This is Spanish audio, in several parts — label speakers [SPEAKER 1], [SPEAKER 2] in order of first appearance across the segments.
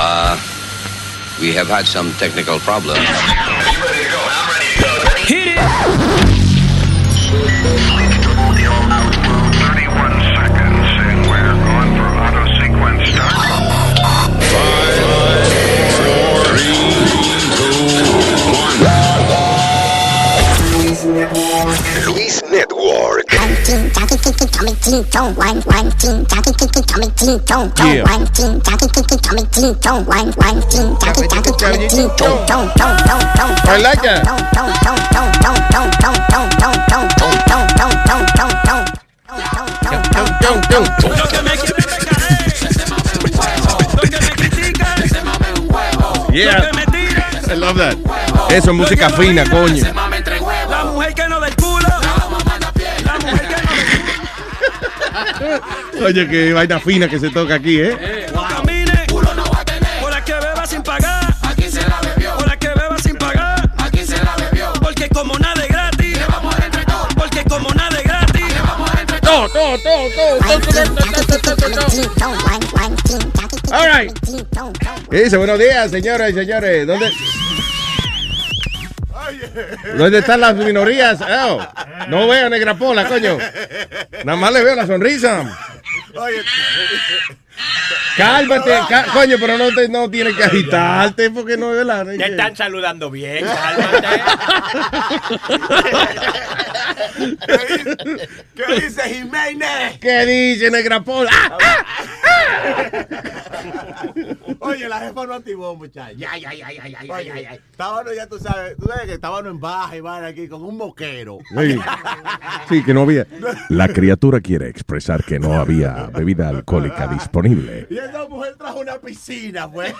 [SPEAKER 1] Ah.
[SPEAKER 2] Uh, we have had some technical problems.
[SPEAKER 3] Luis Network.
[SPEAKER 4] I like that.
[SPEAKER 5] Los que me Los que me critican. Los
[SPEAKER 4] Yeah,
[SPEAKER 5] que me tiran.
[SPEAKER 4] I love that.
[SPEAKER 6] Eso es música fina, coño.
[SPEAKER 5] La mujer que no del culo. La mujer que no del culo.
[SPEAKER 4] Oye, qué vaina fina que se toca aquí, ¿eh?
[SPEAKER 5] No camine. Por la que beba sin pagar. Aquí se la bebió. Por la que beba sin pagar. Aquí se la bebió. Porque como nada es gratis. Porque como nada es gratis.
[SPEAKER 4] Dice, buenos días, señoras y señores. ¿Dónde? ¿Dónde están las minorías? Oh, no veo a Negra Pola, coño. Nada más le veo la sonrisa. Cálmate, ca- coño, pero no, te, no tienes que agitarte porque no veo la...
[SPEAKER 7] Te están saludando bien, cálmate.
[SPEAKER 8] ¿Qué dice Jiménez?
[SPEAKER 4] ¿Qué dice Negra Pola? ¡Ah!
[SPEAKER 8] Oye, la jefa no activó, muchachos.
[SPEAKER 7] Ya, ya, ya, ya, ya, ya, ya,
[SPEAKER 8] Oye,
[SPEAKER 7] ya.
[SPEAKER 8] estábamos, ya tú sabes, tú sabes que estábamos en baja y van aquí con un moquero.
[SPEAKER 4] Sí. Sí, que no había. La criatura quiere expresar que no había bebida alcohólica disponible.
[SPEAKER 8] Y esa mujer trajo una piscina, pues.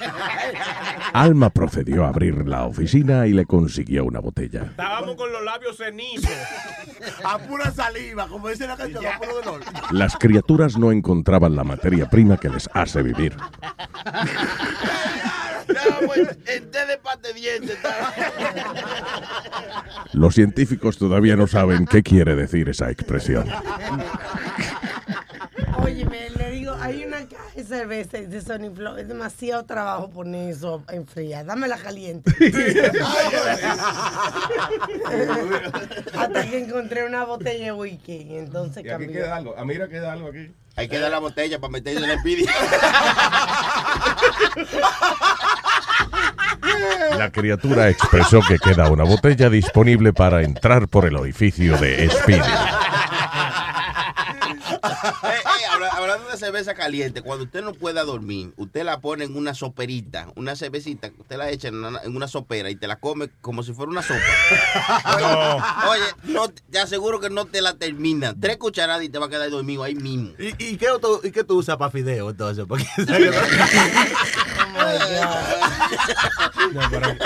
[SPEAKER 4] Alma procedió a abrir la oficina y le consiguió una botella.
[SPEAKER 7] Estábamos con los labios cenizos.
[SPEAKER 8] A pura saliva, como dice la canción, a puro dolor.
[SPEAKER 4] Las criaturas no encontraban la materia prima que les hace vivir.
[SPEAKER 8] pues,
[SPEAKER 4] Los científicos todavía no saben qué quiere decir esa expresión.
[SPEAKER 9] Óyeme, le digo, hay una caja de cerveza y de Sony Flow. Es demasiado trabajo poner eso a enfriar. Dámela caliente. Hasta que encontré una botella de whisky. Entonces cambié.
[SPEAKER 4] algo. Ah, mira, queda algo aquí.
[SPEAKER 10] Hay que dar la botella para meterse en la envidia.
[SPEAKER 6] La criatura expresó que queda una botella disponible para entrar por el orificio de Speedy.
[SPEAKER 10] Eh, eh, habla- hablando de cerveza caliente, cuando usted no pueda dormir, usted la pone en una soperita, una cervecita, usted la echa en una, en una sopera y te la come como si fuera una sopa. Oye, no, te- te aseguro que no te la termina. Tres cucharadas y te va a quedar dormido ahí mismo.
[SPEAKER 8] ¿Y, y qué, tú, ¿Y qué tú usas para fideo, entonces? Porque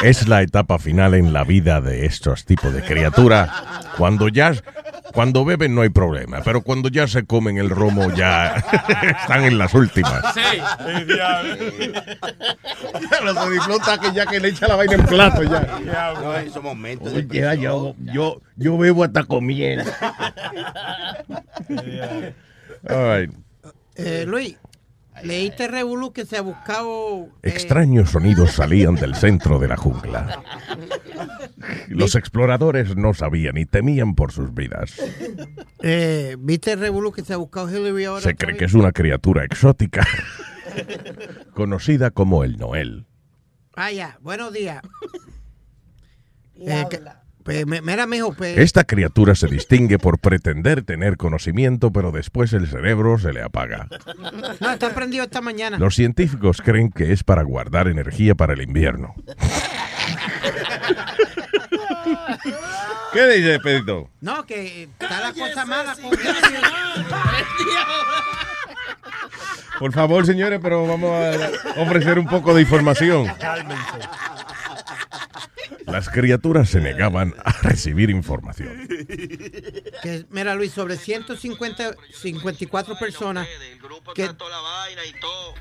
[SPEAKER 6] Es la etapa final en la vida de estos tipos de criaturas. Cuando ya, cuando beben no hay problema, pero cuando ya se comen el romo ya están en las últimas.
[SPEAKER 4] Los disfruta que ya que le echa la vaina en plato ya.
[SPEAKER 10] No, esos momentos. de
[SPEAKER 4] Oye, ya, yo,
[SPEAKER 10] presión.
[SPEAKER 4] yo, yo bebo hasta comiendo. All right.
[SPEAKER 11] Eh, Luis, leíste Revolu que se ha buscado. eh,
[SPEAKER 6] Extraños sonidos salían del centro de la jungla. Los exploradores no sabían y temían por sus vidas.
[SPEAKER 11] eh, ¿Viste Revolu que se ha buscado Hillary ahora?
[SPEAKER 6] Se cree que es una criatura exótica, conocida como el Noel.
[SPEAKER 11] Ah, ya, buenos días.
[SPEAKER 9] Y
[SPEAKER 11] Eh, que-
[SPEAKER 9] habla.
[SPEAKER 11] pues, me- mira, mijo, pues,
[SPEAKER 6] Esta criatura se distingue por pretender tener conocimiento, pero después el cerebro se le apaga.
[SPEAKER 11] no, está prendido esta mañana.
[SPEAKER 6] Los científicos creen que es para guardar energía para el invierno.
[SPEAKER 4] ¿Qué dice Pedrito?
[SPEAKER 11] No, que está la cosa mala con Hillary.
[SPEAKER 4] Por favor, señores, pero vamos a ofrecer un poco de información.
[SPEAKER 6] Las criaturas se negaban a recibir información.
[SPEAKER 11] Que, mira, Luis, sobre 150, 54 personas.
[SPEAKER 12] Ustedes, El grupo
[SPEAKER 11] ¿Qué?
[SPEAKER 12] está toda la vaina y todo.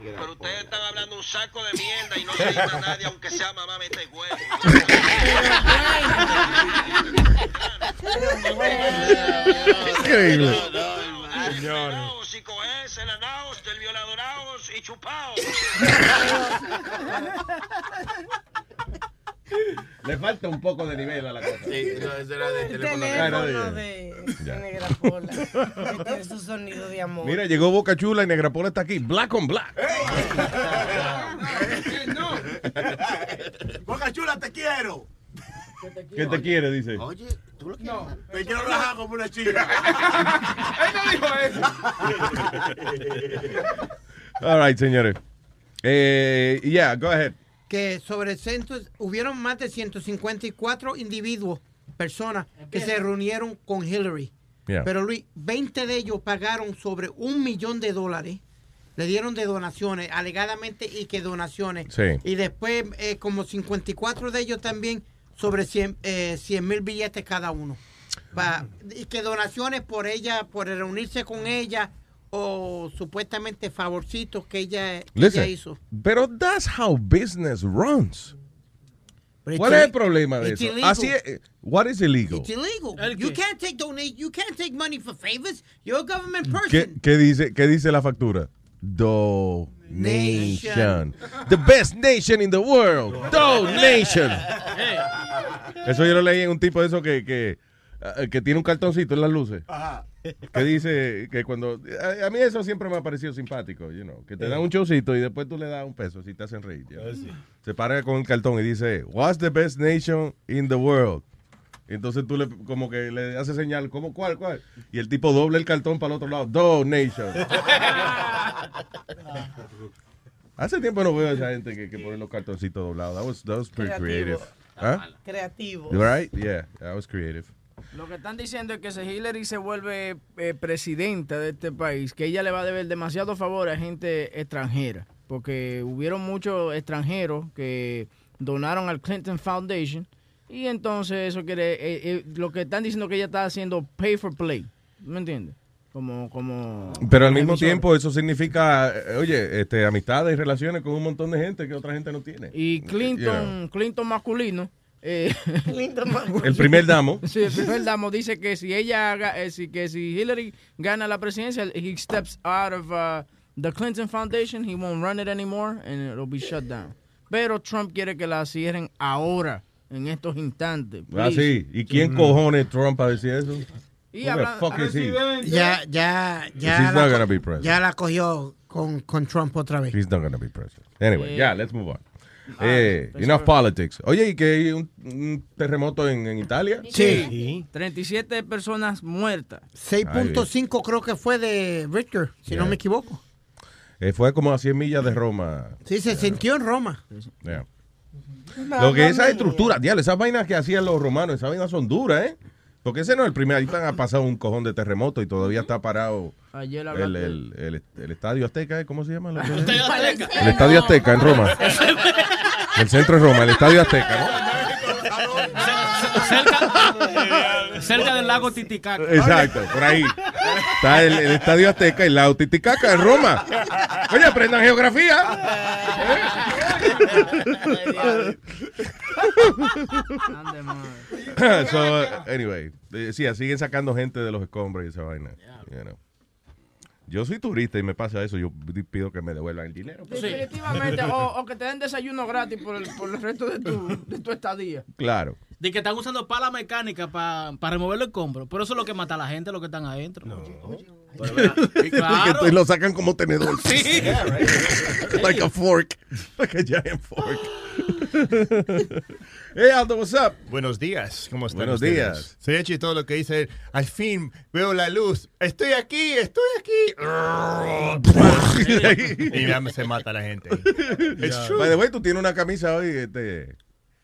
[SPEAKER 12] Pero ustedes están hablando un saco de mierda y no se llama a nadie, aunque sea mamá, mete huevo.
[SPEAKER 4] Increíble.
[SPEAKER 12] No, no, no.
[SPEAKER 13] señores.
[SPEAKER 6] Le falta un poco de nivel a la cosa.
[SPEAKER 10] Sí, eso, eso era de teléfono.
[SPEAKER 12] Teléfono
[SPEAKER 6] Claro,
[SPEAKER 12] de
[SPEAKER 6] ya.
[SPEAKER 12] Negra Pola. que tiene su sonido de amor.
[SPEAKER 1] Mira, llegó Boca Chula y Negrapola está aquí. Black on black.
[SPEAKER 8] Boca Chula, te quiero.
[SPEAKER 1] ¿Qué te quiere? Dice.
[SPEAKER 8] Oye, tú lo quieres. No. Me quiero rajar como una chica.
[SPEAKER 13] Él no dijo eso.
[SPEAKER 1] All right, señores. Eh, yeah, go ahead.
[SPEAKER 11] que sobre centros hubieron más de 154 individuos, personas que se reunieron con Hillary.
[SPEAKER 1] Yeah.
[SPEAKER 11] Pero Luis, 20 de ellos pagaron sobre un millón de dólares. Le dieron de donaciones, alegadamente, y que donaciones.
[SPEAKER 1] Sí.
[SPEAKER 11] Y después, eh, como 54 de ellos también, sobre 100 mil billetes cada uno. Pa- y que donaciones por ella, por reunirse con ella, o supuestamente favorcitos que ella, ella
[SPEAKER 1] Listen.
[SPEAKER 11] hizo.
[SPEAKER 1] Pero that's how business runs.
[SPEAKER 11] Pero
[SPEAKER 1] ¿Cuál
[SPEAKER 11] it's
[SPEAKER 1] es
[SPEAKER 11] ill-
[SPEAKER 1] el problema de
[SPEAKER 11] it's
[SPEAKER 1] eso?
[SPEAKER 11] illegal.
[SPEAKER 1] Así es. eh, What is illegal?
[SPEAKER 11] It's illegal. You can't take donate. You can't take money for favors. You're a government
[SPEAKER 1] ¿Qué,
[SPEAKER 11] person.
[SPEAKER 1] qué dice, ¿Qué dice la factura? Donation. The best nation in the world. Donation. Eso yo lo leí en un tipo de eso que, que, eh, que tiene un cartoncito en las luces.
[SPEAKER 8] Ah.
[SPEAKER 1] Que dice que cuando. A, a mí eso siempre me ha parecido simpático, you know, Que te
[SPEAKER 11] Eh.
[SPEAKER 6] Sí.
[SPEAKER 1] dan un showcito y después tú le das un peso si te hacen reír. you know.
[SPEAKER 6] Ah, sí.
[SPEAKER 1] Se para con el cartón y dice: What's the best nation in the world? Entonces tú le, como que le haces señal, ¿cómo cuál, cuál? Y el tipo doble el cartón para el otro lado, donation. Hace tiempo no veo a esa gente que, que pone los cartoncitos doblados. That was, that was pretty creative.
[SPEAKER 14] Creativo.
[SPEAKER 1] ¿Ah?
[SPEAKER 12] Creativo.
[SPEAKER 1] You right? Yeah, that was creative.
[SPEAKER 14] Lo que están diciendo es que si Hillary se vuelve eh, presidenta de este país, que ella le va a deber demasiado favor a gente extranjera, porque hubieron muchos extranjeros que donaron al Clinton Foundation y entonces eso quiere, eh, eh, lo que están diciendo que ella está haciendo pay for play, ¿me entiendes? Como, como.
[SPEAKER 1] Pero al
[SPEAKER 14] como
[SPEAKER 1] mismo
[SPEAKER 14] emisora.
[SPEAKER 1] tiempo eso significa, eh, oye, este, amistades y relaciones con un montón de gente que otra gente no tiene.
[SPEAKER 14] Y Clinton, Clinton masculino. eh,
[SPEAKER 1] El primer damo.
[SPEAKER 14] Sí, el primer damo dice que si ella haga, eh, si, que si Hillary gana la presidencia, he steps out of uh, the Clinton Foundation, he won't run it anymore and it'll be shut down. Pero Trump quiere que la cierren ahora, en estos instantes.
[SPEAKER 1] Ah,
[SPEAKER 14] please.
[SPEAKER 1] sí. ¿Y
[SPEAKER 11] Mm-hmm. Mm.
[SPEAKER 1] quién cojones Trump para decir eso?
[SPEAKER 14] Y
[SPEAKER 1] Who the
[SPEAKER 14] hablan-
[SPEAKER 1] fuck is he?
[SPEAKER 11] Ya, ya, ya.
[SPEAKER 1] She's not
[SPEAKER 11] co-
[SPEAKER 1] gonna be president.
[SPEAKER 11] ya la cogió con, con Trump otra vez.
[SPEAKER 1] He's not gonna be president. Anyway,
[SPEAKER 11] Eh.
[SPEAKER 1] yeah, let's move on. Eh, enough politics. Oye, ¿y que hay un, un terremoto en, en Italia?
[SPEAKER 14] 37 personas muertas.
[SPEAKER 11] 6.5 creo que fue de Eh, Richter, si no
[SPEAKER 1] Yeah.
[SPEAKER 11] me equivoco.
[SPEAKER 1] Eh, fue como a 100 millas de Roma.
[SPEAKER 11] Sí, se sintió en Roma.
[SPEAKER 1] Yeah. Lo que esas estructuras, diablo, esas vainas que hacían los romanos, esas vainas son duras, ¿eh? Porque ese no es el primer. Ahí están, ha pasado un cojón de terremoto y todavía está parado
[SPEAKER 14] Ayer
[SPEAKER 1] el,
[SPEAKER 14] hablaste-
[SPEAKER 1] el, el- el estadio Azteca, ¿eh? ¿cómo se llama? El
[SPEAKER 14] Azteca.
[SPEAKER 1] El estadio Azteca en Roma. El centro de Roma, el estadio Azteca, ¿no?
[SPEAKER 15] Cerca, cerca del lago Titicaca.
[SPEAKER 1] Exacto, por ahí. Está el, el estadio Azteca y la Titicaca en Roma. Oye, aprendan geografía. so, anyway, eh, sí, siguen sacando gente de los escombros y esa vaina. you know. Yo soy turista y me pasa eso. Yo pido que me devuelvan el dinero.
[SPEAKER 14] Definitivamente, o, o que te den desayuno gratis por el, por el resto de tu, de tu estadía.
[SPEAKER 1] Claro.
[SPEAKER 15] De que están usando pala mecánica para remover el escombro. Pero eso es lo que mata a la gente, lo que están adentro. Claro.
[SPEAKER 1] Y lo sacan como tenedor.
[SPEAKER 15] Sí.
[SPEAKER 1] like a fork. Like a giant fork. hey Aldo, what's up?
[SPEAKER 16] Buenos días, ¿cómo están
[SPEAKER 1] Buenos
[SPEAKER 16] ustedes?
[SPEAKER 1] días.
[SPEAKER 16] Soy Echi, todo lo que dice, al fin veo la luz, estoy aquí, estoy aquí. y ya se mata la gente. It's true.
[SPEAKER 1] By the way, tú tienes una camisa hoy este,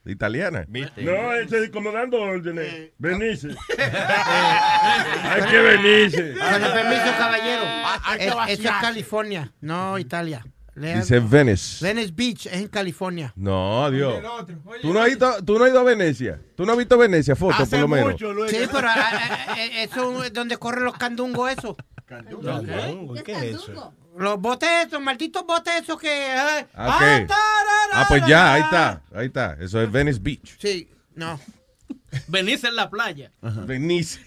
[SPEAKER 1] italiana.
[SPEAKER 17] No, ese es el comandante órdenes.
[SPEAKER 11] Eh,
[SPEAKER 17] Venirse. Hay
[SPEAKER 11] Con-
[SPEAKER 17] que venirse.
[SPEAKER 11] Con el permiso, caballero.
[SPEAKER 17] hay que
[SPEAKER 11] Es- eso es
[SPEAKER 17] vaciarse.
[SPEAKER 11] California, no Italia. Lea-
[SPEAKER 1] Dice Venice.
[SPEAKER 11] Venice Beach es en California.
[SPEAKER 1] No, Dios. ¿Tú no, has ido, tú no has ido a Venecia. Tú no has visto Venecia, foto por lo menos.
[SPEAKER 11] Sí, pero ah, ah, ah, eso es donde corren los candungos, eso.
[SPEAKER 3] ¿Qué, es eso?
[SPEAKER 11] Los botes esos, malditos botes esos que... eh,
[SPEAKER 1] Ah, pues ok. Ah, pues ya, ahí está. Ahí está. Eso es Venice Beach.
[SPEAKER 11] Sí, no.
[SPEAKER 15] Venirse en la playa.
[SPEAKER 1] Venice.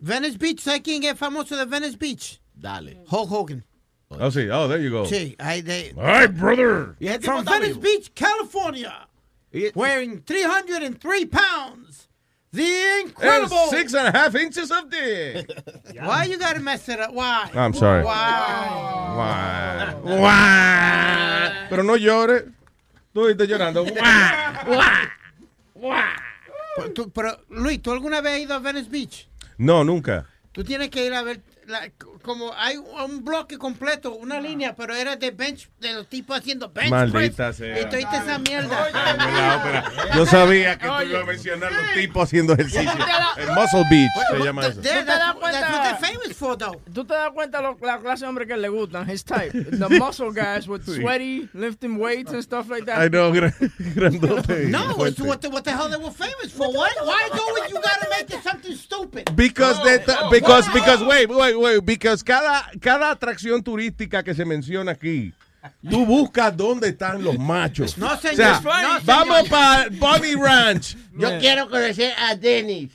[SPEAKER 11] Venice Beach, ¿sabes quién es famoso de Venice Beach?
[SPEAKER 10] Dale.
[SPEAKER 11] Hulk Hogan.
[SPEAKER 1] Oh, sí. Oh, there you go.
[SPEAKER 11] Sí, ahí de.
[SPEAKER 1] All right, brother.
[SPEAKER 11] Y ese tipo From está Venice vivo. Beach, California. Wearing 303 pounds. The
[SPEAKER 1] And
[SPEAKER 11] incredible.
[SPEAKER 1] six and a half inches of dick.
[SPEAKER 11] Why you gotta mess it up? Why?
[SPEAKER 1] I'm sorry.
[SPEAKER 11] Why?
[SPEAKER 1] Guau. Guau. Pero no llores. Tú estás llorando. Guau.
[SPEAKER 11] Pero, Pues tú- pero, Luis, ¿tú alguna vez has ido a Venice Beach?
[SPEAKER 1] No, nunca.
[SPEAKER 11] Tú tienes que ir a ver, la- como hay un bloque completo, una línea, pero era de bench, de los tipos haciendo bench
[SPEAKER 1] Maldita
[SPEAKER 11] press.
[SPEAKER 1] sea.
[SPEAKER 11] Y tú oíste esa mierda.
[SPEAKER 1] Yo sabía que tú ibas a mencionar los tipos haciendo ejercicio. En Muscle Beach se llama eso.
[SPEAKER 14] ¿Tú te das cuenta?
[SPEAKER 11] That's what they're famous for, though.
[SPEAKER 14] ¿Tú te das cuenta lo, la clase de hombre que le gustan? His type. The muscle guys with
[SPEAKER 1] Sí.
[SPEAKER 14] sweaty, lifting weights and stuff like that.
[SPEAKER 1] Ay, no, gran- grandote. y
[SPEAKER 11] No, Oh, it's
[SPEAKER 1] fuerte.
[SPEAKER 11] what the, what the hell they were famous for. Why, why do it? You gotta make it something stupid.
[SPEAKER 1] Because they-
[SPEAKER 11] oh,
[SPEAKER 1] because
[SPEAKER 11] oh.
[SPEAKER 1] because wait wait wait because cada cada atracción turística que se menciona aquí tú buscas dónde están los machos.
[SPEAKER 11] No, señor.
[SPEAKER 1] O sea,
[SPEAKER 11] That's right.
[SPEAKER 1] vamos
[SPEAKER 11] No, señor.
[SPEAKER 1] para Bonnie Ranch.
[SPEAKER 18] Yo quiero conocer a Dennis.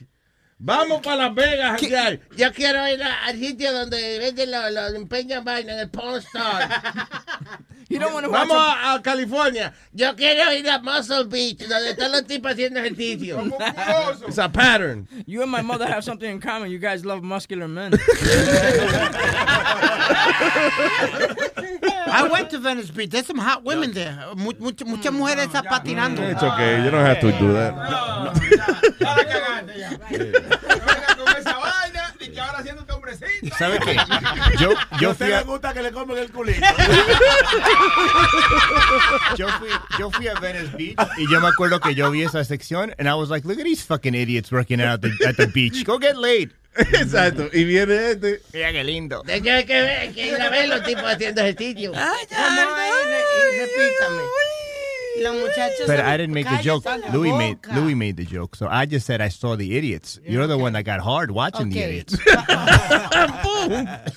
[SPEAKER 1] Vamos para Las Vegas. ya.
[SPEAKER 18] Yo quiero ir a- al sitio donde venden los, los empeñan vaina en el Pawn Star.
[SPEAKER 1] Vamos a, a California.
[SPEAKER 18] Yo quiero ir a Muscle Beach, donde están los tipos haciendo ejercicio.
[SPEAKER 1] It's a pattern.
[SPEAKER 14] You and my mother have something in common. You guys love muscular men.
[SPEAKER 11] I went to Venice Beach. There's some hot women there. Mu- much- muchas mujeres están patinando.
[SPEAKER 1] It's okay. You don't have to do that.
[SPEAKER 16] ¿Sabe qué? Yo, yo fui a,
[SPEAKER 8] gusta que le comen el culito.
[SPEAKER 16] yo fui, yo fui a Venice Beach y yo me acuerdo que yo vi esa sección and I was like, look at these fucking idiots working out at the, at the beach. Go get laid.
[SPEAKER 1] Exacto. Y viene este.
[SPEAKER 16] Mira qué lindo.
[SPEAKER 18] Yo hay que, ver- hay que ir a ver los tipos haciendo ejercicio.
[SPEAKER 11] Vamos a ir, re- y repítame.
[SPEAKER 18] Los muchachos.
[SPEAKER 16] But I didn't make the joke. Louis made Louis made the joke. So I just said I saw the idiots. You're the one that got hard watching the
[SPEAKER 12] Okay.
[SPEAKER 16] idiots.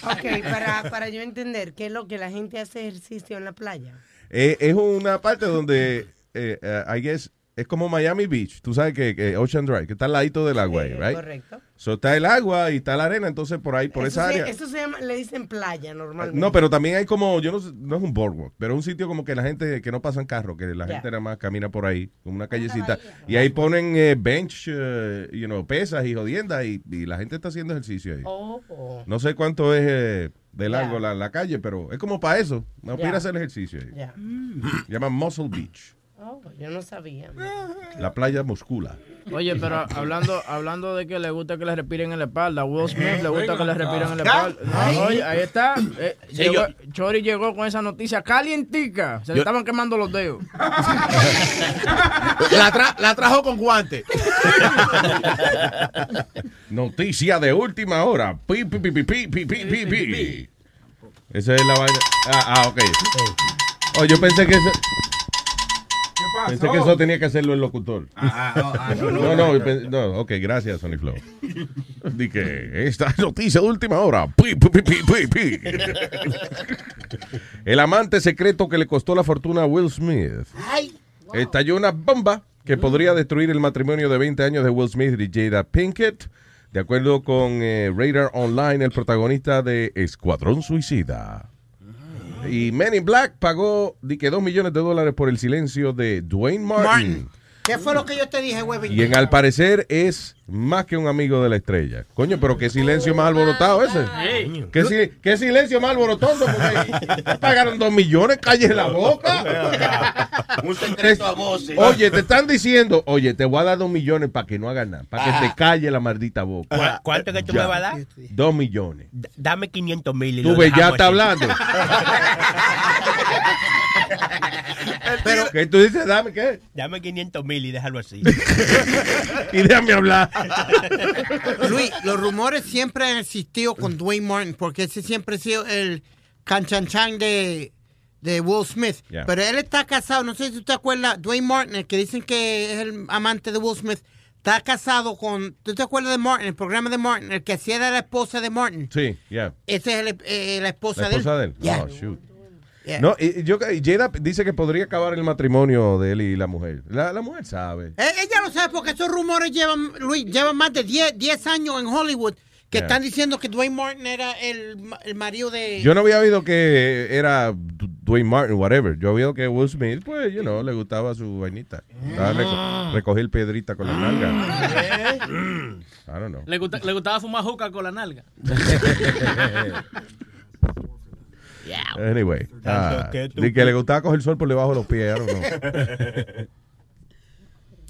[SPEAKER 12] Ok, para, para yo entender, ¿qué es lo que la gente hace ejercicio en la playa?
[SPEAKER 1] Eh, es una parte donde, eh, eh, I guess, es como Miami Beach. Tú sabes que, que Ocean Drive, que está al ladito del agua, ahí, right?
[SPEAKER 12] correcto.
[SPEAKER 1] So, está el agua y está la arena, entonces por ahí, por
[SPEAKER 12] eso
[SPEAKER 1] esa
[SPEAKER 12] se,
[SPEAKER 1] área.
[SPEAKER 12] Eso se llama, le dicen playa normalmente.
[SPEAKER 1] No, pero también hay como, yo no sé, no es un boardwalk, pero es un sitio como que la gente, que no pasan carro, que la
[SPEAKER 12] Ya.
[SPEAKER 1] gente nada más camina por ahí, como una callecita. y ahí ponen eh, bench, eh, you know, pesas y jodiendas y, y la gente está haciendo ejercicio ahí.
[SPEAKER 12] Oh.
[SPEAKER 1] No sé cuánto es eh, de largo la, la calle, pero es como para eso. No
[SPEAKER 12] Ya.
[SPEAKER 1] pira hacer ejercicio ahí.
[SPEAKER 12] Ya.
[SPEAKER 1] Llaman Muscle Beach,
[SPEAKER 12] Oh, yo no sabía.
[SPEAKER 1] la playa muscula.
[SPEAKER 14] Oye, pero hablando, hablando de que le gusta que le respiren en la espalda, a Will Smith le gusta que le respiren en la espalda. No, oye, ahí está. Eh,
[SPEAKER 18] Sí, yo-
[SPEAKER 14] llegó- Chori llegó con esa noticia calientica. Se le
[SPEAKER 18] Yo-
[SPEAKER 14] estaban quemando los dedos.
[SPEAKER 8] La, tra- la trajo con guante.
[SPEAKER 1] Noticia de última hora. Pi, pi, pi, pi, pi, pi, pi, pi, pi. Esa es la vaina. Ah, ah ok. Oh, yo pensé que eso. Pensé que eso tenía que hacerlo el locutor.
[SPEAKER 17] no,
[SPEAKER 1] ah, no, no, yo pen- no, ok, gracias, Sony Flow. Di que esta es noticia de última hora. Pi, pi, pi, pi, pi, pi. El amante secreto que le costó la fortuna a Will Smith
[SPEAKER 18] Ay,
[SPEAKER 1] Estalló una bomba que podría destruir el matrimonio de 20 años de Will Smith y Jada Pinkett. De acuerdo con eh, Radar Online, el protagonista de Escuadrón Suicida. Y Men in Black pagó di que 2 millones de dólares por el silencio de Dwayne Martin.
[SPEAKER 11] ¿Qué fue lo que yo te dije, huevito?
[SPEAKER 1] Y en al parecer es más que un amigo de la estrella. Coño, pero qué silencio más alborotado ese. ¿Qué, si- qué silencio más alborotoso? Porque pagaron 2 millones, calle la boca.
[SPEAKER 10] Un
[SPEAKER 1] Te-
[SPEAKER 10] secreto a voces.
[SPEAKER 1] Oye, te están diciendo, oye, te voy a dar dos millones para que no hagas nada, para que
[SPEAKER 19] Ajá.
[SPEAKER 1] te calle la maldita boca.
[SPEAKER 19] ¿Cuá- ¿Cuánto que tú
[SPEAKER 1] Ya.
[SPEAKER 19] me vas a dar?
[SPEAKER 1] Dos millones.
[SPEAKER 19] D- Dame 500 mil. y
[SPEAKER 1] Tú
[SPEAKER 19] lo
[SPEAKER 1] ves, ya
[SPEAKER 19] dejamos
[SPEAKER 1] está
[SPEAKER 19] así.
[SPEAKER 1] hablando. ¿Qué tú dices? Dame qué.
[SPEAKER 19] Dame 500 mil y déjalo así.
[SPEAKER 1] Y déjame hablar.
[SPEAKER 11] Luis, los rumores siempre han existido con Dwayne Martin, porque ese siempre ha sido el canchanchan de, de Will Smith.
[SPEAKER 18] Yeah.
[SPEAKER 11] Pero él está casado, no sé si tú te acuerdas, Dwayne Martin, el que dicen que es el amante de Will Smith, está casado con, ¿tú te acuerdas de Martin, el programa de Martin, el que hacía era la esposa de Martin?
[SPEAKER 1] Sí, ya.
[SPEAKER 11] Esa es el- eh, la esposa,
[SPEAKER 1] La esposa de él.
[SPEAKER 11] Yeah.
[SPEAKER 1] Oh, shoot.
[SPEAKER 11] Yeah.
[SPEAKER 1] No, y- y yo, Jada dice que podría acabar el matrimonio de él y la mujer. La, la mujer sabe.
[SPEAKER 11] Eh, Ella lo sabe porque esos rumores llevan, Luis, llevan más de 10, 10 años en Hollywood que
[SPEAKER 1] Yeah.
[SPEAKER 11] están diciendo que Dwayne Martin era el, ma- el marido de...
[SPEAKER 1] Yo no había oído que era Du- Dwayne Martin, whatever. Yo había oído que Will Smith, pues, you know, le gustaba su vainita. Ah, reco- recoger piedrita con la nalga. I don't know.
[SPEAKER 15] ¿Eh? Le, gusta- le gustaba fumar juca con la nalga.
[SPEAKER 1] Anyway. ah,
[SPEAKER 15] Qué
[SPEAKER 1] di que le gustaba coger sol por debajo de los pies, I don't know.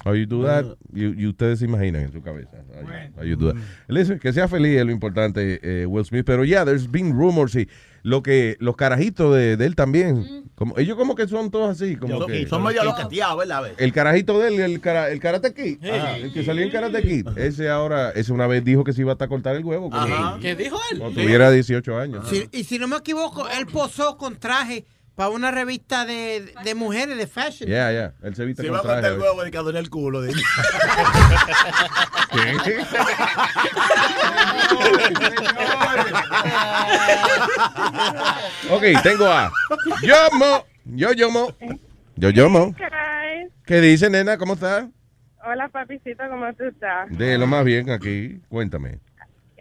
[SPEAKER 1] How you do that? You- you- ustedes se imaginan en su cabeza. How you- how you do that. Listen, que sea feliz es lo importante, eh, Will Smith. Pero ya, there's been rumors y lo que los carajitos de, de él también. Como, ellos como que son todos así. Como
[SPEAKER 8] Son-
[SPEAKER 1] que,
[SPEAKER 8] Son medio loqueteados, ¿verdad? A ver.
[SPEAKER 1] El carajito de él, el, cara, el Karate Kid, Ajá, el que salió en Karate Kid, ese ahora, ese una vez dijo que se iba hasta cortar el huevo cuando,
[SPEAKER 11] ¿Qué dijo él?
[SPEAKER 1] cuando tuviera 18 años.
[SPEAKER 11] Si- y si no me equivoco, él posó con traje para una revista de, de mujeres de fashion.
[SPEAKER 1] Yeah, yeah, él se viste
[SPEAKER 11] Se
[SPEAKER 1] con
[SPEAKER 11] va a cortar
[SPEAKER 1] traje.
[SPEAKER 11] el
[SPEAKER 8] Luego de que adoré el culo. De...
[SPEAKER 1] ¿Qué? Ok, tengo a Yomo, yo Yomo, yo Yomo.
[SPEAKER 20] Hi.
[SPEAKER 1] ¿Qué dice, nena? ¿Cómo estás?
[SPEAKER 20] Hola, papicito, ¿cómo tú estás?
[SPEAKER 1] De lo más bien aquí, cuéntame.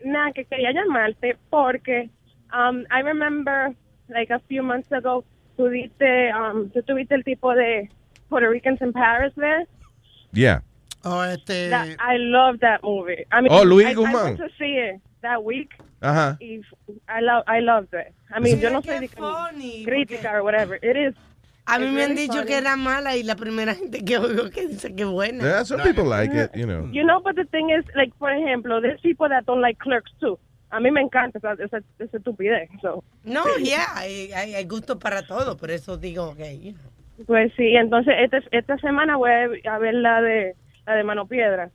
[SPEAKER 20] Nada, que quería llamarte porque um, I remember like a few months ago tú diste, um, tú tuviste el tipo de Puerto Ricans in Paris there.
[SPEAKER 1] Yeah.
[SPEAKER 11] Oh, este...
[SPEAKER 20] That- I love that movie. I mean,
[SPEAKER 1] Oh, Luis
[SPEAKER 20] I, I
[SPEAKER 1] Guzmán.
[SPEAKER 20] went to see it that week.
[SPEAKER 1] Ajá.
[SPEAKER 20] Y f- I love, I loved it. I mean, yo no soy de crítica or whatever. It is.
[SPEAKER 12] A mí
[SPEAKER 20] it's
[SPEAKER 12] me han
[SPEAKER 20] really
[SPEAKER 12] dicho
[SPEAKER 20] funny.
[SPEAKER 12] que era mala y la primera gente que oigo que dice que es buena.
[SPEAKER 1] Yeah, some people like it, you know.
[SPEAKER 20] You know, but the thing is, like, for ejemplo, there's people that don't like clerks too. A mí me encanta esa, esa, esa estupidez. So.
[SPEAKER 12] No, yeah, hay, hay- hay gusto para todo, por eso digo que. you know.
[SPEAKER 20] Pues sí, entonces esta, esta semana voy a ver la de la de Mano Piedra.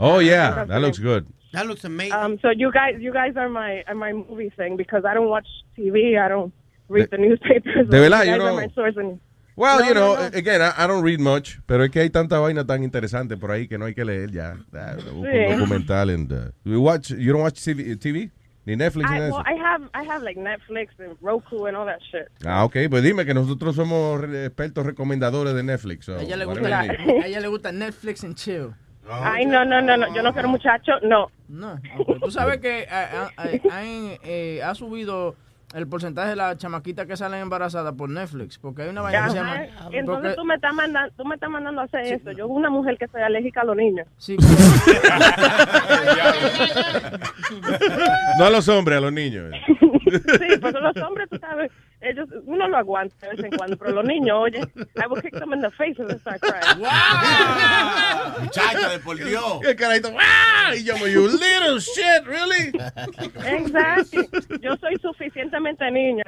[SPEAKER 1] Oh, yeah, that looks good.
[SPEAKER 11] That looks amazing.
[SPEAKER 20] Um, so you guys, you guys are my are my movie thing because I don't watch TV, I don't read the newspapers.
[SPEAKER 1] de verdad,
[SPEAKER 20] you
[SPEAKER 1] yo
[SPEAKER 20] guys are
[SPEAKER 1] no-
[SPEAKER 20] my source and-
[SPEAKER 1] Well,
[SPEAKER 20] No,
[SPEAKER 1] you know,
[SPEAKER 20] no, no.
[SPEAKER 1] again, I, I don't read much, pero es que hay tanta vaina tan interesante por ahí que no hay que leer ya. Ah, busco
[SPEAKER 20] Sí.
[SPEAKER 1] Un documental and uh, you watch, you don't watch TV, TV? ni Netflix ni
[SPEAKER 20] I,
[SPEAKER 1] nada de
[SPEAKER 20] well,
[SPEAKER 1] eso.
[SPEAKER 20] I have I have like Netflix and Roku and all that shit.
[SPEAKER 1] Ah, ok, pues dime que nosotros somos re- expertos recomendadores de Netflix. so,
[SPEAKER 14] A ella le
[SPEAKER 1] what do
[SPEAKER 14] gusta,
[SPEAKER 1] you need?
[SPEAKER 14] a ella le gusta Netflix and chill.
[SPEAKER 20] Ay, no, no, no, no, yo no quiero muchacho, no.
[SPEAKER 14] No. Tú sabes que ah, ah, ah, han, eh, ha subido el porcentaje de las chamaquitas que salen embarazadas por Netflix, porque hay una vaina que se
[SPEAKER 20] Ajá,
[SPEAKER 14] llama...
[SPEAKER 20] ah, Entonces
[SPEAKER 14] porque-
[SPEAKER 20] tú me estás mandando, tú me estás mandando a hacer eso. Yo soy una mujer que soy alérgica a los niños.
[SPEAKER 14] Sí.
[SPEAKER 1] No a los hombres, a los niños.
[SPEAKER 20] Sí, pero los hombres, tú sabes, ellos, uno lo aguanta de vez en cuando, pero los niños, oye, I will kick them in the face if they start crying.
[SPEAKER 8] Muchacho, de por Dios.
[SPEAKER 1] El carajito, ¡ah! Y yo me you little shit, really?
[SPEAKER 20] Exacto. Yo soy suficientemente niña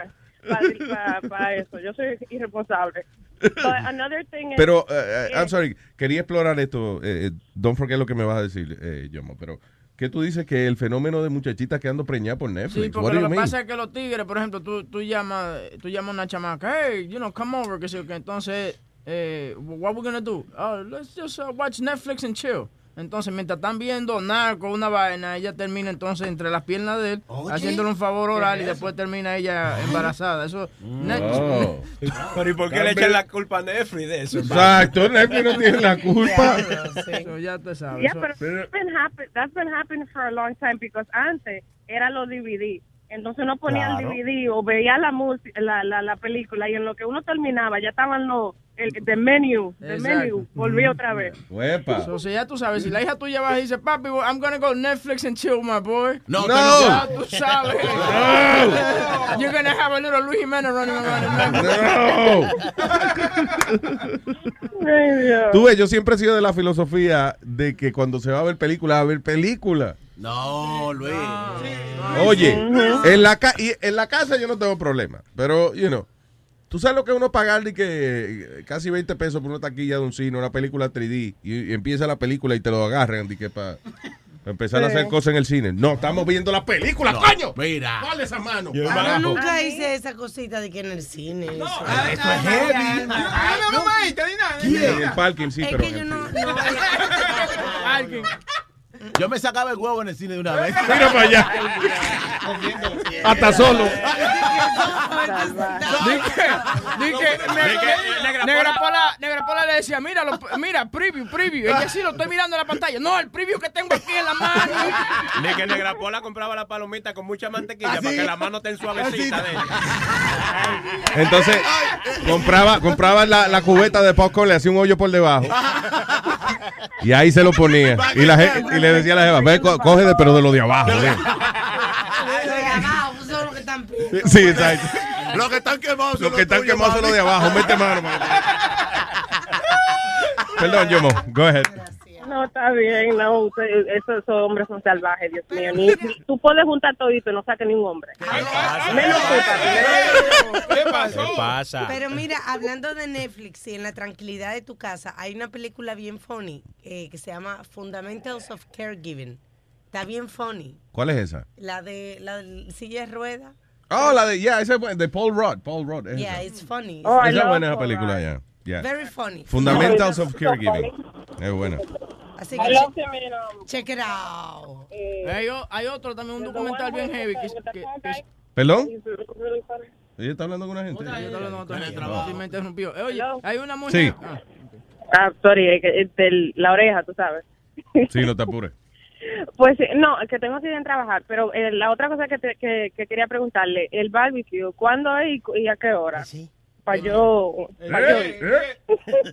[SPEAKER 20] para eso. Yo soy irresponsable. But another thing is-
[SPEAKER 1] Pero, eh, eh, I'm sorry, quería explorar esto. eh, eh, don't forget lo que me vas a decir, eh, Yomo, pero ¿qué tú dices que el fenómeno de muchachitas quedando preñadas por Netflix?
[SPEAKER 14] Sí,
[SPEAKER 1] What
[SPEAKER 14] porque
[SPEAKER 1] do
[SPEAKER 14] lo
[SPEAKER 1] you
[SPEAKER 14] que
[SPEAKER 1] mean?
[SPEAKER 14] pasa es que los tigres, por ejemplo, tú, tú llamas tú llamas a una chamaca, hey, you know, come over, que sé yo qué. Entonces, eh, what we gonna do? Oh, let's just uh, watch Netflix and chill. Entonces, mientras están viendo narco, una vaina, ella termina entonces entre las piernas de él, haciéndole un favor
[SPEAKER 19] ¿Qué
[SPEAKER 14] oral
[SPEAKER 19] es
[SPEAKER 14] y
[SPEAKER 19] eso?
[SPEAKER 14] después termina ella embarazada. Eso,
[SPEAKER 19] Oh. Pero ¿y por qué le
[SPEAKER 14] Cambio.
[SPEAKER 19] echan la culpa a Netflix de eso?
[SPEAKER 1] Exacto, Netflix no tiene la culpa.
[SPEAKER 14] Eso ya te sabes.
[SPEAKER 1] ah,
[SPEAKER 20] Yeah,
[SPEAKER 14] eso-
[SPEAKER 20] pero that's been, happen, that's been happening for a long time because antes era los DVD. Entonces uno ponía
[SPEAKER 5] Claro.
[SPEAKER 20] el DVD o veía la, música- la, la, la película y en lo que uno terminaba ya estaban los, el the menu, the
[SPEAKER 14] Exacto.
[SPEAKER 20] menu, volví otra vez.
[SPEAKER 1] Huepa.
[SPEAKER 14] So, si ya tú sabes, si la hija tuya va y dice, papi, well, I'm gonna go Netflix and chill, my boy.
[SPEAKER 8] No,
[SPEAKER 1] No.
[SPEAKER 14] Ya
[SPEAKER 1] no.
[SPEAKER 14] tú sabes.
[SPEAKER 1] No.
[SPEAKER 14] You're gonna have a little Luis Jiménez running around. in
[SPEAKER 1] No. Tú ves, yo siempre he sido de la filosofía de que cuando se va a ver película, a ver película.
[SPEAKER 8] No, Luis.
[SPEAKER 1] Oye, en la, ca- y en la casa yo no tengo problema, pero, you know, tú sabes lo que uno pagar de que eh, casi 20 pesos por una taquilla de un cine, una película 3D, y, y empieza la película y te lo agarran de que para empezar a
[SPEAKER 6] Sí.
[SPEAKER 1] hacer cosas en el cine. No, estamos viendo la película,
[SPEAKER 6] No,
[SPEAKER 1] coño.
[SPEAKER 6] mira.
[SPEAKER 1] Dale esa mano.
[SPEAKER 12] Ah, no, nunca hice esa cosita de que en el cine. No,
[SPEAKER 1] eso es heavy.
[SPEAKER 8] En
[SPEAKER 1] el parking, sí,
[SPEAKER 12] Es
[SPEAKER 1] pero
[SPEAKER 12] que
[SPEAKER 1] en
[SPEAKER 12] yo
[SPEAKER 1] el
[SPEAKER 12] no.
[SPEAKER 1] cine.
[SPEAKER 12] no
[SPEAKER 14] Alguien.
[SPEAKER 8] Yo me sacaba el huevo en el cine de una vez.
[SPEAKER 1] Mira para allá. Hasta solo.
[SPEAKER 8] Ay,
[SPEAKER 14] Dije, Negra Negra Pola, Negra Pola le decía, mira, lo- mira, preview, preview. Ella sí lo estoy mirando en la pantalla. No, el preview que tengo aquí en la mano.
[SPEAKER 19] Ni que Negrapola compraba la palomita con mucha mantequilla
[SPEAKER 1] Ah,
[SPEAKER 19] para que la mano esté suavecita de ella.
[SPEAKER 1] Entonces, compraba, compraba la, la cubeta de popcorn, le hacía un hoyo por debajo. Y ahí se lo ponía. Y, la, je- y le decía a la jefa, ve, co- coge de, pero de lo de abajo. ve". Sí, exacto.
[SPEAKER 5] Los que están
[SPEAKER 4] Pues
[SPEAKER 5] quemados
[SPEAKER 1] Los que están quemados son los de abajo. Mete mano, mano. Perdón, Yomo. Go ahead.
[SPEAKER 20] No, está bien, no, usted- esos, esos hombres son salvajes, Dios mío. Ni, ni- tú puedes juntar todito y no saca ni un hombre. Menos tú, papi, menos tú.
[SPEAKER 19] ¿Qué pasa?
[SPEAKER 12] Pero mira, hablando de Netflix y en la tranquilidad de tu casa, hay una película bien funny eh, que se llama Fundamentals of Caregiving. Está bien funny.
[SPEAKER 1] ¿Cuál es esa?
[SPEAKER 12] La de la de silla de rueda.
[SPEAKER 1] Oh, la de, yeah, esa es buena, de Paul Rudd. Paul Rudd. es
[SPEAKER 12] Yeah,
[SPEAKER 1] esa.
[SPEAKER 12] it's funny.
[SPEAKER 1] Esa es buena esa película, ya. Yeah.
[SPEAKER 12] Very funny.
[SPEAKER 1] Fundamentals of Caregiving. Es buena.
[SPEAKER 12] Así
[SPEAKER 14] I
[SPEAKER 12] que
[SPEAKER 14] love Eh.
[SPEAKER 12] check, check it out.
[SPEAKER 14] Hay, o- hay otro también, un documental bien heavy. Que, es- que- que es-
[SPEAKER 1] ¿Perdón? Ella está hablando con una gente.
[SPEAKER 14] Yo estaba hablando con otra gente, sí me interrumpió. Eh, Oye, hay una
[SPEAKER 1] Sí.
[SPEAKER 14] mujer. Ah.
[SPEAKER 20] Ah, sorry, eh, que- eh, del- la oreja, tú sabes.
[SPEAKER 1] Sí, no te apures.
[SPEAKER 20] Pues eh, no, que tengo que ir a trabajar, pero eh, la otra cosa que, te- que, que quería preguntarle, el barbecue, ¿cuándo es y cu- y, a qué hora? Para yo...
[SPEAKER 19] Eh,
[SPEAKER 20] pa' yo-
[SPEAKER 4] ¿Eh?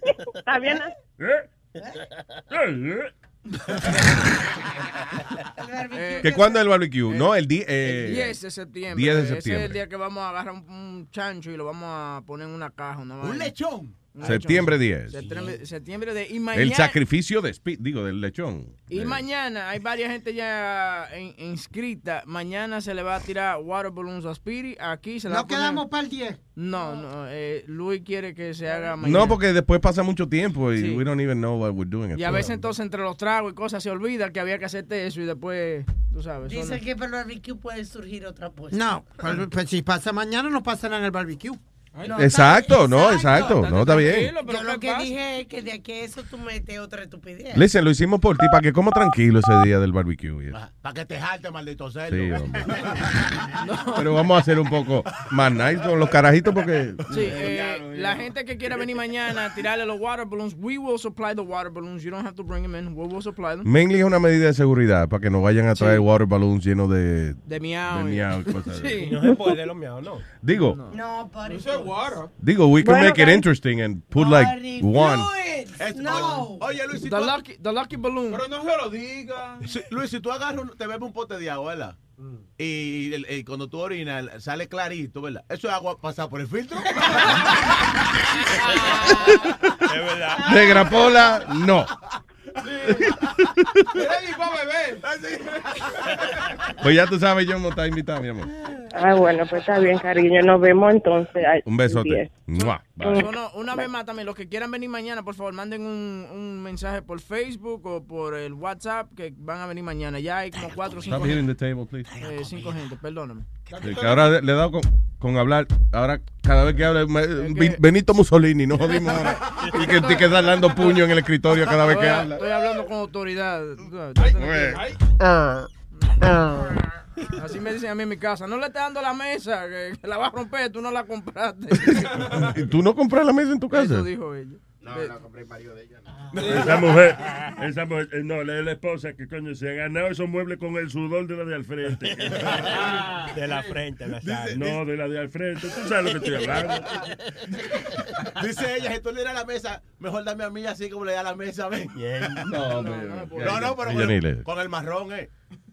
[SPEAKER 20] ¿Está bien?
[SPEAKER 19] eh.
[SPEAKER 17] Eh,
[SPEAKER 14] Eh,
[SPEAKER 1] ¿Que cuándo es el barbecue? No, el, di- eh,
[SPEAKER 14] 10 de septiembre.
[SPEAKER 1] 10 de
[SPEAKER 14] Ese es el
[SPEAKER 1] septiembre.
[SPEAKER 14] día que vamos a agarrar un, un chancho y lo vamos a poner en una caja. ¿Un
[SPEAKER 11] lechón?
[SPEAKER 1] Septiembre 10.
[SPEAKER 14] Septiembre, septiembre de... Y
[SPEAKER 1] El
[SPEAKER 14] mañana-
[SPEAKER 1] sacrificio de Spi- digo, del lechón.
[SPEAKER 14] Y mañana hay varias gente ya in- inscrita. Mañana se le va a tirar water balloons a Speedy. Aquí se le
[SPEAKER 11] Nos
[SPEAKER 14] va a poner-
[SPEAKER 11] quedamos para el 10.
[SPEAKER 14] No, no. eh, Luis quiere que se haga mañana.
[SPEAKER 1] No, porque después pasa mucho tiempo y we don't even know what we're doing.
[SPEAKER 14] Y a veces entonces entre los tragos y cosas se olvida que había que hacerte eso y después, tú sabes. eso
[SPEAKER 12] Dice
[SPEAKER 14] no-
[SPEAKER 12] que para el barbecue puede surgir otra cosa.
[SPEAKER 11] No, pues, pues, si pasa mañana no pasará en el barbecue.
[SPEAKER 1] Exacto, no, exacto, no, está bien.
[SPEAKER 12] Yo lo que dije es que de aquí a eso tú metes otra estupidez.
[SPEAKER 1] Listen, lo hicimos por ti, para que como tranquilo ese día del barbecue. y eso.
[SPEAKER 8] Para que te jalte, maldito celo.
[SPEAKER 1] Sí, hombre. Pero vamos a hacer un poco más nice con los carajitos porque...
[SPEAKER 14] Sí, eh, la gente que quiera venir mañana a tirarle los water balloons, we will supply the water balloons. You don't have to bring them in. We will supply them.
[SPEAKER 1] Mainly es una medida de seguridad para que no vayan a traer water balloons llenos de...
[SPEAKER 14] De miau.
[SPEAKER 1] de miau y cosas de-
[SPEAKER 14] Sí.
[SPEAKER 19] No se puede los miados, no.
[SPEAKER 1] Digo,
[SPEAKER 12] No, but it's
[SPEAKER 19] water.
[SPEAKER 1] digo, we can
[SPEAKER 19] Bueno,
[SPEAKER 1] make it
[SPEAKER 19] guys.
[SPEAKER 1] interesting and put like one.
[SPEAKER 8] No. Oye, Luis, si
[SPEAKER 14] The
[SPEAKER 8] tú-
[SPEAKER 14] lucky, the lucky balloon.
[SPEAKER 8] Pero no se lo diga. Si- Luis, si tú agarras, un- te bebes un pote de agua, ¿verdad? Y, el- el- cuando tú orinas, sale clarito, ¿verdad? Eso es agua pasada por el filtro.
[SPEAKER 19] Es verdad.
[SPEAKER 1] Negra Pola, no.
[SPEAKER 13] Ready para beber.
[SPEAKER 19] Ah,
[SPEAKER 1] Pues ya tú sabes, yo no está invitado, mi amor.
[SPEAKER 20] Ah, bueno, pues está bien, cariño, nos vemos entonces. Ay,
[SPEAKER 1] Un
[SPEAKER 20] bien.
[SPEAKER 1] besote. Mua. Bye.
[SPEAKER 14] No, no, una vez más también, los que quieran venir mañana, por favor, manden un, un mensaje por Facebook o por el WhatsApp que van a venir mañana. Ya hay como cuatro o cinco
[SPEAKER 1] Stop hitting
[SPEAKER 14] gente.
[SPEAKER 1] the table, please.
[SPEAKER 14] eh, cinco gente, perdóname.
[SPEAKER 1] Sí, que ahora le he dado con, con hablar. Ahora, cada vez que habla, me- Ben- Benito Mussolini, nos jodimos ahora. Y que te quedas dando puño en el escritorio cada vez que
[SPEAKER 14] Estoy-
[SPEAKER 1] habla.
[SPEAKER 14] Estoy hablando con autoridad. tú sabes,
[SPEAKER 1] Güey.
[SPEAKER 14] yo tengo que-
[SPEAKER 1] Ah, ah.
[SPEAKER 14] Así me dicen a mí en mi casa. No le estés dando la mesa, que, que la vas a romper, tú no la compraste.
[SPEAKER 1] ¿Y ¿Tú no compras la mesa en tu casa?
[SPEAKER 14] Eso dijo ella. No, no compré Mario de ella.
[SPEAKER 17] Esa mujer, esa mujer, eh, no, la, la esposa que coño se ha ganado esos muebles con el sudor de la de al frente.
[SPEAKER 19] De la frente, la sal.
[SPEAKER 17] No, de la de al frente. Tú sabes lo que estoy hablando.
[SPEAKER 8] Dice ella, si tú le das la mesa, mejor dame a mí así como le da la mesa, ¿ven?
[SPEAKER 1] No,
[SPEAKER 8] no,
[SPEAKER 1] pero-
[SPEAKER 8] no, no, pero
[SPEAKER 1] Ella
[SPEAKER 8] con
[SPEAKER 1] ni
[SPEAKER 8] el,
[SPEAKER 1] le-
[SPEAKER 8] con el marrón, ¿eh?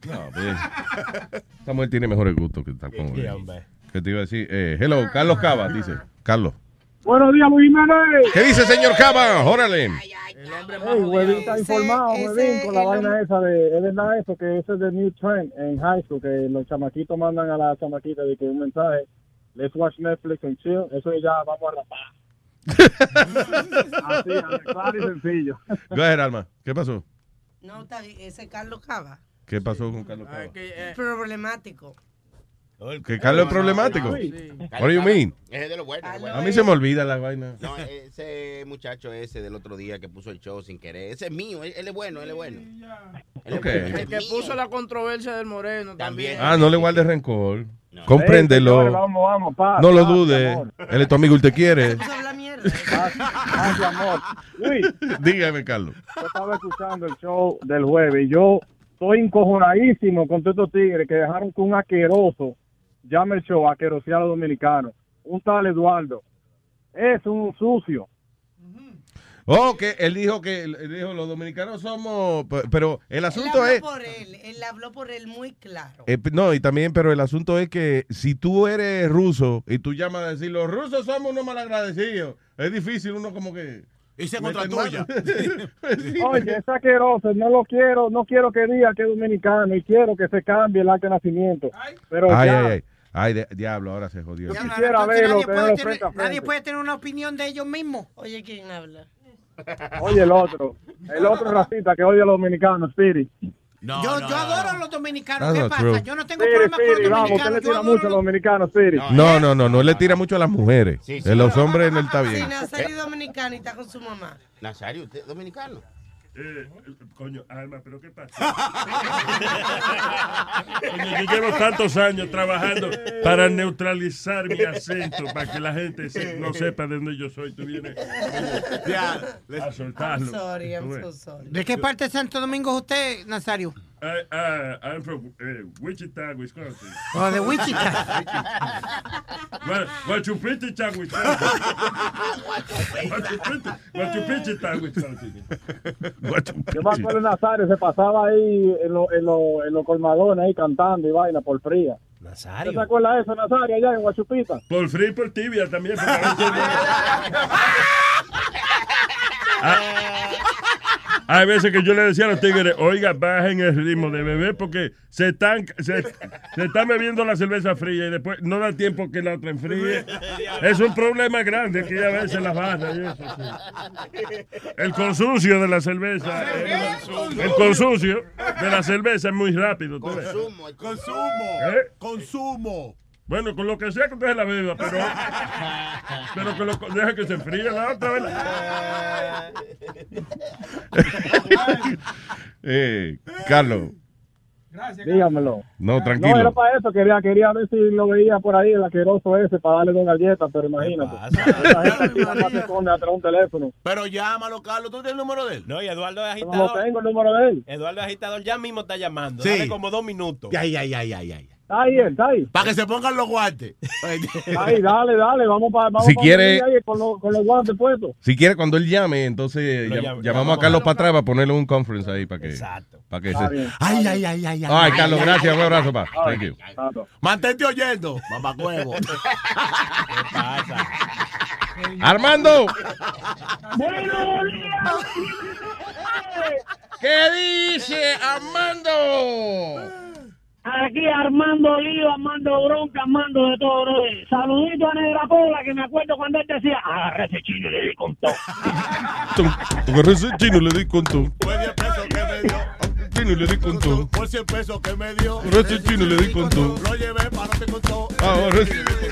[SPEAKER 1] No, pues, Esta mujer tiene mejores gustos que tal como.
[SPEAKER 19] Sí,
[SPEAKER 1] ella.
[SPEAKER 19] hombre.
[SPEAKER 1] ¿Qué te iba a decir? Eh, hello, Carlos Cava, dice. Carlos.
[SPEAKER 21] Buenos días, Luis Jiménez.
[SPEAKER 1] ¿Qué dice, señor Cava? Órale.
[SPEAKER 21] Ey, huevín está informado, huevín, con la vaina esa de, es verdad eso, que eso es de new trend en high school, que los chamaquitos mandan a la chamaquita de que un mensaje, let's watch Netflix and chill, eso ya vamos a
[SPEAKER 12] Ah,
[SPEAKER 21] rapar. Así, claro y sencillo.
[SPEAKER 1] Go ahead, Alma. ¿Qué pasó?
[SPEAKER 12] No, está bien, ese Carlos Cava. eh,
[SPEAKER 1] ¿Qué pasó con Carlos Cava?
[SPEAKER 12] Problemático.
[SPEAKER 1] Que Carlos es problemático. What do you mean?
[SPEAKER 10] Es de lo bueno. de lo bueno.
[SPEAKER 1] A mí se me olvida la vaina.
[SPEAKER 10] No, ese muchacho ese del otro día que puso el show sin querer. Ese es mío. Él, él es bueno, él es bueno. Él es
[SPEAKER 1] Ok.
[SPEAKER 10] bueno, ese
[SPEAKER 14] El
[SPEAKER 10] es
[SPEAKER 14] que
[SPEAKER 10] mío.
[SPEAKER 14] puso la controversia del Moreno también.
[SPEAKER 1] Ah, no le guardes rencor.
[SPEAKER 18] Ey, señores,
[SPEAKER 1] Compréndelo.
[SPEAKER 18] vamos, vamos, paz,
[SPEAKER 1] No lo
[SPEAKER 18] paz, Ah, mi
[SPEAKER 1] dudes.
[SPEAKER 18] amor.
[SPEAKER 1] Él es tu amigo y te quiere.
[SPEAKER 18] Paz, paz, mi amor. Luis,
[SPEAKER 1] Dígame, Carlos.
[SPEAKER 18] yo estaba escuchando el show del jueves y yo estoy encojonadísimo con todos estos tigres que dejaron que un asqueroso llame el show a querosear a los dominicanos. Un tal Eduardo. Es un sucio.
[SPEAKER 1] Oh, que él dijo que él dijo, los dominicanos somos. pe- Pero el asunto
[SPEAKER 12] él habló
[SPEAKER 1] es.
[SPEAKER 12] por él, él habló por él muy claro.
[SPEAKER 1] eh, no, y también, pero el asunto es que si tú eres ruso y tú llamas a decir los rusos somos unos malagradecidos, es difícil uno como que.
[SPEAKER 8] Y se
[SPEAKER 1] contratuya.
[SPEAKER 18] Oye, es asqueroso. No lo quiero, no quiero que diga que es dominicano y quiero que se cambie el acta de nacimiento. Pero
[SPEAKER 1] Ay,
[SPEAKER 18] ya,
[SPEAKER 1] ay, ay. Ay, de- diablo, ahora se jodió.
[SPEAKER 18] yo quisiera verlo,
[SPEAKER 11] nadie, puede
[SPEAKER 18] tenerlo
[SPEAKER 11] tener,
[SPEAKER 18] frente a
[SPEAKER 11] nadie
[SPEAKER 18] frente.
[SPEAKER 11] puede tener una opinión de ellos mismos.
[SPEAKER 12] Oye, ¿quién habla?
[SPEAKER 18] Oye, el otro. El otro racista que odia a los dominicanos, Spirit.
[SPEAKER 11] yo, yo adoro a los dominicanos.
[SPEAKER 1] That's
[SPEAKER 11] ¿Qué
[SPEAKER 1] not
[SPEAKER 11] pasa?
[SPEAKER 1] true.
[SPEAKER 11] Yo no tengo
[SPEAKER 18] Spirit,
[SPEAKER 11] problema con los
[SPEAKER 18] Spirit, vamos, usted le
[SPEAKER 11] dominicanos.
[SPEAKER 18] tira mucho a los dominicanos, Spirit.
[SPEAKER 1] No, no, no, no le tira mucho a las mujeres. De los hombres no está
[SPEAKER 12] Sí,
[SPEAKER 1] bien.
[SPEAKER 12] Nazario es dominicano y está con su mamá.
[SPEAKER 10] Nazario, usted es dominicano.
[SPEAKER 17] Eh, coño, Alma, pero ¿qué pasa? Coño, yo llevo tantos años trabajando para neutralizar mi acento, para que la gente se- no sepa de dónde yo soy. Tú vienes coño, a soltarlo.
[SPEAKER 11] I'm sorry, I'm
[SPEAKER 17] Tú
[SPEAKER 11] so
[SPEAKER 17] ves.
[SPEAKER 11] sorry. ¿De qué parte de Santo Domingo es usted, Nazario?
[SPEAKER 17] I, I, I'm from eh, Wichita, Wisconsin.
[SPEAKER 11] Oh, de Wichita.
[SPEAKER 17] Well, Guachupita, Wisconsin. Guachupita, Wisconsin.
[SPEAKER 18] Yo me acuerdo de Nazario, se pasaba ahí en los en lo, en los colmadones ahí cantando y vaina por fría. ¿Usted se acuerda de eso, Nazario, allá en Guachupita?
[SPEAKER 17] Por frío y por tibia también. porque a veces no- Ah, Hay veces que yo le decía a los tigres, oiga, bajen el ritmo de bebé porque se están, se, se están bebiendo la cerveza fría y después no da tiempo que la otra enfríe. Es un problema grande que ya a veces las barras y eso, sí. El consucio de la cerveza. eh, El consucio de la cerveza es muy rápido. tú ves.
[SPEAKER 8] Consumo.
[SPEAKER 17] ¿Eh?
[SPEAKER 8] Consumo.
[SPEAKER 17] Bueno, con lo que sea que usted la beba, pero, pero que lo, deja que se enfríe la otra vez.
[SPEAKER 1] Eh, Carlos,
[SPEAKER 18] Dígamelo.
[SPEAKER 1] no,
[SPEAKER 18] No, era
[SPEAKER 1] tranquilo.
[SPEAKER 18] para eso, quería, quería ver si lo veía por ahí, el asqueroso ese, para darle dos galletas, pero imagínate. Esa gente que nada más se esconde atrás de un teléfono.
[SPEAKER 8] Pero llámalo, Carlos. ¿Tú tienes el número de él?
[SPEAKER 19] No, y Eduardo es
[SPEAKER 18] No lo
[SPEAKER 19] agitador.
[SPEAKER 18] tengo el número de él.
[SPEAKER 19] Eduardo es agitador ya mismo está llamando.
[SPEAKER 8] Sí.
[SPEAKER 19] Dale como dos minutos.
[SPEAKER 8] Ay, ay, ay, ay, ay.
[SPEAKER 18] Está ahí, él, está ahí.
[SPEAKER 8] Para que se pongan los guantes.
[SPEAKER 18] Está ahí, dale, dale, vamos para vamos
[SPEAKER 1] Si
[SPEAKER 18] pa-
[SPEAKER 1] quiere-
[SPEAKER 18] ahí, con, los- con los guantes puestos.
[SPEAKER 1] Si quiere, cuando él llame, entonces llam- llamamos a Carlos para atrás para ponerle un conference ahí para que. Para que
[SPEAKER 8] Está
[SPEAKER 1] se...
[SPEAKER 8] bien. Ay, ay, ay, ay.
[SPEAKER 1] Ay, Carlos, gracias. Un abrazo, pa. Thank you.
[SPEAKER 8] Mantente oyendo, mamacuevo.
[SPEAKER 1] Armando,
[SPEAKER 18] ¿Qué dice Armando?
[SPEAKER 5] Aquí armando lío, armando bronca, armando de todo, brother. Saludito a Negra Pola, que me acuerdo cuando él decía, agarra ese chino y le di con todo.
[SPEAKER 1] agarré ese chino le di con todo. Chino le di con todo.
[SPEAKER 8] Por 100 pesos que me dio.
[SPEAKER 1] Agarré ese chino le di con todo.
[SPEAKER 8] Lo llevé para que con todo.
[SPEAKER 1] Agarré ese- agarré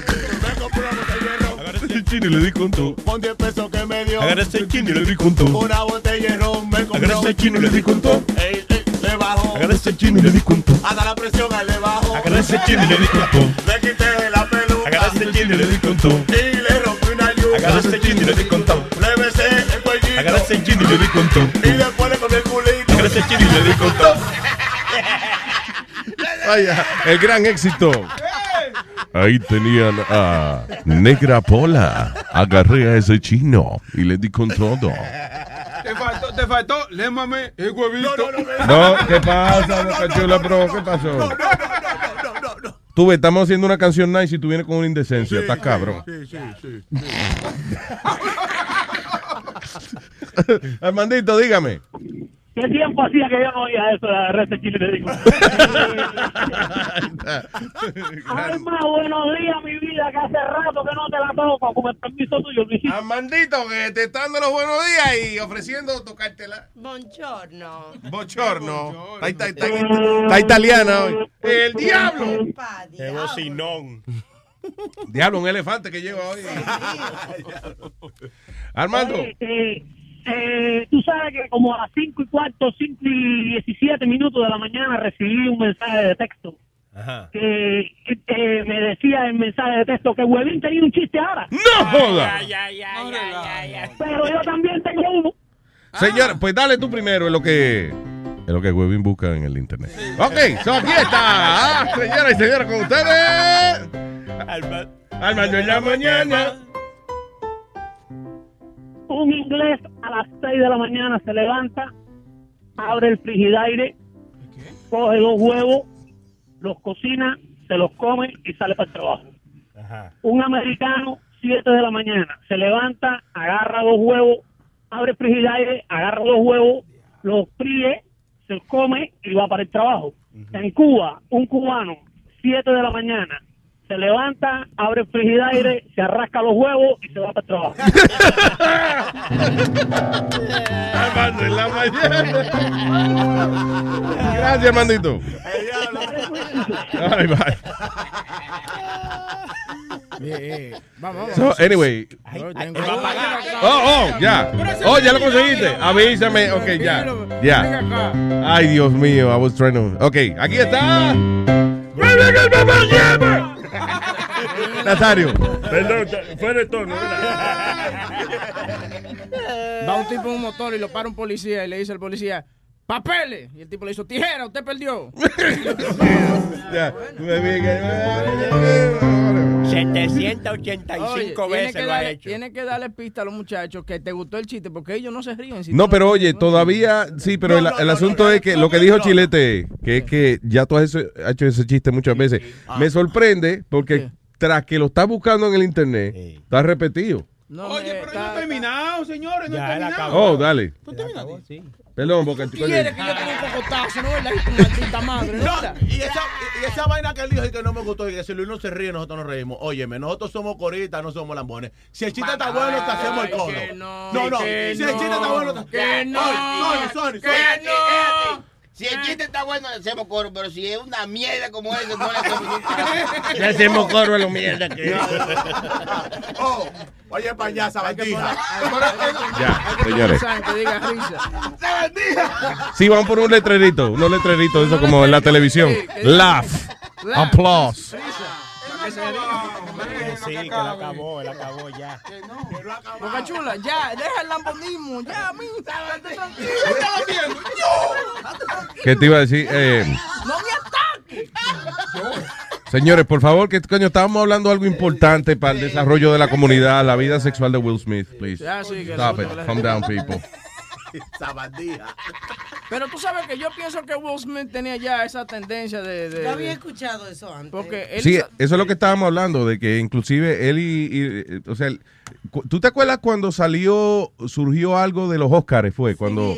[SPEAKER 1] ese chino le di con todo.
[SPEAKER 8] Con 10 pesos que me dio.
[SPEAKER 1] Agarré ese chino le di con todo.
[SPEAKER 8] Una botella de ron me compró.
[SPEAKER 1] Agarré ese chino le di con todo.
[SPEAKER 8] Ey, ey, le bajó.
[SPEAKER 1] Agarré ese chino le di con todo.
[SPEAKER 8] Hasta la presión ahí le bajó.
[SPEAKER 1] Agarré ese chino le di con todo.
[SPEAKER 8] Le quité la peluca.
[SPEAKER 1] Agarré ese chino le di con todo.
[SPEAKER 8] Y le rompí una yuca.
[SPEAKER 1] Agarré ese chino le di con todo.
[SPEAKER 8] Le besé el cuellito.
[SPEAKER 1] Agarré ese chino le di con todo.
[SPEAKER 8] Y después le comí el culito.
[SPEAKER 1] Agarré ese chino le di con todo. Vaya, el gran éxito. Ahí tenían a Negra Pola. Agarré a ese chino y le di con todo.
[SPEAKER 13] Te faltó, te faltó, lémame el huevito.
[SPEAKER 1] No, ¿qué pasa, Boca Chula, bro? ¿Qué pasó? Tú ves, estamos haciendo una canción nice y tú vienes con una indecencia. Estás cabrón.
[SPEAKER 13] Sí, sí, sí.
[SPEAKER 1] Armandito, dígame.
[SPEAKER 5] ¿Qué tiempo hacía que yo no oía eso de la Rete Chile te digo? Alma, buenos días, mi vida, que hace rato que no te la toco, con el permiso tuyo, Luisito.
[SPEAKER 1] Armandito, que te está dando los buenos días y ofreciendo tocártela.
[SPEAKER 12] Buongiorno.
[SPEAKER 1] Bochorno. Está, está- está- está italiana hoy. ¡El diablo!
[SPEAKER 19] De bocinón.
[SPEAKER 1] Diablo, un elefante que lleva hoy. Armando.
[SPEAKER 5] Oye, eh, eh, tú sabes que como a las 5 y cuarto, 5 y 17 minutos de la mañana recibí un mensaje de texto
[SPEAKER 19] Ajá.
[SPEAKER 5] que que, eh, me decía el mensaje de texto que Huevín tenía un chiste ahora.
[SPEAKER 1] ¡No joda!
[SPEAKER 5] Ay, ay, ay, ay, ay, ay. Pero yo también tengo uno.
[SPEAKER 1] Señora, pues dale tú primero en lo que. en lo que Webin busca en el internet. Ok, so aquí está. Ah, señoras y señores, con ustedes. Armando en la mañana.
[SPEAKER 5] Un inglés a las 6 de la mañana se levanta, abre el frigidaire, coge dos huevos, los cocina, se los come y sale para el trabajo. Un americano, 7 de la mañana, se levanta, agarra dos huevos, abre el frigidaire, agarra dos huevos, los fríe, se los come y va para el trabajo. En Cuba, un cubano, 7 de la mañana, se levanta, abre el frigidaire, se arrasca los huevos y se va para el trabajo.
[SPEAKER 1] Armando en la mañana. Gracias, Armandito. Ay, bye.
[SPEAKER 14] Eh, eh, Vamos,
[SPEAKER 1] So,
[SPEAKER 14] vamos.
[SPEAKER 1] anyway.
[SPEAKER 14] Ay, ay,
[SPEAKER 1] Oh, oh, ya. Oh, ya lo conseguiste. Avísame. Ok, ya. Ya. Ay, Dios mío. I was trying to. Ok, aquí está. Nazario.
[SPEAKER 17] Perdón, fue de tono.
[SPEAKER 14] Va un tipo en un motor y lo para un policía y le dice al policía, papeles. Y el tipo le hizo, tijera, usted perdió.
[SPEAKER 1] Ya.
[SPEAKER 19] 785
[SPEAKER 14] Tiene
[SPEAKER 19] veces
[SPEAKER 14] que,
[SPEAKER 19] lo ha
[SPEAKER 14] darle,
[SPEAKER 19] hecho.
[SPEAKER 14] tiene que darle pista a los muchachos que te gustó el chiste porque ellos no se ríen. si
[SPEAKER 1] No,
[SPEAKER 14] tú
[SPEAKER 1] pero oye, todavía, sí, pero el, el asunto es que lo que dijo Chilete, que es que ya tú has hecho, has hecho ese chiste muchas veces,
[SPEAKER 14] Ah,
[SPEAKER 1] me sorprende porque tras que lo estás buscando en el internet, está repetido.
[SPEAKER 13] Oye, pero no he terminado, señores. No he
[SPEAKER 19] Ya, él
[SPEAKER 13] terminado.
[SPEAKER 1] Oh, dale.
[SPEAKER 13] ¿Tú terminaste?
[SPEAKER 1] Perdón, Boca Chica.
[SPEAKER 13] ¿Quiere
[SPEAKER 11] que-
[SPEAKER 14] Yo tengo un cocotazo, ¿no? ¿Verdad? Y tu maldita madre, ¿no?
[SPEAKER 11] No,
[SPEAKER 14] ¿Verdad?
[SPEAKER 11] y esa, y esa vaina que él dijo y que no me gustó, y que si Luis no se ríe, nosotros nos reímos. Óyeme, nosotros somos coristas, no somos lambones. Si el chiste está bueno, te hacemos el
[SPEAKER 14] Ay,
[SPEAKER 11] coro.
[SPEAKER 14] que
[SPEAKER 11] No, no, si
[SPEAKER 14] que
[SPEAKER 11] el chiste está bueno, te
[SPEAKER 14] Que no.
[SPEAKER 10] Oye,
[SPEAKER 11] Sony, Sony,
[SPEAKER 10] que
[SPEAKER 11] Sony.
[SPEAKER 10] no. Eh,
[SPEAKER 1] Ah.
[SPEAKER 10] Si el chiste está bueno, le hacemos coro, pero si es una mierda como eso, no le hacemos chiste.
[SPEAKER 1] Le hacemos coro a lo mierda que es.
[SPEAKER 11] Oh, oye, para allá, sabandija.
[SPEAKER 1] Ya, señores.
[SPEAKER 14] Que diga risa.
[SPEAKER 1] Sí, van por un letrerito, unos letreritos, eso como en la televisión. Laugh, applause.
[SPEAKER 19] Sí, que la acabó, la Oh, acabó ya.
[SPEAKER 14] Boca chula, ya, deja el lambonismo, ya, mi. Date tranquilo.
[SPEAKER 1] ¿Qué te iba a decir? Eh,
[SPEAKER 14] No me ataques.
[SPEAKER 1] señores, por favor, que coño, estábamos hablando algo importante para el desarrollo de la comunidad, la vida sexual de Will Smith, please.
[SPEAKER 14] Ya, sí, que
[SPEAKER 1] Stop
[SPEAKER 14] le
[SPEAKER 1] it,
[SPEAKER 14] gusta que le-
[SPEAKER 1] calm down, people.
[SPEAKER 11] Sabandija.
[SPEAKER 14] Pero tú sabes que yo pienso que Will Smith tenía ya esa tendencia de. de-
[SPEAKER 12] Yo había
[SPEAKER 14] de-
[SPEAKER 12] escuchado eso antes.
[SPEAKER 14] porque él.
[SPEAKER 1] Sí, eso es lo que estábamos hablando, de que inclusive él y, y- o sea, el- cu- ¿tú te acuerdas cuando salió, surgió algo de los Óscares, fue? Cuando,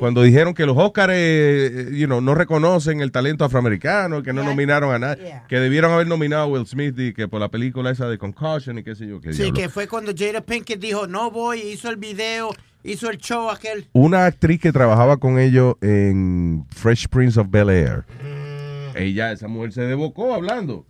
[SPEAKER 1] cuando dijeron que los Óscares, eh, you know, no reconocen el talento afroamericano, que no nominaron a nadie, que debieron haber nominado a Will Smith y que por la película esa de Concussion y qué sé yo, qué
[SPEAKER 11] Sí,
[SPEAKER 1] diablo.
[SPEAKER 11] que fue cuando Jada Pinkett dijo, no voy, hizo el video, hizo el show aquel.
[SPEAKER 1] Una actriz que trabajaba con ellos en Fresh Prince of Bel Air. Ella, esa mujer se debocó hablando.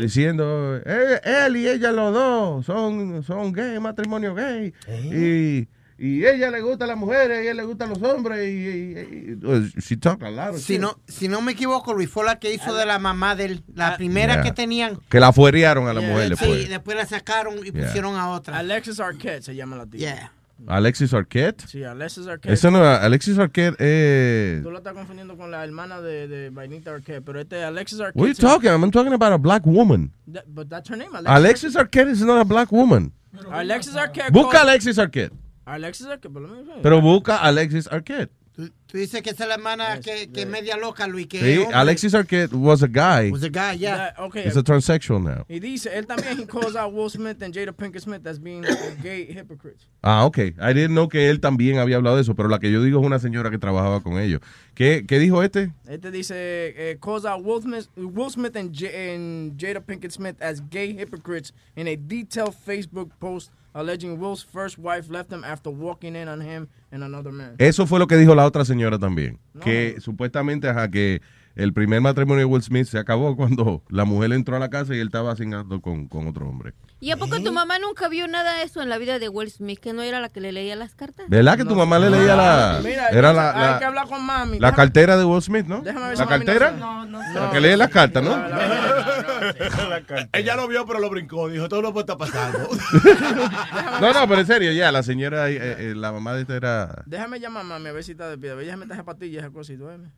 [SPEAKER 1] Diciendo, "Eh, él y ella los dos son, son gay, matrimonio gay. Y, y ella le gusta a las mujeres y él le gusta a los hombres. Y, y- y- uh, she talk a
[SPEAKER 14] Ah,
[SPEAKER 1] lot of
[SPEAKER 14] pues
[SPEAKER 11] Si
[SPEAKER 1] shit.
[SPEAKER 11] no, si no me equivoco, Luis fue la que hizo de la mamá de él,
[SPEAKER 14] Ah.
[SPEAKER 11] la primera
[SPEAKER 1] Yeah.
[SPEAKER 11] que tenían.
[SPEAKER 1] Que la fuerearon a la mujer
[SPEAKER 11] Sí,
[SPEAKER 1] después.
[SPEAKER 11] después la sacaron y
[SPEAKER 1] Yeah.
[SPEAKER 11] pusieron a otra.
[SPEAKER 14] Alexis Arquette se llama la tía.
[SPEAKER 1] Alexis Arquette.
[SPEAKER 14] Sí, Alexis Arquette.
[SPEAKER 1] Eso no, Alexis Arquette eh,
[SPEAKER 14] Tú lo estás confundiendo con la hermana de, de Vainita Arquette, pero este Alexis Arquette.
[SPEAKER 1] What are you
[SPEAKER 14] se-
[SPEAKER 1] talking? I'm talking about a black woman.
[SPEAKER 14] That- but that's her name,
[SPEAKER 1] Alexis Arquette is not a black woman.
[SPEAKER 14] Alexis Arquette.
[SPEAKER 1] Busca
[SPEAKER 14] co-
[SPEAKER 1] Alexis Arquette.
[SPEAKER 14] Alexis Arquette, por lo menos.
[SPEAKER 1] Pero busca Alexis Arquette.
[SPEAKER 11] ¿Tú, Tú dices que esa es la hermana que, que es media loca, Luis. Que es
[SPEAKER 1] See,
[SPEAKER 11] hombre.
[SPEAKER 1] Alexis Arquette was a guy.
[SPEAKER 12] Pues
[SPEAKER 11] Was a guy, yeah.
[SPEAKER 14] Yeah, okay.
[SPEAKER 1] He's a transsexual now.
[SPEAKER 14] Y dice, él también he calls out Will Smith and Jada Pinkett Smith as being gay hypocrites.
[SPEAKER 1] Ah, ok. I didn't know que él también había hablado de eso, pero la que yo digo es una señora que trabajaba con ellos. ¿Qué, qué dijo este?
[SPEAKER 14] Este dice, eh, calls out Will Smith, Will Smith and, J- and Jada Pinkett Smith as gay hypocrites in a detailed Facebook post alleging Will's first wife left him after walking in on him and another man.
[SPEAKER 1] Eso fue lo que dijo la otra señora también.
[SPEAKER 14] eh.
[SPEAKER 1] Que supuestamente, ajá, que el primer matrimonio de Will Smith se acabó cuando la mujer entró a la casa y él estaba haciendo con, con otro hombre.
[SPEAKER 22] ¿Y a poco tu mamá nunca vio nada de eso en la vida de Will Smith, que no era la que le leía las cartas?
[SPEAKER 1] ¿Verdad Ah, que tu mamá le leía la,
[SPEAKER 14] Mira,
[SPEAKER 1] era la,
[SPEAKER 14] entonces, hay
[SPEAKER 1] la-
[SPEAKER 14] que hablar con mami.
[SPEAKER 1] la
[SPEAKER 14] Déjame-
[SPEAKER 1] cartera de Will Smith, no?
[SPEAKER 14] Déjame ver si
[SPEAKER 1] ¿La
[SPEAKER 14] mami no
[SPEAKER 1] cartera?
[SPEAKER 14] sabe. No, no
[SPEAKER 1] La
[SPEAKER 14] sé.
[SPEAKER 1] que lee las cartas, ¿no?
[SPEAKER 8] Ella lo vio, pero lo brincó. Dijo, todo lo puede estar pasando.
[SPEAKER 1] No, no, pero en serio, ya, la señora, eh, eh, la mamá de esta era...
[SPEAKER 14] Déjame llamar a mami a ver si está despierta. Ella mete esa patilla, esa cosa y duerme.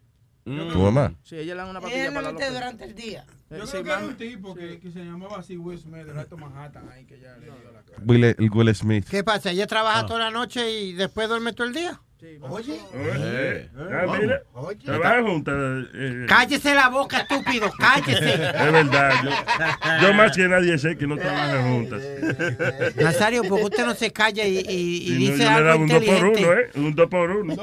[SPEAKER 13] Mm.
[SPEAKER 1] ¿Tu mamá?
[SPEAKER 14] Sí, ella le da una patilla
[SPEAKER 12] Ella
[SPEAKER 14] para
[SPEAKER 12] la
[SPEAKER 14] la
[SPEAKER 12] mete
[SPEAKER 14] loca.
[SPEAKER 12] durante el día.
[SPEAKER 14] Eh,
[SPEAKER 13] Yo
[SPEAKER 14] sí,
[SPEAKER 13] creo que era
[SPEAKER 14] mami.
[SPEAKER 13] un tipo que, que se llamaba así Will Smith, del Alto Manhattan, ahí que ya le dio la cara.
[SPEAKER 1] Will, el Will Smith.
[SPEAKER 11] ¿Qué pasa? ¿Ella trabaja
[SPEAKER 1] Ah.
[SPEAKER 11] toda la noche y después duerme todo el día?
[SPEAKER 8] Oye.
[SPEAKER 17] Eh, ah, mira, trabajan juntas. eh,
[SPEAKER 11] Cállese la boca, estúpido. Cállese.
[SPEAKER 17] Es verdad, yo, yo más que nadie sé que no
[SPEAKER 19] Eh.
[SPEAKER 17] trabajan juntas.
[SPEAKER 11] Nazario, ¿por qué usted no se calla y, y- y
[SPEAKER 17] Si no,
[SPEAKER 11] dice
[SPEAKER 17] yo le daba
[SPEAKER 11] algo
[SPEAKER 17] un 2 por
[SPEAKER 11] inteligente?
[SPEAKER 17] 1 ¿eh? Un 2 por 1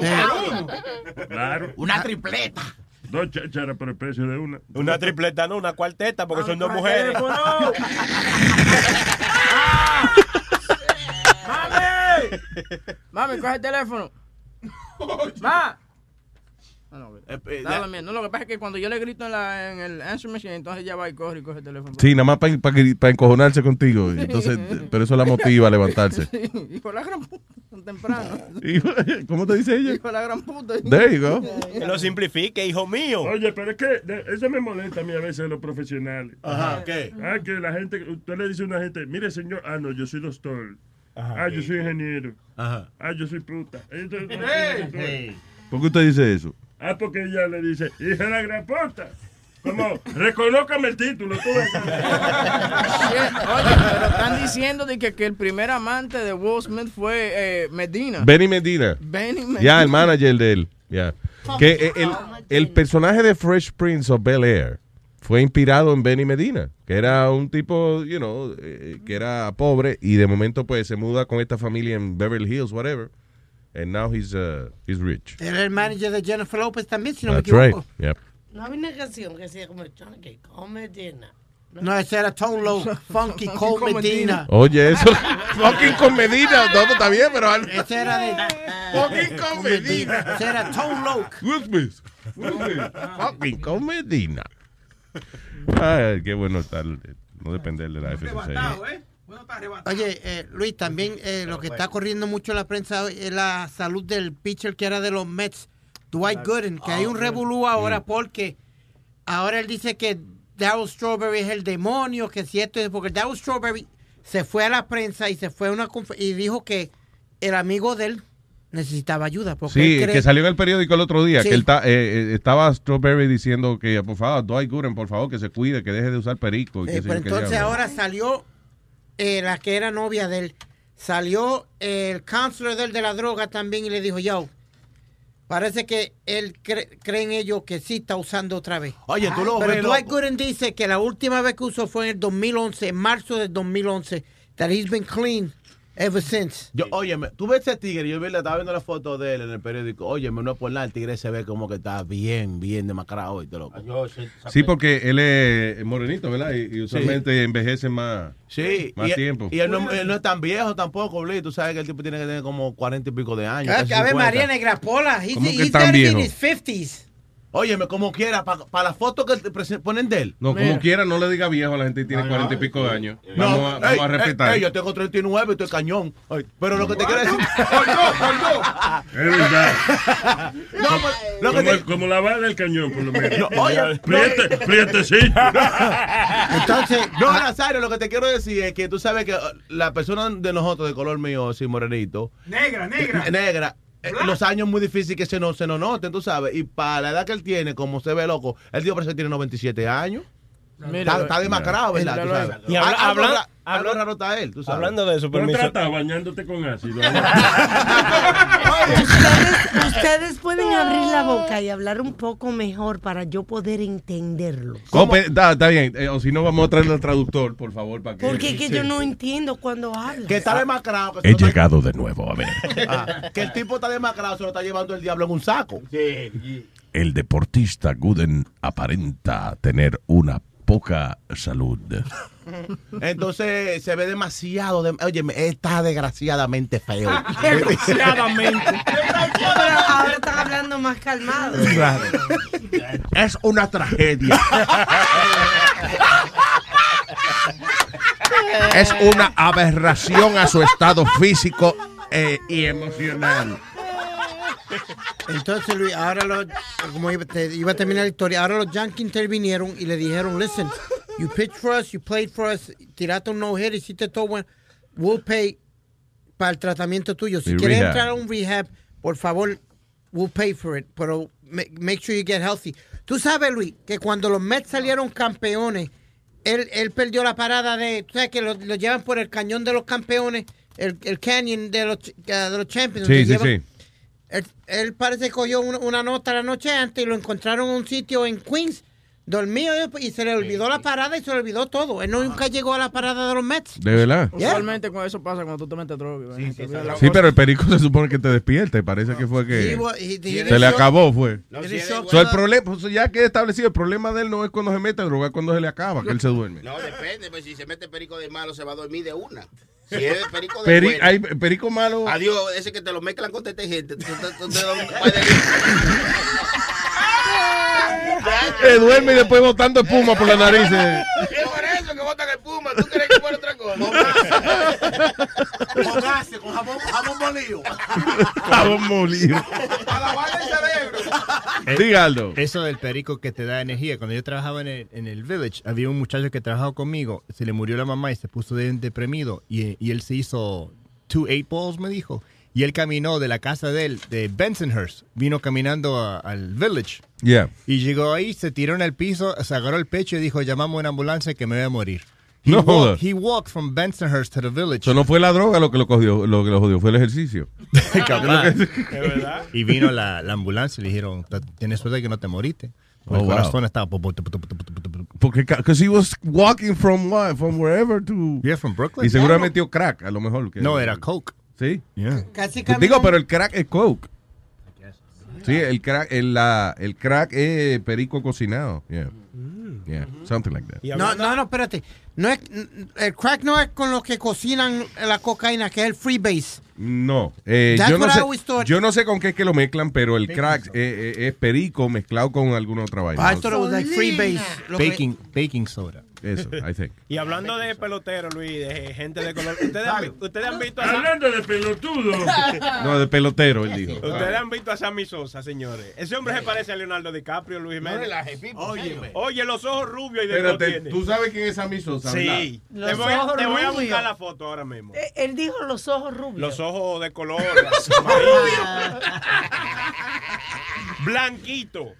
[SPEAKER 11] Claro.
[SPEAKER 17] Una
[SPEAKER 11] tripleta.
[SPEAKER 17] Dos chácharas por el precio de una.
[SPEAKER 19] Una tripleta, no, una cuarteta,
[SPEAKER 11] Ah,
[SPEAKER 19] porque son dos mujeres.
[SPEAKER 14] Mami, coge el teléfono. Ma. Ah, no,
[SPEAKER 8] Eh, eh,
[SPEAKER 14] Dale,
[SPEAKER 8] la-
[SPEAKER 14] mía. No, lo que pasa es que cuando yo le grito en, la, en el answer machine, entonces ella va y corre y coge el teléfono.
[SPEAKER 1] Sí, nada más para encojonarse contigo. Entonces, pero eso la motiva a levantarse.
[SPEAKER 14] Sí, hijo de la gran puta, tan temprano.
[SPEAKER 1] ¿Cómo te dice ella?
[SPEAKER 14] Hijo de la gran puta.
[SPEAKER 1] There you go.
[SPEAKER 19] Que lo simplifique, hijo mío.
[SPEAKER 17] Oye, pero es que de- eso me molesta a mí a veces de los profesionales.
[SPEAKER 19] Ajá, ¿qué?
[SPEAKER 17] Ah, que la gente, usted le dice a una gente, mire señor, ah, no, yo soy doctor.
[SPEAKER 19] Ajá.
[SPEAKER 17] ah, yo soy ingeniero.
[SPEAKER 8] Ajá.
[SPEAKER 17] Ah, yo soy puta. Entonces,
[SPEAKER 19] Ey,
[SPEAKER 1] ¿Por qué usted dice eso?
[SPEAKER 17] Ah, porque ella le dice, hija de la gran puta. Como, reconócame el título. Tú
[SPEAKER 14] Oye, pero están diciendo de que, que el primer amante de Will Smith fue eh, Medina.
[SPEAKER 1] Benny Medina.
[SPEAKER 14] Benny
[SPEAKER 1] Ya,
[SPEAKER 14] Medina.
[SPEAKER 1] el manager de él. Ya. Que eh, el, el personaje de Fresh Prince of Bel Air fue inspirado en Benny Medina, que era un tipo, you know, eh, que era pobre y de momento pues se muda con esta familia en Beverly Hills, whatever. And now he's, uh, he's rich.
[SPEAKER 11] Era el manager de Jennifer
[SPEAKER 12] pues,
[SPEAKER 11] Lopez también, si no
[SPEAKER 1] That's
[SPEAKER 11] me
[SPEAKER 1] right.
[SPEAKER 11] equivoco.
[SPEAKER 1] Yep.
[SPEAKER 12] No había una canción que decía como Chunky, come dinner.
[SPEAKER 11] No, ese era Tolo, Funky Cole Medina.
[SPEAKER 1] Oye, eso. fucking con Medina. No, está bien, pero.
[SPEAKER 11] Ese era de.
[SPEAKER 1] Fucking con Medina.
[SPEAKER 11] Ese era Tolo.
[SPEAKER 1] Goodness. Goodness. Fucking con Medina. Ay, qué bueno estar. No depender de la FCC.
[SPEAKER 11] Oye, eh, Luis, también eh, lo que está corriendo mucho en la prensa hoy es la salud del pitcher que era de los Mets, Dwight Gooden, que hay un revolú
[SPEAKER 1] Mm.
[SPEAKER 11] ahora porque ahora él dice que Darryl Strawberry es el demonio, que si esto es porque Darryl Strawberry se fue a la prensa y se fue a una conf- y dijo que el amigo de él necesitaba ayuda. Porque
[SPEAKER 1] Sí,
[SPEAKER 11] él cree-
[SPEAKER 1] que salió en el periódico el otro día,
[SPEAKER 11] Sí.
[SPEAKER 1] que él ta- eh, eh, estaba Strawberry diciendo que, por favor, Dwight Gooden, por favor, que se cuide, que deje de usar perico. Y
[SPEAKER 11] Eh,
[SPEAKER 1] qué sé
[SPEAKER 11] pero
[SPEAKER 1] yo qué
[SPEAKER 11] entonces
[SPEAKER 1] diablo.
[SPEAKER 11] ahora salió eh, la que era novia de él, salió el counselor de él de la droga también y le dijo, yo, parece que él cree, creen ellos que sí está usando otra vez.
[SPEAKER 8] Oye, tú lo
[SPEAKER 11] Pero
[SPEAKER 8] ves,
[SPEAKER 11] Dwight Gooden dice que la última vez que usó fue en el 2011, en marzo del 2011, that he's been clean ever since.
[SPEAKER 8] Yo, óyeme, tú ves ese tigre, yo vi, la- estaba viendo la foto de él en el periódico. Óyeme, no es por nada, el tigre se ve como que está bien, bien demacrado hoy, te
[SPEAKER 11] Ah,
[SPEAKER 8] loco.
[SPEAKER 1] Sí, porque él es morenito, ¿verdad? Y, y usualmente envejece más,
[SPEAKER 8] Sí,
[SPEAKER 1] más
[SPEAKER 8] y, e-
[SPEAKER 1] tiempo.
[SPEAKER 8] y él, no, él no es tan viejo tampoco, Bli. Tú sabes que el tipo tiene que tener como cuarenta y pico de años.
[SPEAKER 11] Ah,
[SPEAKER 8] casi
[SPEAKER 11] A ver,
[SPEAKER 8] 50.
[SPEAKER 11] María Negrapola, he's,
[SPEAKER 8] ¿Cómo que
[SPEAKER 11] he's
[SPEAKER 8] tan
[SPEAKER 11] already in
[SPEAKER 8] viejo?
[SPEAKER 11] his 50s.
[SPEAKER 8] Óyeme, como quiera, para la foto que te presen- ponen de él.
[SPEAKER 1] No, como quiera, no le diga viejo, la gente tiene cuarenta y pico de años.
[SPEAKER 8] No,
[SPEAKER 1] Vamos, a, vamos
[SPEAKER 8] ey,
[SPEAKER 1] a respetar.
[SPEAKER 8] ey, ey, yo tengo 39 y estoy cañón. Ay, pero lo que te quiero decir.
[SPEAKER 17] Es verdad.
[SPEAKER 8] No, pues, lo que
[SPEAKER 17] como,
[SPEAKER 8] te-
[SPEAKER 17] el- como la bala del cañón, por lo menos.
[SPEAKER 8] No, oye,
[SPEAKER 17] Priete, prietecito.
[SPEAKER 8] Entonces, no, Nazario, lo que te quiero decir es que tú sabes que eh, la persona de nosotros, de color mío, así morenito,
[SPEAKER 13] Negra, negra.
[SPEAKER 8] eh, negra, eh, los años muy difícil que se nos se nos noten, tú sabes. Y para la edad que él tiene, como se ve loco, el tío parece que tiene 97 años. está, está demacrado, ¿verdad? Tú sabes.
[SPEAKER 17] Y habla-
[SPEAKER 8] Ah, algo
[SPEAKER 17] habla-
[SPEAKER 8] ra- algo raro está él, tú sabes.
[SPEAKER 17] Hablando de eso, No trata bañándote con ácido.
[SPEAKER 12] Ustedes pueden abrir la boca y hablar un poco mejor para yo poder entenderlo.
[SPEAKER 1] Cope, Está está bien. eh, o si no, vamos a traer al traductor, por favor, para que.
[SPEAKER 12] Porque es que
[SPEAKER 1] Sí.
[SPEAKER 12] yo no entiendo cuando hablan.
[SPEAKER 8] Que
[SPEAKER 17] Ah.
[SPEAKER 8] está demacrado.
[SPEAKER 1] He llegado de nuevo, a ver.
[SPEAKER 8] Ah, que el tipo está demacrado, se lo está llevando el diablo en un saco.
[SPEAKER 1] El deportista Guden aparenta tener una poca salud.
[SPEAKER 8] Entonces se ve demasiado. de- Oye, está desgraciadamente feo.
[SPEAKER 12] Pero ahora están hablando más calmado.
[SPEAKER 1] Es una tragedia. Es una aberración a su estado físico eh, y emocional.
[SPEAKER 11] Entonces, Luis, ahora los, como iba, te- iba a terminar la historia, ahora los Yankees intervinieron y le dijeron, listen, you pitched for us, you played for us, tiraste un no-hit, hiciste todo bueno, we'll pay para el tratamiento tuyo. Si
[SPEAKER 1] Y
[SPEAKER 11] quieres
[SPEAKER 1] rehab.
[SPEAKER 11] entrar a un rehab, por favor, we'll pay for it, pero ma- make sure you get healthy. Tú sabes, Luis, que cuando los Mets salieron campeones, él, él perdió la parada de, tú sabes que lo, lo llevan por el cañón de los campeones, el, el canyon de los, ch- eh, de los champions.
[SPEAKER 1] Sí,
[SPEAKER 11] donde
[SPEAKER 1] sí,
[SPEAKER 11] llevan-
[SPEAKER 1] sí.
[SPEAKER 11] él, él parece que cogió un- una nota la noche antes y lo encontraron en un sitio en Queens. Dormido y y se le olvidó la parada y se le olvidó todo. Él nunca llegó a la parada de los Mets.
[SPEAKER 1] ¿De verdad?
[SPEAKER 14] Usualmente con eso pasa cuando tú te metes droga. Sí, sí,
[SPEAKER 1] Sí, pero el perico se supone que te despierta y parece que fue que
[SPEAKER 14] Sí, bueno, y- y-
[SPEAKER 1] se le acabó, fue.
[SPEAKER 14] No,
[SPEAKER 10] sí,
[SPEAKER 1] So,
[SPEAKER 10] bueno.
[SPEAKER 1] el problema, so, ya que he establecido, el problema de él no es cuando se mete a drogar, cuando se le acaba, que él se duerme.
[SPEAKER 10] No, depende, pues si se mete perico de malo se va a dormir de una. Si es perico de
[SPEAKER 1] Peri-
[SPEAKER 10] bueno.
[SPEAKER 1] hay perico malo.
[SPEAKER 10] Adiós, ese que te lo mezclan con detergente. tú- tú- tú- tú-
[SPEAKER 1] Se duerme y después botando espuma por la nariz. eh.
[SPEAKER 10] Y es por eso que botan el puma. ¿Tú crees que es por otra cosa?
[SPEAKER 8] Con gases, con jabón, jabón molido.
[SPEAKER 1] Jabón molido. Dígalo.
[SPEAKER 16] Eh, Eso del perico que te da energía. Cuando yo trabajaba en el, en el village, había un muchacho que trabajaba conmigo, se le murió la mamá y se puso de- deprimido. Y, y él se hizo two eight balls, me dijo. Y él caminó de la casa de él, de Bensonhurst, vino caminando a- al village.
[SPEAKER 1] Yeah.
[SPEAKER 16] Y llegó ahí, se tiró en el piso, se agarró el pecho y dijo, llamamos a una ambulancia que me voy a morir. He,
[SPEAKER 1] No jodas.
[SPEAKER 16] walked, he walked from Bensonhurst to the village.
[SPEAKER 1] Eso no fue la droga lo que lo cogió, lo que lo jodió, fue el ejercicio.
[SPEAKER 16] Capaz.
[SPEAKER 1] verdad.
[SPEAKER 16] Y vino la, la ambulancia y le dijeron, tienes suerte que no te moriste.
[SPEAKER 1] Oh,
[SPEAKER 16] Porque el
[SPEAKER 1] wow.
[SPEAKER 16] corazón estaba...
[SPEAKER 1] Porque because he was walking from what? From wherever to
[SPEAKER 16] Yeah, from Brooklyn.
[SPEAKER 1] Y seguramente metió crack, a lo mejor. que-
[SPEAKER 16] No, era coke.
[SPEAKER 1] Sí.
[SPEAKER 11] Casi
[SPEAKER 1] Te Digo, pero el crack es coke. Sí, el crack, el, la, el crack es perico cocinado. Yeah.
[SPEAKER 16] Mm.
[SPEAKER 1] Yeah, something like that.
[SPEAKER 11] No, no, no, espérate. No es, el crack no es con los que cocinan la cocaína, que es el freebase.
[SPEAKER 1] No, eh,
[SPEAKER 11] That's
[SPEAKER 1] yo, no
[SPEAKER 11] what I
[SPEAKER 1] sé,
[SPEAKER 11] always thought.
[SPEAKER 1] yo no sé con qué es que lo mezclan, pero el crack eh, eh, es perico mezclado con alguna otra vaina.
[SPEAKER 12] Ah,
[SPEAKER 11] I thought it was like freebase.
[SPEAKER 19] Lo que- Baking-
[SPEAKER 16] baking soda.
[SPEAKER 1] Eso, I think.
[SPEAKER 19] Y hablando de peloteros, Luis, de gente de color. ¿Ustedes, han, vi- ustedes han visto a
[SPEAKER 17] Hablando de pelotudo.
[SPEAKER 1] No, de pelotero, él dijo.
[SPEAKER 19] Ustedes han visto a Sammy Sosa, señores. Ese hombre se parece a Leonardo DiCaprio, Luis Jiménez.
[SPEAKER 1] relaje,
[SPEAKER 19] Oye, oye, los ojos rubios y de
[SPEAKER 1] Espérate,
[SPEAKER 19] tiene.
[SPEAKER 1] tú sabes quién es Sammy Sosa,
[SPEAKER 19] Sí.
[SPEAKER 1] ¿verdad?
[SPEAKER 19] Te
[SPEAKER 1] Los
[SPEAKER 19] voy, a-
[SPEAKER 1] ojos
[SPEAKER 19] te voy a
[SPEAKER 1] rubios.
[SPEAKER 19] buscar la foto ahora mismo.
[SPEAKER 12] Eh, Él dijo los ojos rubios.
[SPEAKER 19] Los ojos de color. Blanquito.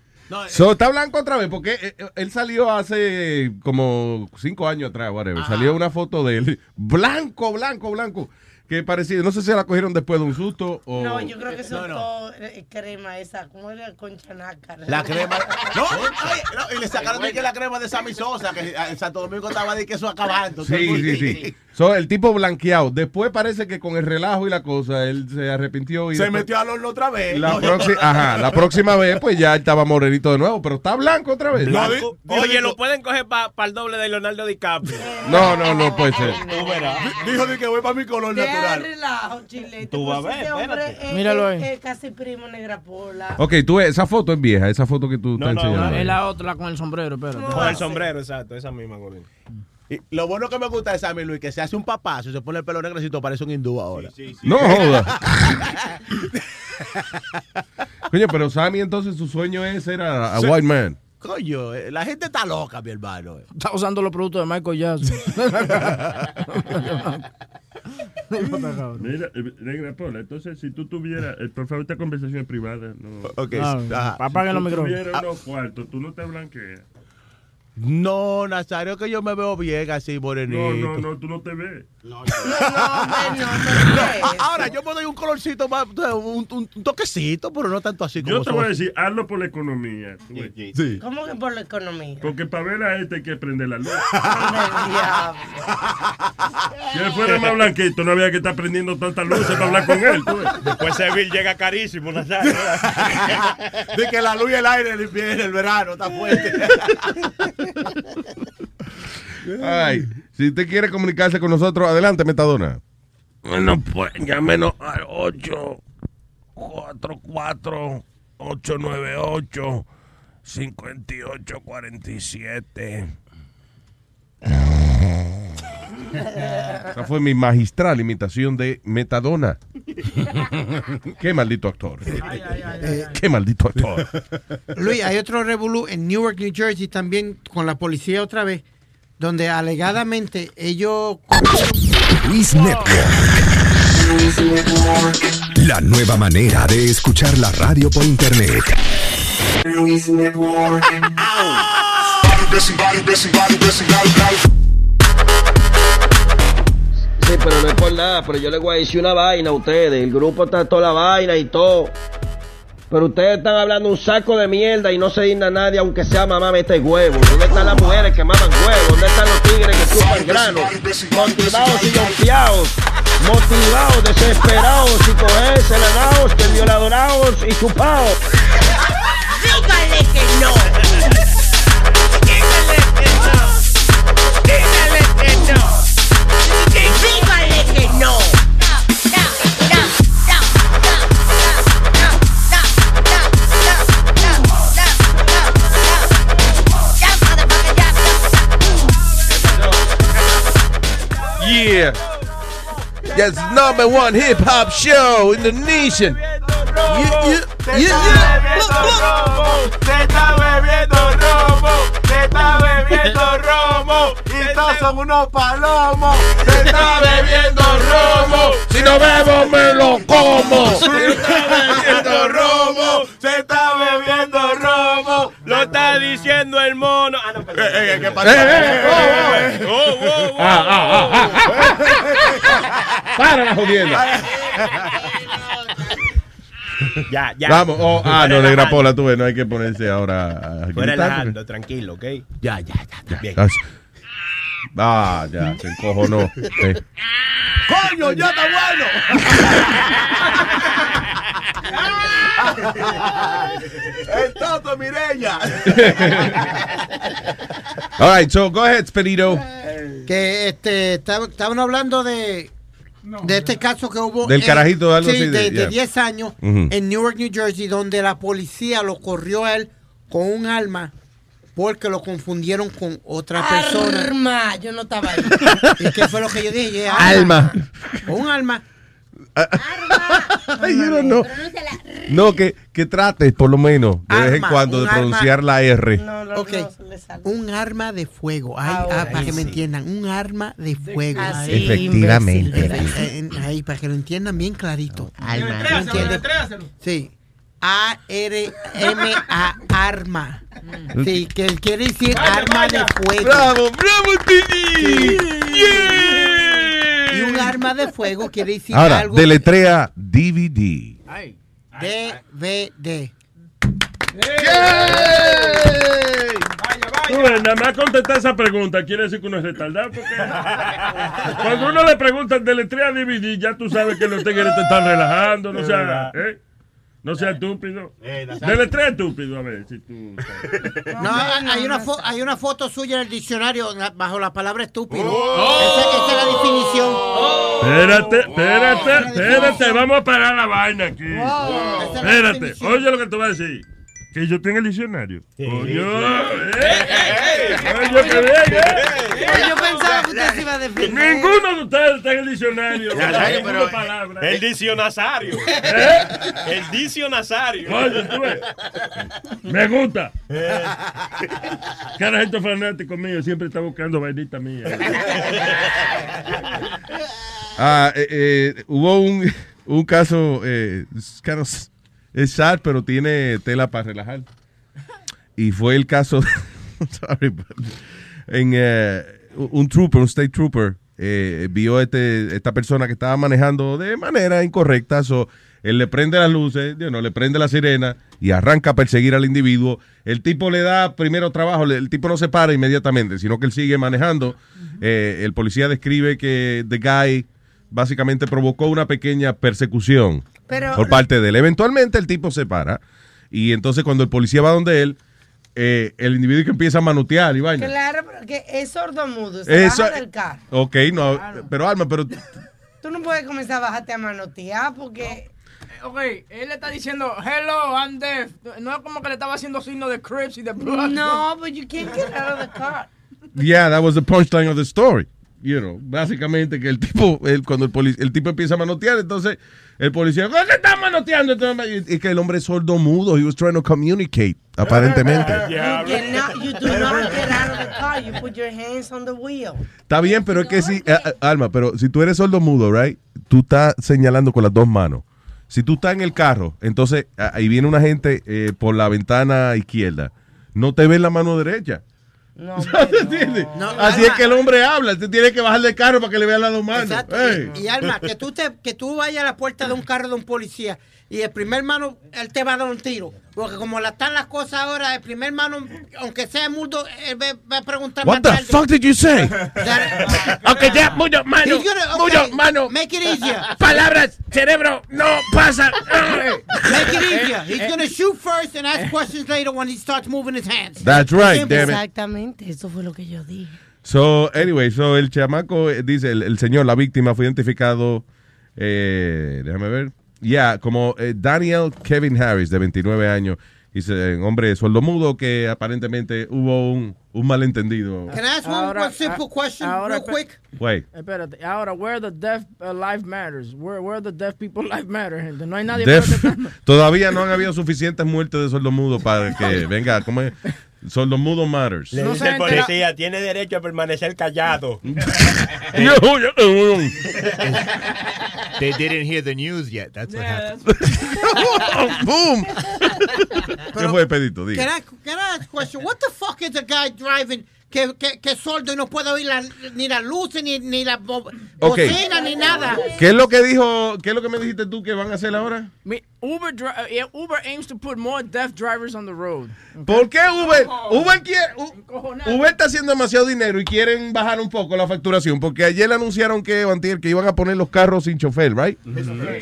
[SPEAKER 1] So, está blanco otra vez, porque eh, eh, él salió hace como cinco años atrás, whatever. Salió una foto de él, blanco, blanco, blanco, que parecía, no sé si la cogieron después de un susto o...
[SPEAKER 12] No, yo creo que
[SPEAKER 1] Oh.
[SPEAKER 12] eso
[SPEAKER 1] No,
[SPEAKER 12] es
[SPEAKER 1] no.
[SPEAKER 12] todo eh, crema esa. ¿Cómo era concha nácar?
[SPEAKER 8] La crema. No, oye, no, y le sacaron de que la crema de Sammy Sosa, que en Santo Domingo estaba de que eso acabando. Todo el
[SPEAKER 1] Sí,
[SPEAKER 8] mundo-
[SPEAKER 1] sí, sí. So, el tipo blanqueado. Después parece que con el relajo y la cosa, él se arrepintió y...
[SPEAKER 8] Se
[SPEAKER 1] después-
[SPEAKER 8] metió al horno otra vez.
[SPEAKER 1] La,
[SPEAKER 8] No,
[SPEAKER 1] próxima, ajá, la próxima vez, pues ya él estaba morenito de nuevo, pero está blanco otra vez.
[SPEAKER 19] Blanco. Oye, lo pueden coger para el doble de Leonardo DiCaprio.
[SPEAKER 1] No, no, no puede ser.
[SPEAKER 19] Tú verás.
[SPEAKER 8] Dijo de que voy para mi color
[SPEAKER 12] Deja
[SPEAKER 8] natural.
[SPEAKER 12] relajo, chilete.
[SPEAKER 1] Tú vas a
[SPEAKER 12] Pues
[SPEAKER 1] ver,
[SPEAKER 12] ese hombre
[SPEAKER 1] espérate.
[SPEAKER 12] es-
[SPEAKER 14] Míralo
[SPEAKER 12] es-
[SPEAKER 14] ahí.
[SPEAKER 12] es casi primo negra pola.
[SPEAKER 1] Ok, tú, esa foto es vieja, esa foto que tú estás enseñando.
[SPEAKER 14] es la otra, la con el sombrero, espérate.
[SPEAKER 19] Con el sombrero, exacto, esa misma, Golín.
[SPEAKER 8] Y lo bueno que me gusta de Sammy Luis, que se hace un papazo y se pone el pelo negrecito, parece un hindú ahora.
[SPEAKER 1] No joda. Coño, pero Sammy entonces su sueño es ser a, a
[SPEAKER 8] Sí.
[SPEAKER 1] white man.
[SPEAKER 8] Coño, eh, la gente está loca, mi hermano. eh.
[SPEAKER 14] Está usando los productos de Michael Jackson.
[SPEAKER 17] Mira, eh, negra Paula, entonces si tú tuvieras, eh, por favor, esta conversación es privada. No.
[SPEAKER 14] Ok, Ah, ajá. apaguen los
[SPEAKER 17] Si tú
[SPEAKER 14] micrófonos.
[SPEAKER 17] tuvieras unos cuartos, tú no te blanqueas.
[SPEAKER 8] No, Nazario, que yo me veo bien así,
[SPEAKER 17] No,
[SPEAKER 8] morenito.
[SPEAKER 17] no, no, tú no te ves.
[SPEAKER 8] A- Ahora, yo me doy un colorcito más, un, un- un toquecito, pero no tanto así como
[SPEAKER 17] Yo te voy a
[SPEAKER 8] somos.
[SPEAKER 17] decir, hazlo por la economía. tú ves.
[SPEAKER 9] ¿Cómo que por la economía?
[SPEAKER 17] Porque para ver a este hay que prender la luz.
[SPEAKER 9] Diablo.
[SPEAKER 17] Si él fuera más blanquito, no había que estar prendiendo tantas luces para hablar con él. tú ves.
[SPEAKER 19] Después ese bill llega carísimo, Nazario.
[SPEAKER 8] De que la luz y el aire el invierno, el verano, está fuerte.
[SPEAKER 1] Ay, si usted quiere comunicarse con nosotros, adelante, Metadona.
[SPEAKER 19] Bueno, pues llámenos al 844-898-5847.
[SPEAKER 1] Esa fue mi magistral imitación de Metadona. Qué maldito actor. Eh, Qué maldito actor.
[SPEAKER 11] Luis, hay otro revolú en Newark, New Jersey, también con la policía otra vez, donde alegadamente ellos...
[SPEAKER 3] Luis Network. La nueva manera de escuchar la radio por internet.
[SPEAKER 23] Luis Network.
[SPEAKER 13] Sí, pero no es por nada, pero yo les voy a decir una vaina a ustedes. El grupo está toda la vaina y todo. Pero ustedes están hablando un saco de mierda y no se digna nadie, aunque sea mamá mete huevo. ¿Dónde están las mujeres que maman huevo? ¿Dónde están los tigres que chupan grano? Motivados y golpeados. Motivados, desesperados y coger, celebrados, que violadorados y chupados.
[SPEAKER 4] Dígale que no. Dígale que no. Dígale que no. Dígale que no.
[SPEAKER 1] Yeah. That's number one hip hop show in the nation.
[SPEAKER 4] Se está bebiendo romo, se está bebiendo romo, se está bebiendo romo y todos son unos palomos. Se está bebiendo romo,
[SPEAKER 1] Si no bebo, me lo como.
[SPEAKER 4] se está bebiendo romo, se está bebiendo romo. Lo está diciendo el mono. Ah, no,
[SPEAKER 1] Eh,
[SPEAKER 4] perdón. eh, ¿qué
[SPEAKER 1] pasó?
[SPEAKER 4] Oh, oh, oh.
[SPEAKER 1] eh, Ah, ah, ah, Para la jodienda.
[SPEAKER 19] Ya, ya.
[SPEAKER 1] Vamos. oh, ah, no,
[SPEAKER 19] Relajando.
[SPEAKER 1] negra pola, tú ves, no hay que ponerse ahora. a
[SPEAKER 19] Fue
[SPEAKER 1] gritar,
[SPEAKER 19] relajando, tranquilo, ¿ok? Ya, ya, ya.
[SPEAKER 1] porque- Ah, sí. Ah, ya, se encojonó. Eh.
[SPEAKER 4] ¡Coño, ya está bueno!
[SPEAKER 8] El Toto Mireya.
[SPEAKER 1] All right, so go ahead, Spedito.
[SPEAKER 11] Que este, estab- estaban hablando de, de este caso que hubo...
[SPEAKER 1] Del carajito de algo
[SPEAKER 11] sí,
[SPEAKER 1] así de-
[SPEAKER 11] de, de
[SPEAKER 1] yeah.
[SPEAKER 11] 10 años
[SPEAKER 1] Ujú.
[SPEAKER 11] en Newark, New Jersey, donde la policía lo corrió a él con un arma porque lo confundieron con otra persona.
[SPEAKER 9] Arma, yo no estaba ahí.
[SPEAKER 11] ¿Y qué fue lo que yo dije? Yo dije,
[SPEAKER 1] Alma.
[SPEAKER 11] Con un alma.
[SPEAKER 1] Ay, yo no. No, que, que trates por lo menos de vez en
[SPEAKER 11] Arma,
[SPEAKER 1] cuando de
[SPEAKER 11] un arma.
[SPEAKER 1] pronunciar la R.
[SPEAKER 11] Ok. Un arma de fuego. Ay, ah, para que me entiendan. Un arma de fuego.
[SPEAKER 1] Así, Efectivamente. imbécil.
[SPEAKER 11] Eh, eh, Ahí, para que lo entiendan bien clarito.
[SPEAKER 1] Alma.
[SPEAKER 11] ¿Me entiendes? Sí. A-R-M-A, arma. Sí, que quiere decir arma de fuego.
[SPEAKER 4] Bravo,
[SPEAKER 1] Mm. bravo, Tini.
[SPEAKER 11] Y un arma de fuego quiere decir
[SPEAKER 1] Ahora,
[SPEAKER 11] algo.
[SPEAKER 1] deletrea DVD.
[SPEAKER 11] DVD.
[SPEAKER 17] Tú ves, nada más contestar esa pregunta quiere decir que uno es retardado. Porque cuando uno le pregunta deletrea DVD, ya tú sabes que los tigres te están relajando. No
[SPEAKER 19] Es
[SPEAKER 17] sea,
[SPEAKER 19] verdad. Eh,
[SPEAKER 17] ¿eh? no sea estúpido.
[SPEAKER 19] Nazario.
[SPEAKER 17] Deletrea estúpido, a ver si tú.
[SPEAKER 11] No, hay, una fo- hay una foto suya en el diccionario na- bajo la palabra estúpido.
[SPEAKER 3] Oh.
[SPEAKER 11] Esa, esa es la definición.
[SPEAKER 17] Espérate, espérate, espérate, vamos a parar la vaina aquí.
[SPEAKER 11] Wow. Esa es la
[SPEAKER 17] Espérate,
[SPEAKER 11] definición.
[SPEAKER 17] oye lo que te voy a decir. Que yo tengo el diccionario. Coño, eh, coño, que bien, eh.
[SPEAKER 4] Yo pensaba que usted se iba a defender.
[SPEAKER 17] Ninguno de ustedes está en el diccionario.
[SPEAKER 19] Nazario,
[SPEAKER 17] Ninguna
[SPEAKER 19] pero-
[SPEAKER 17] palabra. eh.
[SPEAKER 19] El dicio Nazario. El dicio Nazario.
[SPEAKER 17] Oye, tú ves. Me gusta. Cada gente fanático mío siempre está buscando vainita mía.
[SPEAKER 1] Ah, eh, eh, hubo un, un caso, eh, es kind of s- es sad, pero tiene tela para relajar. Y fue el caso Sorry, but- en, eh, un trooper, un state trooper, eh, vio este, esta persona que estaba manejando de manera incorrecta. So, él le prende las luces, you know, le prende la sirena y arranca a perseguir al individuo. El tipo le da primero trabajo, le- el tipo no se para inmediatamente, sino que él sigue manejando. Eh, el policía describe que the guy básicamente provocó una pequeña persecución
[SPEAKER 12] Pero-
[SPEAKER 1] por parte de él. Eventualmente el tipo se para y entonces cuando el policía va donde él, eh, el individuo que empieza a manotear y vaina.
[SPEAKER 12] Claro, porque es sordomudo. Se
[SPEAKER 1] Eso-
[SPEAKER 12] baja del carro.
[SPEAKER 1] Ok, no, pero Alma, pero
[SPEAKER 12] Tú no puedes comenzar a bajarte a manotear porque.
[SPEAKER 14] Ok, él le está diciendo, hello, I'm deaf. No es como que le estaba haciendo signo de Crips y de Bloods.
[SPEAKER 12] No, but you can't get out of the car.
[SPEAKER 1] yeah, that was the punchline of the story. You know, básicamente que el tipo, el- cuando el, polic- el tipo empieza a manotear, entonces el policía, ¿qué está manoteando? Y, y que el hombre es sordo mudo, he was trying to communicate, aparentemente.
[SPEAKER 12] You, cannot, you do not get out of the car. You put your hands on the wheel.
[SPEAKER 1] Está bien, pero es que sí, eh, eh, Alma, pero si tú eres sordo mudo, right, tú estás señalando con las dos manos. Si tú estás en el carro, entonces a- ahí viene una gente eh, por la ventana izquierda, no te ve la mano derecha.
[SPEAKER 12] No,
[SPEAKER 1] entiendes? Así es que el hombre habla, te tiene que bajar del carro para que le vean las dos manos. Ey.
[SPEAKER 11] Y Alma, que tú, te, que tú vayas a la puerta de un carro de un policía y el primer mano, él te va a dar un tiro. Porque como la están las cosas ahora, el primer mano, aunque sea mudo, él va- va a preguntar
[SPEAKER 3] What the
[SPEAKER 11] más tarde.
[SPEAKER 3] fuck did you say?
[SPEAKER 11] Aunque
[SPEAKER 3] ya, mucho mano,
[SPEAKER 11] He's gonna-
[SPEAKER 3] mucho
[SPEAKER 11] okay,
[SPEAKER 3] mano.
[SPEAKER 11] Make it easier.
[SPEAKER 3] Palabras, cerebro, no pasa.
[SPEAKER 4] Ah,
[SPEAKER 11] Make it
[SPEAKER 3] Eh,
[SPEAKER 11] easier. He's going to shoot first and ask questions later when he starts moving his hands.
[SPEAKER 1] That's right, damn it.
[SPEAKER 11] Exactamente, eso fue lo que yo dije.
[SPEAKER 1] So, anyway, so el chamaco, eh, dice, el, el señor, la víctima, fue identificado, eh, déjame ver, ya, como eh, Daniel Kevin Harris, de 29 años, dice, un hombre sordo mudo que aparentemente hubo un, un malentendido.
[SPEAKER 11] Can I ask one-
[SPEAKER 14] Ahora,
[SPEAKER 11] one simple
[SPEAKER 14] ah,
[SPEAKER 11] question
[SPEAKER 14] ahora,
[SPEAKER 11] real
[SPEAKER 14] espe-
[SPEAKER 11] quick?
[SPEAKER 1] Güey,
[SPEAKER 14] Espérate, ahora, where the deaf uh, life matters. Where, where the deaf people life matter, gente. No hay nadie
[SPEAKER 1] def-
[SPEAKER 14] protestando.
[SPEAKER 1] todavía no han habido suficientes muertes de sordo mudo para que, venga, ¿cómo es? Sordo mudo matters.
[SPEAKER 19] Le dice el policía, tiene derecho a permanecer callado.
[SPEAKER 16] They didn't hear the news yet. That's what happened.
[SPEAKER 1] Boom. ¿Qué fue, Pedito?
[SPEAKER 11] Can
[SPEAKER 1] Diga.
[SPEAKER 11] I, can I ask a question? What the fuck is a guy driving que, que, que es sordo y no puede oír la- ni las luces, ni, ni la bo-
[SPEAKER 1] Ok.
[SPEAKER 11] bocina, ni nada?
[SPEAKER 1] ¿Qué es lo que dijo, qué es lo que me dijiste tú que van a hacer ahora?
[SPEAKER 14] Mi- Uber, dri- uh, yeah, Uber aims to put more deaf drivers on the road.
[SPEAKER 1] ¿Por qué Uber? Uber quiere.
[SPEAKER 14] Encojonado.
[SPEAKER 1] Uber está haciendo demasiado dinero y quieren bajar un poco la facturación porque ayer anunciaron que, o antier, que iban a poner los carros sin chofer, right?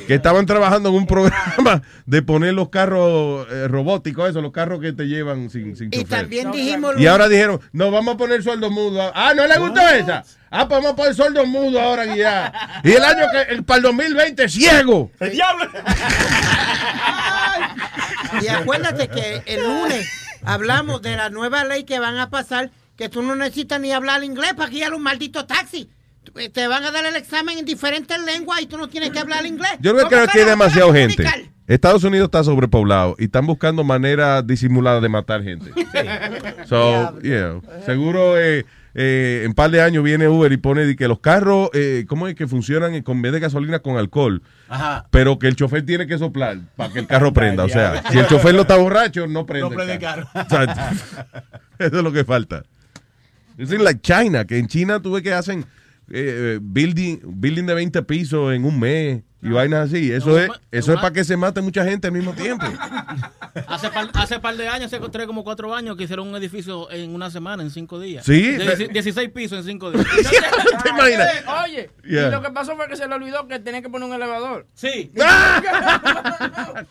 [SPEAKER 1] Que estaban trabajando en un programa de poner los carros eh, robóticos, eso, los carros que te llevan sin, sin chofer.
[SPEAKER 11] También dijimos.
[SPEAKER 1] Y ahora dijeron, no, vamos a poner sueldo mudo. Ah, ¿no le gustó esa? Ah, pues vamos a poner sueldo mudo ahora y ya. Y el año que, el- para el 2020, ciego.
[SPEAKER 19] ¡El diablo!
[SPEAKER 11] Y acuérdate que el lunes hablamos de la nueva ley que van a pasar, que tú no necesitas ni hablar inglés para guiar un maldito taxi. Eh, Te van a dar el examen en diferentes lenguas y tú no tienes que hablar inglés.
[SPEAKER 1] Yo lo que
[SPEAKER 11] ¿Cómo
[SPEAKER 1] creo es que hay
[SPEAKER 11] carajo te vas a
[SPEAKER 1] demasiado gente.
[SPEAKER 11] comunicar?
[SPEAKER 1] Estados Unidos está sobrepoblado y están buscando manera disimulada de matar gente. So, yeah. Seguro eh, eh, en par de años viene Uber y pone de que los carros, eh, ¿cómo es que funcionan en- con en vez de gasolina con alcohol?
[SPEAKER 8] Ajá.
[SPEAKER 1] Pero que el chofer tiene que soplar para que el carro prenda. O sea,
[SPEAKER 8] diablo.
[SPEAKER 1] si el chofer no está borracho, no prende.
[SPEAKER 8] No prende
[SPEAKER 1] el
[SPEAKER 8] el
[SPEAKER 1] carro.
[SPEAKER 8] carro.
[SPEAKER 1] Exacto. Eso es lo que falta. Es like China, que en China tuve que hacen eh, eh, building, building de 20 pisos en un mes y vainas así. Eso es, eso es para que se mate mucha gente al mismo tiempo.
[SPEAKER 6] Hace par, hace par de años, hace tres como cuatro años, que hicieron un edificio en una semana, en cinco días.
[SPEAKER 1] Sí,
[SPEAKER 6] De
[SPEAKER 1] pero-
[SPEAKER 6] dieci- 16 pisos en cinco días.
[SPEAKER 1] ¿Te imaginas?
[SPEAKER 14] Oye,
[SPEAKER 1] Yeah.
[SPEAKER 14] y lo que pasó fue que se le olvidó que tenía que poner un elevador.
[SPEAKER 6] Sí.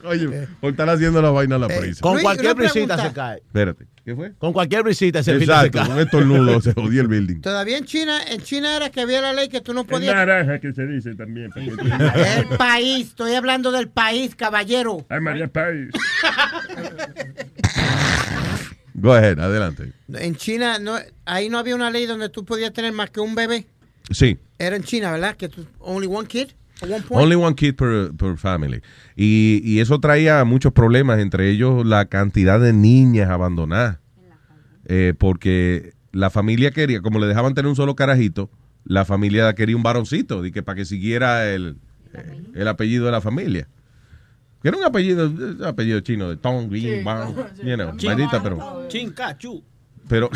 [SPEAKER 1] Oye, por estar haciendo la vaina a la prisa.
[SPEAKER 8] Eh, Con cualquier
[SPEAKER 11] pregunta.
[SPEAKER 8] brisita se cae.
[SPEAKER 1] Espérate, ¿qué fue?
[SPEAKER 8] Con cualquier brisita ese filtro se
[SPEAKER 1] Exacto,
[SPEAKER 8] cae.
[SPEAKER 1] un estornudo, se jodió el building.
[SPEAKER 11] Todavía en China, en China era que había la ley que tú no
[SPEAKER 17] Es
[SPEAKER 11] podías.
[SPEAKER 17] naranja que se dice también. porque-
[SPEAKER 11] El país, estoy hablando del país, caballero.
[SPEAKER 17] Ay, María País.
[SPEAKER 1] Go ahead, adelante.
[SPEAKER 11] En China, no, ahí no había una ley donde tú podías tener más que un bebé.
[SPEAKER 1] Sí.
[SPEAKER 11] Era en China, ¿verdad? Que tú, only one kid, at one
[SPEAKER 8] Pues-
[SPEAKER 11] point.
[SPEAKER 1] Only one kid per, per family. Y, y eso traía muchos problemas, entre ellos la cantidad de niñas abandonadas. Eh, porque la familia quería, como le dejaban tener un solo carajito, la familia quería un varoncito, de que para que siguiera el, eh, el apellido de la familia. Que era un apellido, eh, apellido chino, de Tong, Lin, Wang, you know, maldita, pero...
[SPEAKER 6] Chincachu.
[SPEAKER 1] Pero,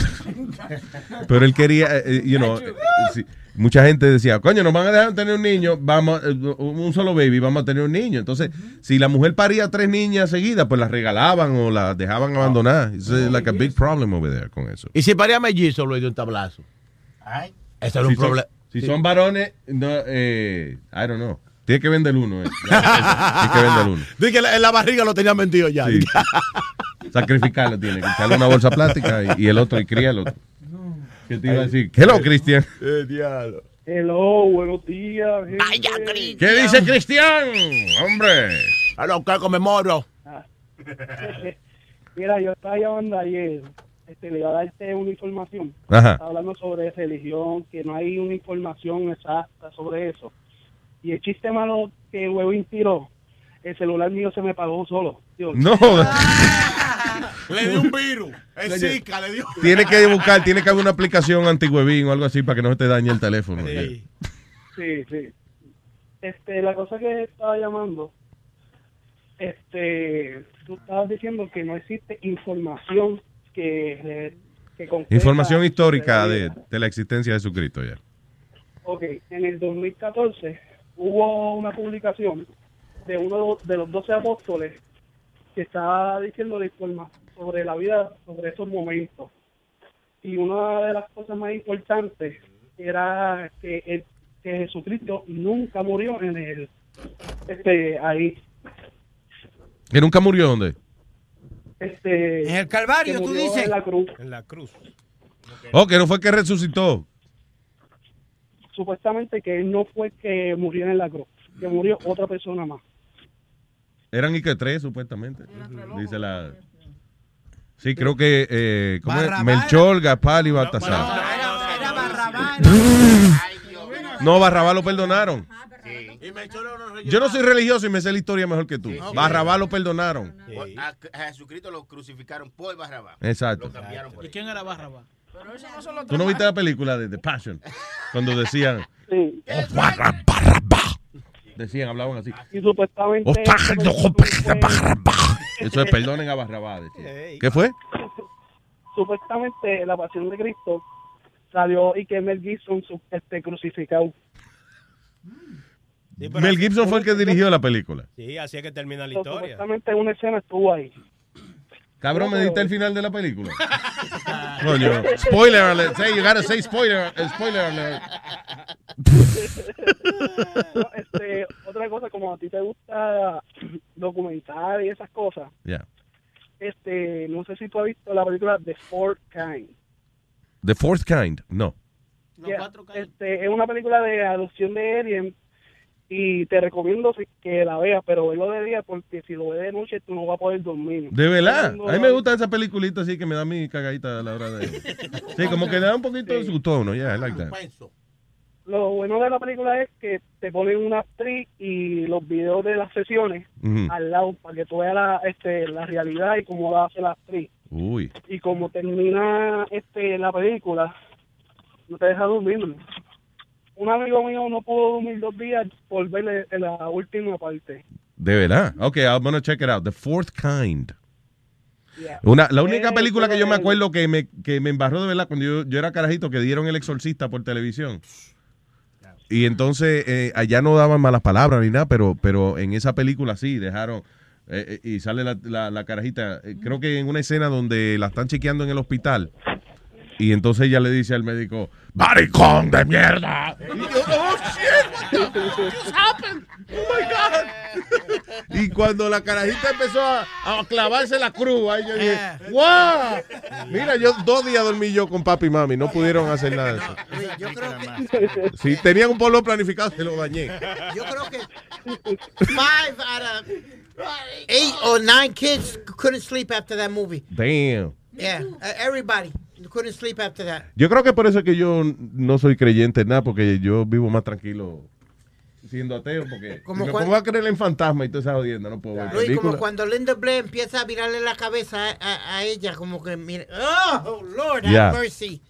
[SPEAKER 1] pero él quería, eh, eh, you know, eh, sí, mucha gente decía, coño, nos van a dejar tener un niño, vamos, eh, un solo baby, vamos a tener un niño. Entonces, si la mujer paría tres niñas seguidas, pues las regalaban o las dejaban abandonar. Es like a big problem over there con eso.
[SPEAKER 8] Y si paría mellizo, lo de un tablazo.
[SPEAKER 11] Ay.
[SPEAKER 8] Ese era un
[SPEAKER 1] Si son-
[SPEAKER 8] problema.
[SPEAKER 1] Si son varones, no, eh, I don't know. Tiene que vender uno. eh. Tiene que vender uno.
[SPEAKER 8] Dije que en la- en la barriga lo tenía mentido ya.
[SPEAKER 1] Sí. Sacrificarlo tiene. Que echarle una bolsa plástica y, y el otro y cría el otro. ¿Qué te iba a decir? Hello, Cristian.
[SPEAKER 8] Eh, diablo.
[SPEAKER 18] Hello, buenos días. Vaya,
[SPEAKER 1] ¿Qué dice Cristian? Hombre.
[SPEAKER 8] A lo que conmemoro.
[SPEAKER 18] Mira, yo estaba llamando ayer, este, le iba a darte una información.
[SPEAKER 1] Ajá.
[SPEAKER 18] Estaba Hablando sobre religión, que no hay una información exacta sobre eso. Y el chiste malo que Huevín tiró, el celular mío se me pagó solo. Dios.
[SPEAKER 1] No.
[SPEAKER 8] Ah. Le dio un virus. El
[SPEAKER 1] Oye,
[SPEAKER 8] Zika le dio.
[SPEAKER 1] Tiene que buscar, tiene que haber una aplicación antihuevín o algo así para que no se te dañe el teléfono.
[SPEAKER 18] Sí, sí. Este, la cosa que estaba llamando, este, tú estabas diciendo que no existe información que, que concreta-
[SPEAKER 1] Información histórica de, de la existencia de Jesucristo ya.
[SPEAKER 18] Ok, en el 2014 hubo una publicación de uno de los- de los 12 apóstoles que estaba diciendo la información sobre la vida, sobre esos momentos. Y una de las cosas más importantes era que, el- que Jesucristo nunca murió en el este ahí
[SPEAKER 1] ¿Que nunca murió dónde?
[SPEAKER 18] este
[SPEAKER 11] En el Calvario,
[SPEAKER 18] que
[SPEAKER 11] tú
[SPEAKER 18] murió
[SPEAKER 11] dices.
[SPEAKER 18] en la cruz
[SPEAKER 19] En la cruz.
[SPEAKER 1] Oh, que no fue que resucitó.
[SPEAKER 18] supuestamente que él no fue que murió en la cruz que murió otra persona más
[SPEAKER 1] Eran y que tres, supuestamente. Dice la. Sí, creo que. Eh, ¿cómo es? Melchor, Gaspar y Baltasar. No, Barrabá lo perdonaron. Yo no soy religioso y me sé la historia mejor que tú.
[SPEAKER 10] sí.
[SPEAKER 1] Barrabá lo perdonaron.
[SPEAKER 10] A a Jesucristo lo crucificaron por Barrabás.
[SPEAKER 1] Exacto.
[SPEAKER 10] Lo cambiaron por Eh,
[SPEAKER 6] ¿Y quién era Barrabás?
[SPEAKER 14] Pero eso no son los
[SPEAKER 1] ¿Tú no viste la película de The Passion? Cuando decían.
[SPEAKER 18] Sí.
[SPEAKER 1] "Oh, Barra, Barrabá". Decían, hablaban así.
[SPEAKER 18] y supuestamente
[SPEAKER 1] "Oh,
[SPEAKER 18] esta
[SPEAKER 1] Barra,
[SPEAKER 18] persona fue-
[SPEAKER 1] Barrabá". Eso es perdonen a Barrabá. decían. ¿Qué fue?
[SPEAKER 18] supuestamente la pasión de Cristo salió y que Mel Gibson su- este, crucificado.
[SPEAKER 1] Mel Gibson fue el que dirigió la película.
[SPEAKER 19] Sí, así es que termina la
[SPEAKER 18] So,
[SPEAKER 19] historia.
[SPEAKER 18] supuestamente una escena estuvo ahí.
[SPEAKER 1] Cabrón, me diste el final de la película. Coño. Spoiler alert. Say, you gotta say spoiler, spoiler alert.
[SPEAKER 18] No, este, otra cosa, como a ti te gusta documentar y esas cosas,
[SPEAKER 1] Yeah.
[SPEAKER 18] este, no sé si tú has visto la película The Fourth Kind.
[SPEAKER 1] The fourth kind. No.
[SPEAKER 18] Yeah, este, es una película de adopción de alien y te recomiendo si- que la veas, pero verlo de día porque si lo ves de noche tú no vas a poder dormir.
[SPEAKER 1] De verdad.
[SPEAKER 18] Todo el
[SPEAKER 1] A mí
[SPEAKER 18] mundo-
[SPEAKER 1] me gustan esas peliculitas así que me da mi cagadita a la hora de. Sí, como que le da un poquito de susto a uno. Yeah, I like that.
[SPEAKER 18] Lo bueno de la película es que te ponen una actriz y los videos de las sesiones
[SPEAKER 1] Ujú.
[SPEAKER 18] al lado para que tú veas la, este, la realidad y cómo la hace la actriz.
[SPEAKER 1] Uy.
[SPEAKER 18] Y como termina este la película, no te deja dormir. Un amigo mío no pudo dormir dos días por ver el- la última parte.
[SPEAKER 1] De verdad. Ok, I'm gonna check it out. The fourth kind.
[SPEAKER 18] Yeah.
[SPEAKER 1] Una, la única
[SPEAKER 18] Eh,
[SPEAKER 1] película que yo me
[SPEAKER 18] pero-
[SPEAKER 1] acuerdo que me, que me embarró de verdad cuando yo, yo era carajito, que dieron El Exorcista por televisión. Y entonces eh, allá no daban malas palabras ni nada, Ah, pero, pero en esa película sí, dejaron... eh, eh, y sale la, la- la carajita, eh, creo que en una escena donde la están chequeando en el hospital. Y entonces ella le dice al médico, ¡Baricón de mierda!
[SPEAKER 3] Oh shit, what the just happened? Oh my god.
[SPEAKER 1] Y cuando la carajita empezó a, a clavarse la cruz, ahí yo
[SPEAKER 4] Eh.
[SPEAKER 1] dije, ¡guau! Mira, yo dos días dormí yo con papi y mami, no pudieron hacer nada de eso.
[SPEAKER 11] Yo creo que
[SPEAKER 8] Eh.
[SPEAKER 1] Si tenían un polo planificado, se lo dañé.
[SPEAKER 11] Yo creo que five out of eight or nine kids couldn't sleep after that movie.
[SPEAKER 1] Damn.
[SPEAKER 11] Yeah, uh, everybody couldn't sleep after that.
[SPEAKER 1] Yo creo que por eso es que yo no soy creyente en nada, porque yo vivo más tranquilo siendo ateo, porque
[SPEAKER 11] Como
[SPEAKER 1] si me
[SPEAKER 11] cuan-
[SPEAKER 1] pongo a creer en fantasmas y toda esa jodienda, no puedo ver
[SPEAKER 11] Luis, como
[SPEAKER 1] películas.
[SPEAKER 11] cuando Linda Blair empieza a virarle la cabeza a, a- a ella, como que mira, oh, Lord, have
[SPEAKER 1] Yeah.
[SPEAKER 11] mercy.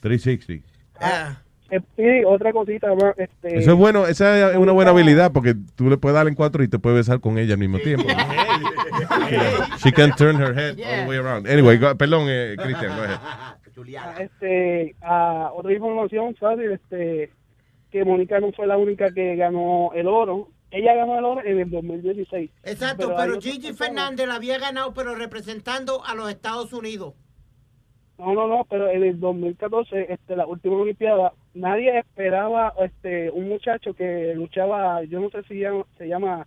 [SPEAKER 1] 360.
[SPEAKER 11] Ah,
[SPEAKER 18] eh, sí, otra cosita más. Este,
[SPEAKER 1] Eso es bueno, esa es una buena habilidad porque tú le puedes dar en cuatro y te puedes besar con ella al mismo tiempo. She can turn her head all the way around. Anyway, go- perdón, eh, Cristian, go ahead.
[SPEAKER 18] Ah, Este, ah, otra información, fácil, este, que Mónica no fue la única que ganó el oro. Ella ganó el oro en el 2016.
[SPEAKER 11] Exacto, pues.
[SPEAKER 18] hay
[SPEAKER 11] pero,
[SPEAKER 18] otras
[SPEAKER 11] Gigi
[SPEAKER 18] personas-
[SPEAKER 11] Fernández la había ganado, pero representando a los Estados Unidos.
[SPEAKER 18] No, no, no, pero en el 2014, este, la última Olimpiada, nadie esperaba este, un muchacho que luchaba, yo no sé si llama- se llama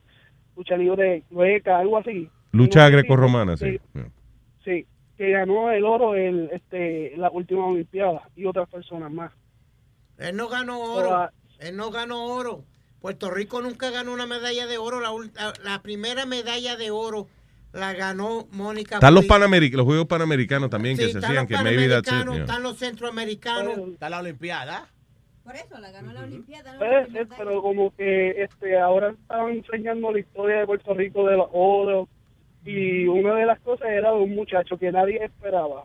[SPEAKER 18] lucha libre hueca, algo así.
[SPEAKER 1] Lucha grecorromana, sí.
[SPEAKER 18] Sí, que ganó el oro en este, la última Olimpiada y otras personas más.
[SPEAKER 11] Él no ganó oro. Él no ganó oro. Puerto Rico nunca ganó una medalla de oro. La, ul- la- la primera medalla de oro la ganó Mónica.
[SPEAKER 1] Están los
[SPEAKER 11] Puig.
[SPEAKER 1] Panameric- los Juegos Panamericanos también
[SPEAKER 11] Sí,
[SPEAKER 1] que se
[SPEAKER 11] están
[SPEAKER 1] hacían,
[SPEAKER 11] los
[SPEAKER 1] que maybe that's it,
[SPEAKER 11] panamericanos,
[SPEAKER 1] yeah.
[SPEAKER 11] Están los centroamericanos.
[SPEAKER 8] Está la Olimpiada.
[SPEAKER 22] Por eso la ganó la Olimpiada.
[SPEAKER 18] Puede ser, Eh, pero como que este, ahora están enseñando la historia de Puerto Rico de los oros y una de las cosas era de un muchacho que nadie esperaba.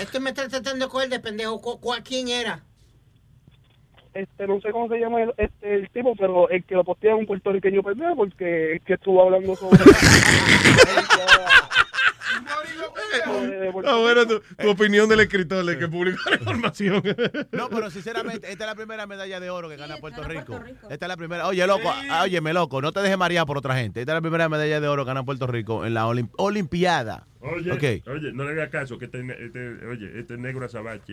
[SPEAKER 11] Esto me está tratando de coger de pendejo. ¿Cu- cuál- ¿Quién era?
[SPEAKER 18] Este, no sé cómo se llama el, este, el tipo, pero el que lo postea es un puertorriqueño pendejo porque el que estuvo hablando sobre...
[SPEAKER 1] Ah, bueno, tu, tu opinión del escritor, de que publicó la información.
[SPEAKER 8] Eh. No, pero sinceramente, esta es la primera medalla de oro que gana Puerto, Rico. Esta es la primera. Oye, loco, ah, óyeme, loco, no te dejes marear por otra gente. Esta es la primera medalla de oro que gana Puerto Rico en la Olim- Olimpiada.
[SPEAKER 17] Oye,
[SPEAKER 8] Ok.
[SPEAKER 17] oye, no le hagas caso, que este, ne- este- oye, este negro azabache.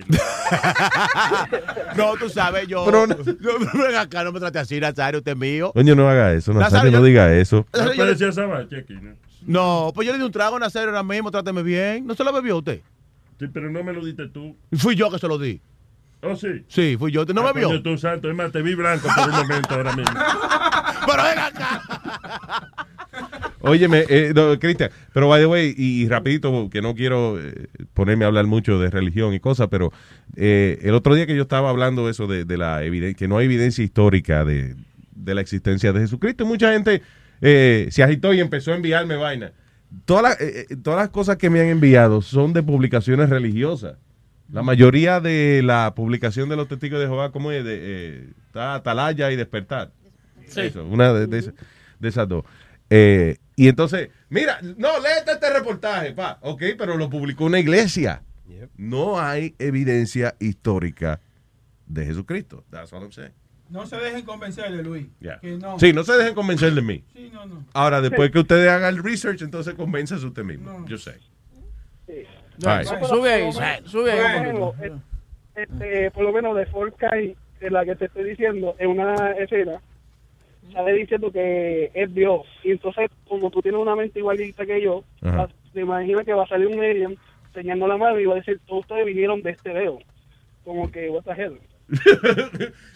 [SPEAKER 8] no, tú sabes, yo.
[SPEAKER 1] Pero
[SPEAKER 8] no, ven acá, no me trate así, Nazario, usted es mío.
[SPEAKER 1] Coño, no haga eso, Nazario,
[SPEAKER 8] Nazario,
[SPEAKER 1] no
[SPEAKER 8] yo-
[SPEAKER 1] diga eso.
[SPEAKER 8] Nazario, yo le-
[SPEAKER 17] Parecía azabache aquí, ¿no?
[SPEAKER 8] No, pues yo le di un trago a Nazario ahora mismo, tráteme bien. ¿No se lo bebió usted?
[SPEAKER 17] Sí, pero no me lo diste tú.
[SPEAKER 8] Fui yo que se lo di.
[SPEAKER 17] ¿Oh, sí?
[SPEAKER 8] Sí, fui yo. ¿No
[SPEAKER 17] Ah,
[SPEAKER 8] me vio?
[SPEAKER 17] coño, tú, santo. Es más, te vi blanco por un momento ahora mismo.
[SPEAKER 8] Pero ven acá.
[SPEAKER 1] Óyeme, eh, no, Cristian, pero by the way, y, y rapidito, que no quiero eh, ponerme a hablar mucho de religión y cosas, pero eh, el otro día que yo estaba hablando eso de, de la evidencia, que no hay evidencia histórica de, de la existencia de Jesucristo, y mucha gente eh, se agitó y empezó a enviarme vaina. Todas las, eh, eh, todas las cosas que me han enviado son de publicaciones religiosas. La mayoría de la publicación de los testigos de Jehová, ¿cómo es? De, eh, está Atalaya y Despertar.
[SPEAKER 3] Sí.
[SPEAKER 1] Eso, una de, de esas- de esas dos. Eh, y entonces, mira, no, léete este reportaje, pa. Ok, pero lo publicó una iglesia. No hay evidencia histórica de Jesucristo. That's what I'm saying.
[SPEAKER 3] No se dejen convencer de Luis.
[SPEAKER 1] Yeah.
[SPEAKER 3] Que no.
[SPEAKER 1] Sí, no se dejen convencer de mí.
[SPEAKER 3] Sí, no, no.
[SPEAKER 1] Ahora, después que ustedes hagan el research, entonces convénzase usted mismo. Yo sé. All right.
[SPEAKER 14] Sube ahí, sube ahí un
[SPEAKER 18] Bueno, es- este, por lo menos de Forky, de la que te estoy diciendo, en una escena, sale diciendo que es Dios. Y entonces, como tú tienes una mente igualita que yo,
[SPEAKER 1] Ajá.
[SPEAKER 18] te imaginas que va a salir un alien enseñando la mano y va a decir, todos ustedes vinieron de este dedo. Como que, what the hell.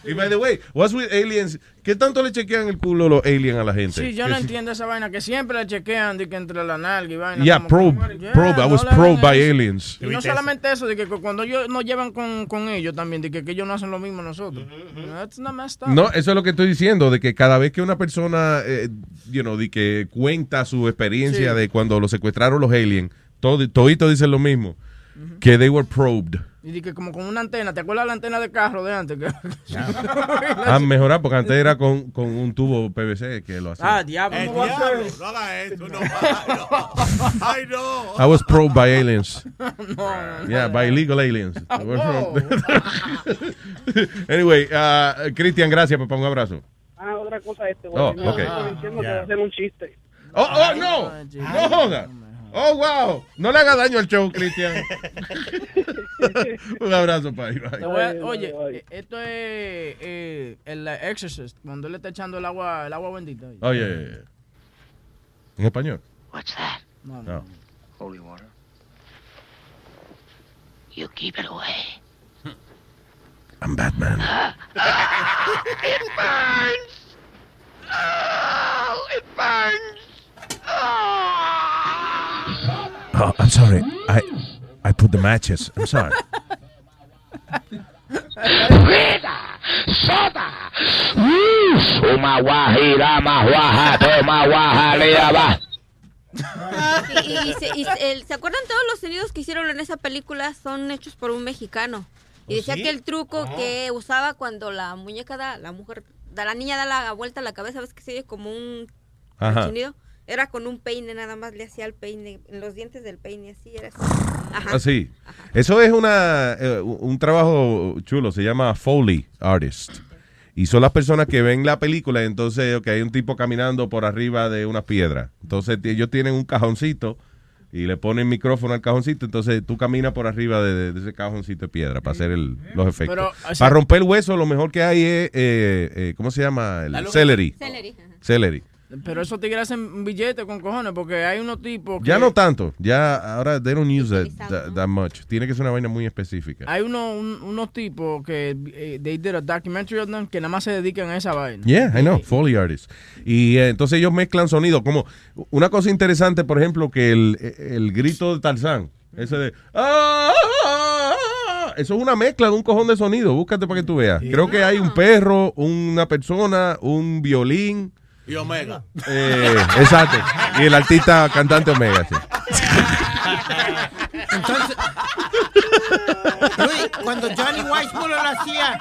[SPEAKER 1] Y by the way, what's with aliens? ¿Qué tanto le chequean el culo los aliens a la gente?
[SPEAKER 14] Sí, yo
[SPEAKER 1] Que
[SPEAKER 14] no
[SPEAKER 1] si-
[SPEAKER 14] entiendo esa vaina que siempre la chequean de que entre la nalga y vaina.
[SPEAKER 1] Yeah,
[SPEAKER 14] como que-
[SPEAKER 1] probe,
[SPEAKER 14] Yeah,
[SPEAKER 1] probe. I was
[SPEAKER 14] no le
[SPEAKER 1] probed
[SPEAKER 14] hagan
[SPEAKER 1] by
[SPEAKER 14] eso.
[SPEAKER 1] aliens.
[SPEAKER 14] Y no solamente eso, de que cu- cuando ellos nos llevan con, con ellos también, de que, que ellos no hacen lo mismo nosotros. That's not messed up.
[SPEAKER 1] No, eso es lo que estoy diciendo, de que cada vez que una persona, eh, you know, de que cuenta su experiencia
[SPEAKER 14] Sí.
[SPEAKER 1] de cuando lo secuestraron los aliens, todo, todito dicen lo mismo, que they were probed.
[SPEAKER 14] Y de que como con una antena, ¿te acuerdas la antena de carro de antes? Que- Ah,
[SPEAKER 1] Han mejorado, porque antes era con, con un tubo PVC que lo hacía.
[SPEAKER 14] ah, diablo.
[SPEAKER 8] Eh,
[SPEAKER 14] ¿Cómo va a
[SPEAKER 8] diablo,
[SPEAKER 14] ser?
[SPEAKER 8] no haga eso, no. no. Ay, no.
[SPEAKER 1] I was probed by aliens.
[SPEAKER 14] No.
[SPEAKER 1] Yeah, by illegal aliens.
[SPEAKER 14] Ah,
[SPEAKER 1] They were probed. anyway, uh, Cristian, gracias, papá, un abrazo.
[SPEAKER 18] Ah, otra cosa, este,
[SPEAKER 1] Oh,
[SPEAKER 18] bueno,
[SPEAKER 1] ok.
[SPEAKER 18] estoy
[SPEAKER 14] Ah,
[SPEAKER 18] diciendo que
[SPEAKER 1] Ya.
[SPEAKER 18] va a ser un chiste.
[SPEAKER 1] Oh, oh, no, no joda. Oh, wow. No le haga daño al show, Cristian. un abrazo, pa'
[SPEAKER 14] Te voy a- oye, eh, esto es eh, el Exorcist, cuando él le está echando el agua, el agua bendita.
[SPEAKER 1] Oye, en español.
[SPEAKER 14] No,
[SPEAKER 1] No.
[SPEAKER 2] Holy water. You keep it away.
[SPEAKER 1] I'm Batman.
[SPEAKER 3] it burns. Oh, it burns.
[SPEAKER 1] Oh, I'm sorry. I I put the matches. I'm sorry.
[SPEAKER 3] Vida, soda.
[SPEAKER 2] Suma guajira, más guaja, toma guaja, lea, va.
[SPEAKER 22] Y, y- y se, y se- el- ¿se acuerdan todos los sonidos que hicieron en esa película? Son hechos por un mexicano.
[SPEAKER 14] Oh,
[SPEAKER 22] Y decía
[SPEAKER 24] sí?
[SPEAKER 22] que el truco
[SPEAKER 24] Ah.
[SPEAKER 22] que usaba cuando la muñeca da, la mujer, da la niña da la vuelta a la cabeza, ves que se oye como un
[SPEAKER 24] Ajá.
[SPEAKER 22] chinido, era con un peine nada más, le hacía el peine, en los dientes del peine, así era así.
[SPEAKER 1] Ah,
[SPEAKER 22] Ajá.
[SPEAKER 1] Así. Eso es una, eh, un trabajo chulo, se llama Foley Artist. Y son las personas que ven la película, entonces, ok, hay un tipo caminando por arriba de unas piedras. Entonces, t- ellos tienen un cajoncito y le ponen micrófono al cajoncito, entonces tú caminas por arriba de, de- de ese cajoncito de piedra para hacer el- los efectos.
[SPEAKER 25] Pero, o sea-
[SPEAKER 1] para romper el hueso, lo mejor que hay es, eh, eh, ¿cómo se llama? El
[SPEAKER 14] La luz-
[SPEAKER 1] celery.
[SPEAKER 14] Celery,
[SPEAKER 1] Celery.
[SPEAKER 14] Pero esos tigres hacen billetes con cojones porque hay unos tipos.
[SPEAKER 1] Ya
[SPEAKER 14] que-
[SPEAKER 1] no tanto, ya ahora they don't use that,
[SPEAKER 14] Utilizado,
[SPEAKER 1] that- that much. Tiene que ser una vaina muy específica.
[SPEAKER 14] Hay uno- un- unos tipos que eh, they did a documentary on them que nada más se dedican a esa vaina.
[SPEAKER 1] Yeah, I know, Foley artists. Y eh, entonces ellos mezclan sonido. Como una cosa interesante, por ejemplo, que el, el grito de Tarzán, ese de. "Ah, ah, ah", Eso es una mezcla de un cojón de sonido. Búscate para que tú veas. Creo que hay un perro, una persona, un violín.
[SPEAKER 8] Y Omega.
[SPEAKER 1] eh, exacto. Y el artista cantante Omega. sí.
[SPEAKER 11] Entonces, Luis, cuando Johnny Weissmuller lo hacía,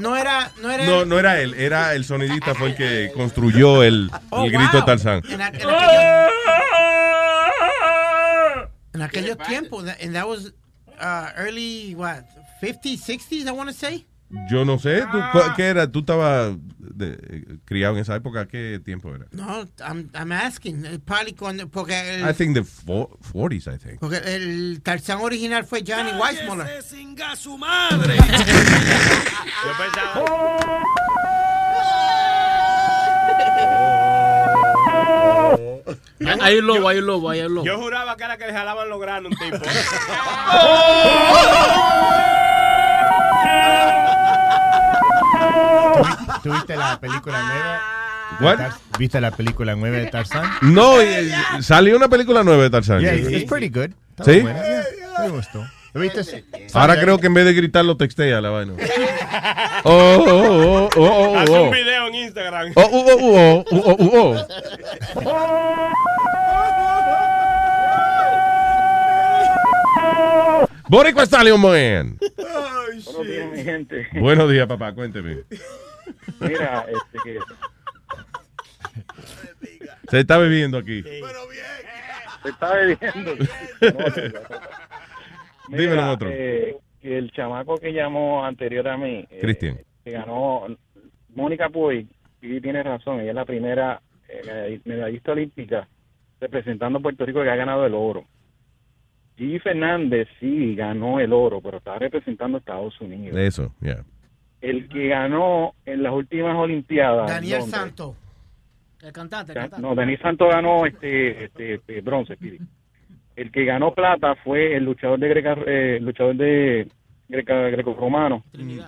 [SPEAKER 11] no era, no era
[SPEAKER 1] No, no era él, era el sonidista, fue el que construyó el,
[SPEAKER 14] Oh,
[SPEAKER 1] el grito de Tarzán.
[SPEAKER 11] En, aqu- en aquellos- en aquellos tiempos, tha- and that was uh, early what 50s, 60s, I want to say.
[SPEAKER 1] Yo no sé, ¿tú, cua- ¿qué era? ¿Tú estabas de- eh, criado en esa época? ¿Qué tiempo era?
[SPEAKER 11] No, I'm, I'm asking. eh, Probably cuando- porque
[SPEAKER 15] Ah,
[SPEAKER 1] I
[SPEAKER 11] el,
[SPEAKER 1] think the fo- 40s, I think.
[SPEAKER 11] porque el Tarzán original fue Johnny Weissmuller.
[SPEAKER 3] su madre! Yo pensaba.
[SPEAKER 6] Hay un lobo, hay un lobo, hay un lobo.
[SPEAKER 19] Yo juraba que era que le jalaban los granos un tipo.
[SPEAKER 16] ¿Tú viste la película nueva?
[SPEAKER 1] What?
[SPEAKER 16] Tar- ¿Viste la película nueva de Tarzán?
[SPEAKER 1] No, eh, salió una película nueva de Tarzán.
[SPEAKER 16] Yeah, it's, it's pretty good. Estaba
[SPEAKER 1] ¿Sí?
[SPEAKER 16] buena, yeah. Me gustó. ¿Lo viste?
[SPEAKER 1] Ahora creo que en vez de gritarlo textea la vaina. Oh, oh, oh, oh, oh,
[SPEAKER 19] Haz
[SPEAKER 1] oh.
[SPEAKER 19] un video en Instagram.
[SPEAKER 1] Oh, oh, oh, oh, oh, oh, oh, oh. Boricua Stallion Man.
[SPEAKER 15] Buenos días, mi gente.
[SPEAKER 1] Buenos días, papá, cuénteme.
[SPEAKER 15] Mira, este que.
[SPEAKER 1] Se está bebiendo aquí.
[SPEAKER 15] Se está bebiendo. No, se está- Mira,
[SPEAKER 1] Dímelo, otro.
[SPEAKER 15] eh, que el chamaco que llamó anterior a mí, eh,
[SPEAKER 1] Cristian.
[SPEAKER 15] que ganó Mónica Puy, y tiene razón, ella es la primera eh, medall- medallista olímpica representando a Puerto Rico que ha ganado el oro. Gigi Fernández sí ganó el oro, pero está representando a Estados Unidos.
[SPEAKER 1] Eso, yeah.
[SPEAKER 15] El que ganó en las últimas Olimpiadas.
[SPEAKER 11] Daniel
[SPEAKER 15] Londres,
[SPEAKER 11] Santo.
[SPEAKER 6] El cantante, el
[SPEAKER 15] Gan-
[SPEAKER 6] cantante.
[SPEAKER 15] No, Daniel Santos ganó este, este, eh, bronce, Piri. El que ganó plata fue el luchador de greca, eh, luchador de greca, greco-romano,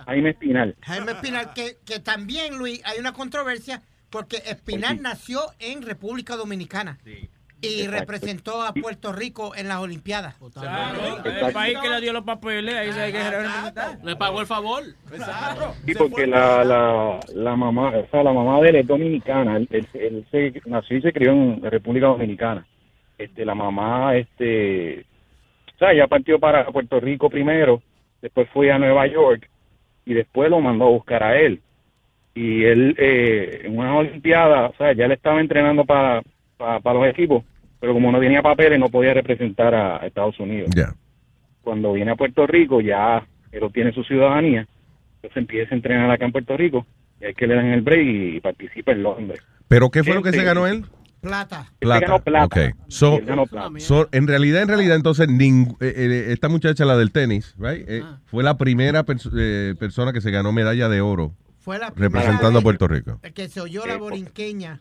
[SPEAKER 15] Jaime Espinal.
[SPEAKER 11] Jaime Espinal, que, que también, Luis, hay una controversia porque Espinal nació en República Dominicana y
[SPEAKER 15] Exacto.
[SPEAKER 11] representó a Puerto Rico en las Olimpiadas.
[SPEAKER 15] Exacto.
[SPEAKER 14] El país que le dio los papeles, ahí se hay que representar. Le pagó el favor.
[SPEAKER 15] Sí, porque la, la, la mamá, o sea, la mamá de él es dominicana. Él, él- él se nació y se crió en República Dominicana. Este, la mamá, este, o sea, ella partió para Puerto Rico primero, después fue a Nueva York y después lo mandó a buscar a él. Y él, eh, en una olimpiada, o sea, ya le estaba entrenando para, para, para los equipos, pero como no tenía papeles, no podía representar a Estados Unidos. Cuando viene a Puerto Rico, ya él obtiene su ciudadanía entonces empieza a entrenar acá en Puerto Rico y hay que le dan el break y participa en Londres.
[SPEAKER 1] ¿Pero qué fue lo que se ganó él?
[SPEAKER 11] Plata.
[SPEAKER 1] Plata.
[SPEAKER 15] Este, ganó plata.
[SPEAKER 1] Okay. So,
[SPEAKER 15] Él ganó plata.
[SPEAKER 1] so, en realidad, en realidad, entonces, ning- eh, eh, esta muchacha, la del tenis, right, Eh,
[SPEAKER 11] Ah.
[SPEAKER 1] fue la primera perso- eh, persona que se ganó medalla de oro
[SPEAKER 11] Fue la primera
[SPEAKER 1] representando
[SPEAKER 11] vez
[SPEAKER 1] a Puerto Rico.
[SPEAKER 11] Que se oyó la borinqueña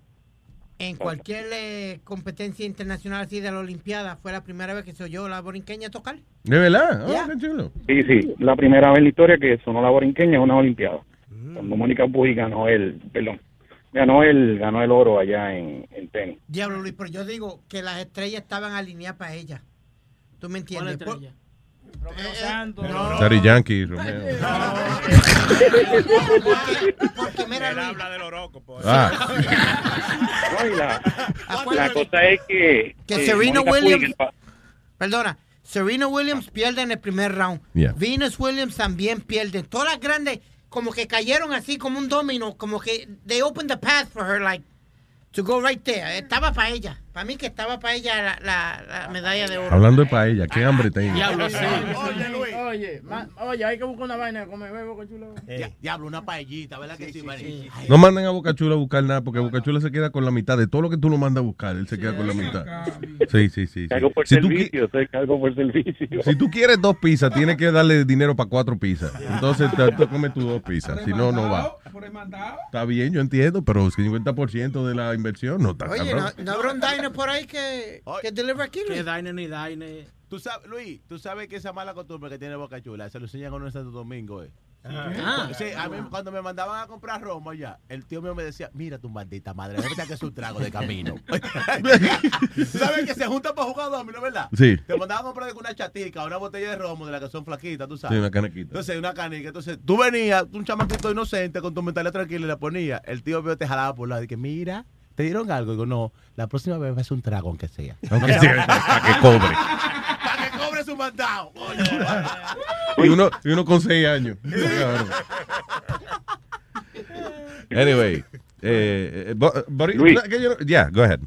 [SPEAKER 11] en cualquier eh, competencia internacional así de la Olimpiada. Fue la primera vez que se oyó la borinqueña tocar.
[SPEAKER 1] ¿De verdad? Oh,
[SPEAKER 11] Yeah.
[SPEAKER 1] qué chulo.
[SPEAKER 15] Sí, sí, la primera vez en la historia que sonó la borinqueña en una olimpiada.
[SPEAKER 11] Mm.
[SPEAKER 15] Cuando Mónica Puy ganó el, perdón, ganó el, ganó el oro allá en, en tenis.
[SPEAKER 11] Diablo, Luis, pero yo digo que las estrellas estaban alineadas para ella. ¿Tú me entiendes? Por- Eh, eh, no.
[SPEAKER 1] Daddy Yankee, Romeo.
[SPEAKER 11] Porque- porque mira, Luis,
[SPEAKER 1] Ah.
[SPEAKER 15] No, y la, la cosa es que...
[SPEAKER 11] Que
[SPEAKER 15] eh,
[SPEAKER 11] Serena
[SPEAKER 15] Mónica Puig,
[SPEAKER 11] Williams-
[SPEAKER 15] el pa-
[SPEAKER 11] Perdona, Serena Williams pierde en el primer round.
[SPEAKER 1] Ah. Yeah.
[SPEAKER 11] Venus Williams también pierde. Todas las grandes como que cayeron así como un domino, como que they opened the path for her like to go right there. Estaba para ella. Para mí que estaba para ella la, la- la medalla de oro.
[SPEAKER 1] Hablando de paella, qué hambre tengo.
[SPEAKER 11] Diablo, sí.
[SPEAKER 14] Oye, Luis. Oye, ma- oye, hay que buscar una vaina de comer, ve, Boca Chula.
[SPEAKER 8] Di- Diablo, una paellita, ¿verdad que sí, Manny? Ay,
[SPEAKER 1] No manden a Bocachula a buscar nada, porque Bocachula se queda con la mitad de todo lo que tú lo mandas a buscar. Él se queda con la mitad. Sí, sí, sí. sí.
[SPEAKER 15] Cargo por
[SPEAKER 1] Si tú, qui-
[SPEAKER 15] servicio, soy cargo por servicio.
[SPEAKER 1] si tú quieres dos pizzas, tienes que darle dinero para cuatro pizzas. Entonces te, tú comes tus dos pizzas. Si no, no va. Está bien, yo entiendo, pero 50% de la inversión no está
[SPEAKER 11] Oye,
[SPEAKER 1] cabrón.
[SPEAKER 11] no, no habrá un diner por ahí que, que deliver aquí, Luis?
[SPEAKER 8] ni daine. Tú sabes, Luis, tú sabes que esa mala costumbre que tiene Boca Chula, se lo enseñan con uno en Santo Domingo, eh.
[SPEAKER 11] Ah.
[SPEAKER 8] Sí, a mí cuando me mandaban a comprar Roma ya, el tío mío me decía, mira tu maldita madre, vete a que es un trago de camino. ¿Sabes que se juntan para jugar domino, verdad?
[SPEAKER 1] Sí.
[SPEAKER 8] Te mandaban a comprar una chatica, una botella de romo de la que son flaquitas, tú sabes.
[SPEAKER 1] Sí, una canequita.
[SPEAKER 8] Entonces, una canica. Entonces, tú venías, un chamaquito inocente, con tu mentalidad tranquila y la ponía. El tío mío te jalaba por la de que, mira, ¿te dieron algo? Digo, no, la próxima vez es un trago, aunque sea.
[SPEAKER 1] Aunque sea, para que cobre.
[SPEAKER 8] Para que cobre su mandado.
[SPEAKER 1] Y uno, y uno con seis años. anyway, eh, eh, bo- Boris-
[SPEAKER 15] Luis.
[SPEAKER 1] que yo no- yeah, go ahead.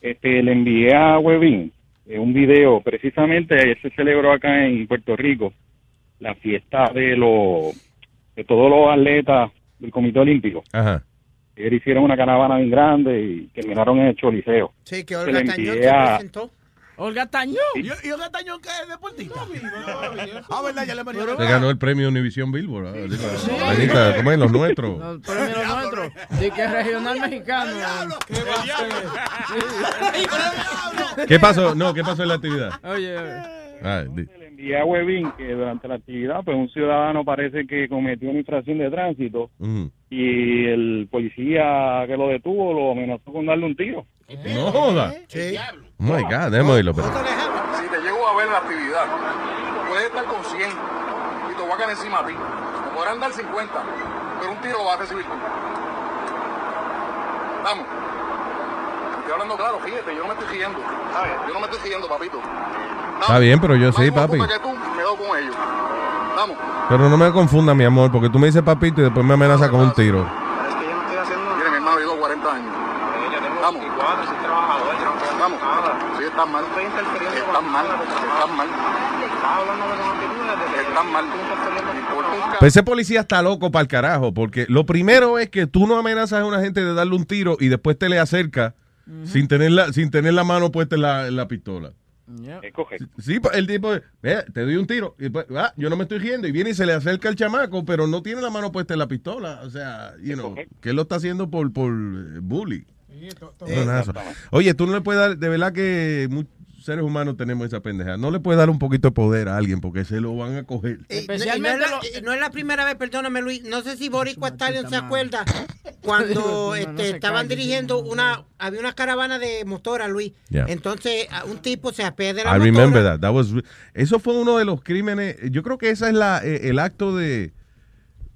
[SPEAKER 15] Este, le envié a Webin eh, un video, precisamente ayer se celebró acá en Puerto Rico la fiesta de los de todos los atletas del Comité Olímpico.
[SPEAKER 1] Ajá.
[SPEAKER 15] Ellos hicieron una caravana bien grande y terminaron en el Choliseo.
[SPEAKER 11] Sí, que
[SPEAKER 15] Se
[SPEAKER 11] Olga
[SPEAKER 15] le
[SPEAKER 11] Tañón
[SPEAKER 15] envié
[SPEAKER 11] se
[SPEAKER 15] a-
[SPEAKER 11] presentó.
[SPEAKER 14] Olga Tañón.
[SPEAKER 8] ¿Y, y Olga Tañón qué es deportista? Ah, verdad, ya le maría.
[SPEAKER 1] Se ganó el premio Univision Billboard. ¿eh? Anita, ¿cómo es? Los nuestros.
[SPEAKER 14] No, pero mira, nuestro. De que regional mexicano.
[SPEAKER 1] ¿Qué pasó? No, ¿qué pasó en la actividad?
[SPEAKER 14] Oye, oye.
[SPEAKER 1] Ah, di-
[SPEAKER 15] envié a Webin que durante la actividad pues un ciudadano parece que cometió una infracción de tránsito
[SPEAKER 1] Mm.
[SPEAKER 15] y el policía que lo detuvo lo amenazó con darle un tiro.
[SPEAKER 1] No joda. Oh my God, déjame oírlo. Pero.
[SPEAKER 24] Si te llego a ver la actividad, puedes estar con 100 y te voy a caer encima a ti. Te podrán dar 50, pero un tiro lo vas a recibir tú. Vamos. Estoy hablando claro, fíjate, yo no me estoy riendo. ¿sabes? Yo no me estoy riendo, papito.
[SPEAKER 1] Está bien, pero yo sí, papi.
[SPEAKER 24] Porque tú me doy con ellos. Vamos.
[SPEAKER 1] Pero no me confunda, mi amor, porque tú me dices papito y después me amenaza con un tiro.
[SPEAKER 24] Es que yo no estoy haciendo. Mira, mi hermano, yo tengo 40 años. Yo tengo Vamos. 24, soy trabajador, yo no puedo Vamos. Sí, estás mal. Estoy interfiriendo estás mal. Estás mal. Estás hablando de Estás mal. Me importa un
[SPEAKER 1] Pues ese policía está loco para el carajo, porque lo primero es que tú no amenazas a una gente de darle un tiro y después te le acerca sin, tener la, sin tener la mano puesta en la, en la pistola.
[SPEAKER 15] Es correcto.
[SPEAKER 1] Sí, pa- el tipo, "Ve, te doy un tiro. Y después, "Ah, yo no me estoy riendo. Y viene y se le acerca el chamaco, pero no tiene la mano puesta en la pistola. O sea, you know, que él lo está haciendo por, por eh, bully. Buenazo. Oye, tú no le puedes dar, de verdad que muchos seres humanos tenemos esa pendeja. No le puedes dar un poquito de poder a alguien porque se lo van a coger.
[SPEAKER 11] Y- y eh, no, es la, y no es la primera vez, perdóname Luis, no sé si Boricua Stallion se acuerda cuando este, estaban dirigiendo una, había una caravana de motora, Luis.
[SPEAKER 1] Yeah.
[SPEAKER 11] Entonces a un tipo se apea de la
[SPEAKER 1] I
[SPEAKER 11] motora.
[SPEAKER 1] remember that. That was- eso fue uno de los crímenes. Yo creo que esa es la eh, el acto de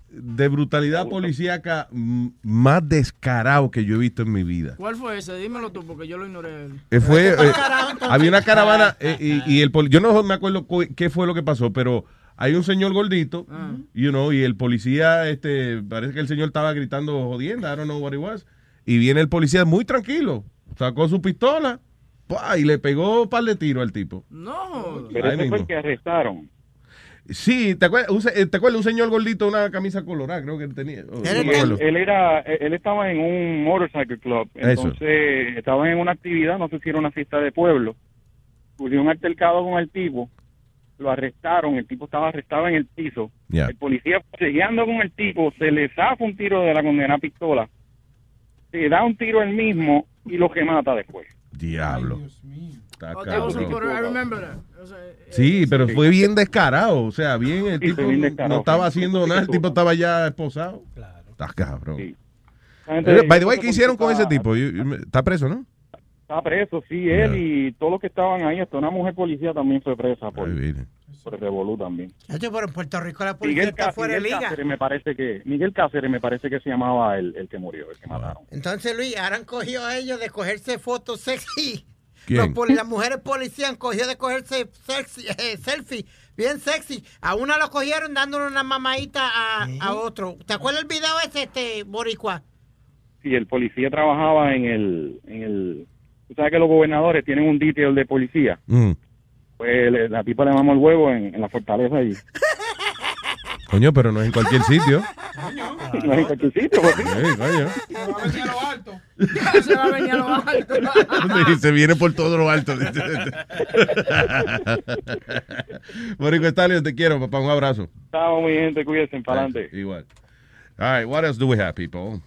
[SPEAKER 1] de brutalidad policíaca m- más descarado que yo he visto en mi vida.
[SPEAKER 14] ¿Cuál fue ese? Dímelo tú, porque yo lo ignoré. este
[SPEAKER 1] Eh, fue, eh,
[SPEAKER 14] Carajo, entonces.
[SPEAKER 1] había una caravana eh, y, y el poli- yo no me acuerdo cu- qué fue lo que pasó, pero hay un señor gordito, you know, y el policía, este, parece que el señor estaba gritando jodienda, I don't know what it was, y viene el policía muy tranquilo, sacó su pistola, ¡pua! y le pegó un par de tiros al tipo.
[SPEAKER 14] No.
[SPEAKER 15] Pero
[SPEAKER 1] Ahí
[SPEAKER 15] ese fue
[SPEAKER 1] mismo.
[SPEAKER 15] el que arrestaron.
[SPEAKER 1] Sí, ¿te acuerdas? Un, se- eh, ¿te acuerdas? un señor gordito, una camisa colorada, creo que tenía. Oh, no me
[SPEAKER 15] él,
[SPEAKER 1] acuerdo.
[SPEAKER 15] él era él estaba en un motorcycle club
[SPEAKER 1] Eso.
[SPEAKER 15] entonces estaba en una actividad no sé si era una fiesta de pueblo surgió un altercado con el tipo lo arrestaron el tipo estaba arrestado en el piso
[SPEAKER 1] Ya.
[SPEAKER 15] el policía peleando con el tipo se le zafa un tiro de la condenada pistola se da un tiro él mismo y lo que mata después
[SPEAKER 1] Diablo. Está
[SPEAKER 14] Oh, that was before, I
[SPEAKER 1] cabrón.
[SPEAKER 14] remember that. O sea,
[SPEAKER 1] Sí, pero fue bien descarado. O sea, bien, el
[SPEAKER 15] Sí,
[SPEAKER 1] tipo
[SPEAKER 15] fue bien
[SPEAKER 1] no-
[SPEAKER 15] descarado.
[SPEAKER 1] no estaba haciendo nada, el tipo estaba ya esposado. Está cabrón.
[SPEAKER 15] Esa gente-
[SPEAKER 1] Eh, By the way,
[SPEAKER 15] esa
[SPEAKER 1] ¿qué hicieron con ese
[SPEAKER 15] consulta-
[SPEAKER 1] tipo? You- you- Está preso, ¿no?
[SPEAKER 15] Está preso, sí, él y todos los que estaban ahí, hasta una mujer policía también fue presa por, por el revolú también.
[SPEAKER 11] Chacho, pero en Puerto Rico la policía
[SPEAKER 15] Miguel,
[SPEAKER 11] está
[SPEAKER 15] Cá-
[SPEAKER 11] fuera de
[SPEAKER 15] Miguel
[SPEAKER 11] liga.
[SPEAKER 15] Cáceres me parece que Miguel Cáceres me parece que se llamaba el, el que murió, el que mataron.
[SPEAKER 11] Entonces Luis, ahora han cogido a ellos de cogerse fotos sexy
[SPEAKER 1] ¿Quién?
[SPEAKER 11] Los poli- las mujeres policías han cogido de cogerse sexy- eh, selfie, bien sexy. A una lo cogieron dándole una mamadita a,
[SPEAKER 26] ¿Eh?
[SPEAKER 11] a otro. ¿Te acuerdas el video ese, este, Boricua?
[SPEAKER 15] si el policía trabajaba en el, en el... Tú sabes que los gobernadores tienen un detail de policía.
[SPEAKER 1] Mm.
[SPEAKER 15] Pues le- la tipa le mamó el huevo en, en la fortaleza allí.
[SPEAKER 1] Coño, pero no es en cualquier sitio.
[SPEAKER 15] No es en cualquier sitio, pues.
[SPEAKER 1] Sí, coño.
[SPEAKER 3] Se va a venir a lo alto.
[SPEAKER 1] se viene por todo lo alto. Borico Stallion, te quiero, papá. Un abrazo.
[SPEAKER 15] Estamos muy gente, cuídense, para adelante.
[SPEAKER 1] Igual. All right, what else do we have, people?
[SPEAKER 6] Oye.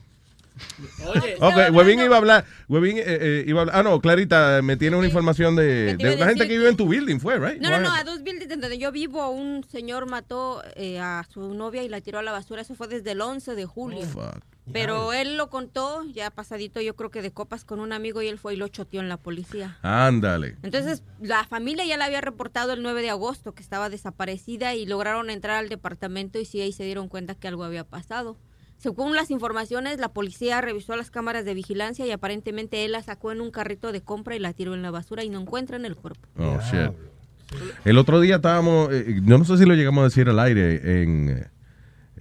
[SPEAKER 1] Ok, Webin iba a hablar. Webin eh, eh, iba a hablar. Ah, no, Clarita, me tiene una información de,
[SPEAKER 22] te iba
[SPEAKER 1] de
[SPEAKER 22] a
[SPEAKER 1] una gente
[SPEAKER 22] decir
[SPEAKER 1] que vive en tu building, fue, right?
[SPEAKER 22] No, no, no,
[SPEAKER 1] Wow.
[SPEAKER 22] a dos buildings donde yo vivo, un señor mató eh, a su novia y la tiró a la basura. Eso fue desde el 11 de julio.
[SPEAKER 1] fuck.
[SPEAKER 22] Pero él lo contó ya pasadito, yo creo que de copas con un amigo y él fue y lo choteó en la policía.
[SPEAKER 1] Ándale.
[SPEAKER 22] Entonces, la familia ya la había reportado el 9 de agosto que estaba desaparecida y lograron entrar al departamento y sí ahí se dieron cuenta que algo había pasado. Según las informaciones, la policía revisó las cámaras de vigilancia y aparentemente él la sacó en un carrito de compra y la tiró en la basura y no encuentran el cuerpo.
[SPEAKER 1] Oh, shit. El otro día estábamos, eh, yo no sé si lo llegamos a decir al aire, en,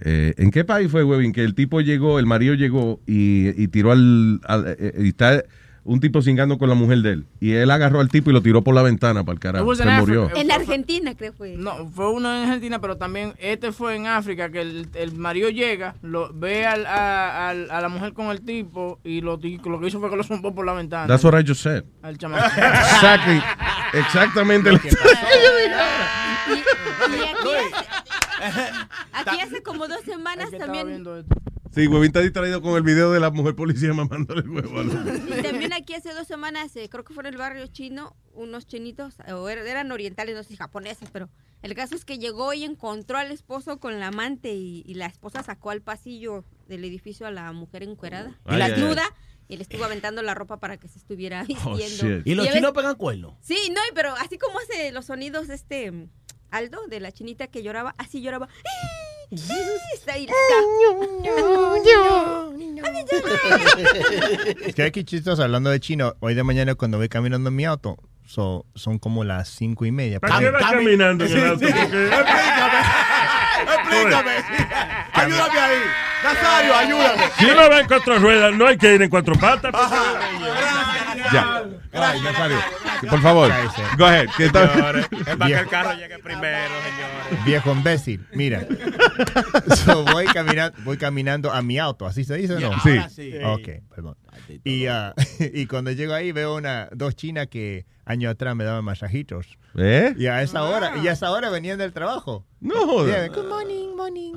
[SPEAKER 1] eh, ¿en qué país fue, Webin? Que el tipo llegó, el marido llegó y, y tiró al, al- eh, eh, y está un tipo cingando con la mujer de él. Y él agarró al tipo y lo tiró por la ventana para el
[SPEAKER 14] It
[SPEAKER 1] carajo.
[SPEAKER 14] was
[SPEAKER 1] Se
[SPEAKER 14] in Africa.
[SPEAKER 1] murió.
[SPEAKER 22] En Argentina, creo fue.
[SPEAKER 14] No, fue uno en Argentina, pero también este fue en África, que el, el marido llega, lo, ve al, a, al- a la mujer con el tipo y lo, y lo que hizo fue que lo zumbó por la ventana.
[SPEAKER 1] That's what I just said.
[SPEAKER 14] Al chamaco.
[SPEAKER 1] Exactly. Exactamente. lo-
[SPEAKER 22] Y aquí, hace, aquí hace como dos semanas también
[SPEAKER 1] Sí, Webin está distraído con el video de la mujer policía mamándole el huevo. a la-
[SPEAKER 22] Y también aquí hace dos semanas, eh, creo que fue en el barrio chino, unos chinitos, o er- eran orientales, no sé, japoneses, pero el caso es que llegó y encontró al esposo con la amante y, y la esposa sacó al pasillo del edificio a la mujer encuerada,
[SPEAKER 8] Ay, ay,
[SPEAKER 22] desnuda, y le estuvo aventando la ropa para que se estuviera
[SPEAKER 8] Oh,
[SPEAKER 22] vistiendo.
[SPEAKER 8] y los
[SPEAKER 22] Oh, a
[SPEAKER 8] chinos
[SPEAKER 22] veces-
[SPEAKER 8] pegan cuernos.
[SPEAKER 22] Sí, no, y pero así como hace los sonidos este mm, Aldo de la chinita que lloraba, así lloraba. Está ahí, está.
[SPEAKER 16] Estoy aquí chistoso hablando de chino. Hoy de mañana cuando voy caminando en mi auto, so- son como las cinco y media.
[SPEAKER 17] ¿Para qué vas caminando en el auto? Porque-
[SPEAKER 3] Explícame. Ayúdame ahí. Nazario, ayúdame.
[SPEAKER 17] Si uno va en cuatro ruedas, no hay que ir en cuatro patas.
[SPEAKER 1] Ya. Ay, Nazario. Por favor. Go ahead. que está-
[SPEAKER 16] Señores, es para que el
[SPEAKER 19] carro llegue primero,
[SPEAKER 16] Viejo imbécil, mira. So, voy, caminando, voy caminando a mi auto, ¿así se dice o no?
[SPEAKER 19] Ya, ahora Sí. sí.
[SPEAKER 16] Ok, perdón. Y, ah, y cuando llego ahí veo una, dos chinas que años atrás me daban masajitos.
[SPEAKER 1] ¿Eh?
[SPEAKER 16] Y a esa hora, y a esa hora venían del trabajo.
[SPEAKER 1] No
[SPEAKER 16] joder.
[SPEAKER 3] Good morning, morning.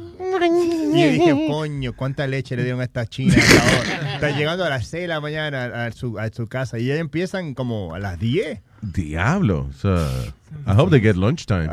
[SPEAKER 16] Y yo dije, coño, cuánta leche le dieron a estas chinas. a esa hora? Está llegando a las 6 de la mañana a, a su, a su casa y ya empiezan como a las 10.
[SPEAKER 1] Diablo. So, I hope they get lunchtime.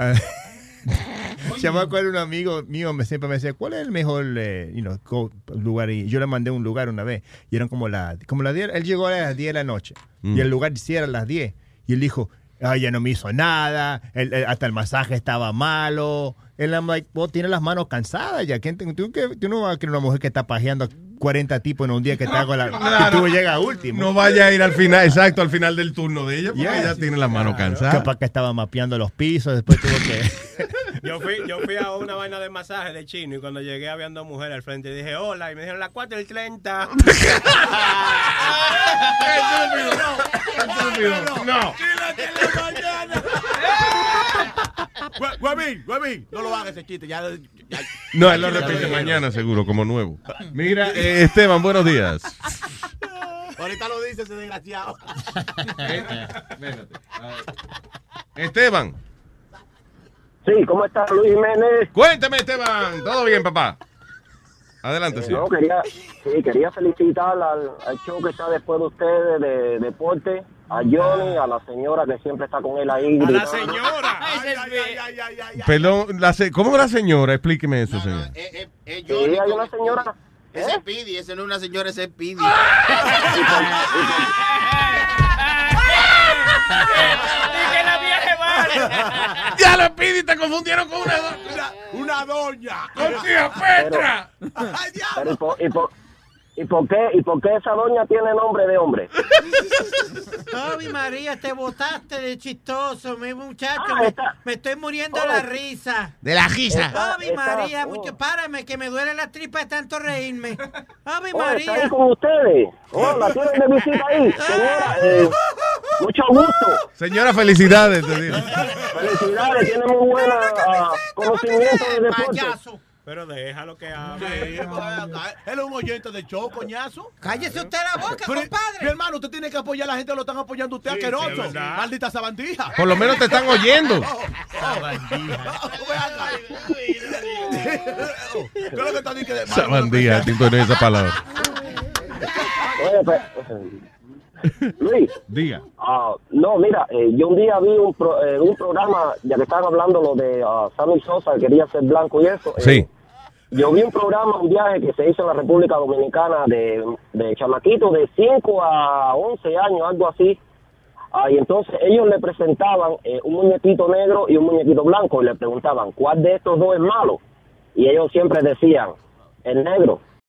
[SPEAKER 16] Se me acuerdo un amigo mío me siempre me decía, ¿cuál es el mejor eh, you know, go- lugar? Y yo le mandé un lugar una vez y eran como las como las 10, él llegó a las 10 de la noche
[SPEAKER 1] Mm.
[SPEAKER 16] y el lugar sí era a las 10 y él dijo, ay, ya no me hizo nada, el- el- hasta el masaje estaba malo. Él I'm like, vos tienes las manos cansadas ya, ¿Quién te- tú, que, tú no vas a querer una mujer que está pajeando a 40 tipos en un día que te hago la... y tú llegas último.
[SPEAKER 1] No vaya a ir al final, exacto, al final del turno de ella, porque ella tiene la mano cansada.
[SPEAKER 16] Capaz que estaba mapeando los pisos, después tuvo que...
[SPEAKER 19] Yo fui, yo fui a una vaina de masaje de chino y cuando llegué había dos mujeres al frente y dije hola y me dijeron las 4 y 30.
[SPEAKER 3] No.
[SPEAKER 8] Gua- Guamín, Guamín, no lo hagas ese chiste. Ya, ya-
[SPEAKER 1] No, él lo repite mañana seguro, como nuevo. Mira, eh, Esteban, buenos días.
[SPEAKER 8] Ahorita lo dice ese desgraciado.
[SPEAKER 1] Esteban.
[SPEAKER 13] Sí, ¿cómo estás, Luis Jiménez?
[SPEAKER 1] Cuéntame, Esteban. ¿Todo bien, papá? Adelante,
[SPEAKER 13] Eh,
[SPEAKER 1] sí.
[SPEAKER 13] no, quería, sí, quería felicitar al, al show que está después de ustedes de, deporte, a Johnny, a la señora que siempre está con él ahí.
[SPEAKER 19] A la
[SPEAKER 13] gritando.
[SPEAKER 19] señora.
[SPEAKER 1] Perdón, la se- ¿cómo la señora? Explíqueme eso, señor.
[SPEAKER 10] eh, Es
[SPEAKER 13] Sí,
[SPEAKER 10] Johnny
[SPEAKER 13] hay
[SPEAKER 10] con
[SPEAKER 13] una
[SPEAKER 10] el-
[SPEAKER 13] señora. ¿Eh?
[SPEAKER 10] Ese es Pidi, ese no es una señora, ese es Pidi.
[SPEAKER 13] ¡Ah!
[SPEAKER 1] Ya la pidi, te confundieron con una
[SPEAKER 3] doña. Una doña.
[SPEAKER 13] Con tía Petra. Pero ¿y por, y por- y por qué, ¿Y por qué esa doña tiene nombre de hombre?
[SPEAKER 11] Toby María, te botaste de chistoso, mi muchacho.
[SPEAKER 26] Ah,
[SPEAKER 11] me,
[SPEAKER 26] está. Oh.
[SPEAKER 11] me estoy muriendo de la risa.
[SPEAKER 26] De la risa. Está-
[SPEAKER 11] Toby
[SPEAKER 26] está-
[SPEAKER 11] María,
[SPEAKER 26] oh.
[SPEAKER 11] mucho, párame, que me duele la tripa de tanto reírme. Toby
[SPEAKER 26] Oh,
[SPEAKER 13] Hola,
[SPEAKER 11] María.
[SPEAKER 13] estamos con ustedes. Hola, tienen de visita ahí. Señora, eh, mucho gusto.
[SPEAKER 1] Señora, felicidades, te digo.
[SPEAKER 13] Felicidades, tiene muy buen ah, conocimiento de deporte.
[SPEAKER 19] Pero déjalo que hable.
[SPEAKER 8] Él es un oyente de show, coñazo.
[SPEAKER 11] Cállese usted la boca,
[SPEAKER 8] compadre. Mi hermano, usted tiene que apoyar a la gente, lo están apoyando usted,
[SPEAKER 19] Sí, sí,
[SPEAKER 8] asqueroso.
[SPEAKER 19] es verdad.
[SPEAKER 8] Maldita sabandija.
[SPEAKER 1] Por lo menos te están oyendo.
[SPEAKER 8] Yo lo que está diciendo es que-
[SPEAKER 1] Sabandija, Tito, no es esa palabra.
[SPEAKER 13] Oye, pues, Luis.
[SPEAKER 1] Diga.
[SPEAKER 13] Ah, no, mira, eh, yo un día vi un, pro- eh, un programa, ya que estaban hablando lo de ah, Sammy Sosa, que quería ser blanco y eso. eh,
[SPEAKER 1] Sí.
[SPEAKER 13] yo vi un programa, un viaje que se hizo en la República Dominicana de, de chamaquitos de 5 a 11 años, algo así. Ah, y entonces ellos le presentaban eh, un muñequito negro y un muñequito blanco y le preguntaban, ¿cuál de estos dos es malo? Y ellos siempre decían, el negro.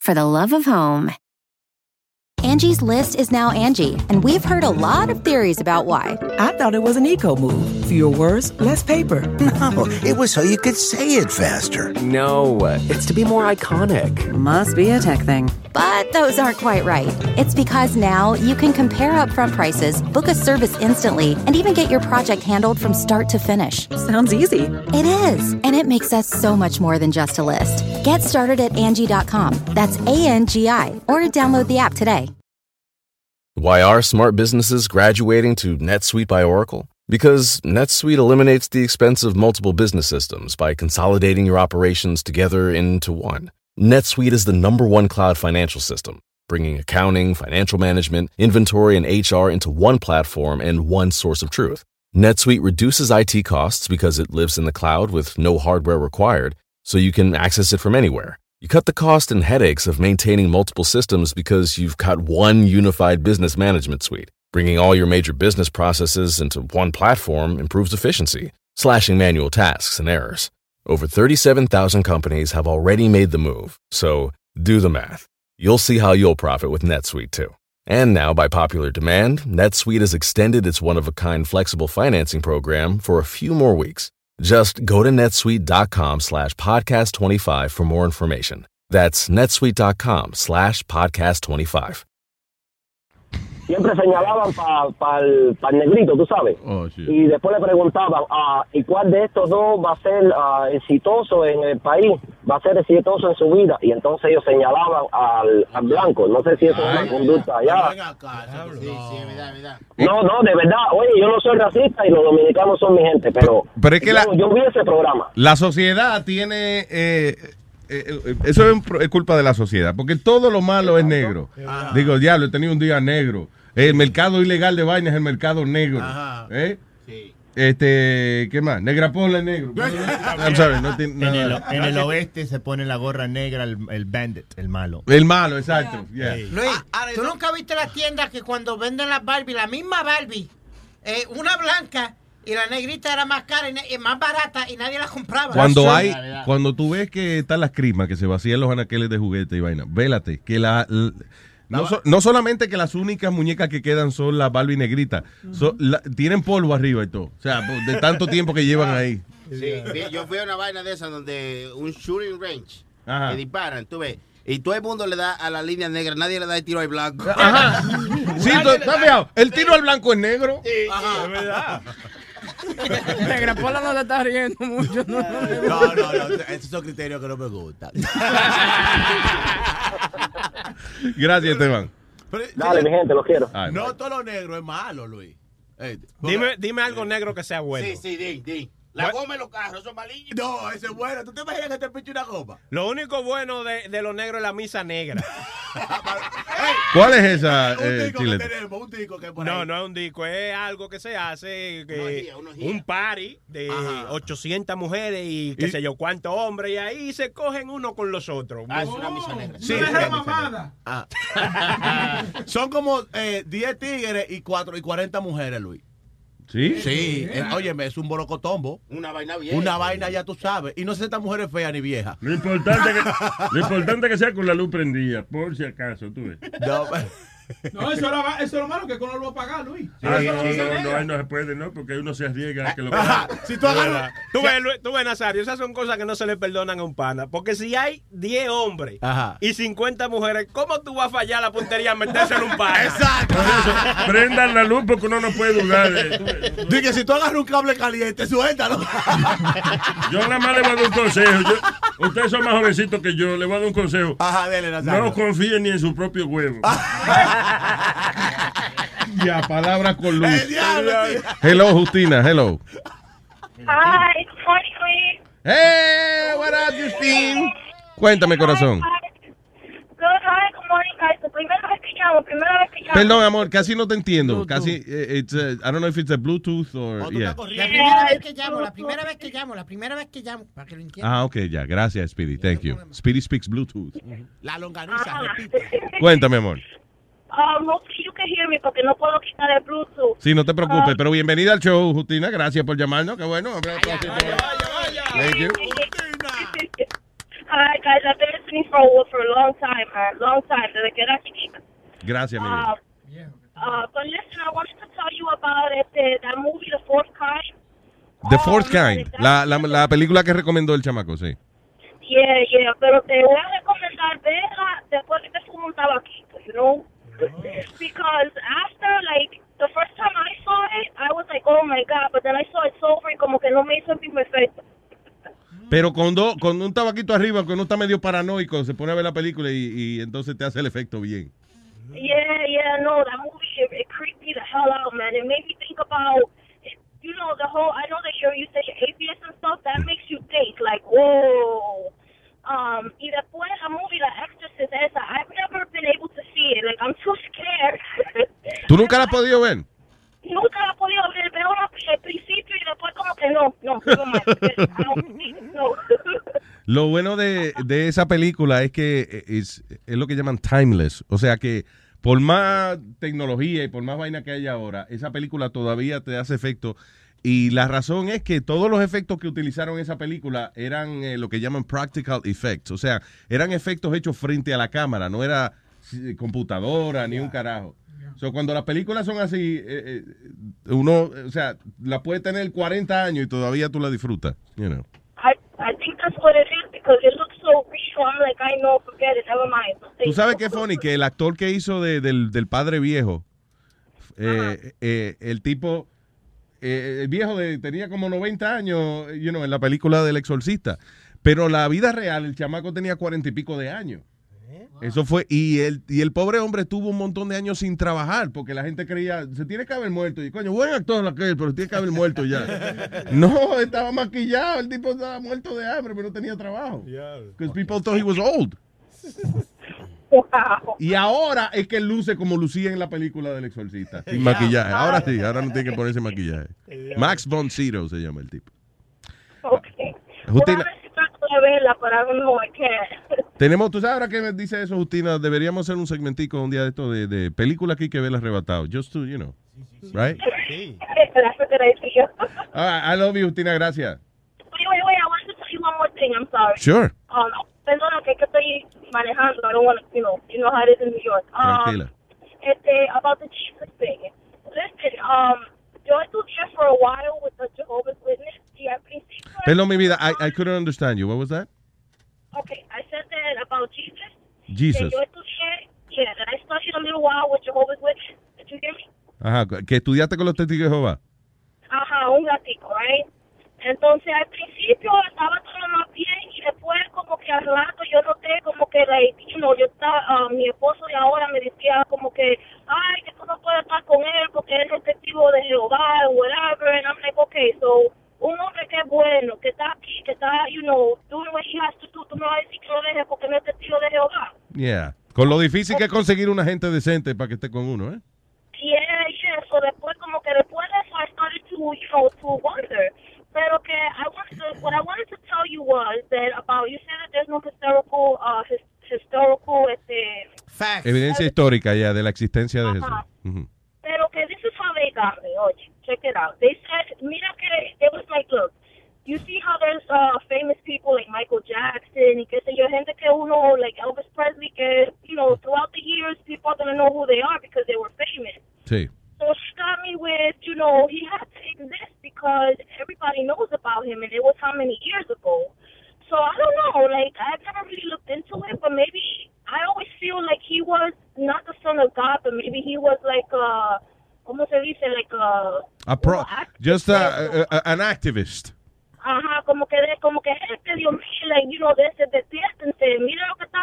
[SPEAKER 27] for the love of home.
[SPEAKER 28] Angie's list is now Angie, and we've heard a lot of theories about why.
[SPEAKER 9] I thought it was an eco move. Fewer words, less paper. No, it was so you could say it faster.
[SPEAKER 28] No, it's to be more iconic. Must be a tech thing. But those aren't quite right. It's because now you can compare upfront prices, book a service instantly, and even get your project handled from start to finish. Sounds easy. It is, and it makes us so much more than just a list. Get started at Angie.com. That's A N G I, or download the app today.
[SPEAKER 29] Why are smart businesses graduating to NetSuite by Oracle? Because NetSuite eliminates the expense of multiple business systems by consolidating your operations together into one. NetSuite is the number one cloud financial system, bringing accounting, financial management, inventory, and HR into one platform and one source of truth. NetSuite reduces IT costs because it lives in the cloud with no hardware required, so you can access it from anywhere. You cut the cost and headaches of maintaining multiple systems because you've got one unified business management suite. Bringing all your major business processes into one platform improves efficiency, slashing manual tasks and errors. Over 37,000 companies have already made the move, so do the math. You'll see how you'll profit with NetSuite too. And now, by popular demand, NetSuite has extended its one of a kind flexible financing program for a few more weeks. Just go to netsuite.com slash podcast 25 for more information. That's netsuite.com slash podcast 25.
[SPEAKER 13] siempre señalaban para el, pa el negrito, tú sabes. y después le preguntaban, ah, ¿y cuál de estos dos va a ser ah, exitoso en el país? ¿Va a ser exitoso en su vida? Y entonces ellos señalaban al, al blanco. No sé si eso es una conducta ya. No, no, de verdad. Oye, yo no soy racista y los dominicanos son mi gente, pero,
[SPEAKER 1] pero es que
[SPEAKER 13] yo,
[SPEAKER 1] la-
[SPEAKER 13] yo vi ese programa.
[SPEAKER 1] La sociedad tiene. eh, eh, eh, eso es, un pro- es culpa de la sociedad, porque todo lo malo es negro. Digo, diablo, he tenido un día negro. El mercado ilegal de vainas es el mercado negro. ¿Eh? Este, ¿qué más? Negra Pola es negro. I'm sorry, no tiene
[SPEAKER 16] en,
[SPEAKER 1] nada.
[SPEAKER 16] el, en el oeste se pone la gorra negra el, el bandit, el malo.
[SPEAKER 1] El malo, exacto. yeah.
[SPEAKER 16] Luis,
[SPEAKER 11] ¿Tú nunca viste las tiendas que cuando venden las Barbie, la misma Barbie, eh, una blanca y la negrita era más cara y, na- y más barata y nadie la compraba?
[SPEAKER 1] Cuando hay, cuando tú ves que están las crimas, que se vacían los anaqueles de juguete y vaina, vélate, que la... l- no, so- no solamente que las únicas muñecas que quedan son las Barbie negritas, so- la- tienen polvo arriba y todo. O sea, po- de tanto tiempo que llevan ahí.
[SPEAKER 10] Sí, sí, yo fui a una vaina de esas donde un shooting range
[SPEAKER 1] Ajá.
[SPEAKER 10] que disparan, tú ves. Y todo el mundo le da a la línea negra, nadie le da el tiro al blanco.
[SPEAKER 1] Sí, tú- ¿estás fijado? El tiro al blanco es negro.
[SPEAKER 10] Ajá.
[SPEAKER 14] Negra Pola no se está riendo mucho. No,
[SPEAKER 8] No, no, no. Esos son criterios que no me gustan.
[SPEAKER 1] Gracias, Esteban.
[SPEAKER 13] Dale, mi gente, lo quiero.
[SPEAKER 1] Ay,
[SPEAKER 8] No todo lo negro es malo, Luis. Eh,
[SPEAKER 19] Dime, dime algo negro que sea bueno.
[SPEAKER 10] Sí, sí, di, di. La goma en los carros, son malillos.
[SPEAKER 8] No, eso es bueno. ¿Tú te imaginas que te pinche una goma?
[SPEAKER 19] Lo único bueno de, de lo negro es la misa negra.
[SPEAKER 1] ¿Cuál es esa,
[SPEAKER 19] Un
[SPEAKER 1] eh,
[SPEAKER 19] disco que
[SPEAKER 1] Chile?
[SPEAKER 8] tenemos, un disco que es por
[SPEAKER 19] No,
[SPEAKER 8] ahí.
[SPEAKER 19] no es un disco, es algo que se hace, que- un party de 800 mujeres y qué
[SPEAKER 8] ¿Y?
[SPEAKER 19] sé yo cuántos hombres y ahí se cogen uno con los otros. Ah.
[SPEAKER 10] Ah, es una misa negra.
[SPEAKER 8] Sí,
[SPEAKER 19] es
[SPEAKER 8] una
[SPEAKER 19] una misa negra.
[SPEAKER 8] Son como eh, 10 tigres y, cuatro, y 40 mujeres, Luis.
[SPEAKER 1] ¿Sí?
[SPEAKER 8] Sí. eh, óyeme, es un borocotombo.
[SPEAKER 10] Una vaina vieja.
[SPEAKER 8] Una vaina, ya tú sabes. Y no se tan mujeres feas ni viejas.
[SPEAKER 17] Lo importante, que, lo importante que sea con la luz prendida, por si acaso, tú ves.
[SPEAKER 8] No,
[SPEAKER 9] No, eso, era, eso es lo malo que con lo pagar, Luis.
[SPEAKER 17] Ah,
[SPEAKER 9] Eso
[SPEAKER 17] no,
[SPEAKER 9] lo dice
[SPEAKER 17] no,
[SPEAKER 9] ella.
[SPEAKER 17] no, ahí no se puede, ¿no? Porque uno se arriesga a que lo
[SPEAKER 8] Si
[SPEAKER 19] tú agarras. Tú ves, Lu- tú ves, Nazario, esas son cosas que no se le perdonan a un pana. Porque si hay 10 hombres
[SPEAKER 17] Ajá.
[SPEAKER 19] y 50 mujeres, ¿cómo tú vas a fallar la puntería a metérselo a un pana?
[SPEAKER 8] Exacto.
[SPEAKER 17] Prendan la luz porque uno no puede dudar. eh.
[SPEAKER 8] Dije, si tú agarras un cable caliente, suéltalo.
[SPEAKER 17] Yo nada más le voy a dar un consejo. Yo- ustedes son más jovencitos que yo, le voy a dar un consejo.
[SPEAKER 8] Ajá, dele, Nazario.
[SPEAKER 17] No confíen ni en su propio huevo.
[SPEAKER 1] Ya, palabras con luz.
[SPEAKER 8] diablo,
[SPEAKER 1] Hello, Justina, hello.
[SPEAKER 12] Hi, morning, Luis.
[SPEAKER 1] Hey, what up, Justin? Eh, Cuéntame, corazón.
[SPEAKER 12] Good, hi, good morning, guys. La primera vez que llamo, primera vez que llamo.
[SPEAKER 1] Perdón, amor, casi no te entiendo. Casi, eh, it's, eh, I don't know if it's a Bluetooth or... yeah.
[SPEAKER 11] La primera vez que llamo, la primera vez que llamo, la primera vez que llamo, para que lo entiendan.
[SPEAKER 1] Ah, ok, ya. Gracias, Speedy. Thank you. Speedy speaks Bluetooth.
[SPEAKER 8] La longaniza,
[SPEAKER 1] Cuéntame, amor.
[SPEAKER 12] Ah. Um, hopefully you can hear me porque no puedo quitar el Bluetooth.
[SPEAKER 1] Sí, no te preocupes,
[SPEAKER 12] Ah,
[SPEAKER 1] pero bienvenida al show, Justina. Gracias por llamarnos. Qué bueno. Hombre, Thank you.
[SPEAKER 12] Hi, guys. I've been listening for a, for a long time, man. Long time. Desde que era chiquita.
[SPEAKER 1] Gracias, mi vida.
[SPEAKER 12] Uh, uh, but listen, I wanted to tell you about it, the, that movie, The Fourth Kind.
[SPEAKER 1] The Fourth Kind, la, la, la película que recomendó el chamaco, sí.
[SPEAKER 12] Yeah, yeah, pero te voy a recomendar verla después de que fumo un tabaquito, you know? Because after, like, the first time I saw it, I was like, oh my God, but then I saw it sober y como que no me hizo el mismo efecto.
[SPEAKER 1] Pero con, do- con un tabaquito arriba, que uno está medio paranoico, se pone a ver la película y, y entonces te hace el efecto bien.
[SPEAKER 12] Yeah, yeah, no, that movie, it, it creeped me the hell out, man. It made me think about, you know, the whole, I know that you're, you say you're atheist and stuff, that makes you think, like, whoa. Um, y después, a movie, The Exorcist, esa, I've never been able to see it. Like, I'm too scared.
[SPEAKER 1] ¿Tú nunca la has podido ver?
[SPEAKER 12] Nunca la he podido ver, veo la- el principio y después como que no, no, no, más, no.
[SPEAKER 1] Lo bueno de, de esa película es que eh, es, es lo que llaman timeless. O sea que por más tecnología y por más vaina que hay ahora, esa película todavía te hace efecto. Y la razón es que todos los efectos que utilizaron en esa película eran eh, lo que llaman practical effects. O sea, eran efectos hechos frente a la cámara, no era eh, computadora ni un carajo. So, cuando las películas son así, eh, eh, uno, eh, o sea, la puede tener 40 años y todavía tú la disfrutas. you know.
[SPEAKER 12] I, I think that's what it is because it looks so real. I'm like, I know, forget it, never mind.
[SPEAKER 1] Tú sabes qué funny, que el actor que hizo de- del, del padre viejo, eh, eh, el tipo, eh, el viejo de- tenía como 90 años, you know, en la película del exorcista, pero la vida real, el chamaco tenía 40 y pico de años. Eso fue, y el, y el pobre hombre tuvo un montón de años sin trabajar, porque la gente creía, se tiene que haber muerto. Y coño, buen actor aquel, pero tiene que haber muerto ya. no, estaba maquillado, el tipo estaba muerto de hambre, pero no tenía trabajo. Because people thought he was old. Y ahora es que luce como lucía en la película del exorcista. Sin maquillaje. Ahora sí, ahora no tiene que ponerse maquillaje. Max von Zero se llama el tipo.
[SPEAKER 12] Okay.
[SPEAKER 1] Justina,
[SPEAKER 12] Trato de verla, but I don't know, I can't.
[SPEAKER 1] tenemos, tú sabes ahora que me dice eso, Justina, deberíamos hacer un segmentico un día de esto de, de película aquí que ve el arrebatado. Just to, you know. Right?
[SPEAKER 12] that's a good idea.
[SPEAKER 1] All right, Ah, I love you, Justina, gracias.
[SPEAKER 12] Wait, wait, wait, I want to tell you one more thing, I'm sorry.
[SPEAKER 1] Sure.
[SPEAKER 12] Um, perdona, que es que estoy manejando, I don't want to, you know, you know how it is in New York. Um,
[SPEAKER 1] Tranquila.
[SPEAKER 12] este, about the Jesus thing. Listen, um, yo estudié for a while with the Jehovah's Witness. y al principio-
[SPEAKER 1] Perdón, mi vida, I, I couldn't understand you. What was that?
[SPEAKER 12] Okay, I said that about Jesus.
[SPEAKER 1] Jesus.
[SPEAKER 12] That yo estudié, yeah, that I studied a little while with Jehovah's Witness. Did you hear me?
[SPEAKER 1] Ajá, que estudiaste con los testigos de Jehová.
[SPEAKER 12] Ajá, a un gatito, right? Entonces al principio estaba todo más bien y después como que al rato yo noté como que, like, you know, yo estaba, ah, mi esposo de ahora me decía como que, ay, que tú no puedes estar con él porque él es testigo de Jehová, whatever, and I'm like, okay, so, un hombre que es bueno, que está aquí, que está, you know, doing what he has to do, tú me vas a decir que lo dejes porque no es testigo de Jehová.
[SPEAKER 1] Yeah. Con lo difícil que es conseguir una gente decente para que esté con uno, ¿eh?
[SPEAKER 12] Yeah, yeah. So después, como que después de eso, I started to, you know, to wonder. Pero que I wanted to, what I wanted to tell you was that about, you said that there's no historical, uh, his, historical, este,
[SPEAKER 11] Facts.
[SPEAKER 1] Evidencia histórica ya de la existencia de Jesús.
[SPEAKER 12] Ajá.
[SPEAKER 1] Ujú.
[SPEAKER 12] Pero que this is how they got me. Oh, check it out. They said, mira que, it was like, look, you see how there's uh, famous people like Michael Jackson y que sé yo, gente que uno, like Elvis Presley, que, you know, throughout the years, people are going to know who they are because they were famous.
[SPEAKER 1] Sí.
[SPEAKER 12] So she got me with, you know, he had to exist because everybody knows about him and it was how many years ago. So I don't know, like I've never really looked into it, but maybe I always feel like he was not the son of God, but maybe he was like uh como se dice, like uh
[SPEAKER 1] A pro, just a- a- a- an activist.
[SPEAKER 12] ajá, como que de- como que este Dios mío, like, you know, de despiértense, mira lo que está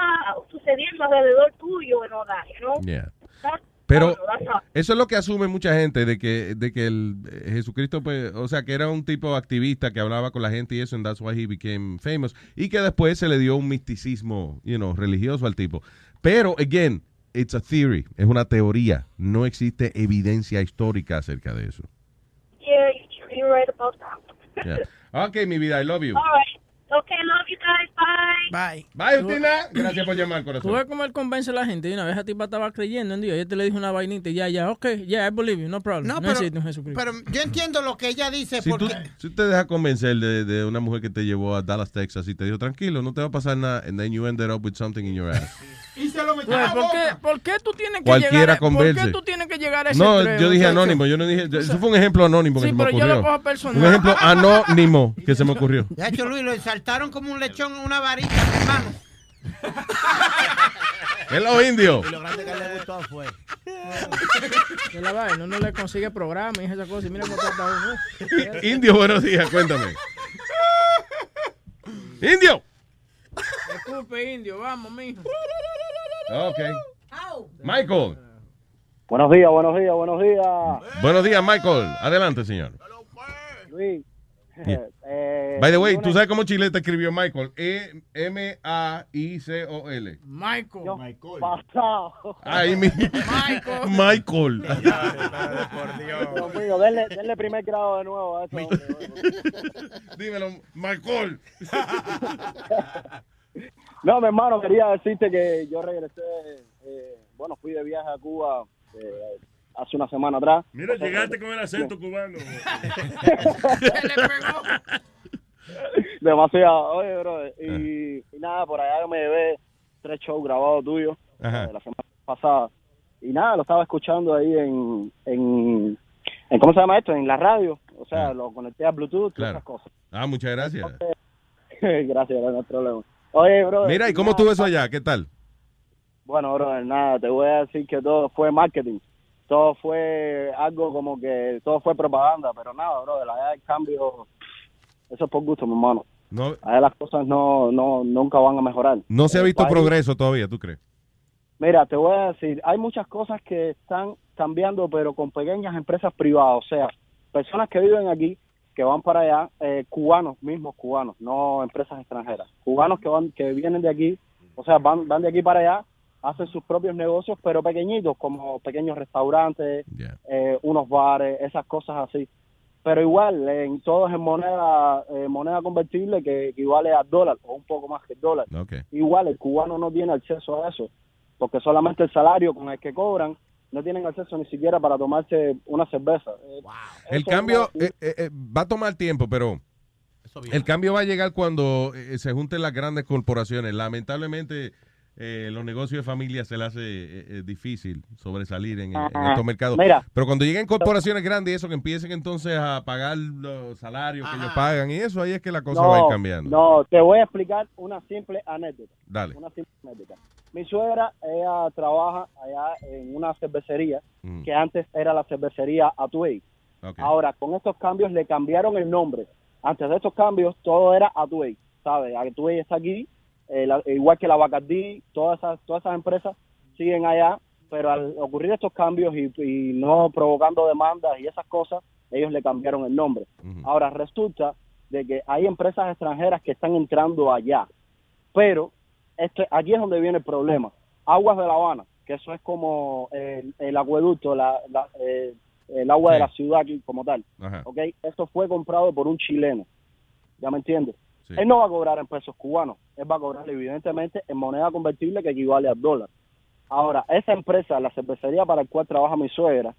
[SPEAKER 12] sucediendo alrededor tuyo and all that, you know?
[SPEAKER 1] Yeah.
[SPEAKER 12] That's-
[SPEAKER 1] Pero
[SPEAKER 12] I don't know, that's all.
[SPEAKER 1] eso es lo que asume mucha gente de que de que el eh, Jesucristo, pues, o sea, que era un tipo activista que hablaba con la gente y eso, and that's why he became famous y que después se le dio un misticismo, you know, religioso al tipo. Pero again, it's a theory, es una teoría, no existe evidencia histórica acerca de eso.
[SPEAKER 12] Yeah, you- you're right about that.
[SPEAKER 1] Yeah. Ok, mi vida, I love you.
[SPEAKER 12] All right. Okay, love you guys. Bye.
[SPEAKER 14] Bye.
[SPEAKER 1] Bye, Justina. Gracias por llamar,
[SPEAKER 14] Tú ves
[SPEAKER 1] corazón.
[SPEAKER 14] cómo él convence a la gente. Y una vez esa tipa estaba creyendo en Dios. Ella te le dijo una vainita. y Ya, ya, ok. Yeah, I believe you. No problem. No,
[SPEAKER 11] pero-
[SPEAKER 14] existe un Jesucristo.
[SPEAKER 11] Pero yo entiendo lo que ella dice
[SPEAKER 1] Si tú,
[SPEAKER 11] porque
[SPEAKER 1] si te dejas convencer de, de una mujer que te llevó a Dallas, Texas y te dijo, tranquilo, no te va a pasar nada, and then you ended up with something in your ass.
[SPEAKER 9] Y se lo metió
[SPEAKER 14] Güey,
[SPEAKER 9] en la
[SPEAKER 14] Pues, ¿por,
[SPEAKER 9] boca.
[SPEAKER 14] qué, ¿Por qué tú tienes que llegar
[SPEAKER 1] Cualquiera
[SPEAKER 14] a, ¿Por qué
[SPEAKER 1] convence.
[SPEAKER 14] tú tienes que llegar a ese
[SPEAKER 1] No,
[SPEAKER 14] extremo,
[SPEAKER 1] yo dije
[SPEAKER 14] muchacho?
[SPEAKER 1] anónimo, yo no dije, eso fue un ejemplo anónimo que
[SPEAKER 14] Sí,
[SPEAKER 1] se me
[SPEAKER 14] pero yo lo
[SPEAKER 1] ocurrió.
[SPEAKER 14] cojo personal.
[SPEAKER 1] Un ejemplo anónimo que se me ocurrió.
[SPEAKER 11] Ya, hecho Luis, lo exaltaron como un lechón a una varita, hermano.
[SPEAKER 1] Es los indios.
[SPEAKER 14] Y lo grande que le gustó fue. Que la vaina, no le consigue programa y esa cosa. Y mira cómo está uno.
[SPEAKER 1] Indio, buenos días, cuéntame. Indio.
[SPEAKER 14] Disculpe, indio, vamos, mijo.
[SPEAKER 1] Ok. Michael.
[SPEAKER 2] Buenos días, buenos días, buenos días,
[SPEAKER 1] Buenos días, Michael. Adelante, señor.
[SPEAKER 2] Luis.
[SPEAKER 1] Yeah.
[SPEAKER 2] Eh,
[SPEAKER 1] By the way,
[SPEAKER 2] una-
[SPEAKER 1] ¿tú sabes cómo Chile te escribió Michael? E M-A-I-C-O-L.
[SPEAKER 14] Michael.
[SPEAKER 2] Michael. Pasado.
[SPEAKER 1] Ay, mi.
[SPEAKER 2] Michael.
[SPEAKER 1] Michael.
[SPEAKER 2] Dios mío, denle, denle primer grado de nuevo a eso.
[SPEAKER 1] Dímelo, Michael.
[SPEAKER 2] No, mi hermano, quería decirte que yo regresé, eh, bueno, fui de viaje a Cuba eh, hace una semana atrás.
[SPEAKER 17] Mira, llegaste con el acento cubano.
[SPEAKER 2] Demasiado, oye, bro. Y, y nada, por allá yo me llevé tres shows grabados tuyos
[SPEAKER 1] Ajá.
[SPEAKER 2] de la semana pasada. Y nada, lo estaba escuchando ahí en, en, en- ¿cómo se llama esto? En la radio. O sea, lo conecté a Bluetooth y
[SPEAKER 1] Claro.
[SPEAKER 2] esas cosas.
[SPEAKER 1] Ah, muchas gracias.
[SPEAKER 2] Gracias, no hay problema. Oye, bro.
[SPEAKER 1] Mira, ¿y cómo estuvo eso allá? ¿Qué tal?
[SPEAKER 2] Bueno, brother, nada, te voy a decir que todo fue marketing. Todo fue algo como que, todo fue propaganda, pero nada, brother, allá el cambio, eso es por gusto, mi hermano.
[SPEAKER 1] No,
[SPEAKER 2] Allá las cosas no, no, nunca van a mejorar.
[SPEAKER 1] no se ha
[SPEAKER 2] El
[SPEAKER 1] visto
[SPEAKER 2] país-
[SPEAKER 1] progreso todavía, ¿tú crees?
[SPEAKER 2] Mira, te voy a decir, hay muchas cosas que están cambiando, pero con pequeñas empresas privadas, o sea, personas que viven aquí, que van para allá, eh, cubanos mismos, cubanos, no empresas extranjeras, cubanos que van, que vienen de aquí, o sea, van, van de aquí para allá, hacen sus propios negocios, pero pequeñitos, como pequeños restaurantes, eh, unos bares, esas cosas así. Pero igual, eh, en todo es en moneda, eh, moneda convertible que equivale a dólar, o un poco más que dólar.
[SPEAKER 1] Okay.
[SPEAKER 2] Igual el cubano no tiene acceso a eso, porque solamente el salario con el que cobran no tienen acceso ni siquiera para tomarse una cerveza. Eh,
[SPEAKER 1] El
[SPEAKER 2] eso
[SPEAKER 1] cambio
[SPEAKER 2] es una-
[SPEAKER 1] eh, eh, eh, va a tomar tiempo, pero el cambio va a llegar cuando eh, se junten las grandes corporaciones. Lamentablemente, eh, los negocios de familia se les hace eh, eh, difícil sobresalir en, en
[SPEAKER 2] Ajá.
[SPEAKER 1] estos mercados.
[SPEAKER 2] Ah, Mira.
[SPEAKER 1] Pero cuando lleguen corporaciones grandes y eso, que empiecen entonces a pagar los salarios que ellos pagan y eso, ahí es que la cosa va a ir cambiando.
[SPEAKER 2] No, te voy a explicar una simple anécdota.
[SPEAKER 1] Dale.
[SPEAKER 2] Una simple anécdota. Mi suegra, ella trabaja allá en una cervecería
[SPEAKER 1] Mm.
[SPEAKER 2] que antes era la cervecería Atuey. Ahora, con estos cambios le cambiaron el nombre. Antes de estos cambios, todo era Atuey, ¿sabes? Atuey está aquí, eh, la- igual que la Bacardi, todas esas, todas esas empresas siguen allá, pero al ocurrir estos cambios y, y no provocando demandas y esas cosas, ellos le cambiaron el nombre. Ahora, resulta de que hay empresas extranjeras que están entrando allá, pero este, aquí es donde viene el problema. Aguas de La Habana, que eso es como el, el acueducto, la- la- eh, el agua de
[SPEAKER 1] Sí.
[SPEAKER 2] la ciudad aquí como tal.
[SPEAKER 4] Ah.
[SPEAKER 1] Ajá.
[SPEAKER 2] ¿ok? Esto fue comprado por un chileno, ¿ya me entiendes?
[SPEAKER 1] Sí.
[SPEAKER 24] Eh,
[SPEAKER 2] Él no va a cobrar en pesos cubanos, él va a cobrar evidentemente en moneda convertible que equivale al dólar. Ahora, esa empresa, la cervecería para la cual trabaja mi suegra,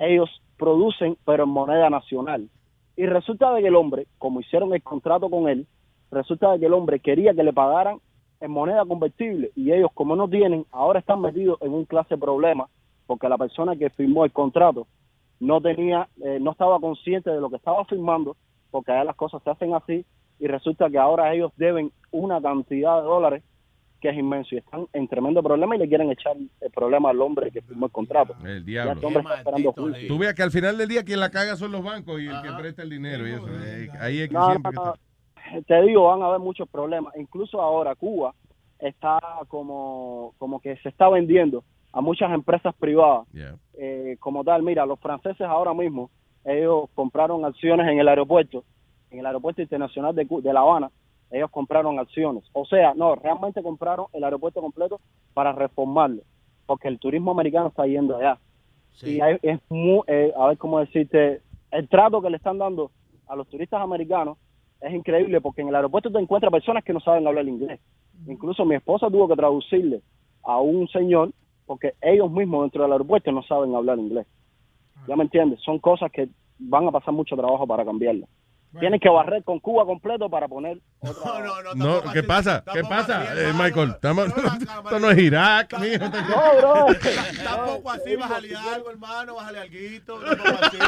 [SPEAKER 2] ellos producen pero en moneda nacional. Y resulta de que el hombre, como hicieron el contrato con él, resulta de que el hombre quería que le pagaran en moneda convertible y ellos como no tienen, ahora están metidos en un clase de problema porque la persona que firmó el contrato no tenía, eh, no estaba consciente de lo que estaba firmando, porque allá las cosas se hacen así y resulta que ahora ellos deben una cantidad de dólares que es inmenso y están en tremendo problema y le quieren echar el problema al hombre que firmó el contrato.
[SPEAKER 1] El
[SPEAKER 2] Ya
[SPEAKER 1] diablo.
[SPEAKER 2] este hombre está esperando juicio.
[SPEAKER 1] Tú veas que al final del día quien la caga son los bancos y el que presta el dinero y eso. Eh, Ahí es que
[SPEAKER 2] No,
[SPEAKER 1] siempre...
[SPEAKER 2] no, no. Te digo, van a haber muchos problemas. Incluso ahora Cuba está como, como que se está vendiendo a muchas empresas privadas.
[SPEAKER 1] Yeah.
[SPEAKER 2] eh, como tal, mira, los franceses ahora mismo, ellos compraron acciones en el aeropuerto, en el aeropuerto internacional de, Cu- de La Habana, ellos compraron acciones. O sea, no, realmente compraron el aeropuerto completo para reformarlo, porque el turismo americano está yendo allá. Y hay- es muy, eh, a ver cómo decirte, el trato que le están dando a los turistas americanos es increíble, porque en el aeropuerto te encuentras personas que no saben hablar inglés. Incluso mi esposa tuvo que traducirle a un señor porque ellos mismos dentro del aeropuerto no saben hablar inglés. ¿Ya me entiendes? Son cosas que van a pasar mucho trabajo para cambiarlas. Tienen que barrer con Cuba completo para poner otra...
[SPEAKER 1] No, ¿qué pasa? ¿Qué pasa, eh, Michael? Estamos- Esto no es Irak, mijo.
[SPEAKER 2] No, bro.
[SPEAKER 8] Tampoco así, bájale algo, hermano, bájale alguito. tampoco así.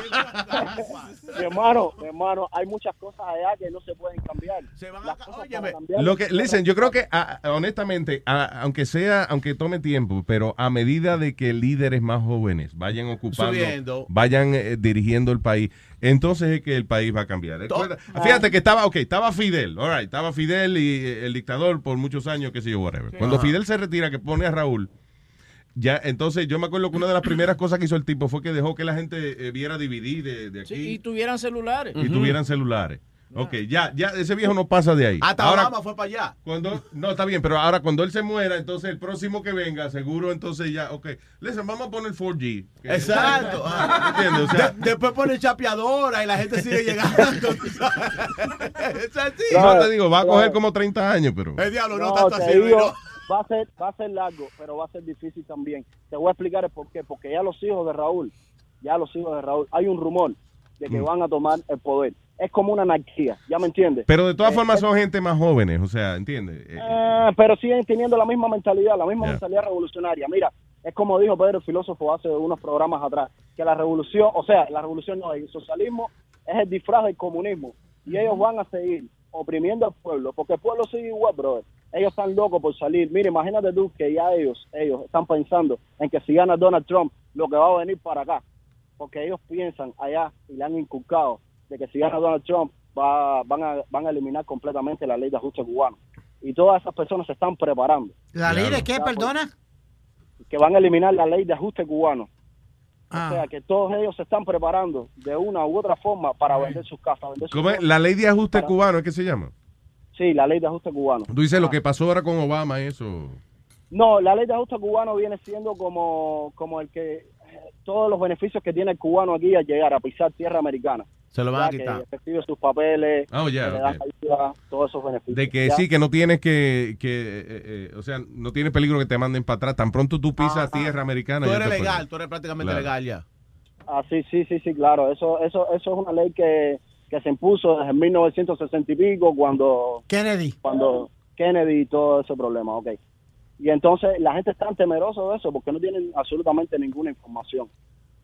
[SPEAKER 2] Mi hermano, mi hermano, hay muchas cosas allá que no se pueden cambiar.
[SPEAKER 8] Se van
[SPEAKER 2] a cambiar.
[SPEAKER 1] Lo que, listen, yo creo que ah, honestamente, ah, aunque sea, aunque tome tiempo, pero a medida de que líderes más jóvenes vayan ocupando,
[SPEAKER 8] Subiendo.
[SPEAKER 1] vayan eh, dirigiendo el país, entonces es que el país va a cambiar. Recuerda- Fíjate que estaba, ok, estaba Fidel, all right, estaba Fidel y eh, el dictador por muchos años, qué sé yo, whatever. Cuando
[SPEAKER 17] Ajá.
[SPEAKER 1] Fidel se retira, que pone a Raúl, ya, entonces yo me acuerdo que una de las primeras cosas que hizo el tipo fue que dejó que la gente eh, viera DVD de, de aquí
[SPEAKER 14] Y tuvieran celulares.
[SPEAKER 1] y tuvieran celulares. Ok, ya, ya, ese viejo no pasa de ahí.
[SPEAKER 8] Hasta
[SPEAKER 1] Ahora,
[SPEAKER 8] Obama fue para allá.
[SPEAKER 1] cuando, no, está bien, pero ahora cuando él se muera, entonces el próximo que venga, seguro, entonces ya, ok. Listen, vamos a poner 4G. Que-
[SPEAKER 8] Exacto. Ah.
[SPEAKER 1] ¿Entiendes? O sea-
[SPEAKER 8] De- después pone chapeadora y la gente sigue llegando. tú sabes. es así.
[SPEAKER 1] No te digo, va a coger como 30 años, pero.
[SPEAKER 8] El diablo no,
[SPEAKER 2] No,
[SPEAKER 8] tanto
[SPEAKER 2] te
[SPEAKER 8] así.
[SPEAKER 2] digo,
[SPEAKER 8] ¿no?
[SPEAKER 2] va a ser va a ser largo, pero va a ser difícil también. Te voy a explicar el por qué, porque ya los hijos de Raúl, ya los hijos de Raúl, hay un rumor de que
[SPEAKER 1] Mm.
[SPEAKER 2] van a tomar el poder. Es como una anarquía, ¿ya me entiendes?
[SPEAKER 1] Pero de todas
[SPEAKER 2] Eh,
[SPEAKER 1] formas
[SPEAKER 2] es-
[SPEAKER 1] son gente más jóvenes, o sea, ¿entiendes? Eh,
[SPEAKER 2] Eh, pero siguen teniendo la misma mentalidad, la misma
[SPEAKER 1] Ya.
[SPEAKER 2] mentalidad revolucionaria. Mira, es como dijo Pedro el filósofo hace unos programas atrás, que la revolución, o sea, la revolución no, el socialismo es el disfraz del comunismo y ellos van a seguir oprimiendo al pueblo, porque el pueblo sigue igual, brother. Ellos están locos por salir. Mira, imagínate tú que ya ellos, ellos están pensando en que si gana Donald Trump, lo que va a venir para acá, porque ellos piensan allá y le han inculcado de que si gana Donald Trump va, van, a, van a eliminar completamente la ley de ajuste cubano y todas esas personas se están preparando.
[SPEAKER 11] ¿La ley de qué, perdona?
[SPEAKER 2] Que van a eliminar la ley de ajuste cubano.
[SPEAKER 11] Ah.
[SPEAKER 2] O sea, que todos ellos se están preparando de una u otra forma para vender sus casas. Vender sus
[SPEAKER 1] ¿Cómo es?
[SPEAKER 2] cosas.
[SPEAKER 1] La ley de ajuste
[SPEAKER 2] Para-
[SPEAKER 1] cubano, ¿es que se llama?
[SPEAKER 2] Sí, la ley de ajuste cubano.
[SPEAKER 1] Tú dices lo que pasó ahora con Obama, eso.
[SPEAKER 2] No, la ley de ajuste cubano viene siendo como, como el que eh, todos los beneficios que tiene el cubano aquí al llegar a pisar tierra americana.
[SPEAKER 8] Se lo
[SPEAKER 1] van a
[SPEAKER 2] Ya que
[SPEAKER 1] quitar.
[SPEAKER 2] recibe sus papeles,
[SPEAKER 1] Oh, ya,
[SPEAKER 2] que le dan
[SPEAKER 1] ok.
[SPEAKER 2] ayuda, todos esos beneficios.
[SPEAKER 1] De que
[SPEAKER 2] ya.
[SPEAKER 1] sí, que no tienes que, que eh, eh, o sea, no tienes peligro que te manden para atrás. Tan pronto tú pisas tierra americana.
[SPEAKER 8] Tú
[SPEAKER 1] ya
[SPEAKER 8] eres
[SPEAKER 1] te
[SPEAKER 8] legal,
[SPEAKER 1] pueden-
[SPEAKER 8] tú eres prácticamente
[SPEAKER 1] Claro.
[SPEAKER 8] legal ya.
[SPEAKER 2] Ah, sí, sí, sí, sí, claro. Eso, eso, eso es una ley que, que se impuso desde 1960 y pico cuando
[SPEAKER 11] Kennedy.
[SPEAKER 2] cuando Kennedy y todo ese problema, ok. Y entonces la gente está temerosa de eso porque no tienen absolutamente ninguna información.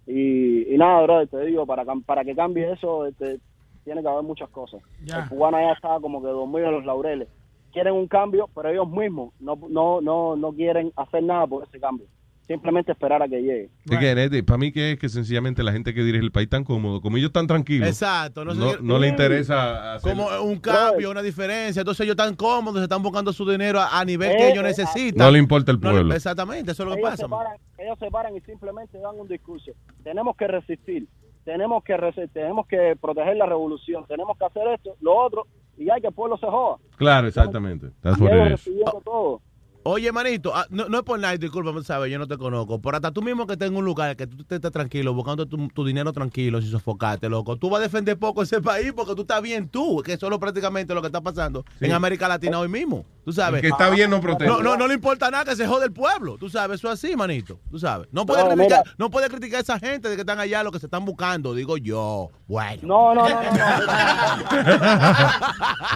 [SPEAKER 2] Y, y nada, bro, te digo, para, cam- para que cambie eso, este, tiene que haber muchas cosas.
[SPEAKER 11] Ya.
[SPEAKER 2] El cubano ya está como que dormido en los laureles. Quieren un cambio, pero ellos mismos no, no, no, no quieren hacer nada por ese cambio. simplemente esperar a que llegue.
[SPEAKER 1] Again, Eddie, para mí que es que sencillamente la gente que dirige el país tan cómodo, como ellos están tranquilos.
[SPEAKER 8] Exacto,
[SPEAKER 1] No,
[SPEAKER 8] no se-
[SPEAKER 1] no le interesa hacer-
[SPEAKER 8] Como un cambio, una diferencia. Entonces ellos están cómodos, se están buscando su dinero a a nivel que ellos necesitan.
[SPEAKER 1] No le importa el
[SPEAKER 8] No le-
[SPEAKER 1] pueblo.
[SPEAKER 8] exactamente, eso es lo que
[SPEAKER 2] Eh, ellos
[SPEAKER 8] pasa.
[SPEAKER 2] Se paran, ellos se paran y simplemente dan un discurso. Tenemos que resistir, tenemos que resi- tenemos que proteger la revolución, tenemos que hacer esto, lo otro, y ya que el pueblo se joda.
[SPEAKER 1] Claro, exactamente. That's
[SPEAKER 2] Y
[SPEAKER 1] what
[SPEAKER 2] ellos
[SPEAKER 1] it is.
[SPEAKER 2] recibiendo todo.
[SPEAKER 8] Oye, manito, ah, no, no es por nada, disculpa, sabes, yo no te conozco. Pero hasta tú mismo que tengas un lugar que tú te estés tranquilo, buscando tu, tu dinero tranquilo, sin sofocarte, loco. Tú vas a defender poco ese país porque tú estás bien tú, que eso es lo prácticamente lo que está pasando
[SPEAKER 1] Sí.
[SPEAKER 8] en América Latina hoy mismo. Tú sabes. Ah,
[SPEAKER 1] El que está bien no protesta.
[SPEAKER 8] No, no, no le importa nada que se jode el pueblo. Tú sabes, eso es así, manito. Tú sabes. No puedes
[SPEAKER 2] No,
[SPEAKER 8] criticar, no puedes criticar a esa gente de que están allá, lo que se están buscando, digo yo. Bueno.
[SPEAKER 2] No, no, no, no.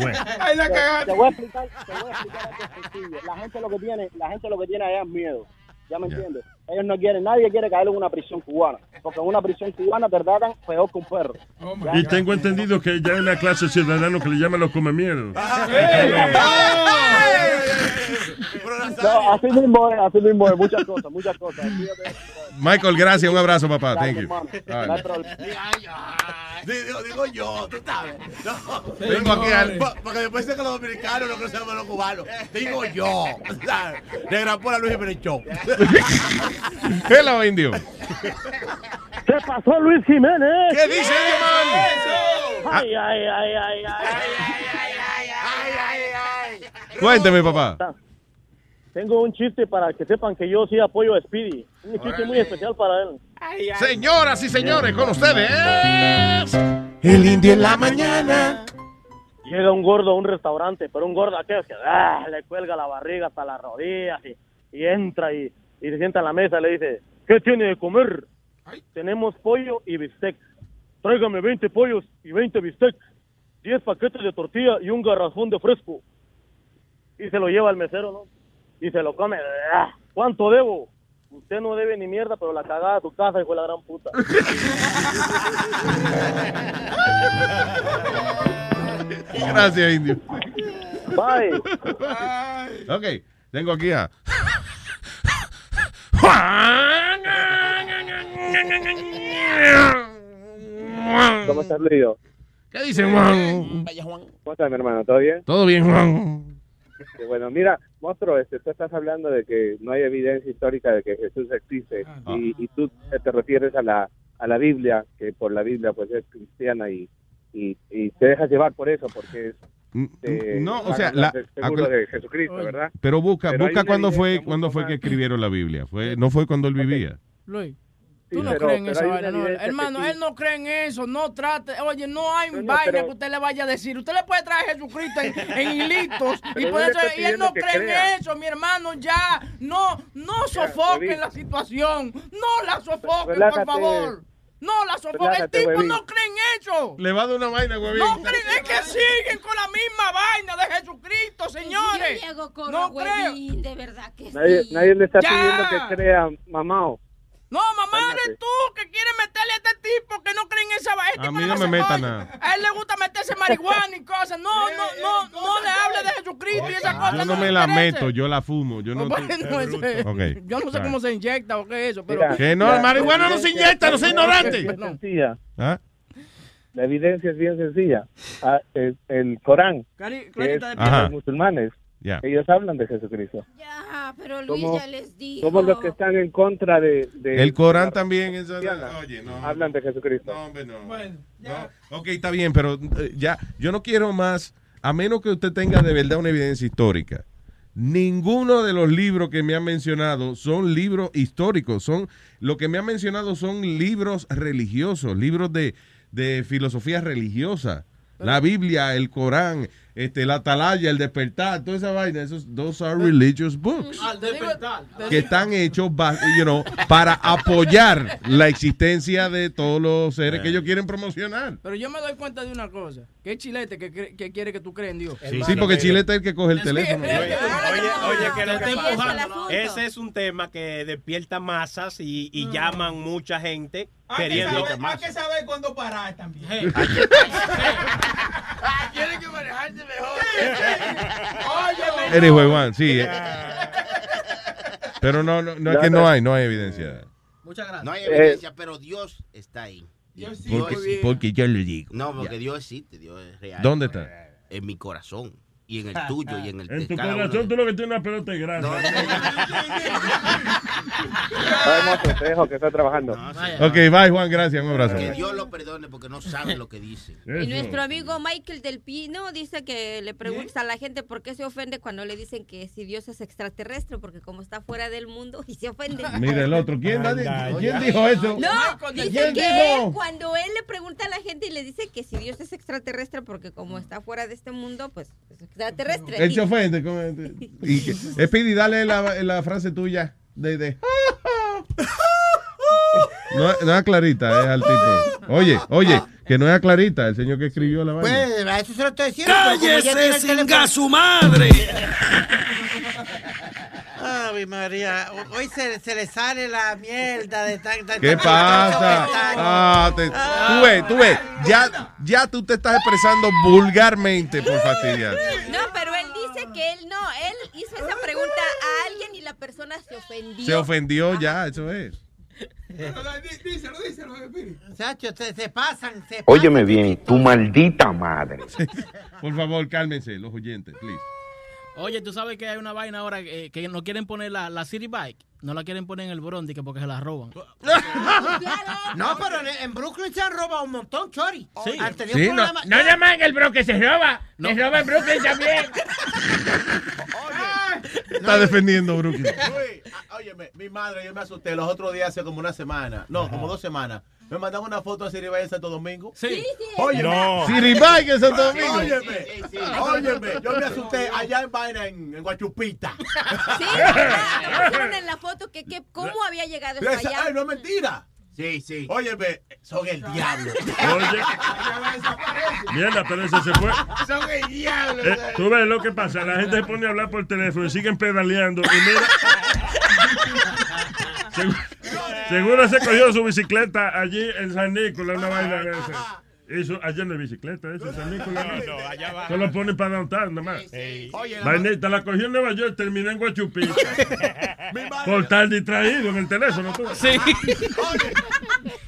[SPEAKER 8] Bueno.
[SPEAKER 2] Te- Te, voy a explicar, te voy a explicar algo sencillo. La gente lo que tiene, la gente lo que tiene allá es miedo. ¿Ya me entiendes? Ellos no quieren, nadie quiere caer en una prisión cubana, porque en una prisión cubana te tratan peor que un perro. Ya.
[SPEAKER 17] Y tengo entendido que ya hay una clase de ciudadanos que le llaman los come miedo.
[SPEAKER 2] No, así mismo es, así mismo es, muchas cosas, muchas cosas. Fíjate,
[SPEAKER 1] Michael, gracias. Un abrazo, papá.
[SPEAKER 2] dale,
[SPEAKER 1] Thank you.
[SPEAKER 2] hermano,
[SPEAKER 1] All
[SPEAKER 2] no hay
[SPEAKER 1] right.
[SPEAKER 2] problema.
[SPEAKER 8] Digo, digo yo, tú sabes. No.
[SPEAKER 1] Vengo aquí al-
[SPEAKER 8] Pa- Porque después dicen que los dominicanos no conocemos a los cubanos. Digo yo, ¿sabes? Negra Pola Luis Jiménez Show.
[SPEAKER 1] Hello, indio.
[SPEAKER 24] ¿Qué pasó, Luis Jiménez?
[SPEAKER 1] ¿Qué dice,
[SPEAKER 24] man? Ay, ay, ay, ay, ay.
[SPEAKER 1] Cuénteme, papá.
[SPEAKER 24] Tengo un chiste para que sepan que yo sí apoyo a Speedy. Un chiste muy especial para él.
[SPEAKER 1] Señoras y señores, con ustedes.
[SPEAKER 24] El indio en la mañana. Llega un gordo a un restaurante, pero un gordo aquel que ah, le cuelga la barriga hasta las rodillas y, y entra y, y se sienta en la mesa y le dice, ¿qué tiene de comer? Tenemos pollo y bistec. Tráigame 20 pollos y 20 bistec, 10 paquetes de tortilla y un garrafón de fresco. Y se lo lleva al mesero, ¿no? Y se lo come. Ah, ¿Cuánto debo? Usted no debe ni mierda, pero la cagada a su casa, hijo de la gran puta.
[SPEAKER 1] Gracias, indio.
[SPEAKER 24] Bye.
[SPEAKER 1] Ok, tengo aquí a.
[SPEAKER 18] ¿Cómo estás, Luido?
[SPEAKER 1] ¿Qué dice Juan?
[SPEAKER 18] ¿Cómo estás, mi hermano? ¿Todo bien?
[SPEAKER 1] Todo bien, Juan.
[SPEAKER 18] Qué Bueno, mira, monstruo, este, tú estás hablando de que no hay evidencia histórica de que Jesús existe
[SPEAKER 1] Ah,
[SPEAKER 18] y, y tú te refieres a la, a la Biblia, que por la Biblia pues es cristiana y, y, y te dejas llevar por eso, porque es... este,
[SPEAKER 1] No, o sea,
[SPEAKER 18] van a
[SPEAKER 1] la-
[SPEAKER 18] ser seguros de Jesucristo, ¿verdad?
[SPEAKER 1] Pero busca,
[SPEAKER 18] Pero hay
[SPEAKER 1] busca
[SPEAKER 18] una
[SPEAKER 1] cuándo fue,
[SPEAKER 18] evidencia
[SPEAKER 1] cuándo fue que escribieron la Biblia. Fue, no fue cuando él vivía.
[SPEAKER 14] Luis.
[SPEAKER 18] Sí,
[SPEAKER 14] Tú no
[SPEAKER 18] pero-
[SPEAKER 14] crees en
[SPEAKER 18] pero
[SPEAKER 14] esa
[SPEAKER 18] hay
[SPEAKER 14] vaina,
[SPEAKER 18] una
[SPEAKER 14] no.
[SPEAKER 18] evidencia
[SPEAKER 14] Hermano,
[SPEAKER 18] que sí.
[SPEAKER 14] él no cree en eso. No trate. Oye, no hay
[SPEAKER 18] No,
[SPEAKER 14] vaina
[SPEAKER 18] pero-
[SPEAKER 14] que usted le vaya a decir. Usted le puede traer a Jesucristo en, en hilitos. y,
[SPEAKER 18] Pero
[SPEAKER 14] por
[SPEAKER 18] no le
[SPEAKER 14] eso,
[SPEAKER 18] estoy
[SPEAKER 14] y él
[SPEAKER 18] pidiendo
[SPEAKER 14] no
[SPEAKER 18] que
[SPEAKER 14] cree
[SPEAKER 18] crea.
[SPEAKER 14] en eso, mi hermano. Ya. No, no
[SPEAKER 18] huevín.
[SPEAKER 14] sofoquen la situación. No la sofoquen,
[SPEAKER 18] Relájate.
[SPEAKER 14] por favor. No la sofoquen.
[SPEAKER 18] Relájate,
[SPEAKER 14] el tipo
[SPEAKER 18] huevín.
[SPEAKER 14] no cree en eso.
[SPEAKER 1] Le va a dar una vaina, huevín.
[SPEAKER 14] No creen, es que siguen con la misma vaina de Jesucristo, señores. no creo.
[SPEAKER 22] De verdad que
[SPEAKER 18] Nadie, nadie le está
[SPEAKER 14] Ya.
[SPEAKER 18] pidiendo que crea, mamao.
[SPEAKER 14] No, mamá, eres tú que quieres meterle a este tipo que no creen en esa vaina.
[SPEAKER 1] A mí no me meta nada.
[SPEAKER 14] A él le gusta meterse marihuana y cosas. No, no, no, no le hable de Jesucristo y esas cosas.
[SPEAKER 1] Yo no me la
[SPEAKER 14] interesa.
[SPEAKER 1] meto, yo la fumo. Yo no.
[SPEAKER 14] Bueno, ese-
[SPEAKER 1] Ok.
[SPEAKER 14] Yo no sé cómo se inyecta o qué es eso, pero.
[SPEAKER 18] Mira,
[SPEAKER 1] Que no, la marihuana no se
[SPEAKER 18] evidencia-
[SPEAKER 1] inyecta, no sea
[SPEAKER 18] la evidencia
[SPEAKER 1] ignorante.
[SPEAKER 18] es bien sencilla.
[SPEAKER 1] ¿Ah?
[SPEAKER 18] La evidencia es bien sencilla. Ah, el, el Corán,
[SPEAKER 14] Cari-
[SPEAKER 18] que es
[SPEAKER 14] Clarita de
[SPEAKER 18] de
[SPEAKER 14] piel.
[SPEAKER 18] los musulmanes,
[SPEAKER 1] Ya.
[SPEAKER 18] ellos hablan de Jesucristo.
[SPEAKER 22] Ah, pero Luis
[SPEAKER 18] Somos,
[SPEAKER 22] ya les dijo.
[SPEAKER 18] somos los que están en contra de... de-
[SPEAKER 1] El Corán
[SPEAKER 18] de la
[SPEAKER 1] también es-
[SPEAKER 18] cristiana.
[SPEAKER 1] oye, no.
[SPEAKER 18] Hablan de Jesucristo.
[SPEAKER 1] No, hombre, no. Ok, está bien, pero eh, ya, yo no quiero más, a menos que usted tenga de verdad una evidencia histórica. Ninguno de los libros que me han mencionado son libros históricos, son lo que me han mencionado son libros religiosos, libros de, de filosofía religiosa. La Biblia, el Corán, este, la Atalaya, el despertar, toda esa vaina, esos those are religious books
[SPEAKER 6] Al despertar.
[SPEAKER 14] Mm.
[SPEAKER 1] que están hechos ba- you know, para apoyar la existencia de todos los seres que ellos quieren promocionar.
[SPEAKER 14] Pero yo me doy cuenta de una cosa: que es chilete que, cre- que quiere que tú creas en Dios.
[SPEAKER 1] Sí, porque Chile es el que coge el
[SPEAKER 14] Sí,
[SPEAKER 1] teléfono.
[SPEAKER 19] Oye, oye, que lo
[SPEAKER 14] Te
[SPEAKER 19] que
[SPEAKER 14] está
[SPEAKER 19] pasa,
[SPEAKER 14] empujando, ¿no?
[SPEAKER 19] ese es un tema que despierta masas y, y llaman mucha gente
[SPEAKER 9] Hay que,
[SPEAKER 19] queriendo
[SPEAKER 9] saber, hay que saber cuándo parar también.
[SPEAKER 14] Ah, Tiene que manejarse mejor.
[SPEAKER 9] Oye,
[SPEAKER 1] Eres huevón, sí. eh. Pero no, no, no es que no hay, no hay evidencia.
[SPEAKER 10] Muchas gracias. No hay evidencia, pero Dios está ahí. Dios
[SPEAKER 1] Eh. Porque, porque yo lo digo.
[SPEAKER 10] No, porque Dios existe, Dios es real.
[SPEAKER 1] ¿Dónde está?
[SPEAKER 10] En mi corazón. Y en el tuyo, y en el
[SPEAKER 17] En
[SPEAKER 10] de
[SPEAKER 17] tu
[SPEAKER 10] cada uno de
[SPEAKER 17] corazón tú lo que tienes es una pelota de grasa.
[SPEAKER 10] Ah.
[SPEAKER 18] Vamos, te dejo que está trabajando.
[SPEAKER 1] Ok, bye Juan, gracias, un abrazo.
[SPEAKER 10] Que Dios lo perdone porque no sabe lo que dice.
[SPEAKER 22] Y nuestro amigo Michael del Pino dice que le pregunta a la gente por qué se ofende cuando le dicen que si Dios es extraterrestre, porque como está fuera del mundo y se ofende.
[SPEAKER 1] Mira el otro, ¿quién,
[SPEAKER 17] Anda,
[SPEAKER 1] nadie-
[SPEAKER 17] ya.
[SPEAKER 1] ¿quién dijo eso?
[SPEAKER 22] No, dice
[SPEAKER 1] ¿Quién
[SPEAKER 22] que
[SPEAKER 1] dijo?
[SPEAKER 22] él, cuando él le pregunta a la gente y le dice que si Dios es extraterrestre, porque como está fuera de este mundo, pues es extraterrestre.
[SPEAKER 1] Él se ofende. ¿cómo es? Y que- Speedy, dale la, la frase tuya de... de- No, no es a Clarita, es al tipo. Oye, oye, que no es a Clarita, el señor que escribió la vaina.
[SPEAKER 11] Pues, a eso se lo estoy diciendo. pero como ya tiene
[SPEAKER 15] ¡Cállese
[SPEAKER 11] el
[SPEAKER 15] sin
[SPEAKER 11] teléfono-
[SPEAKER 15] gas su madre!
[SPEAKER 11] Ave María, ho- hoy se, se le sale la mierda de tanta...
[SPEAKER 1] ¿Qué pasa? Ah, te- tú ves, tú ves. Ya, ya tú te estás expresando vulgarmente por fastidiar.
[SPEAKER 22] No, pero él dice que él no, él hizo esa pregunta a alguien y la persona se ofendió.
[SPEAKER 1] Se ofendió ya, eso es.
[SPEAKER 11] Díselo, díselo, Sacho, se, se pasan, se
[SPEAKER 3] Óyeme bien, tu maldita madre.
[SPEAKER 1] Por favor, cálmense, los oyentes, please.
[SPEAKER 6] Oye, tú sabes que hay una vaina ahora eh, que no quieren poner la, la City Bike, no la quieren poner en el Bronx que porque se la roban.
[SPEAKER 11] No, pero en, en Brooklyn se han robado un montón, Chori. Sí. Anterior
[SPEAKER 6] Sí, no-
[SPEAKER 11] programa-
[SPEAKER 6] no nada más en el Bronx que se roba, se roba en Brooklyn
[SPEAKER 8] también.
[SPEAKER 1] Está defendiendo, Brooklyn.
[SPEAKER 8] Luis, a- óyeme, mi madre, yo me asusté los otros días hace como una semana. No, como dos semanas. Me mandaron una foto a Siribay en Santo Domingo.
[SPEAKER 6] Sí.
[SPEAKER 8] Oye,
[SPEAKER 1] No. Siribay en Santo Domingo.
[SPEAKER 8] Óyeme,
[SPEAKER 1] Sí,
[SPEAKER 10] sí, sí.
[SPEAKER 8] óyeme, yo me asusté allá en vaina en, en Guachupita.
[SPEAKER 22] Sí, ah, lo pusieron en la foto que, que cómo había llegado
[SPEAKER 8] Esa-
[SPEAKER 22] hasta allá.
[SPEAKER 8] ay, no es mentira.
[SPEAKER 10] Sí, sí.
[SPEAKER 8] Óyeme, son el diablo.
[SPEAKER 17] Oye. Mierda, pero ese se fue.
[SPEAKER 15] Son el diablo.
[SPEAKER 17] Eh, tú ves lo que pasa, la gente se pone a hablar por teléfono y siguen pedaleando. Y mira. Segu- Seguro se cogió su bicicleta allí en San Nicolás, una vaina de esa. Eso, allá no hay bicicleta, eso, en San Nicolás. No, no, allá va. Solo ponen para downtown, nada más.
[SPEAKER 15] Oye, la-
[SPEAKER 17] Vainita, la cogió en Nueva York, terminó en Guachupita. por estar distraído en el teléfono, tú. Sí.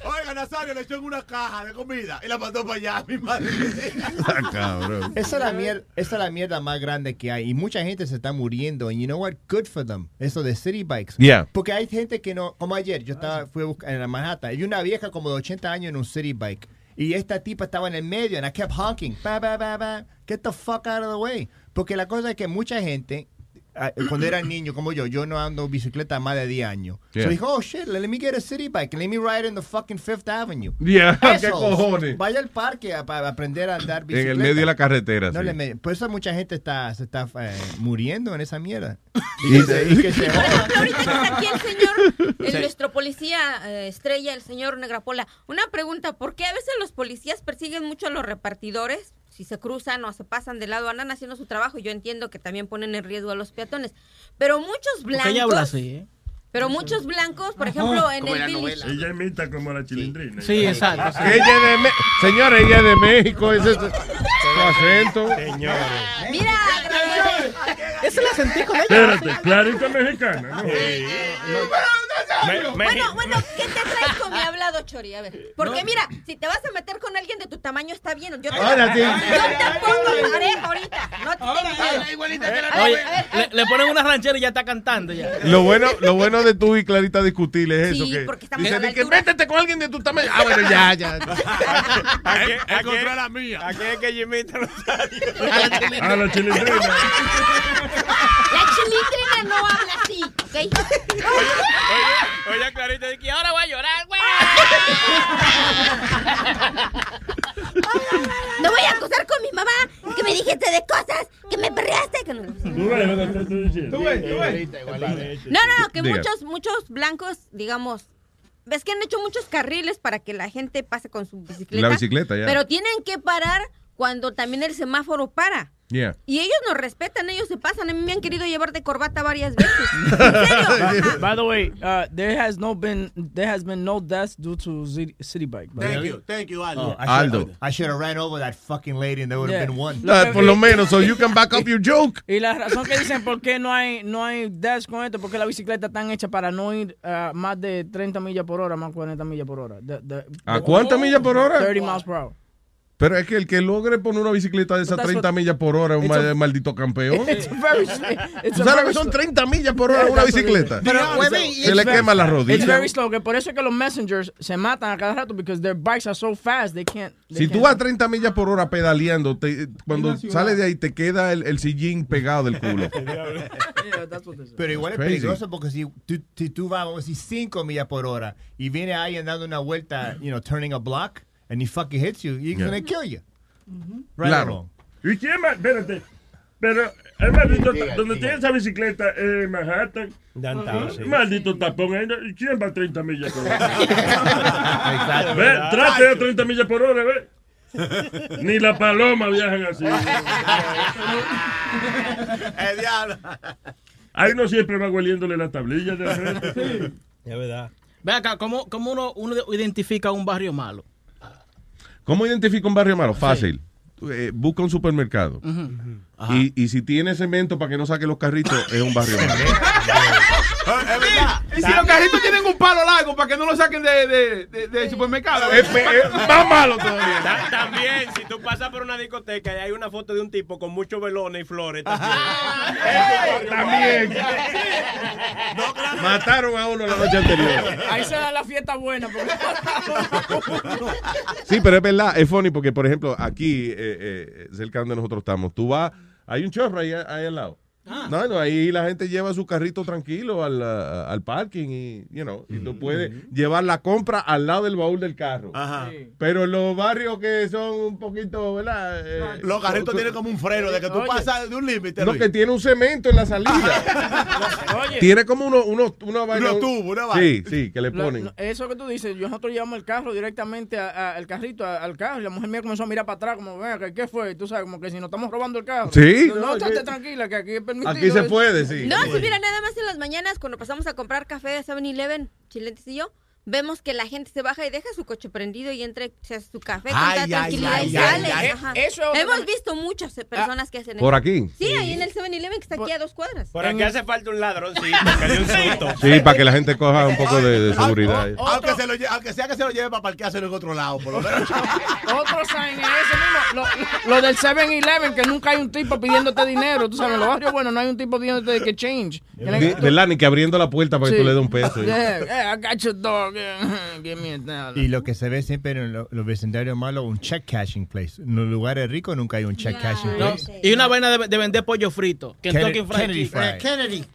[SPEAKER 8] Oiga, Nazario le echó en una caja de comida y la mandó para allá, mi madre.
[SPEAKER 1] Ah, cabrón.
[SPEAKER 16] Esa es, la mierda, esa es la mierda más grande que hay. Y mucha gente se está muriendo. And you know what? Good for them. Eso de city bikes.
[SPEAKER 1] Yeah.
[SPEAKER 16] Porque hay gente que no... Como ayer, yo estaba, fui a buscar en la Manhattan. Y una vieja como de 80 años en un city bike. Y esta tipa estaba en el medio. And I kept honking. Ba, ba, ba, ba. Get the fuck out of the way. Porque la cosa es que mucha gente... ah, Cuando era niño como yo, yo no ando bicicleta más de 10 años.
[SPEAKER 1] Yeah.
[SPEAKER 16] So dijo, oh shit, let me get a city bike, let me ride in the fucking Fifth Avenue.
[SPEAKER 1] Yeah, ¿qué
[SPEAKER 16] Assholes.
[SPEAKER 1] cojones?
[SPEAKER 16] Vaya al parque a, a aprender a andar
[SPEAKER 1] En
[SPEAKER 16] bicicleta.
[SPEAKER 1] el medio de la carretera.
[SPEAKER 16] No
[SPEAKER 1] sí.
[SPEAKER 16] le me- por eso mucha gente está, se está eh, muriendo en esa mierda.
[SPEAKER 1] Y-
[SPEAKER 16] Y, se- y que se joda.
[SPEAKER 22] Ahorita que está aquí el señor, el
[SPEAKER 16] Sí.
[SPEAKER 22] nuestro policía eh, estrella, el señor Negrapola. Una pregunta, ¿por qué a veces los policías persiguen mucho a los repartidores? Si se cruzan o se pasan de lado, andan haciendo su trabajo. Yo entiendo que también ponen en riesgo a los peatones. Pero muchos
[SPEAKER 6] Porque ella habla
[SPEAKER 22] blancos,
[SPEAKER 6] así, ¿eh?
[SPEAKER 22] pero muchos blancos, por ejemplo, en el Village.
[SPEAKER 17] Ella imita como la chilindrina.
[SPEAKER 6] Sí, exacto, sí.
[SPEAKER 1] Ella es de Me- Señores, ella es de México, ese es su acento.
[SPEAKER 22] Mira,
[SPEAKER 6] Ese la sentí con
[SPEAKER 17] Espérate, clarita mexicana. ¿no? Me- me-
[SPEAKER 22] Bueno, bueno, ¿qué te traes con mi hablado, Chori? A ver. Porque mira, si te vas a meter con alguien de tu tamaño, está bien. Yo te,
[SPEAKER 6] Ahora sí.
[SPEAKER 22] yo te pongo pareja ahorita. No te tengas miedo.
[SPEAKER 6] Oye, le, le ponen una ranchera y ya está cantando ya.
[SPEAKER 1] Lo bueno, lo bueno de tú y Clarita discutir es eso.
[SPEAKER 6] Sí,
[SPEAKER 1] que
[SPEAKER 6] porque
[SPEAKER 1] dicen,
[SPEAKER 6] a la
[SPEAKER 1] "Di que métete con alguien de tu tamaño. Ah, bueno, ya, ya.
[SPEAKER 19] Aquí, aquí,
[SPEAKER 8] Encontró la mía.
[SPEAKER 19] Aquí es que Jimita Ah,
[SPEAKER 17] me-
[SPEAKER 1] Ah,
[SPEAKER 17] A la chilindrina.
[SPEAKER 22] La chilindrina no habla así, ¿ok?
[SPEAKER 19] Oye, Clarita, de que ahora voy a llorar, güey.
[SPEAKER 22] No voy a acusar con mi mamá que me dijiste de cosas, que me perreaste. que no-
[SPEAKER 17] Tú ves lo que te estoy diciendo.
[SPEAKER 1] Tú ves, tú ves.
[SPEAKER 22] No, no, no, que
[SPEAKER 1] Diga.
[SPEAKER 22] muchos, muchos blancos, digamos, ves que han hecho muchos carriles para que la gente pase con su bicicleta.
[SPEAKER 1] La bicicleta, ya.
[SPEAKER 22] Pero tienen que parar cuando también el semáforo para.
[SPEAKER 1] Yeah.
[SPEAKER 22] Y ellos nos respetan, ellos se pasan. A mí me han querido llevar de corbata varias veces.
[SPEAKER 14] By the way, uh, there has no been there has been no deaths due to Z- city bike. by the
[SPEAKER 16] Thank
[SPEAKER 14] way.
[SPEAKER 16] you. Thank you, Aldo.
[SPEAKER 14] I should-
[SPEAKER 1] Aldo.
[SPEAKER 16] Oh, I should have ran over that fucking lady and there would have
[SPEAKER 14] Yeah.
[SPEAKER 16] been one.
[SPEAKER 1] Ah, por lo menos, so you can back up your joke.
[SPEAKER 14] Y la razón que dicen por qué no hay no hay dash con esto, porque la bicicleta está hecha para no ir uh, más de 30 millas por hora, más 40 millas por hora. The- the-
[SPEAKER 1] ¿A cuántas millas por hora?
[SPEAKER 14] 30 miles per hour.
[SPEAKER 1] Pero es que el que logre poner una bicicleta de esas
[SPEAKER 14] That's
[SPEAKER 1] 30
[SPEAKER 14] what-
[SPEAKER 1] millas por hora es un
[SPEAKER 14] It's a-
[SPEAKER 1] ma- maldito campeón.
[SPEAKER 14] It's a very, it's
[SPEAKER 1] ¿Tú
[SPEAKER 14] a
[SPEAKER 1] sabes
[SPEAKER 14] very
[SPEAKER 1] que son
[SPEAKER 14] slow-
[SPEAKER 1] 30 millas por hora una
[SPEAKER 14] that's what it is.
[SPEAKER 1] bicicleta?
[SPEAKER 14] Pero,
[SPEAKER 1] Yeah,
[SPEAKER 14] huevín,
[SPEAKER 1] so-
[SPEAKER 14] it's
[SPEAKER 1] se le
[SPEAKER 14] very-
[SPEAKER 1] quema la rodilla.
[SPEAKER 14] It's very slow, que por eso es que los messengers se matan a cada rato because their bikes are so fast they can't. they
[SPEAKER 1] Si tú
[SPEAKER 14] can't-
[SPEAKER 1] vas a 30 millas por hora pedaleando, te- eh, cuando
[SPEAKER 14] ciudad.
[SPEAKER 1] sales de ahí te queda el, el sillín pegado del culo.
[SPEAKER 14] Yeah, that's what they say.
[SPEAKER 16] Pero igual es
[SPEAKER 1] Crazy.
[SPEAKER 16] peligroso porque si tú, si tú vas, vamos a decir, 5 millas por hora y viene alguien dando una vuelta, you know, turning a block, and he fucking hits you, he's
[SPEAKER 17] Yeah.
[SPEAKER 16] gonna kill you. Right or wrong.
[SPEAKER 17] Claro. ¿Y quién más? Espérate. Pero, el maldito, donde tiene esa bicicleta eh, en Manhattan,
[SPEAKER 19] Downtown, sí.
[SPEAKER 17] maldito tapón, ahí no- ¿y quién va a 30 millas por hora?
[SPEAKER 15] Exacto.
[SPEAKER 17] Ve, trate a 30 millas por hora, ve. Ni la paloma viajan así.
[SPEAKER 4] Eh,
[SPEAKER 15] El diablo.
[SPEAKER 17] Ahí uno siempre va hueliéndole la tablilla de la frente.
[SPEAKER 19] Es verdad.
[SPEAKER 6] Ve acá, ¿cómo, cómo uno, uno identifica un barrio malo?
[SPEAKER 1] ¿Cómo identifico un barrio malo? Fácil. Eh, busca un supermercado. Y, y si tiene cemento para que no saque los carritos, es un barrio malo. Ah,
[SPEAKER 9] Y si los carritos tienen un palo largo para que no lo saquen de, de, de- de supermercado.
[SPEAKER 1] Es pe- es más malo todavía.
[SPEAKER 19] Ta- También, si tú pasas por una discoteca y hay una foto de un tipo con muchos velones y flores.
[SPEAKER 17] Ah,
[SPEAKER 19] Eh,
[SPEAKER 17] eh,
[SPEAKER 19] También.
[SPEAKER 1] También. Mataron a uno la noche anterior.
[SPEAKER 14] Ahí se da la fiesta buena. Porque...
[SPEAKER 1] Sí, pero es verdad, es funny porque, por ejemplo, aquí, eh, eh, cerca donde nosotros estamos, tú vas, hay un chorro ahí, ahí al lado. No, no, ahí la gente lleva su carrito tranquilo al, ah, al parking y, you know, y tú puedes llevar la compra al lado del baúl del carro. Pero en los barrios que son un poquito, ¿verdad? Eh,
[SPEAKER 8] Los carritos
[SPEAKER 1] tú-
[SPEAKER 8] tienen como un freno de que tú
[SPEAKER 1] Oye.
[SPEAKER 8] pasas de un límite.
[SPEAKER 1] No,
[SPEAKER 8] Luis.
[SPEAKER 1] que tiene un cemento en la salida. tiene como uno, uno, una vaina.
[SPEAKER 8] Unos tubos, una
[SPEAKER 1] Sí,
[SPEAKER 8] vaina.
[SPEAKER 1] sí, que le
[SPEAKER 14] La-
[SPEAKER 1] ponen.
[SPEAKER 14] no, eso que tú dices, yo- nosotros llevamos el carro directamente a- a- al carrito, a- al carro, y la mujer mía comenzó a mirar para atrás, como, "Ven acá, ¿qué fue? Tú sabes, como que si nos estamos robando el carro.
[SPEAKER 1] Sí.
[SPEAKER 14] No, no,
[SPEAKER 1] No,
[SPEAKER 14] estate
[SPEAKER 1] aquí-
[SPEAKER 14] tranquila, que aquí es permitido.
[SPEAKER 1] aquí se puede, sí.
[SPEAKER 22] No, si
[SPEAKER 1] Sí.
[SPEAKER 22] mira, nada más en las mañanas cuando pasamos a comprar café de 7-Eleven, Chiletes y yo, vemos que la gente se baja y deja su coche prendido y entra, se hace su café con
[SPEAKER 15] Ay,
[SPEAKER 22] toda
[SPEAKER 15] ay,
[SPEAKER 22] tranquilidad
[SPEAKER 15] ay,
[SPEAKER 22] y
[SPEAKER 15] ay,
[SPEAKER 22] sale.
[SPEAKER 15] ay.
[SPEAKER 22] ajá.
[SPEAKER 15] Eh, eso es otra
[SPEAKER 22] Hemos
[SPEAKER 15] ma-
[SPEAKER 22] visto muchas eh, personas que hacen eso.
[SPEAKER 1] ¿Por aquí?
[SPEAKER 22] Sí, ahí en el 7-Eleven que está aquí a dos cuadras.
[SPEAKER 19] Por aquí hace falta un ladroncito que dé un susto.
[SPEAKER 1] Sí, para que la gente coja un poco de, de seguridad.
[SPEAKER 8] Aunque, se lo lle- aunque sea que se lo lleve para parqueárselo en otro lado, por lo menos.
[SPEAKER 14] Otro sign es ese mismo, lo, lo del 7-Eleven, que nunca hay un tipo pidiéndote dinero, tú sabes, en los barrios, bueno, no hay un tipo pidiéndote que change.
[SPEAKER 1] Di- ¿Verdad? Ni que abriendo la puerta para que
[SPEAKER 14] Sí.
[SPEAKER 1] tú le des un peso.
[SPEAKER 14] Yeah, yeah, I got your dog, yeah, give me a dollar.
[SPEAKER 16] Y lo que se ve siempre en lo- los vecindarios malos, un check cashing place. En los lugares ricos nunca hay un check cashing
[SPEAKER 6] No,
[SPEAKER 16] place.
[SPEAKER 6] Y una vaina de, de vender pollo frito. Kentucky
[SPEAKER 16] Kennedy-
[SPEAKER 6] Fried
[SPEAKER 16] Kennedy
[SPEAKER 6] Chicken.
[SPEAKER 16] Fried. Eh,
[SPEAKER 11] Kennedy.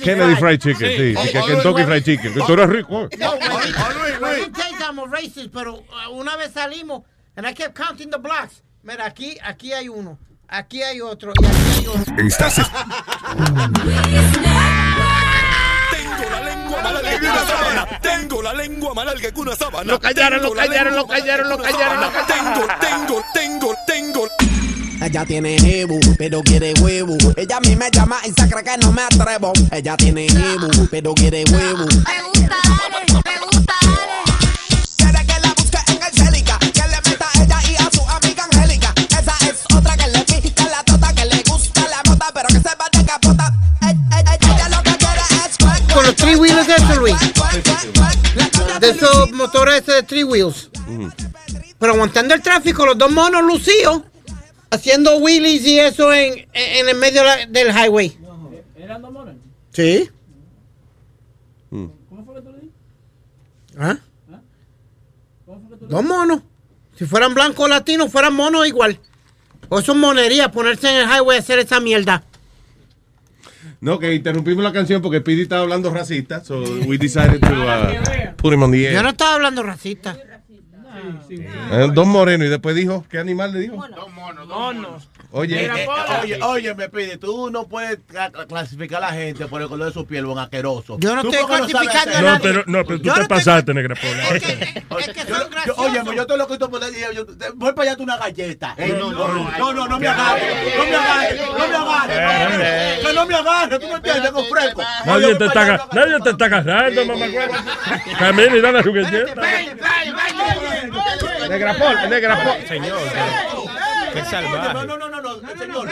[SPEAKER 11] Kennedy,
[SPEAKER 1] Kennedy Fried Chicken, sí.
[SPEAKER 11] Sí.
[SPEAKER 1] Y que
[SPEAKER 11] Oh, oh,
[SPEAKER 1] Kentucky
[SPEAKER 11] oh,
[SPEAKER 1] Fried Chicken. Que tú eres rico. eh.
[SPEAKER 11] No, when we, when we take I'm a racist, pero uh, una vez salimos, and I kept counting the blocks. Mira, aquí, aquí hay uno, aquí hay otro, y aquí hay otro.
[SPEAKER 15] Estás es-
[SPEAKER 11] Tengo la lengua
[SPEAKER 15] Tengo la lengua más larga que una sábana.
[SPEAKER 11] Lo callaron,
[SPEAKER 15] Tengo
[SPEAKER 11] lo
[SPEAKER 15] la
[SPEAKER 11] callaron,
[SPEAKER 15] lengua
[SPEAKER 11] lo callaron,
[SPEAKER 15] más larga que una sábana. Tengo, tengo, tengo, tengo.
[SPEAKER 5] Ella tiene Ebu, pero quiere huevo. Ella a mí me llama y sacra que no me atrevo. Ella tiene Ebu, pero quiere huevo.
[SPEAKER 15] Me gusta, dale, me gusta,
[SPEAKER 5] Quiere que la busque en Angélica, que le meta a ella y a su amiga Angélica. Esa es otra que le pica la tota, que le gusta la bota, pero que se va de capota. Eh, eh, eh, Ella lo que quiere es crack,
[SPEAKER 11] Con los three wheels de eso, Luis. De esos motores esos de three wheels. Pero aguantando el tráfico, los dos monos lucidos, haciendo wheelies y eso en, en el medio de la- del highway.
[SPEAKER 14] ¿Eran dos monos?
[SPEAKER 11] Sí.
[SPEAKER 14] ¿Cómo fue que tú le dijiste?
[SPEAKER 11] ¿Ah? Dos monos. Si fueran blancos o latinos, fueran monos igual. O eso es monería, ponerse en el highway a hacer esa mierda.
[SPEAKER 1] No, que interrumpimos la canción porque Pidi estaba hablando racista. So we decided to uh, put him on the
[SPEAKER 11] Yo
[SPEAKER 1] air.
[SPEAKER 11] no estaba hablando racista.
[SPEAKER 1] Eh, Don Moreno, y después dijo, ¿qué animal le dijo? Oye,
[SPEAKER 8] Mira,
[SPEAKER 1] eh,
[SPEAKER 8] Pola.
[SPEAKER 1] eh,
[SPEAKER 8] oye, oye, me pide, tú no puedes cla- cla- clasificar a la gente por el color de su piel, buen asqueroso.
[SPEAKER 11] Yo no
[SPEAKER 8] Tú
[SPEAKER 11] estoy
[SPEAKER 8] porque sabes
[SPEAKER 11] clasificando
[SPEAKER 8] hacer-
[SPEAKER 17] No, pero, no, pero tú te pasaste, negra Pola.
[SPEAKER 8] Yo- Oye, yo te lo quito por ahí, yo- yo- te- voy para allá una galleta. no, no, no, no, no, me agarres, no me agarres, no me agarres, que no me agarres, tú me entiendes, con fresco.
[SPEAKER 17] Nadie te, está, aga- nadie te está agarrando, mamá. Camina y dale juguetienda.
[SPEAKER 1] Negra Pola, Negra Pola.
[SPEAKER 8] Señor,
[SPEAKER 19] qué salvaje.
[SPEAKER 8] No, no, no, no, no, señor.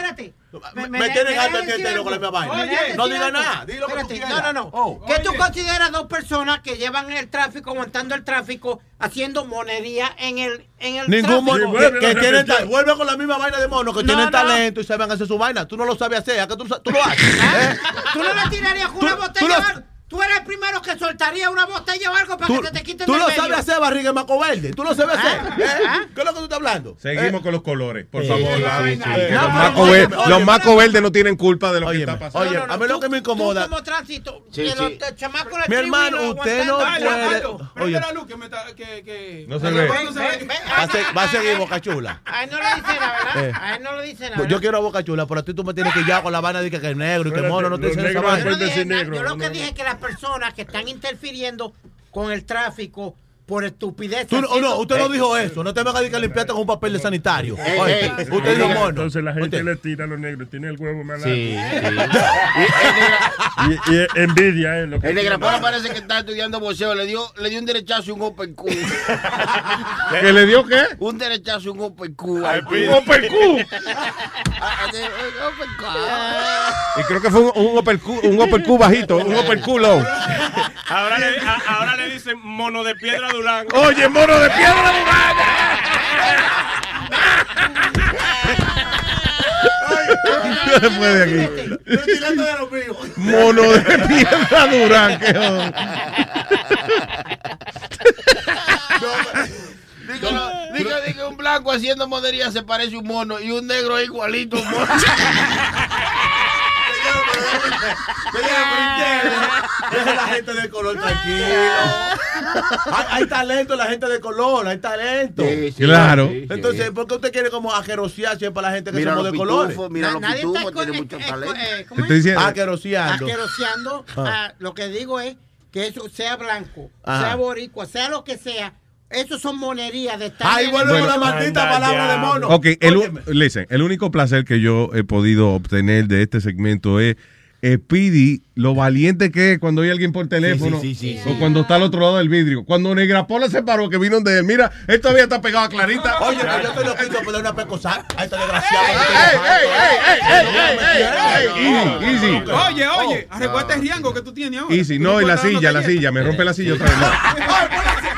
[SPEAKER 11] Me,
[SPEAKER 8] me tienen alto el entero con la misma vaina. No diga nada, di
[SPEAKER 11] dilo No, no, no. ¿Qué tú consideras dos personas que llevan el tráfico, aguantando el tráfico, haciendo monería en el, en el
[SPEAKER 8] Ningún
[SPEAKER 11] tráfico?
[SPEAKER 8] mono que, que tienen ta- vuelve con la misma vaina de mono que tienen talento y saben hacer su vaina. Tú no lo sabes hacer, ¿a qué tú, sa- tú lo haces?
[SPEAKER 11] Ah,
[SPEAKER 8] ¿Eh?
[SPEAKER 11] ¿Tú no le tirarías una botella o algo? Tú eres el primero que soltaría una botella o algo para
[SPEAKER 8] Tú,
[SPEAKER 11] que se te quiten
[SPEAKER 8] tú
[SPEAKER 11] del
[SPEAKER 8] lo
[SPEAKER 11] medio.
[SPEAKER 8] sabes hacer, barriga de maco verde. Tú lo sabes hacer.
[SPEAKER 11] ¿Ah?
[SPEAKER 8] ¿eh? ¿Qué es lo que tú estás hablando?
[SPEAKER 1] Seguimos con los colores, por
[SPEAKER 8] Eh, Sí.
[SPEAKER 1] favor.
[SPEAKER 8] Sí,
[SPEAKER 1] David,
[SPEAKER 8] no,
[SPEAKER 1] sí,
[SPEAKER 8] no,
[SPEAKER 1] que
[SPEAKER 8] no,
[SPEAKER 1] los
[SPEAKER 8] no,
[SPEAKER 1] macos
[SPEAKER 8] no,
[SPEAKER 1] ver-
[SPEAKER 8] no,
[SPEAKER 1] Los
[SPEAKER 8] oye,
[SPEAKER 1] macos verdes no tienen culpa de lo que está pasando.
[SPEAKER 8] Oye, a mí lo que me incomoda.
[SPEAKER 11] Como tránsito.
[SPEAKER 8] Sí,
[SPEAKER 11] que
[SPEAKER 8] sí.
[SPEAKER 11] los te- chamacos
[SPEAKER 8] Mi
[SPEAKER 11] del tribu y
[SPEAKER 8] hermano,
[SPEAKER 11] los
[SPEAKER 8] usted no
[SPEAKER 11] aguantando.
[SPEAKER 8] puede-
[SPEAKER 11] Ay, Leopoldo,
[SPEAKER 8] Oye,
[SPEAKER 9] La luz que me está. Que, que...
[SPEAKER 8] No se ve.
[SPEAKER 9] No se ve.
[SPEAKER 8] va a, ser- va a seguir Boca Chula.
[SPEAKER 11] A él no le dice nada, ¿verdad?
[SPEAKER 8] Eh.
[SPEAKER 11] A él no le dice nada.
[SPEAKER 8] Pues Yo quiero a Boca Chula, pero a ti tú me tienes que ir ya con la vaina de que, que es negro y que
[SPEAKER 17] Espérate,
[SPEAKER 8] mono. No te
[SPEAKER 17] los
[SPEAKER 8] dicen esa
[SPEAKER 17] negros
[SPEAKER 8] vaina.
[SPEAKER 17] después de ser negro,
[SPEAKER 11] Yo lo
[SPEAKER 17] no,
[SPEAKER 11] que
[SPEAKER 17] no.
[SPEAKER 11] dije es que las personas que están interfiriendo con el tráfico por estupidez.
[SPEAKER 8] Tú no- oh, no,
[SPEAKER 11] haciendo-
[SPEAKER 8] usted no
[SPEAKER 11] Eh,
[SPEAKER 8] dijo eso. No te me digas que limpiaste con un papel de sanitario.
[SPEAKER 11] Ey,
[SPEAKER 8] Oye,
[SPEAKER 11] ey.
[SPEAKER 8] usted dijo mono.
[SPEAKER 17] Eh, Entonces la gente le tira a los negros, tiene el huevo más largo.
[SPEAKER 8] Sí,
[SPEAKER 17] Y, y envidia, ¿eh? Lo que
[SPEAKER 10] El
[SPEAKER 17] tiene.
[SPEAKER 10] Negrapola parece que está estudiando boxeo. Le dio, le dio un derechazo y un open Q.
[SPEAKER 1] ¿Que le dio qué?
[SPEAKER 10] Un derechazo y un open Q.
[SPEAKER 1] Ay, un upper Q. Y creo que fue un, un upper Q, un upper Q bajito, un upper Q low.
[SPEAKER 19] Ahora le, a- ahora le dicen mono de piedra Durán.
[SPEAKER 1] Oye, mono de piedra Durán. ¿Qué se puede aquí?
[SPEAKER 8] Estoy tirando de los míos.
[SPEAKER 1] Mono de piedra Durán, qué jodido.
[SPEAKER 10] Dice que un blanco haciendo monería se parece a un mono y un negro es igualito a un mono.
[SPEAKER 8] Deja la gente de color tranquilo. Hay, hay talento en la gente de color, hay talento.
[SPEAKER 1] sí, Claro. sí,
[SPEAKER 8] Entonces, ¿por qué usted quiere como ajerosear siempre a la gente que
[SPEAKER 10] Mira
[SPEAKER 8] somos
[SPEAKER 10] los
[SPEAKER 8] de colores?
[SPEAKER 10] pitufos, mira los
[SPEAKER 11] nadie
[SPEAKER 10] pitufos,
[SPEAKER 11] Ah, está con-
[SPEAKER 10] tiene mucho
[SPEAKER 11] eh, eh,
[SPEAKER 10] talento.
[SPEAKER 11] eh, ¿cómo
[SPEAKER 8] Te estoy
[SPEAKER 11] es?
[SPEAKER 8] diciendo. Asqueroseando.
[SPEAKER 11] Asqueroseando.
[SPEAKER 8] Ah.
[SPEAKER 11] Ah, lo que digo es que eso sea blanco,
[SPEAKER 8] Ajá.
[SPEAKER 11] sea boricua, sea lo que sea. Eso son monerías de estar.
[SPEAKER 8] Ahí vuelve
[SPEAKER 1] Bueno.
[SPEAKER 8] una maldita palabra de mono.
[SPEAKER 1] Ah, Ok, el, u- listen, el único placer que yo he podido obtener de este segmento es eh, Speedy, lo valiente que es cuando hay alguien por teléfono
[SPEAKER 8] sí, sí, sí,
[SPEAKER 1] o cuando está al otro lado del vidrio. Cuando Negra Pola se paró, que vino de él, mira, él todavía está pegado a Clarita.
[SPEAKER 8] Oye, que yo te lo quito por dar una pecosa a este desgraciado.
[SPEAKER 1] Easy, easy.
[SPEAKER 9] Oye, oye, arrecuate el riango que tú tienes
[SPEAKER 8] Oh.
[SPEAKER 9] ahora.
[SPEAKER 1] Y si no, y la silla, la silla, me rompe la silla otra vez.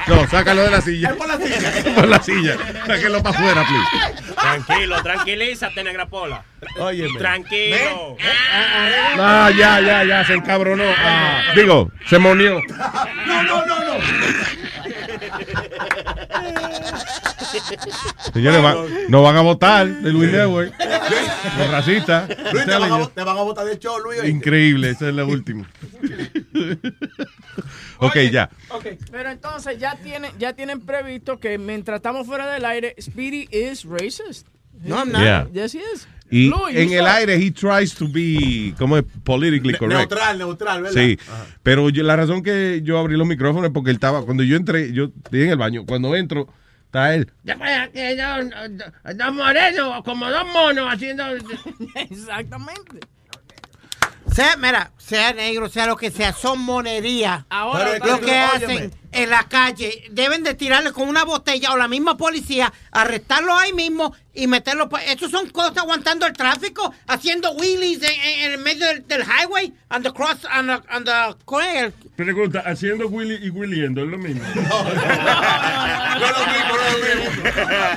[SPEAKER 1] No, No, sácalo de la silla.
[SPEAKER 8] Por la silla.
[SPEAKER 1] Por la silla. Sáquelo para afuera, please.
[SPEAKER 19] Tranquilo, tranquilízate, Negrapola.
[SPEAKER 8] Oye,
[SPEAKER 1] No,
[SPEAKER 19] Tranquilo.
[SPEAKER 1] Ah, ya, ya, ya, se encabronó. Ah, digo, se monió.
[SPEAKER 8] No, no, no, no.
[SPEAKER 1] Señores, va- nos van a votar de Luis Network. Los racistas.
[SPEAKER 8] Luis, te van, a, te van a botar de show, Luis. oíste.
[SPEAKER 1] Increíble, esa es la última. ok, ya.
[SPEAKER 14] Pero entonces ya tienen, ya tienen previsto que mientras estamos fuera del aire, Speedy is racist.
[SPEAKER 11] No, I'm
[SPEAKER 1] not. Yeah.
[SPEAKER 14] Yes, he is.
[SPEAKER 1] Y
[SPEAKER 14] Luis,
[SPEAKER 1] en
[SPEAKER 14] you
[SPEAKER 1] el
[SPEAKER 14] suck.
[SPEAKER 1] aire, he tries to be, ¿cómo es? Politically correct.
[SPEAKER 8] Neutral, neutral, ¿verdad?
[SPEAKER 1] Sí,
[SPEAKER 8] Ajá.
[SPEAKER 1] pero yo- la razón que yo abrí los micrófonos es porque él estaba, cuando yo entré, yo estoy en el baño, cuando entro, está él.
[SPEAKER 5] Ya para que dos, dos morenos, como dos monos haciendo.
[SPEAKER 14] Exactamente.
[SPEAKER 11] Sea, mira, sea negro, sea lo que sea, son monerías.
[SPEAKER 14] Ahora,
[SPEAKER 11] lo que
[SPEAKER 14] óyeme.
[SPEAKER 11] hacen en la calle, deben de tirarle con una botella o la misma policía, arrestarlo ahí mismo y meterlo. pa- Estos son cosas aguantando el tráfico, haciendo wheelies en, en- en el medio del, del highway, on the cross, on the, on the corner.
[SPEAKER 17] Pregunta, haciendo Willy y Willyendo, es lo mismo.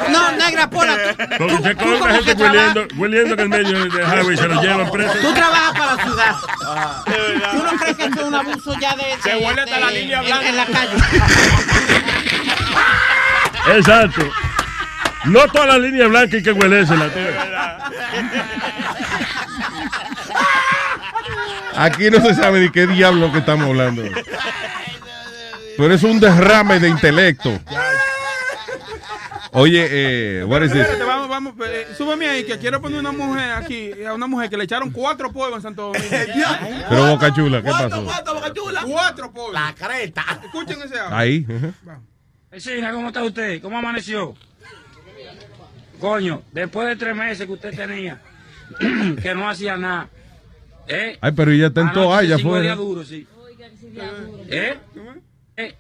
[SPEAKER 11] No, negra pola, tú,
[SPEAKER 17] Porque se coge
[SPEAKER 11] como
[SPEAKER 17] la gente
[SPEAKER 11] que trabajas-
[SPEAKER 17] Willyendo, Willyendo en el medio del highway y se lo llevan
[SPEAKER 8] ¿eh?
[SPEAKER 17] preso.
[SPEAKER 11] tú trabajas para la ciudad.
[SPEAKER 8] Ah.
[SPEAKER 11] ¿Tú no crees que esto es un abuso ya de.
[SPEAKER 19] Se
[SPEAKER 11] de-
[SPEAKER 19] vuelve hasta la
[SPEAKER 11] de-
[SPEAKER 19] línea
[SPEAKER 11] en-
[SPEAKER 19] blanca.
[SPEAKER 11] en la calle.
[SPEAKER 17] Exacto. No toda la línea blanca y que huele se la
[SPEAKER 1] Aquí no se sabe de qué diablo que estamos hablando. Pero es un derrame de intelecto. Oye, eh, what is this?
[SPEAKER 9] Espérate, vamos, vamos, eh, súbeme ahí, que quiero poner una mujer aquí, a una mujer que le echaron cuatro polvos en Santo Domingo.
[SPEAKER 1] Pero Boca Chula, ¿qué pasó?
[SPEAKER 9] Cuatro polvos. La creta. Escuchen ese audio.
[SPEAKER 1] Ahí. ujú.
[SPEAKER 21] Vecina, ¿cómo está usted? ¿Cómo amaneció? Coño, después de tres meses que usted tenía, que no hacía nada. ¿Eh?
[SPEAKER 1] Ay, pero ella está en
[SPEAKER 21] Anoche
[SPEAKER 1] toalla,
[SPEAKER 21] se cingó
[SPEAKER 1] fue,
[SPEAKER 21] día
[SPEAKER 1] ¿no?
[SPEAKER 21] duro, sí. ¿Eh? ¿Eh?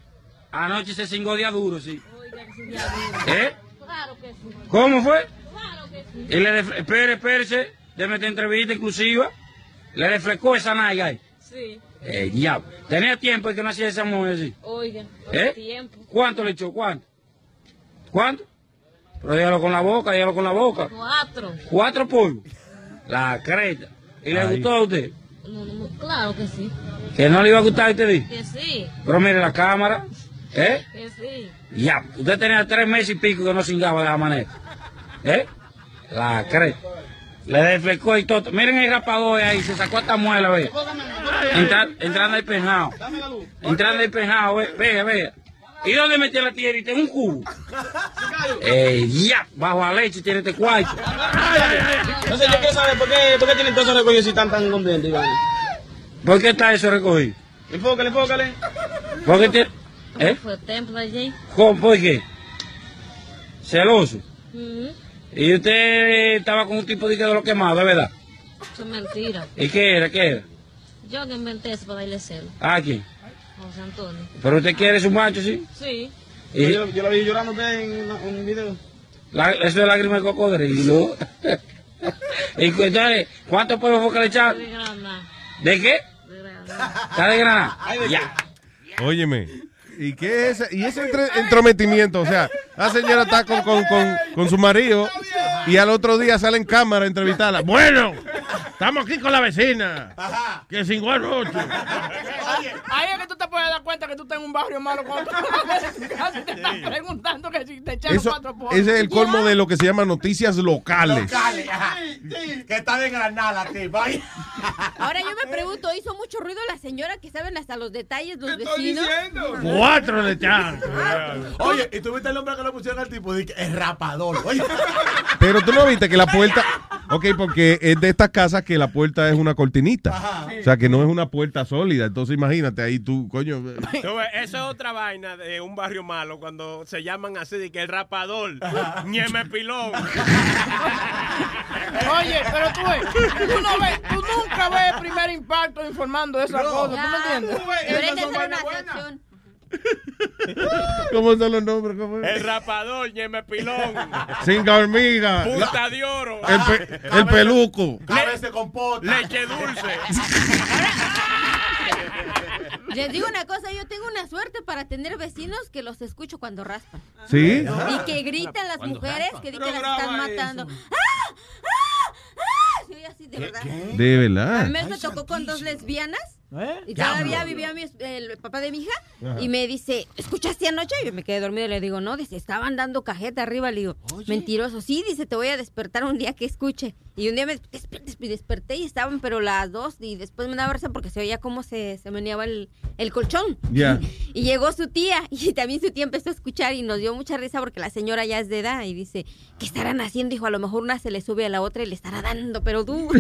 [SPEAKER 21] Anoche se cingó día duro, sí. ¿Eh? ¿Cómo fue? Y le def- espere, espérese, déme esta entrevista inclusiva. Le refrescó esa nalga ahí.
[SPEAKER 25] Sí.
[SPEAKER 21] Eh, diablo. Tenía tiempo de que no hacía esa mujer así.
[SPEAKER 25] Oigan,
[SPEAKER 21] ¿Eh?
[SPEAKER 25] tiempo.
[SPEAKER 21] ¿Cuánto le echó? ¿Cuánto? ¿Cuánto? Pero dígalo con la boca, dígalo con la boca.
[SPEAKER 25] Cuatro.
[SPEAKER 21] Cuatro polvos. La creta. ¿Y le Ay. gustó a usted?
[SPEAKER 25] No, no, no, claro que sí.
[SPEAKER 21] Que no le iba a gustar a usted. di?
[SPEAKER 25] Que sí.
[SPEAKER 21] Pero mire la cámara. ¿Eh?
[SPEAKER 25] Que sí.
[SPEAKER 21] Ya. Usted tenía tres meses y pico que no cingaba de la manera. ¿Eh? La creta. Le desflecó y todo. Miren el rapador ahí, se sacó esta muela, vea. Entra- entrando al penjado. Entrando al penjado, ve- vea, vea. ¿Y dónde metió la tierrita? En un cubo. Eh, ya, bajo la leche tiene este cuarto.
[SPEAKER 28] Entonces yo quiero saber por qué, por qué tienen todos esos recogidos si están tan contentos, Iván.
[SPEAKER 21] ¿Por qué está eso recogido?
[SPEAKER 28] Enfócale, enfócale.
[SPEAKER 21] ¿Por qué tiene...? ¿Eh?
[SPEAKER 25] Fue templo allí.
[SPEAKER 21] ¿Cómo? ¿Por qué? Celoso.
[SPEAKER 25] Mm,
[SPEAKER 21] Y usted estaba con un tipo de que de lo quemado, es verdad.
[SPEAKER 25] Eso es mentira.
[SPEAKER 21] ¿Y qué era? ¿Qué era?
[SPEAKER 25] Yo que inventé eso para darle celo.
[SPEAKER 21] ¿A quién?
[SPEAKER 25] José Antonio.
[SPEAKER 21] Pero usted quiere su macho, ¿sí?
[SPEAKER 25] Sí.
[SPEAKER 21] Y-
[SPEAKER 28] Yo, yo la vi llorando a usted en, la- en un video.
[SPEAKER 21] La- eso es lágrima de cocodrilo. y cu- entonces, ¿cuántos polvos fue que le echaron?
[SPEAKER 25] De grana.
[SPEAKER 21] ¿De qué? ¿Está de granada? Ya.
[SPEAKER 1] Óyeme. ¿Y qué es ese- y ese entre- entrometimiento? O sea, la señora está con, con, con, con su marido y al otro día sale en cámara a entrevistarla. Bueno, estamos aquí con la vecina. Que sin anoche.
[SPEAKER 30] Ahí es que tú te puedes dar cuenta que tú estás en un barrio malo cuando tú casi te están preguntando que si te echaron
[SPEAKER 1] Eso,
[SPEAKER 30] cuatro polvos.
[SPEAKER 1] ese es el colmo de lo que se llama noticias locales.
[SPEAKER 4] Locales, ajá. Que está de Granada, tipo. Ay.
[SPEAKER 22] Ahora yo me pregunto, ¿hizo mucho ruido la señora que saben hasta los detalles los vecinos?
[SPEAKER 4] Cuatro
[SPEAKER 1] le echaron.
[SPEAKER 4] Oye, y tuviste el nombre que le pusieron al tipo, dije, es rapador. Oye,
[SPEAKER 1] Pero tú no viste que la puerta. Ok, porque es de estas casas que la puerta es una cortinita.
[SPEAKER 4] Ajá.
[SPEAKER 1] O sea, que no es una puerta sólida. Entonces, imagínate ahí tú, coño.
[SPEAKER 19] Tú ves, Eso es otra vaina de un barrio malo cuando se llaman así de que el rapador, ñeme pilón.
[SPEAKER 30] Oye, pero tú ves, tú, no ves, tú nunca ves el primer impacto informando de esas
[SPEAKER 22] No.
[SPEAKER 30] cosas, ¿tú me
[SPEAKER 22] Ya,
[SPEAKER 30] entiendes?
[SPEAKER 22] tú ves, Deberían esas son de hacer una vainas buenas.
[SPEAKER 1] ¿Cómo son los nombres? ¿Cómo es?
[SPEAKER 19] El rapador, ñeme pilón.
[SPEAKER 1] Cinca hormiga.
[SPEAKER 19] Punta de oro. Ah,
[SPEAKER 1] El, pe- el peluco.
[SPEAKER 4] cabeza con pota.
[SPEAKER 19] Leche dulce.
[SPEAKER 22] Les digo una cosa, yo tengo una suerte para tener vecinos que los escucho cuando raspan.
[SPEAKER 1] ¿Sí?
[SPEAKER 22] Y que gritan las
[SPEAKER 1] Cuando
[SPEAKER 22] mujeres que di que las están matando. ¡Ah! ¡Ah! ¡Ah! Soy así de verdad.
[SPEAKER 1] De verdad.
[SPEAKER 22] A mí me tocó con dos lesbianas. ¿Eh? Y todavía
[SPEAKER 1] Diablo.
[SPEAKER 22] vivía mi es- el papá de mi hija
[SPEAKER 1] Ajá.
[SPEAKER 22] y me dice, ¿escuchaste anoche? Yo me quedé dormido y le digo, no, dice, estaban dando cajeta arriba. Le digo, mentiroso, sí, dice, te voy a despertar un día que escuche. Y un día me desper- desper- desperté y estaban, pero las dos, y después me daba risa porque se oía cómo se, se meneaba el, el colchón.
[SPEAKER 1] Ya.
[SPEAKER 22] Y llegó su tía y también su tía empezó a escuchar y nos dio mucha risa porque la señora ya es de edad y dice, ¿qué estarán haciendo? Dijo, a lo mejor una se le sube a la otra y le estará dando, pero duro.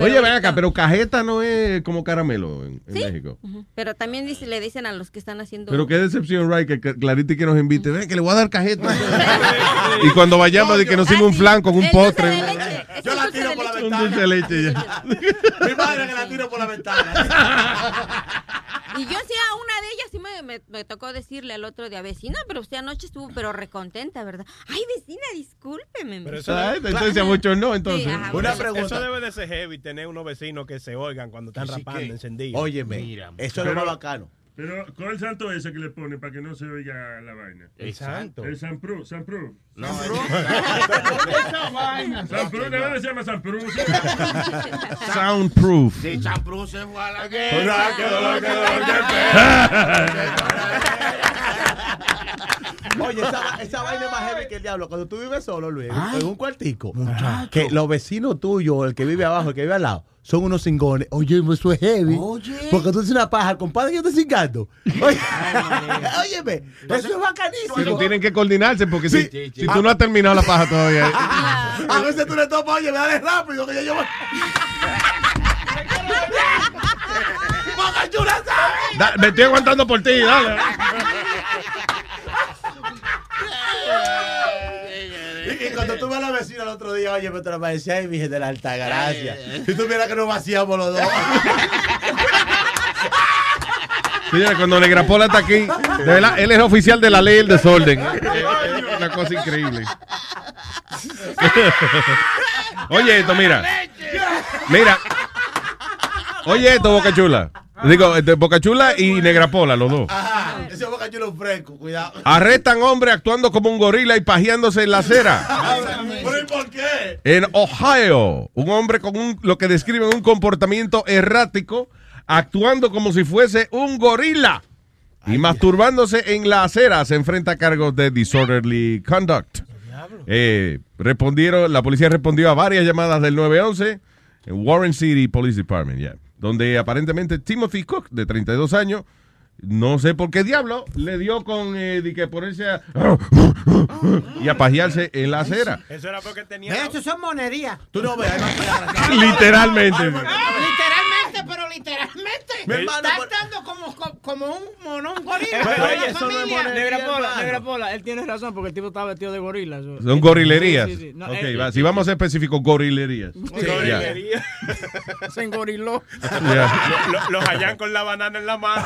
[SPEAKER 1] Oye, ven acá, pero cajeta no es como caramelo en, en México.
[SPEAKER 22] Ujú. Pero también dice, le dicen a los que están haciendo...
[SPEAKER 1] Pero qué decepción, Ray, que Ca- Clarita que nos invite. Ven, que le voy a dar cajeta. y cuando vayamos, de que nos sirve un flan con un postre.
[SPEAKER 4] yo la tiro por la
[SPEAKER 1] Un dulce de
[SPEAKER 4] ventana.
[SPEAKER 1] leche ya.
[SPEAKER 4] Mi madre que la tiro por la ventana.
[SPEAKER 22] Y yo sí a una de ellas sí me, me- me tocó decirle al otro día, vecina, pero usted anoche estuvo pero recontenta, ¿verdad? Ay, vecina, discúlpeme.
[SPEAKER 1] Ah, entonces a muchos no, entonces.
[SPEAKER 19] Eso- Eso debe de ser heavy, tener unos vecinos que se oigan cuando están rapando, encendidos.
[SPEAKER 4] Óyeme, Mira, eso es lo más bacano.
[SPEAKER 17] Pero, ¿cuál es el santo ese que le pone para que no se oiga la vaina?
[SPEAKER 4] El santo.
[SPEAKER 17] El San Prú, San Prú.
[SPEAKER 4] No,
[SPEAKER 17] San
[SPEAKER 4] el-
[SPEAKER 17] Prú.
[SPEAKER 4] Esa vaina.
[SPEAKER 17] San Prú, ¿de dónde se llama San Prú?
[SPEAKER 1] Soundproof.
[SPEAKER 4] Si Champrú se fue a la
[SPEAKER 1] Ah, Hola, qué dolor, qué dolor, qué
[SPEAKER 4] pena.
[SPEAKER 8] Oye, esa, esa vaina es más heavy que el diablo. Cuando tú vives solo, Luis,
[SPEAKER 4] Ay.
[SPEAKER 8] en un cuartico, que los vecinos tuyos, el que vive abajo, el que vive al lado, son unos cingones. Oye, pues, eso es heavy. Porque tú haces una paja, el compadre que está cingando. Oye, óyeme, eso es
[SPEAKER 1] Pero
[SPEAKER 8] bacanísimo.
[SPEAKER 1] tienen que coordinarse porque si,
[SPEAKER 8] Sí, sí.
[SPEAKER 1] si tú no has terminado la paja todavía. eh.
[SPEAKER 8] A veces tú le topas, oye, dale rápido, que ya yo voy. ¡Boca chula, ¿sabes?
[SPEAKER 1] Da- me estoy aguantando por ti, dale.
[SPEAKER 8] Y, y cuando tú ves a la vecina el otro día, oye, me transparecía y Virgen de la Alta Gracia.
[SPEAKER 19] Eh.
[SPEAKER 8] Si tú vieras que nos vaciamos los dos.
[SPEAKER 1] Señores, cuando le grapó la aquí, de verdad, él es oficial de la ley del desorden. Una cosa increíble. Oye, esto, mira. Mira. Oye, esto, Boca Chula. Digo, este, Boca Chula y Negrapola, los dos.
[SPEAKER 8] Ajá, ese boca chula es un fresco, cuidado.
[SPEAKER 1] Arrestan hombre actuando como un gorila y pajeándose en la acera.
[SPEAKER 8] ¿Pero y por qué?
[SPEAKER 1] En Ohio, un hombre con un- lo que describen un comportamiento errático, actuando como si fuese un gorila y masturbándose en la acera, se enfrenta a cargos de disorderly conduct. Eh, respondieron, la policía respondió a varias llamadas del 911 en Warren City Police Department, yeah, donde aparentemente Timothy Cook, de 32 años, no sé por qué diablo, le dio con eh, de que ponerse a, y a pajearse en la acera.
[SPEAKER 19] Eso era porque tenía.
[SPEAKER 11] De hecho, son monerías.
[SPEAKER 8] Tú no ves.
[SPEAKER 1] Literalmente.
[SPEAKER 11] Literalmente, pero literalmente.
[SPEAKER 8] Mi hermano,
[SPEAKER 11] está
[SPEAKER 8] por-
[SPEAKER 11] actuando como, co- como un mono, un gorila.
[SPEAKER 14] Pero,
[SPEAKER 11] con
[SPEAKER 14] oye,
[SPEAKER 11] la
[SPEAKER 14] eso no es
[SPEAKER 11] familia.
[SPEAKER 14] monería, Negra Pola, Negra Pola, él tiene razón porque el tipo estaba vestido de gorila. eso.
[SPEAKER 1] Son gorilerías.
[SPEAKER 14] Sí, sí, sí. No, eh,
[SPEAKER 1] ok,
[SPEAKER 14] él-
[SPEAKER 1] va, si vamos a ser específicos, gorilerías. Ya.
[SPEAKER 14] Se engoriló.
[SPEAKER 1] Ya.
[SPEAKER 19] Lo- lo- los hallan con la banana en la mano.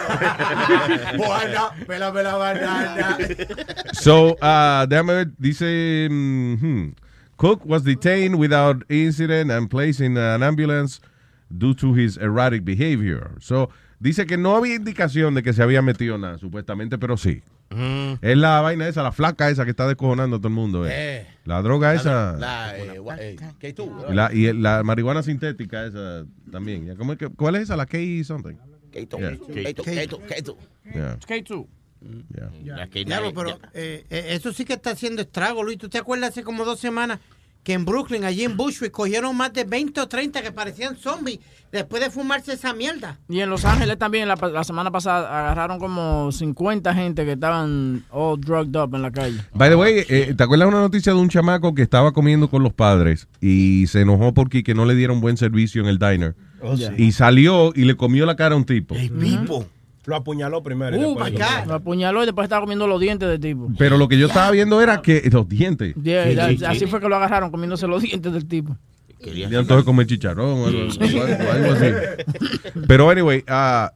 [SPEAKER 8] Buena, pélame la banana.
[SPEAKER 1] So, ah, déjame ver, dice, mhm, Cook was detained without incident and placed in an ambulance due to his erratic behavior. So, dice que no había indicación de que se había metido nada, supuestamente, pero sí. Es la vaina esa, la flaca esa que está descojonando a todo el mundo. eh.
[SPEAKER 8] Eh.
[SPEAKER 1] La droga esa.
[SPEAKER 8] La, eh, gua- eh, ¿qué tú?
[SPEAKER 1] Y la, y la marihuana sintética esa también. Ya, ¿cómo es que- ¿Cuál es esa? La K something.
[SPEAKER 10] Keto,
[SPEAKER 1] Yeah.
[SPEAKER 10] keto, keto, keto.
[SPEAKER 1] Yeah.
[SPEAKER 11] K2.
[SPEAKER 1] Yeah.
[SPEAKER 10] La que
[SPEAKER 11] Diablo,
[SPEAKER 10] nadie-
[SPEAKER 11] pero eh, eh, eso sí que está haciendo estrago, Luis. ¿Tú te acuerdas hace como dos semanas que en Brooklyn, allí en Bushwick, cogieron más de 20 o 30 que parecían zombies después de fumarse esa mierda?
[SPEAKER 14] Y en Los Ángeles también, la, la semana pasada, agarraron como 50 gente que estaban all drugged up en la calle.
[SPEAKER 1] By the way, eh, ¿te acuerdas una noticia de un chamaco que estaba comiendo con los padres y se enojó porque que no le dieron buen servicio en el diner?
[SPEAKER 19] Oh, sí.
[SPEAKER 1] Y salió y le comió la cara a un tipo.
[SPEAKER 19] Pipo. Lo apuñaló primero. y
[SPEAKER 14] Uh,
[SPEAKER 19] después
[SPEAKER 14] my
[SPEAKER 19] lo-
[SPEAKER 14] God. Lo apuñaló y después estaba comiendo los dientes del tipo.
[SPEAKER 1] Pero lo que yo estaba viendo era que los dientes.
[SPEAKER 14] Yeah,
[SPEAKER 1] Sí,
[SPEAKER 14] la-
[SPEAKER 1] sí, sí.
[SPEAKER 14] así fue que lo agarraron comiéndose los dientes del tipo.
[SPEAKER 1] Ya entonces comer chicharrón o algo, o algo- o algo así. Pero anyway, ah,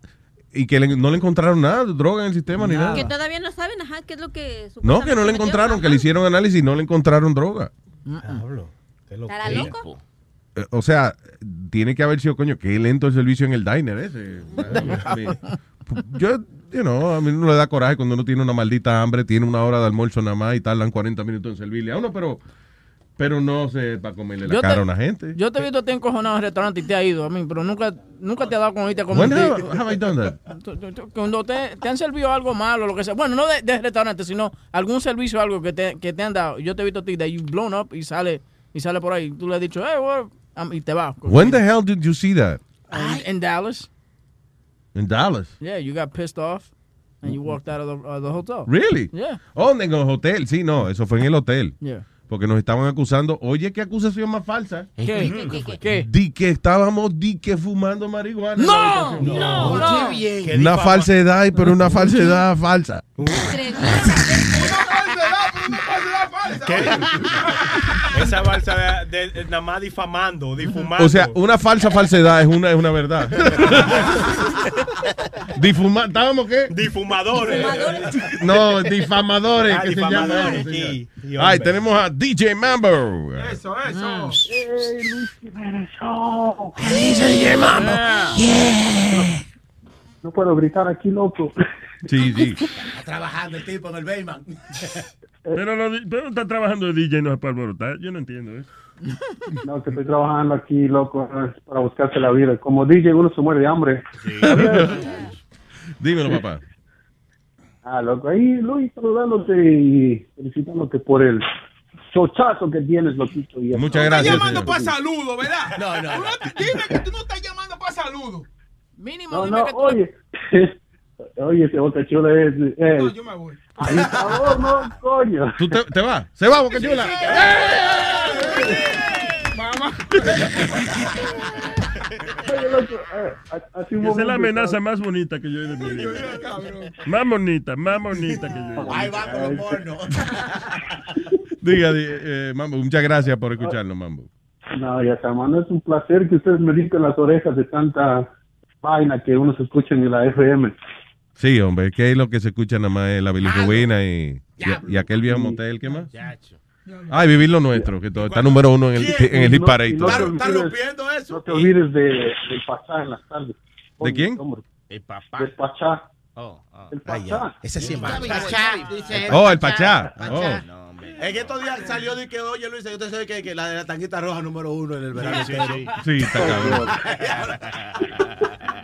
[SPEAKER 1] y que le- no le encontraron nada, droga en el sistema ni
[SPEAKER 22] Que
[SPEAKER 1] nada.
[SPEAKER 22] todavía no saben, ajá, qué es lo que...
[SPEAKER 1] No, que no le encontraron, que le hicieron análisis y no le encontraron droga.
[SPEAKER 22] ¿Estará loco?
[SPEAKER 1] Eh, O sea, tiene que haber sido, coño, qué lento el servicio en el diner ese. Yo, you know, a mí no le da coraje cuando uno tiene una maldita hambre, tiene una hora de almuerzo nada más y tardan 40 minutos en servirle a uno, pero, pero no sé, para comerle la
[SPEAKER 14] Yo te-
[SPEAKER 1] cara a una gente.
[SPEAKER 14] Yo te he visto a ti encojonado en restaurante y te ha ido a mí, pero nunca, nunca te ha dado con irte a comer.
[SPEAKER 1] When have, have I done that?
[SPEAKER 14] Cuando te, te han servido algo malo, lo que sea. Bueno, no de, de restaurante, sino algún servicio, algo que te, que te han dado. Yo te he visto a ti, that you blown up y sale, y sale por ahí. Tú le has dicho, hey, what? up?" Y te va.
[SPEAKER 1] When the hell did you see that?
[SPEAKER 14] En Dallas.
[SPEAKER 1] In Dallas.
[SPEAKER 14] Yeah, you got pissed off and you walked out of the, of the hotel.
[SPEAKER 1] Really?
[SPEAKER 14] Yeah.
[SPEAKER 1] Oh, en el hotel, sí, no, eso fue en el hotel.
[SPEAKER 14] Yeah.
[SPEAKER 1] Porque nos estaban acusando. Oye, qué acusación más falsa.
[SPEAKER 14] ¿Qué? ¿Qué? ¿Qué? ¿Qué?
[SPEAKER 1] Di que estábamos di que fumando marihuana. en la
[SPEAKER 14] No,
[SPEAKER 1] habitación.
[SPEAKER 14] no, Oye, no. bien. Qué
[SPEAKER 1] Una
[SPEAKER 14] difama-
[SPEAKER 1] falsedad, pero una falsedad falsa.
[SPEAKER 19] Esa balsa de, de- nada más difamando, difumando.
[SPEAKER 1] O sea, una falsa falsedad es una, es una verdad. Difuma, ¿Estábamos qué?
[SPEAKER 19] Difumadores.
[SPEAKER 1] No, difamadores.
[SPEAKER 19] Ah,
[SPEAKER 1] que se
[SPEAKER 19] difamadores,
[SPEAKER 1] llaman.
[SPEAKER 19] sí, sí,
[SPEAKER 1] Ay,
[SPEAKER 19] hombre.
[SPEAKER 1] tenemos a DJ Mambo. Eso,
[SPEAKER 19] eso.
[SPEAKER 4] Ah. Eh,
[SPEAKER 5] ¿Qué dice DJ Mambo? Yeah.
[SPEAKER 2] No puedo gritar aquí, loco.
[SPEAKER 1] Sí, sí.
[SPEAKER 8] Está trabajando el tipo en el Bayman.
[SPEAKER 18] Eh,
[SPEAKER 17] Pero, lo, di- pero está trabajando de DJ no es para alborotar. Yo no entiendo eso.
[SPEAKER 2] No, que estoy trabajando aquí, loco, es para buscarse la vida. Como DJ uno se muere de hambre.
[SPEAKER 1] Dímelo, papá.
[SPEAKER 18] Ah, loco, ahí Luis saludándote y felicitándote por el chochazo que tienes, loquito. Y
[SPEAKER 1] Muchas
[SPEAKER 4] Estás
[SPEAKER 1] gracias.
[SPEAKER 4] llamando
[SPEAKER 1] señor.
[SPEAKER 4] para saludo, ¿verdad? No, no. Dime que tú no estás llamando para saludo.
[SPEAKER 14] Mínimo,
[SPEAKER 18] No,
[SPEAKER 14] dime
[SPEAKER 18] no,
[SPEAKER 14] que tú-
[SPEAKER 18] oye. oye, ese boca chula es... eh,
[SPEAKER 4] No, yo me voy.
[SPEAKER 18] Ahí está, no, coño.
[SPEAKER 1] ¿Tú te, te vas? ¿Se va, Boca Chula?
[SPEAKER 4] ¡Eh! Mamá.
[SPEAKER 18] Oye, loco, eh, ha- hace un
[SPEAKER 17] Esa es la
[SPEAKER 18] momento
[SPEAKER 17] amenaza más bonita que yo he oído en mi vida. Más bonita, más bonita que yo. Ahí va con los porno.
[SPEAKER 1] Diga, di- eh, Mambo, muchas gracias por escucharnos, Mambo.
[SPEAKER 18] No, ya está, mano. Es un placer que ustedes me limpian las orejas de tanta vaina que uno se escucha en la FM.
[SPEAKER 1] Sí, hombre, que es lo que se escucha nada más es la bilirrubina y, y, y aquel viejo motel, ¿qué más? Ay, vivir lo nuestro, que todo, está número uno en el, en el hit
[SPEAKER 18] No,
[SPEAKER 1] parade.
[SPEAKER 18] y no te olvides- No te olvides de, del Pachá en las tardes.
[SPEAKER 1] ¿De quién?
[SPEAKER 18] El papá. Del Pachá. El Pachá.
[SPEAKER 10] Ese sí es malo.
[SPEAKER 8] Pachá, dice
[SPEAKER 1] Oh, el Pachá.
[SPEAKER 8] Pachá.
[SPEAKER 1] Oh.
[SPEAKER 8] En estos días salió de que, oye Luis, yo te sé que, que la de la tanguita roja número uno en el verano.
[SPEAKER 9] Sí,
[SPEAKER 8] sí.
[SPEAKER 1] Sí, está cabrón.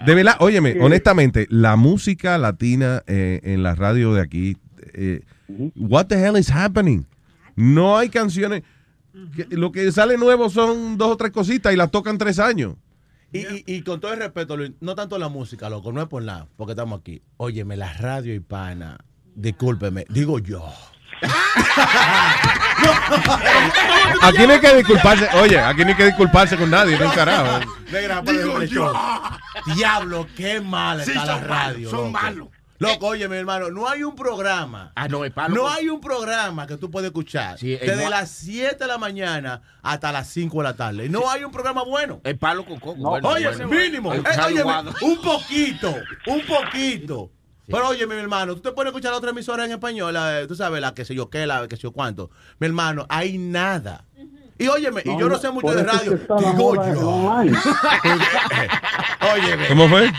[SPEAKER 1] De verdad, óyeme, honestamente, la música latina eh, en la radio de aquí, eh, what the hell is happening? No hay canciones. que- lo que sale nuevo son dos o tres cositas y las tocan tres años.
[SPEAKER 8] Y, y- y con todo el respeto, Luis, no tanto la música, loco, no es por nada, porque estamos aquí. Óyeme, la radio hispana, discúlpeme, digo yo.
[SPEAKER 1] Aquí no hay que disculparse, oye, aquí no hay que disculparse con nadie, no carajo.
[SPEAKER 8] Negra, pues, para el lechón. Diablo, qué mala está la radio.
[SPEAKER 10] son
[SPEAKER 8] loco.
[SPEAKER 10] malos.
[SPEAKER 8] Loco, oye, mi hermano, no hay un programa.
[SPEAKER 10] Ah, no, es palo.
[SPEAKER 8] No hay un programa que tú puedas escuchar
[SPEAKER 10] el
[SPEAKER 8] desde
[SPEAKER 10] gua-
[SPEAKER 8] las 7 de la mañana hasta las 5 de la tarde. No hay un programa bueno.
[SPEAKER 10] El palo con coco. bueno,
[SPEAKER 8] oye,
[SPEAKER 10] bueno.
[SPEAKER 8] mínimo.
[SPEAKER 10] El
[SPEAKER 8] eh,
[SPEAKER 10] palo
[SPEAKER 8] óyeme,
[SPEAKER 10] guado.
[SPEAKER 8] un poquito, un poquito. Pero oye, mi hermano, tú te puedes escuchar la otra emisora en español, la, eh, tú sabes, la que sé yo qué, la que sé yo cuánto. Mi hermano, hay nada. Y óyeme, y yo no sé mucho
[SPEAKER 18] por
[SPEAKER 8] de
[SPEAKER 18] eso es
[SPEAKER 8] radio.
[SPEAKER 18] que está la
[SPEAKER 8] Digo
[SPEAKER 18] moda
[SPEAKER 8] yo.
[SPEAKER 18] online.
[SPEAKER 8] Óyeme.
[SPEAKER 1] ¿Cómo fue?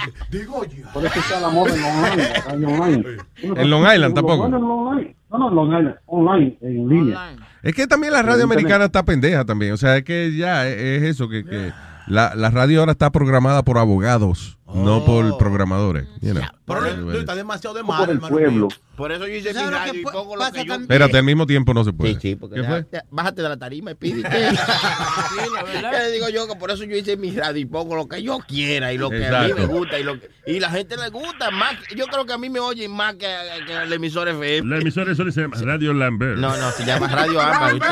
[SPEAKER 18] Por eso está la moda en online. la radio online. Uno
[SPEAKER 1] En Long Island
[SPEAKER 18] lo
[SPEAKER 1] tampoco.
[SPEAKER 18] bueno en online. No, no, Long Island. Online, en línea.
[SPEAKER 1] Es que también la radio
[SPEAKER 18] Pregúntale.
[SPEAKER 1] americana está pendeja también. O sea, es que ya e-, es es eso, que, que la, la radio ahora está programada por abogados, no por programadores. you know.
[SPEAKER 8] Luis, está demasiado de
[SPEAKER 18] Por
[SPEAKER 8] mal,
[SPEAKER 18] el
[SPEAKER 8] hermano.
[SPEAKER 18] pueblo.
[SPEAKER 10] Por eso yo hice mi radio y pongo lo que yo
[SPEAKER 1] Espérate, al mismo tiempo no se puede. ¿Qué fue?
[SPEAKER 10] Bájate- Bájate de la tarima y pide. Le digo yo que por eso yo hice mi radio y pongo lo que yo quiera y lo que a mí me
[SPEAKER 1] Exacto.
[SPEAKER 10] gusta y lo que- y la gente le gusta más. que- Yo creo que a mí me oyen más que, que al emisor FM.
[SPEAKER 17] La emisora solo se llama Radio Lambert.
[SPEAKER 10] No, no, se llama Radio Ámbar. Usted-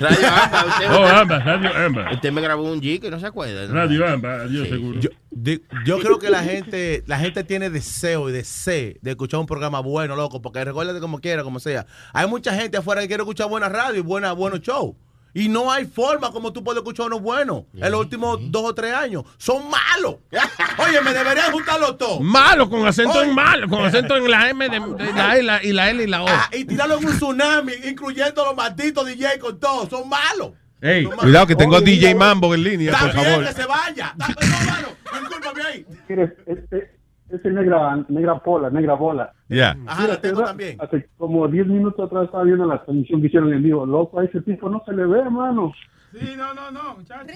[SPEAKER 10] Radio Ámbar. Usted,
[SPEAKER 17] Oh, Ámbar, Radio Ámbar.
[SPEAKER 10] usted me grabó un G que no se acuerda. ¿no?
[SPEAKER 17] Radio Ámbar, adiós seguro.
[SPEAKER 8] Yo, de- yo creo que la gente, la gente tiene deseo y deseo de escuchar un programa bueno, loco, porque recuérdate como quiera, como sea. Hay mucha gente afuera que quiere escuchar buena radio y buena, buenos shows. Y no hay forma como tú puedes escuchar unos buenos en los últimos dos o tres años. Son malos. Oye, me deberían juntarlos todos.
[SPEAKER 1] Malo, con acento en malo, con acento en la M, de, de la E la- y la L y la O.
[SPEAKER 8] Ah, y tirarlo en un tsunami, incluyendo los malditos DJ con todo. Son malos.
[SPEAKER 1] Ey, cuidado que tengo a DJ Mambo en línea, por
[SPEAKER 8] Está bien
[SPEAKER 1] favor.
[SPEAKER 8] que se vaya. Está bien, son malos. Discúlpame ahí.
[SPEAKER 18] Eres, este, ese negra, negra pola, negra bola.
[SPEAKER 1] Ya.
[SPEAKER 8] Ajá, la tengo
[SPEAKER 18] ¿verdad?
[SPEAKER 8] también.
[SPEAKER 18] Hace como 10 minutos atrás estaba viendo la transmisión que hicieron en vivo. Loco, a ese tipo no se le ve, hermano.
[SPEAKER 4] Sí, no, no, no, muchachos.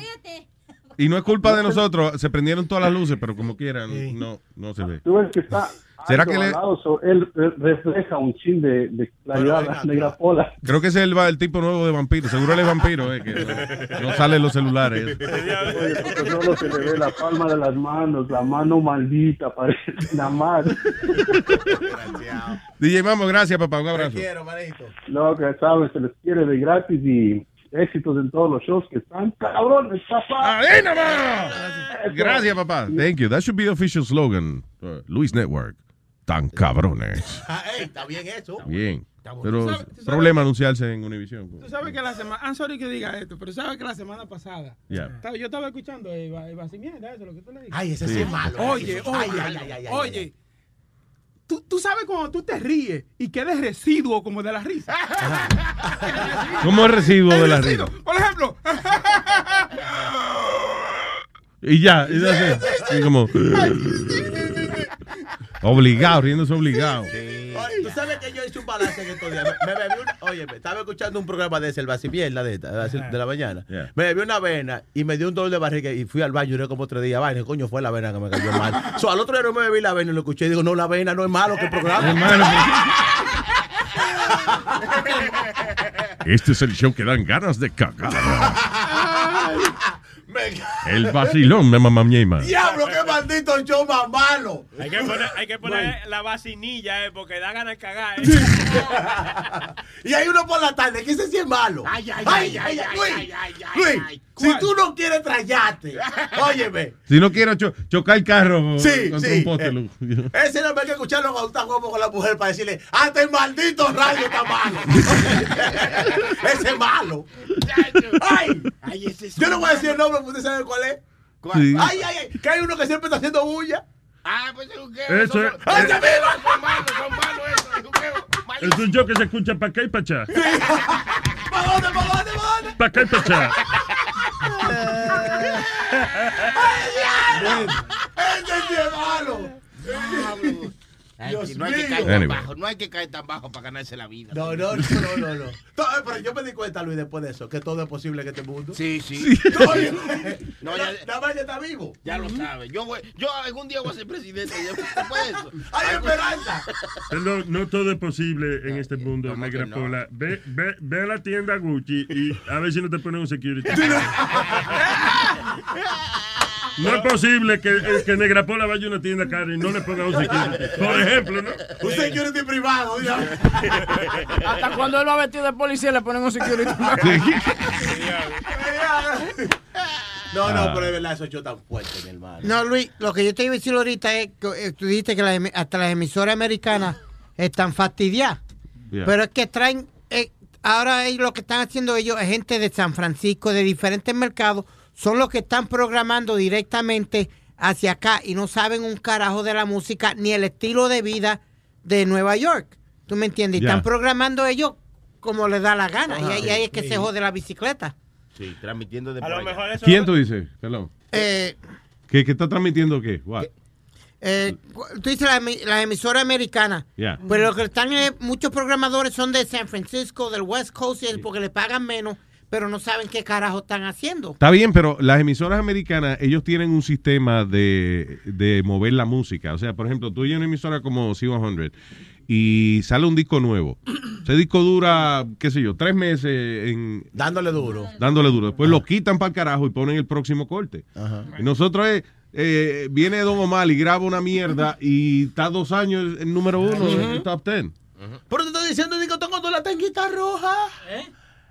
[SPEAKER 1] Y no es culpa de nosotros, se prendieron todas las luces, pero como quieran, no, no se ve.
[SPEAKER 18] Tú ves Pues que está.
[SPEAKER 1] ¿Será que le-
[SPEAKER 18] alto, alado, so- él eh, refleja un chin de, de claridad,
[SPEAKER 1] venga,
[SPEAKER 18] negra pola.
[SPEAKER 1] Creo que ese es el, va- el tipo nuevo de vampiro, seguro él es vampiro, eh, que no, no sale en los celulares.
[SPEAKER 18] Oye, porque solo se le ve la palma de las manos, la mano maldita, parece nada más.
[SPEAKER 1] DJ Mambo, gracias papá, un abrazo.
[SPEAKER 18] No, que sabes, se les quiere de gratis y éxitos en todos los shows que están. ¡Cabrones, papá!
[SPEAKER 1] ¡Ahí nomás! Gracias papá. Thank you. That should be the official slogan. uh, Luis Network. Tan cabrones.
[SPEAKER 8] Ah, ey, está bien eso.
[SPEAKER 1] Bien.
[SPEAKER 8] Está
[SPEAKER 1] Pero
[SPEAKER 8] bueno.
[SPEAKER 1] problema anunciarse en Univision. pues.
[SPEAKER 4] Tú sabes que la semana, I'm sorry que diga esto, pero sabes que la semana pasada,
[SPEAKER 1] Ya.
[SPEAKER 4] estaba- yo estaba escuchando a Eva, Eva sin mierda, eso es lo que tú le dices.
[SPEAKER 8] Ay, ese
[SPEAKER 1] sí Sí. es malo.
[SPEAKER 4] Oye,
[SPEAKER 8] Eso-
[SPEAKER 4] oye,
[SPEAKER 8] ay, ay, ay, ay, ay,
[SPEAKER 4] oye. Tú, tú sabes cuando tú te ríes y quedes residuo como de la risa.
[SPEAKER 1] ¿Cómo es residuo de la
[SPEAKER 4] Residuo.
[SPEAKER 1] risa?
[SPEAKER 4] Por ejemplo,
[SPEAKER 1] Y ya, y ya sé. Y como. Obligado, riéndose obligado.
[SPEAKER 8] Oye, Tú sabes que yo hice un balance en estos días. Me, me bebí un- oye, me estaba escuchando un programa de ese, el vacipierda de esta, el vaci- de la mañana. Yeah. Me bebí una avena y me dio un dolor de barriga y fui al baño, duré como tres días. Vaina, coño, fue la avena que me cayó mal. so, al otro día no me bebí la avena y lo escuché y digo, no, la avena no es malo, que programa.
[SPEAKER 17] Este es el show que dan ganas de cagar.
[SPEAKER 8] Me-
[SPEAKER 17] El vacilón de Mamá Mima.
[SPEAKER 8] Diablo, qué maldito show más malo.
[SPEAKER 19] Hay que poner, hay que poner la vacinilla, eh, porque da ganas de cagar. eh.
[SPEAKER 8] Y hay uno por la tarde que ese sí es malo. Ay, ay, ay, ay, Luis, Luis, si tú no quieres trayarte, óyeme,
[SPEAKER 1] Si no quiero cho- chocar el carro
[SPEAKER 8] Sí,
[SPEAKER 1] contra
[SPEAKER 8] sí, Eh,
[SPEAKER 1] un poste. Lu.
[SPEAKER 8] ese no hay que escucharlo cuando está guapo con la mujer para decirle, hasta el maldito radio está malo. ese es malo. Ay, yo no voy a decir el nombre, pero usted sabe cuál es.
[SPEAKER 4] Sí.
[SPEAKER 8] Ay, ay, ay, que hay uno que siempre está haciendo bulla.
[SPEAKER 4] Ah, pues es un
[SPEAKER 17] Eso
[SPEAKER 4] Son-
[SPEAKER 17] es-
[SPEAKER 4] ¡Ay,
[SPEAKER 8] ya vino!
[SPEAKER 4] Son malos, son malos esos, es un huevo.
[SPEAKER 17] Es un show que se escucha para acá y para allá.
[SPEAKER 4] ¿Para dónde, para dónde, para dónde?
[SPEAKER 17] Para acá y para allá.
[SPEAKER 8] ¡Ese sí es malo!
[SPEAKER 10] Diablo. Ay,
[SPEAKER 8] Dios
[SPEAKER 10] sí, no hay que
[SPEAKER 8] mío.
[SPEAKER 10] caer tan
[SPEAKER 8] Anyway.
[SPEAKER 10] bajo, no hay que caer tan bajo para ganarse la vida.
[SPEAKER 8] No, no, no, no, no. no. To- eh, Pero yo me di cuenta, Luis, después de eso, que todo es posible en este mundo.
[SPEAKER 10] Sí, sí.
[SPEAKER 8] Oye,
[SPEAKER 10] No,
[SPEAKER 8] la,
[SPEAKER 10] ya-
[SPEAKER 8] la vaina está vivo.
[SPEAKER 10] Ya lo sabes. Yo, voy- yo algún día voy a ser presidente. ya, después de eso.
[SPEAKER 8] Hay esperanza.
[SPEAKER 17] Perdón, no todo es posible en este mundo, negra
[SPEAKER 10] no?
[SPEAKER 17] Pola. Ve, ve, ve a la tienda Gucci y a ver si no te ponen un security. No es posible que, eh, que Negra Pola vaya a una tienda cara y no le ponga un security. Por ejemplo, ¿no?
[SPEAKER 8] Un security privado, ya.
[SPEAKER 14] Hasta cuando él va vestido de policía le ponen un security.
[SPEAKER 8] No, no,
[SPEAKER 14] Ah.
[SPEAKER 8] pero de verdad, eso yo tan fuerte, mi hermano.
[SPEAKER 11] No, Luis, lo que yo te iba a decir ahorita es que eh, tú dijiste que las emi- hasta las emisoras americanas están fastidiadas.
[SPEAKER 8] Yeah.
[SPEAKER 11] Pero es que traen, eh, ahora ellos lo que están haciendo ellos es gente de San Francisco, de diferentes mercados, son los que están programando directamente hacia acá y no saben un carajo de la música ni el estilo de vida de Nueva York. ¿Tú me entiendes? Y
[SPEAKER 10] Yeah.
[SPEAKER 11] están programando ellos como les da la gana.
[SPEAKER 10] Ajá.
[SPEAKER 11] y ahí, ahí es que
[SPEAKER 10] Sí.
[SPEAKER 11] se jode la bicicleta.
[SPEAKER 10] Sí, transmitiendo de
[SPEAKER 19] A lo mejor eso.
[SPEAKER 1] ¿Quién tú dices? Perdón.
[SPEAKER 11] Eh,
[SPEAKER 1] ¿Qué, qué está transmitiendo qué? What?
[SPEAKER 11] Eh, cu- tú dices la, emi- la emisora americana.
[SPEAKER 1] Yeah.
[SPEAKER 11] Pero lo que están es- muchos programadores son de San Francisco, del West Coast, y es porque le pagan menos, pero no saben qué carajo están haciendo.
[SPEAKER 1] Está bien, pero las emisoras americanas, ellos tienen un sistema de, de mover la música. O sea, por ejemplo, tú oyes una emisora como C100 y sale un disco nuevo. Ese disco dura, qué sé yo, tres meses en...
[SPEAKER 8] Dándole duro.
[SPEAKER 1] Dándole duro. Después lo quitan para el carajo y ponen el próximo corte. Y nosotros es... eh, viene Don Omar y graba una mierda y está dos años en número uno en el top ten.
[SPEAKER 8] Pero te estoy diciendo, digo, tengo toda la tanguita roja.
[SPEAKER 14] ¿Eh?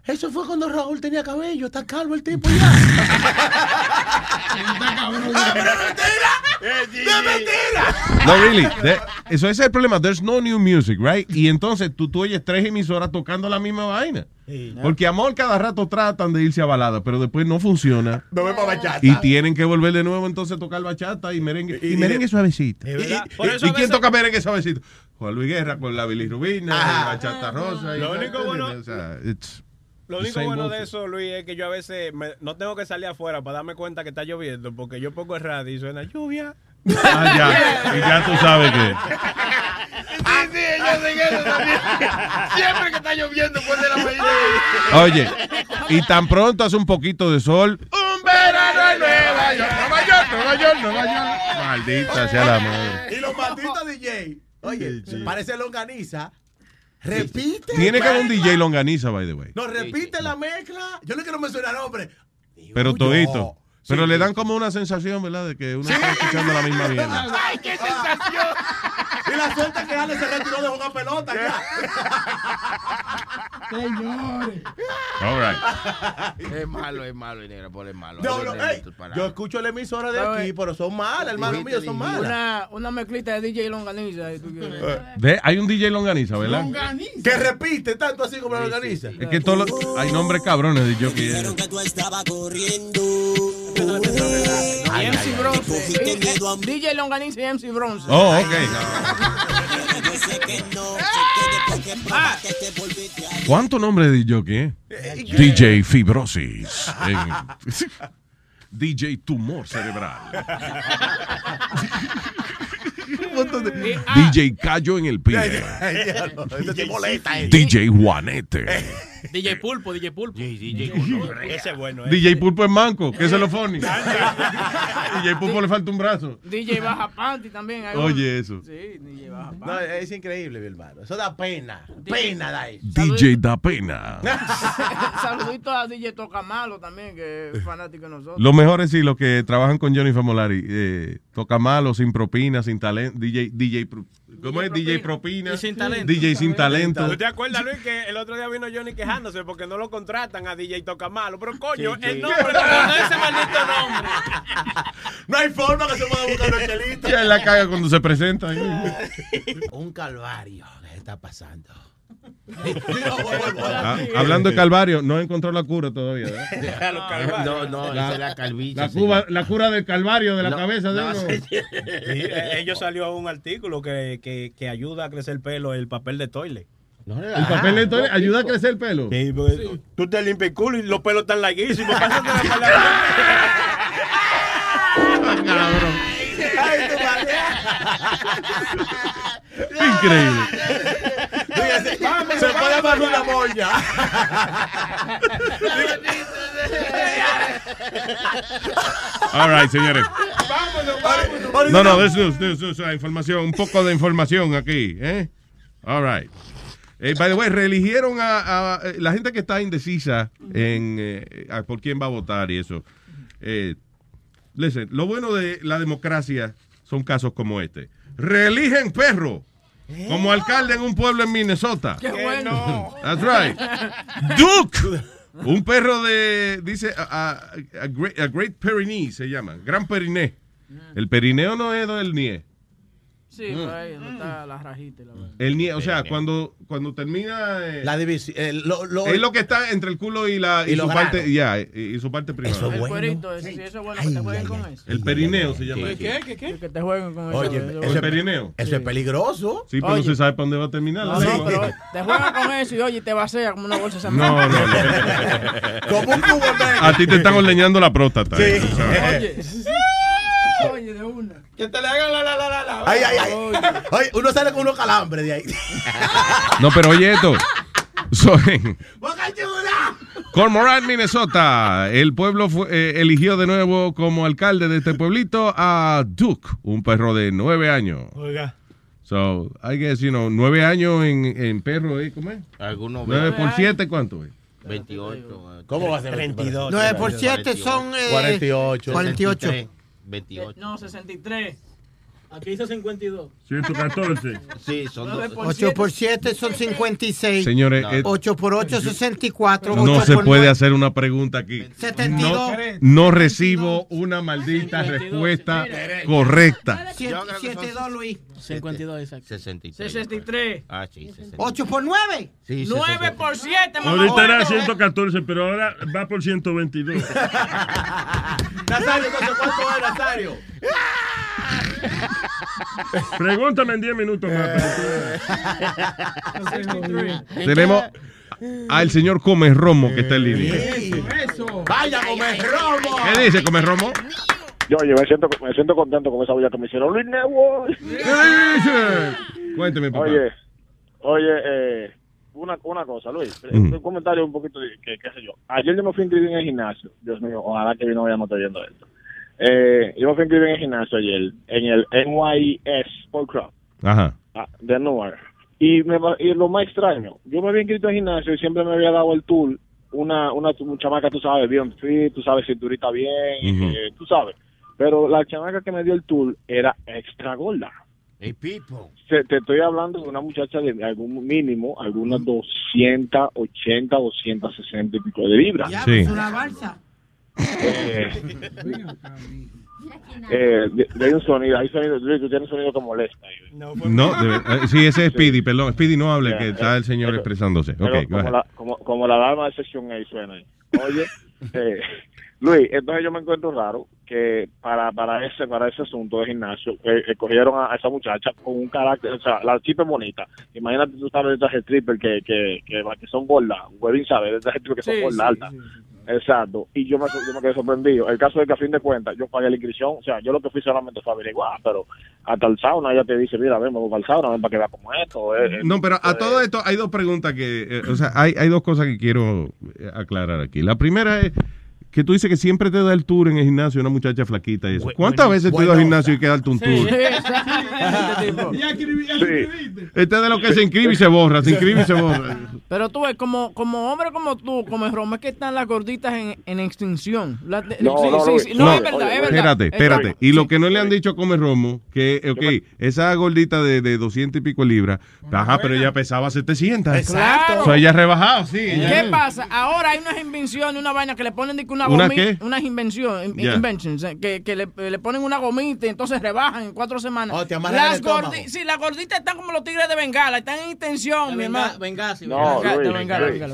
[SPEAKER 8] Eso fue cuando Raúl tenía cabello, está calvo el tipo ya. ¡Ah, pero es mentira! ¡Es mentira!
[SPEAKER 1] No, really. De- eso ese es el problema. There's no new music, right? Y entonces tú, tú oyes tres emisoras tocando la misma vaina. Porque amor, cada rato tratan de irse a balada, pero después no funciona.
[SPEAKER 8] No me para bachata.
[SPEAKER 1] Y tienen que volver de nuevo entonces a tocar bachata y merengue. Y,
[SPEAKER 8] y-
[SPEAKER 1] merengue suavecito. ¿Y,
[SPEAKER 8] Es verdad.
[SPEAKER 1] y-
[SPEAKER 8] Por
[SPEAKER 1] y
[SPEAKER 8] eso a
[SPEAKER 1] quién
[SPEAKER 8] veces-
[SPEAKER 1] toca merengue suavecito? Juan Luis Guerra con la bilirrubina, y bachata rosa. y-
[SPEAKER 19] Lo único bueno-
[SPEAKER 1] o sea, it's
[SPEAKER 19] Lo
[SPEAKER 1] the
[SPEAKER 19] único
[SPEAKER 1] same
[SPEAKER 19] bueno
[SPEAKER 1] old
[SPEAKER 19] de
[SPEAKER 1] shit.
[SPEAKER 19] eso, Luis, es que yo a veces me- no tengo que salir afuera para darme cuenta que está lloviendo, porque yo pongo el radio y suena lluvia.
[SPEAKER 1] Ah, ya. Y ya tú sabes que.
[SPEAKER 4] Ah, Sí, sí, yo sé que eso también. Siempre que está lloviendo, pues de la medida.
[SPEAKER 1] Oye, y tan pronto hace un poquito de sol.
[SPEAKER 4] Un verano en Nueva York. Nueva York, Nueva York, Nueva York.
[SPEAKER 1] Maldita sea la madre.
[SPEAKER 8] Y los malditos DJ. Oye, parece longaniza. Repite.
[SPEAKER 1] Tiene que haber un
[SPEAKER 8] mezcla.
[SPEAKER 1] DJ longaniza, by the way.
[SPEAKER 8] No, repite la mezcla. Yo no quiero mencionar hombre.
[SPEAKER 1] Pero
[SPEAKER 8] Yo.
[SPEAKER 1] todito. Pero le dan como una sensación, ¿verdad? De que uno está escuchando la misma mierda.
[SPEAKER 8] ¡Ay, qué sensación! y la suelta que Ale se retiró de jugar pelota. Señores.
[SPEAKER 1] All right.
[SPEAKER 10] Es malo, es malo, y negra, por es malo.
[SPEAKER 8] No,
[SPEAKER 10] Hay
[SPEAKER 8] no,
[SPEAKER 10] que
[SPEAKER 8] ey,
[SPEAKER 10] tener para-
[SPEAKER 8] yo escucho la emisora de
[SPEAKER 14] ¿Sabe?
[SPEAKER 8] aquí, pero son malas, hermano mío, son malas. Eh,
[SPEAKER 14] Una, una mezclita de DJ Longaniza. y tú quieres.
[SPEAKER 1] Ve, Hay un DJ longaniza, ¿verdad?
[SPEAKER 8] Que repite tanto así como la organiza.
[SPEAKER 1] Es que todos los- hay nombres cabrones de yo que
[SPEAKER 14] Y MC Bronze. Y- y- DJ eh, Longaniza y MC Bronze.
[SPEAKER 1] Oh, ok.
[SPEAKER 14] Ah,
[SPEAKER 1] ¿Cuánto nombre de jockey? eh? DJ Fibrosis. En- DJ Tumor Cerebral. montón de-
[SPEAKER 14] Eh, ah.
[SPEAKER 1] DJ Cayo en el piso. DJ Juanete.
[SPEAKER 16] eh.
[SPEAKER 30] DJ Pulpo, DJ Pulpo.
[SPEAKER 19] Ese es bueno.
[SPEAKER 1] DJ Pulpo es manco, que se lo funny. DJ Pulpo le falta un brazo.
[SPEAKER 14] DJ Baja Panty también. hay
[SPEAKER 1] Oye,
[SPEAKER 14] uno.
[SPEAKER 1] eso.
[SPEAKER 14] Sí, DJ Baja Panty.
[SPEAKER 4] No, es increíble, mi hermano. Eso da pena. Pena da eso.
[SPEAKER 1] DJ da pena.
[SPEAKER 14] Saludito a DJ Toca Malo también, que es fanático de nosotros.
[SPEAKER 1] Los mejores sí, los que trabajan con Johnny Famolari. Eh, toca malo, sin propina, sin talento. DJ, DJ, pro- ¿cómo es? DJ propina.
[SPEAKER 19] Y sin talento.
[SPEAKER 1] DJ sin talento.
[SPEAKER 19] ¿Tú te acuerdas, Luis, que el otro día vino Johnny quejándose porque no lo contratan a DJ Toca Malo? Pero coño,
[SPEAKER 4] Sí, sí.
[SPEAKER 19] el nombre de ese maldito nombre.
[SPEAKER 4] No hay forma que se pueda buscar los chelitos.
[SPEAKER 1] Ya él la caga cuando se presenta.
[SPEAKER 4] Un calvario que se está pasando.
[SPEAKER 1] Ah, hablando de Calvario, no encontró la cura todavía. ¿verdad?
[SPEAKER 4] Deja los calvarios.
[SPEAKER 10] No, no, esa es la calvicie.
[SPEAKER 1] La,
[SPEAKER 10] señor.
[SPEAKER 1] cuba- la cura del Calvario, de la
[SPEAKER 10] No,
[SPEAKER 1] cabeza de
[SPEAKER 10] no,
[SPEAKER 1] uno.
[SPEAKER 10] señor.
[SPEAKER 19] Ellos salió un artículo que, que, que ayuda a crecer el pelo el papel de toile.
[SPEAKER 1] El papel de toile ayuda a crecer el pelo.
[SPEAKER 19] Sí, porque Tú te limpias el culo y los pelos están larguísimos. Pásate la palabra.
[SPEAKER 4] Ay, tu madre. Ah.
[SPEAKER 1] Increíble.
[SPEAKER 4] Fíjese, se puede parar una moña.
[SPEAKER 1] All right, señores.
[SPEAKER 4] vámonos.
[SPEAKER 1] No, no, this news, this news, ah, información, un poco de información aquí, ¿eh? All right. Eh, by the way, reeligieron a, a- eh, la gente que está indecisa en eh, a por quién va a votar y eso. Eh, listen, lo bueno de la democracia son casos como este. Reeligen perro como alcalde en un pueblo en Minnesota.
[SPEAKER 14] Qué bueno.
[SPEAKER 1] That's right. Duke. Un perro de, dice, a, a- a great, a Great Pyrenees se llama, Gran Periné.
[SPEAKER 14] Mm.
[SPEAKER 1] El perineo no es el nie.
[SPEAKER 14] Sí,
[SPEAKER 4] Mm.
[SPEAKER 14] por ahí donde está la rajita y la vaina.
[SPEAKER 1] El nie, o sea, cuando, cuando termina... eh,
[SPEAKER 4] La división. eh, lo- lo-
[SPEAKER 1] es lo que está entre el culo y la y
[SPEAKER 4] Y
[SPEAKER 1] su
[SPEAKER 4] los
[SPEAKER 1] parte
[SPEAKER 4] granos.
[SPEAKER 1] ya eh, y, y su parte privada.
[SPEAKER 4] Eso es
[SPEAKER 14] El
[SPEAKER 4] bueno.
[SPEAKER 14] cuerito, ese, sí, eso es bueno, que te jueguen con eso.
[SPEAKER 1] El perineo se llama.
[SPEAKER 14] ¿Qué,
[SPEAKER 1] aquí.
[SPEAKER 14] qué, qué, qué? Que te jueguen con eso.
[SPEAKER 4] Oye,
[SPEAKER 14] eso es
[SPEAKER 1] O el
[SPEAKER 4] Ese-
[SPEAKER 1] perineo.
[SPEAKER 4] Eso es peligroso.
[SPEAKER 1] Sí, pero no
[SPEAKER 14] Oye.
[SPEAKER 1] se sabe para dónde va a terminar.
[SPEAKER 14] No,
[SPEAKER 1] la
[SPEAKER 14] no,
[SPEAKER 1] lengua.
[SPEAKER 14] pero te juegan con eso y oye, te vacía como una bolsa de
[SPEAKER 1] no, no, no. A ti te están ordeñando la próstata. eh, tú sabes.
[SPEAKER 14] Oye. Oye, de una.
[SPEAKER 4] Que te le hagan la la la la la. Ay, ay, ay. Oye, uno sale con unos calambres de ahí. Ah,
[SPEAKER 1] No, pero oye esto. Soy-
[SPEAKER 4] ¡Boca chula!
[SPEAKER 1] Cormorant, Minnesota. El pueblo fue- eh, eligió de nuevo como alcalde de este pueblito a Duke, un perro de nueve años.
[SPEAKER 19] Oiga.
[SPEAKER 1] So, I guess, you know, nueve años en, en perro, ¿eh? ¿cómo es?
[SPEAKER 10] Algunos
[SPEAKER 1] Nueve por
[SPEAKER 10] veinte.
[SPEAKER 1] siete, ¿cuánto es?
[SPEAKER 10] 28.
[SPEAKER 4] ¿Cómo va a ser?
[SPEAKER 10] 32.
[SPEAKER 11] 9 por 7 son... eh,
[SPEAKER 4] 48.
[SPEAKER 11] 48.
[SPEAKER 10] 28.
[SPEAKER 14] No, 63. Aquí hizo 52.
[SPEAKER 17] 114.
[SPEAKER 10] Sí, son dos.
[SPEAKER 11] 8 por 7 son 56.
[SPEAKER 1] Señores, No. eh,
[SPEAKER 11] 8 por 8 64.
[SPEAKER 1] No
[SPEAKER 11] 8
[SPEAKER 1] se
[SPEAKER 11] por
[SPEAKER 1] puede
[SPEAKER 11] nueve-
[SPEAKER 1] hacer una pregunta aquí.
[SPEAKER 11] 72.
[SPEAKER 1] No recibo una maldita respuesta correcta.
[SPEAKER 11] 72, Luis.
[SPEAKER 30] 52, exacto.
[SPEAKER 10] 63.
[SPEAKER 14] 63.
[SPEAKER 10] Ah, sí, 63.
[SPEAKER 11] 8 por 9.
[SPEAKER 10] Sí,
[SPEAKER 14] 9 por 7,
[SPEAKER 17] Ahorita
[SPEAKER 14] mamá.
[SPEAKER 17] era 114, pero ahora va por 122.
[SPEAKER 4] Nazario, entonces, ¿cuánto es Nazario?
[SPEAKER 17] Pregúntame en 10 minutos más.
[SPEAKER 1] Tenemos al señor Come Romo que está en
[SPEAKER 4] Eh,
[SPEAKER 1] línea.
[SPEAKER 4] Vaya, come romo.
[SPEAKER 1] ¿Qué dice Come Romo?
[SPEAKER 31] Yo, yo me siento, me siento contento con esa olla que me hicieron Luis Network.
[SPEAKER 1] Cuénteme, papá.
[SPEAKER 31] Oye, oye, eh, una, una cosa, Luis. eh,
[SPEAKER 1] Ujú.
[SPEAKER 31] Un comentario un poquito, de- que, qué sé yo. Ayer yo me fui a inscribir en el gimnasio. Dios mío, ojalá que mi novia no esté viendo esto. Eh, yo me fui a inscribir en el gimnasio ayer, en el NYS Sport Club
[SPEAKER 1] Ajá.
[SPEAKER 31] ah, de Newark. Y, me, va- y lo más extraño, yo me había inscrito en gimnasio y siempre me había dado el tour una, una tu- chamaca, tú sabes, bien fit, tú sabes, cinturita bien,
[SPEAKER 32] Ujú.
[SPEAKER 31] eh, tú sabes. Pero la chamaca que me dio el tour era extra gorda.
[SPEAKER 10] Hey, people.
[SPEAKER 31] Se- te estoy hablando de una muchacha de algún mínimo, algunas 280, 260 y pico de libras.
[SPEAKER 11] Ya,
[SPEAKER 31] Sí.
[SPEAKER 11] es una balsa.
[SPEAKER 31] Eh, eh, de- de- hay un sonido, hay sonido, Luis, tú tienes un sonido que molesta.
[SPEAKER 1] No, de ver- eh, sí, ese es Speedy, perdón. Speedy no hable, que está el señor expresándose.
[SPEAKER 31] Pero
[SPEAKER 1] Ok, go
[SPEAKER 31] como,
[SPEAKER 1] ahead.
[SPEAKER 31] la, como, como la alarma de sección A suena ahí. Oye, eh, Luis, entonces yo me encuentro raro que para, para ese para ese asunto de gimnasio eh, escogieron a, a esa muchacha con un carácter, o sea, la chica es bonita. Imagínate tú sabes de estas strippers que, que, que, que son gordas, Webin sabe de estas strippers que
[SPEAKER 14] Sí,
[SPEAKER 31] son gordas
[SPEAKER 14] sí,
[SPEAKER 31] altas. Exacto. Y yo me, yo me quedé sorprendido. El caso es que a fin de cuentas yo pagué la inscripción. O sea, yo lo que fui solamente fue averiguar, pero hasta el sauna ella te dice, mira, ven, vamos para el sauna, ven para que vea cómo es esto. eh, eh,
[SPEAKER 1] No, pero a
[SPEAKER 31] eh,
[SPEAKER 1] todo esto hay dos preguntas que, eh, o sea, hay, hay dos cosas que quiero eh, aclarar aquí. La primera es que tú dices que siempre te da el tour en el gimnasio una muchacha flaquita y eso. ¿Cuántas veces tú has ido al gimnasio y quedarte un tour? Este es de lo que se inscribe y se borra, se inscribe y se borra.
[SPEAKER 14] Pero tú ves, como, como hombre como tú, como el Romeo, es que están las gorditas en, en extinción. La-
[SPEAKER 31] No,
[SPEAKER 14] sí,
[SPEAKER 31] no,
[SPEAKER 14] sí,
[SPEAKER 31] Luis.
[SPEAKER 14] sí. No, es verdad, es verdad.
[SPEAKER 1] Espérate,
[SPEAKER 14] Es
[SPEAKER 1] espérate.
[SPEAKER 14] verdad.
[SPEAKER 1] Y lo que no le han dicho a Come Romo, que, ok, esa gordita de, de 200 y pico libras, ajá, pero ella pesaba 700.
[SPEAKER 14] Exacto.
[SPEAKER 1] O sea, ella ha rebajado, sí. ella-
[SPEAKER 14] ¿Qué pasa? Ahora hay unas invenciones, una vaina que le ponen de que una
[SPEAKER 1] ¿Una
[SPEAKER 14] gomita.
[SPEAKER 1] qué?
[SPEAKER 14] Unas invenciones, in-
[SPEAKER 1] Ya.
[SPEAKER 14] inventions, eh, que, que le, le ponen una gomita y entonces rebajan en cuatro semanas.
[SPEAKER 8] Oh, te amarran
[SPEAKER 14] las
[SPEAKER 8] el estómago.
[SPEAKER 14] gordi- sí, las gorditas están como los tigres de Bengala, están en intención, mi hermano.
[SPEAKER 30] Bengasi,
[SPEAKER 14] No,
[SPEAKER 30] Bengasi.
[SPEAKER 14] Luis, Luis.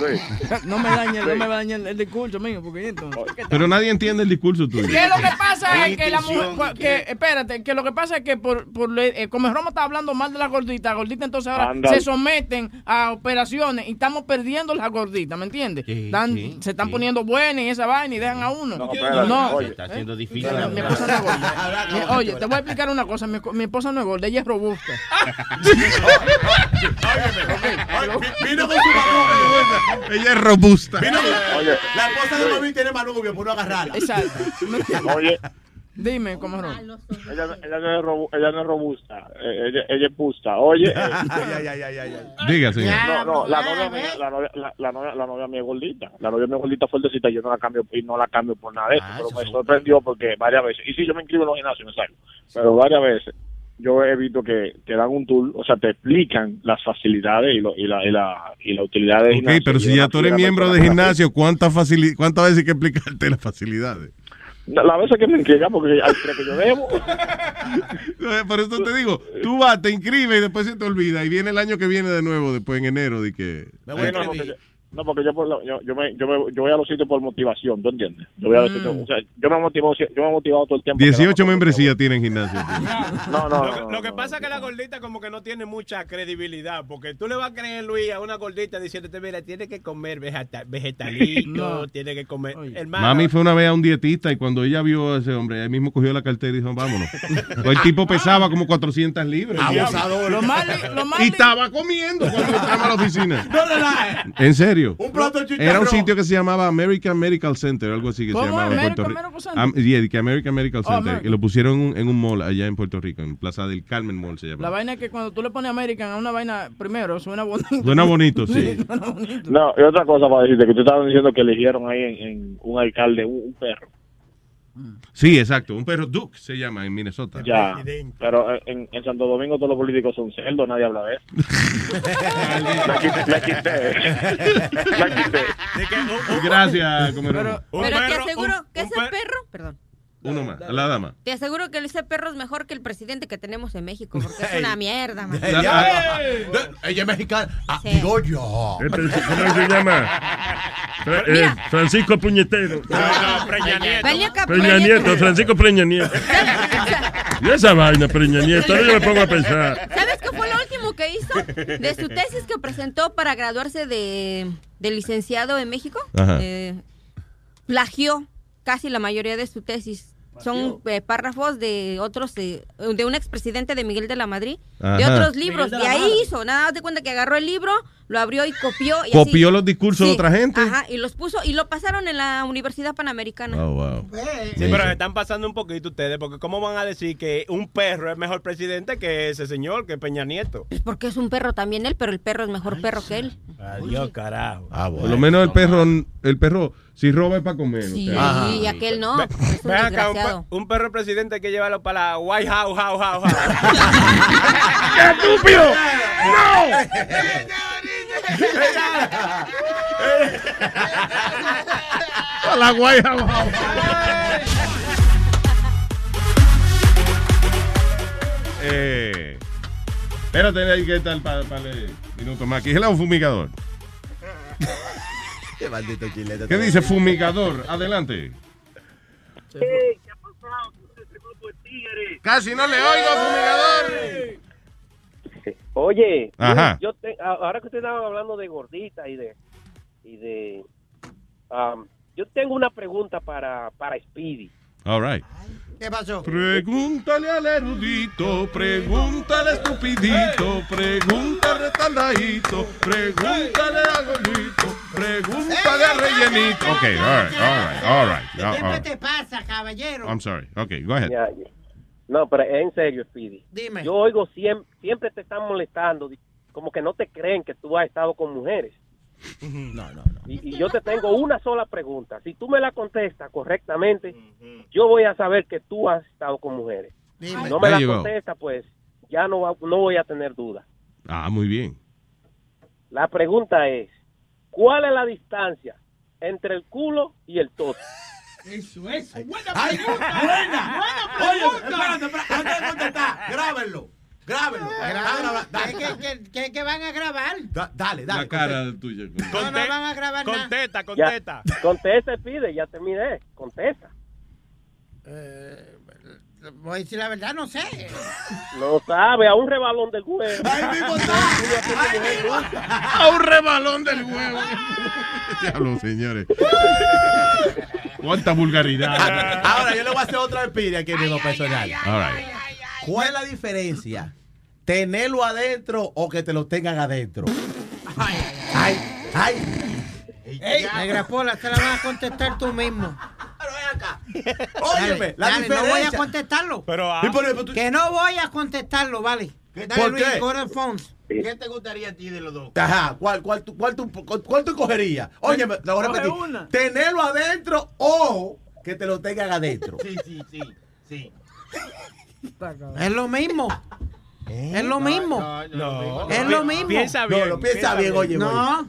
[SPEAKER 31] Luis.
[SPEAKER 14] No me dañen, no me dañen el discurso, mío, porque entonces.
[SPEAKER 1] Pero nadie entiende el discurso tuyo.
[SPEAKER 14] ¿Qué es lo que pasa?
[SPEAKER 1] Una
[SPEAKER 14] es que la mujer,
[SPEAKER 1] intención,
[SPEAKER 14] cua- que, espérate, que lo que pasa es que por, por le- eh, como el Romo está hablando mal de las gorditas, las gorditas entonces ahora
[SPEAKER 1] Anda.
[SPEAKER 14] se someten a operaciones y estamos perdiendo las gorditas, ¿me entiendes? Dan- se están poniendo buenas y esa vaina y dejan a uno. No,
[SPEAKER 10] espérate, oye.
[SPEAKER 14] ¿eh?
[SPEAKER 10] Está siendo difícil.
[SPEAKER 14] No, no, Mi esposa no es gorda. Mi- Oye, te voy a explicar una cosa, mi, mi esposa no es gorda, ella es robusta.
[SPEAKER 8] Vino con su manubrio.
[SPEAKER 1] Ella es robusta.
[SPEAKER 8] Vino con-
[SPEAKER 31] Oye.
[SPEAKER 8] La esposa de Mami tiene manubrio por no agarrarla.
[SPEAKER 14] Exacto.
[SPEAKER 31] Oye,
[SPEAKER 14] Dime, ¿cómo es Romo?
[SPEAKER 31] ella, ella no es robu- ella no es robusta, eh, ella, ella es pusta. Oye. eh,
[SPEAKER 1] Diga, señor.
[SPEAKER 31] No, no, la novia, mía, la, novia, la, la novia, la novia mía es gordita. La novia mía es gordita fuertecita. Yo no la cambio y no la cambio por nada
[SPEAKER 1] Ah,
[SPEAKER 31] de eso. pero me sorprendió porque varias veces. Y sí, yo me inscribo en los gimnasios, me salgo. Pero varias veces yo he visto que te dan un tour, o sea, te explican las facilidades y, lo- y, la, y, la, y la utilidad de
[SPEAKER 1] Ok, pero si ya tú eres miembro de gimnasio, ¿cuántas facili- cuántas veces hay que explicarte las facilidades?
[SPEAKER 31] La vez que me inscriba, porque hay tres que yo debo.
[SPEAKER 1] Eh, Por eso te digo, tú vas, te inscribes y después se te olvida. Y viene el año que viene de nuevo, después en enero, de que...
[SPEAKER 31] Sí, no, porque yo- no, porque yo, por lo- yo, yo, me, yo, me- yo voy a los sitios por motivación, ¿tú entiendes? Yo voy a los
[SPEAKER 1] Mm.
[SPEAKER 31] sitios, o sea, yo me he motivado, yo me he motivado todo el tiempo.
[SPEAKER 1] 18 membresías tienen gimnasio.
[SPEAKER 31] No, no,
[SPEAKER 19] Lo que,
[SPEAKER 31] no,
[SPEAKER 19] lo que pasa es que la gordita como que no tiene mucha credibilidad, porque tú le vas a creer, Luis, a una gordita diciéndote, mira, tiene que comer vegeta- vegetalitos, tiene que comer... Hermano,
[SPEAKER 1] Mami fue una vez a un dietista y cuando ella vio a ese hombre, él mismo cogió la cartera y dijo, vámonos. Pues el tipo pesaba como 400 libras.
[SPEAKER 8] Ah, Abusador.
[SPEAKER 14] Oh, Lo más li- lo más
[SPEAKER 1] Y
[SPEAKER 14] li-
[SPEAKER 1] estaba comiendo cuando entraba a la oficina.
[SPEAKER 8] No relajes.
[SPEAKER 1] En serio.
[SPEAKER 8] Un plato de
[SPEAKER 1] Era un
[SPEAKER 8] chicharrón.
[SPEAKER 1] sitio que se llamaba American Medical Center, algo así que se
[SPEAKER 8] ¿Cómo?
[SPEAKER 1] llamaba en Puerto
[SPEAKER 8] ¿American
[SPEAKER 1] Rico.
[SPEAKER 8] Medical Center?
[SPEAKER 1] Am- yeah, que American Medical
[SPEAKER 14] Oh,
[SPEAKER 1] Center, que
[SPEAKER 14] American.
[SPEAKER 1] lo pusieron en un- en un mall allá en Puerto Rico, en Plaza del Carmen Mall se
[SPEAKER 14] La
[SPEAKER 1] llama.
[SPEAKER 14] vaina es que cuando tú le pones American a una vaina, primero suena bonito.
[SPEAKER 1] Suena bonito, sí.
[SPEAKER 31] No, y otra cosa para decirte, que tú estabas diciendo que eligieron ahí en, en un alcalde un, un perro.
[SPEAKER 1] Sí, exacto. Un perro Duke se llama en Minnesota.
[SPEAKER 31] Ya. Pero en, en Santo Domingo todos los políticos son cerdos, nadie habla de eso. la quité. La quité. La quité.
[SPEAKER 1] Gracias,
[SPEAKER 31] Pero-
[SPEAKER 1] Comerón.
[SPEAKER 22] Pero te aseguro que ese perro, perdón,
[SPEAKER 1] Uno más, a la dama.
[SPEAKER 22] te aseguro que ese perro es mejor que el presidente que tenemos en México, porque es una mierda, man.
[SPEAKER 8] Ya, Ella es mexicana. Ah, Digo yo.
[SPEAKER 17] Este, ¿Cómo se llama? Fra- eh, Francisco Puñetero.
[SPEAKER 22] Peña Cap-
[SPEAKER 17] Peña Nieto, Francisco Peña Nieto. Y esa vaina, Peña Nieto, ahora yo me pongo a pensar.
[SPEAKER 22] ¿Sabes qué fue lo último que hizo? De su tesis que presentó para graduarse de, de licenciado en México,
[SPEAKER 4] Ajá.
[SPEAKER 22] eh, plagió casi la mayoría de su tesis. Son eh, párrafos de otros, eh, de un expresidente de Miguel de la Madrid, de
[SPEAKER 1] Ajá.
[SPEAKER 22] otros libros.
[SPEAKER 1] Miguel
[SPEAKER 22] De,
[SPEAKER 1] de la
[SPEAKER 22] ahí
[SPEAKER 1] Madrid.
[SPEAKER 22] hizo, nada más de cuenta que agarró el libro, lo abrió y copió. Y así.
[SPEAKER 1] Copió los discursos de otra gente.
[SPEAKER 22] Ajá, y los puso y lo pasaron en la Universidad Panamericana.
[SPEAKER 1] Oh, wow.
[SPEAKER 19] Sí, pero se están pasando un poquito ustedes, porque ¿cómo van a decir que un perro es mejor presidente que ese señor, que Peña Nieto?
[SPEAKER 22] Pues porque es un perro también él, pero el perro es mejor perro que él.
[SPEAKER 19] Adiós, carajo.
[SPEAKER 1] Por lo menos el perro, el perro, si roba es para comer.
[SPEAKER 22] Sí,
[SPEAKER 1] o sea.
[SPEAKER 22] y aquel no.
[SPEAKER 19] Ve-
[SPEAKER 22] es un
[SPEAKER 19] ven acá, un, per-
[SPEAKER 22] desgraciado.
[SPEAKER 19] un perro presidente hay que llevarlo para la White House, House, House, House.
[SPEAKER 4] estúpido!
[SPEAKER 1] A la guaya, wow. Eh, espérate, ahí que tal para minutos más. Aquí es el fumigador.
[SPEAKER 33] Qué maldito chilete.
[SPEAKER 1] ¿Qué dice fumigador? Adelante. Casi no le oigo, fumigador.
[SPEAKER 24] Oye,
[SPEAKER 1] Ajá.
[SPEAKER 24] yo te- a- ahora que usted estaba hablando de gordita y de y de Um, yo tengo una pregunta para, para Speedy.
[SPEAKER 1] All right.
[SPEAKER 11] ¿Qué pasó?
[SPEAKER 1] Pregúntale al erudito, pregúntale al estupidito, pregúntale al retardadito, pregúntale al gordito, pregúntale al rellenito. Ok, all right, all right, all right.
[SPEAKER 4] Ah,
[SPEAKER 1] all
[SPEAKER 11] ¿Qué
[SPEAKER 1] right.
[SPEAKER 11] te pasa, caballero?
[SPEAKER 1] I'm sorry. Ok, go ahead.
[SPEAKER 24] Ya, ya. No, pero en serio, Speedy.
[SPEAKER 11] Dime.
[SPEAKER 24] Yo oigo siempre, siempre te están molestando, di- como que no te creen que tú has estado con mujeres.
[SPEAKER 4] No, no.
[SPEAKER 24] Y, y yo te tengo una sola pregunta. Si tú me la contestas correctamente,
[SPEAKER 13] Mm.
[SPEAKER 24] yo voy a saber que tú has estado con mujeres. Si no me
[SPEAKER 1] There
[SPEAKER 24] la
[SPEAKER 1] you go.
[SPEAKER 24] contestas, pues ya no, va- no voy a tener duda.
[SPEAKER 1] Ah, muy bien.
[SPEAKER 24] La pregunta es, ¿cuál es la distancia entre el culo y el toto?
[SPEAKER 11] Eso es. Buena
[SPEAKER 4] pregunta.
[SPEAKER 11] Buena.
[SPEAKER 4] Oye, espérate, espérate, Ah, antes de contestar, grábenlo. Grábenlo. Grábenlo,
[SPEAKER 11] ¿Qué, qué, qué, qué, qué van a grabar?
[SPEAKER 4] da- Ah, Dale, dale.
[SPEAKER 1] La cara tuya.
[SPEAKER 11] No, no van a grabar nada.
[SPEAKER 24] Contesta, contesta. contesta, pide, ya te miré. Contesta.
[SPEAKER 11] Eh, voy a decir la verdad, no sé.
[SPEAKER 24] No sabe, a un rebalón del huevo.
[SPEAKER 1] A un rebalón del huevo. Diablo, señores. Cuánta vulgaridad.
[SPEAKER 4] Ahora yo le voy a hacer otra espiria aquí en lo personal.
[SPEAKER 1] All right.
[SPEAKER 4] ¿Cuál es la diferencia? ¿Tenerlo adentro o que te lo tengan adentro? Ay, ay.
[SPEAKER 11] Ey, Negra Pola, te la vas a contestar tú mismo.
[SPEAKER 4] Óyeme,
[SPEAKER 11] Dale,
[SPEAKER 4] la
[SPEAKER 11] dale,
[SPEAKER 4] diferencia.
[SPEAKER 11] No voy a contestarlo.
[SPEAKER 4] Pero, ah. Y por ejemplo, tú-
[SPEAKER 11] Que no voy a contestarlo, vale. Dale,
[SPEAKER 4] ¿Por
[SPEAKER 11] Luis,
[SPEAKER 4] qué?
[SPEAKER 11] Gordon Fons.
[SPEAKER 4] ¿Qué
[SPEAKER 11] te gustaría a ti de los dos?
[SPEAKER 4] Ajá, ¿cuál, cuál, tú, cuál, tú, cuál, tú cogerías? Óyeme, te voy a
[SPEAKER 11] Coge
[SPEAKER 4] repetir.
[SPEAKER 11] una.
[SPEAKER 4] ¿Tenerlo adentro o que te lo tengan adentro?
[SPEAKER 11] Sí, sí, sí, sí. Es lo mismo. Es lo mismo.
[SPEAKER 4] No.
[SPEAKER 11] Es lo mismo.
[SPEAKER 4] No, lo piensa bien, oye. oye.
[SPEAKER 11] No.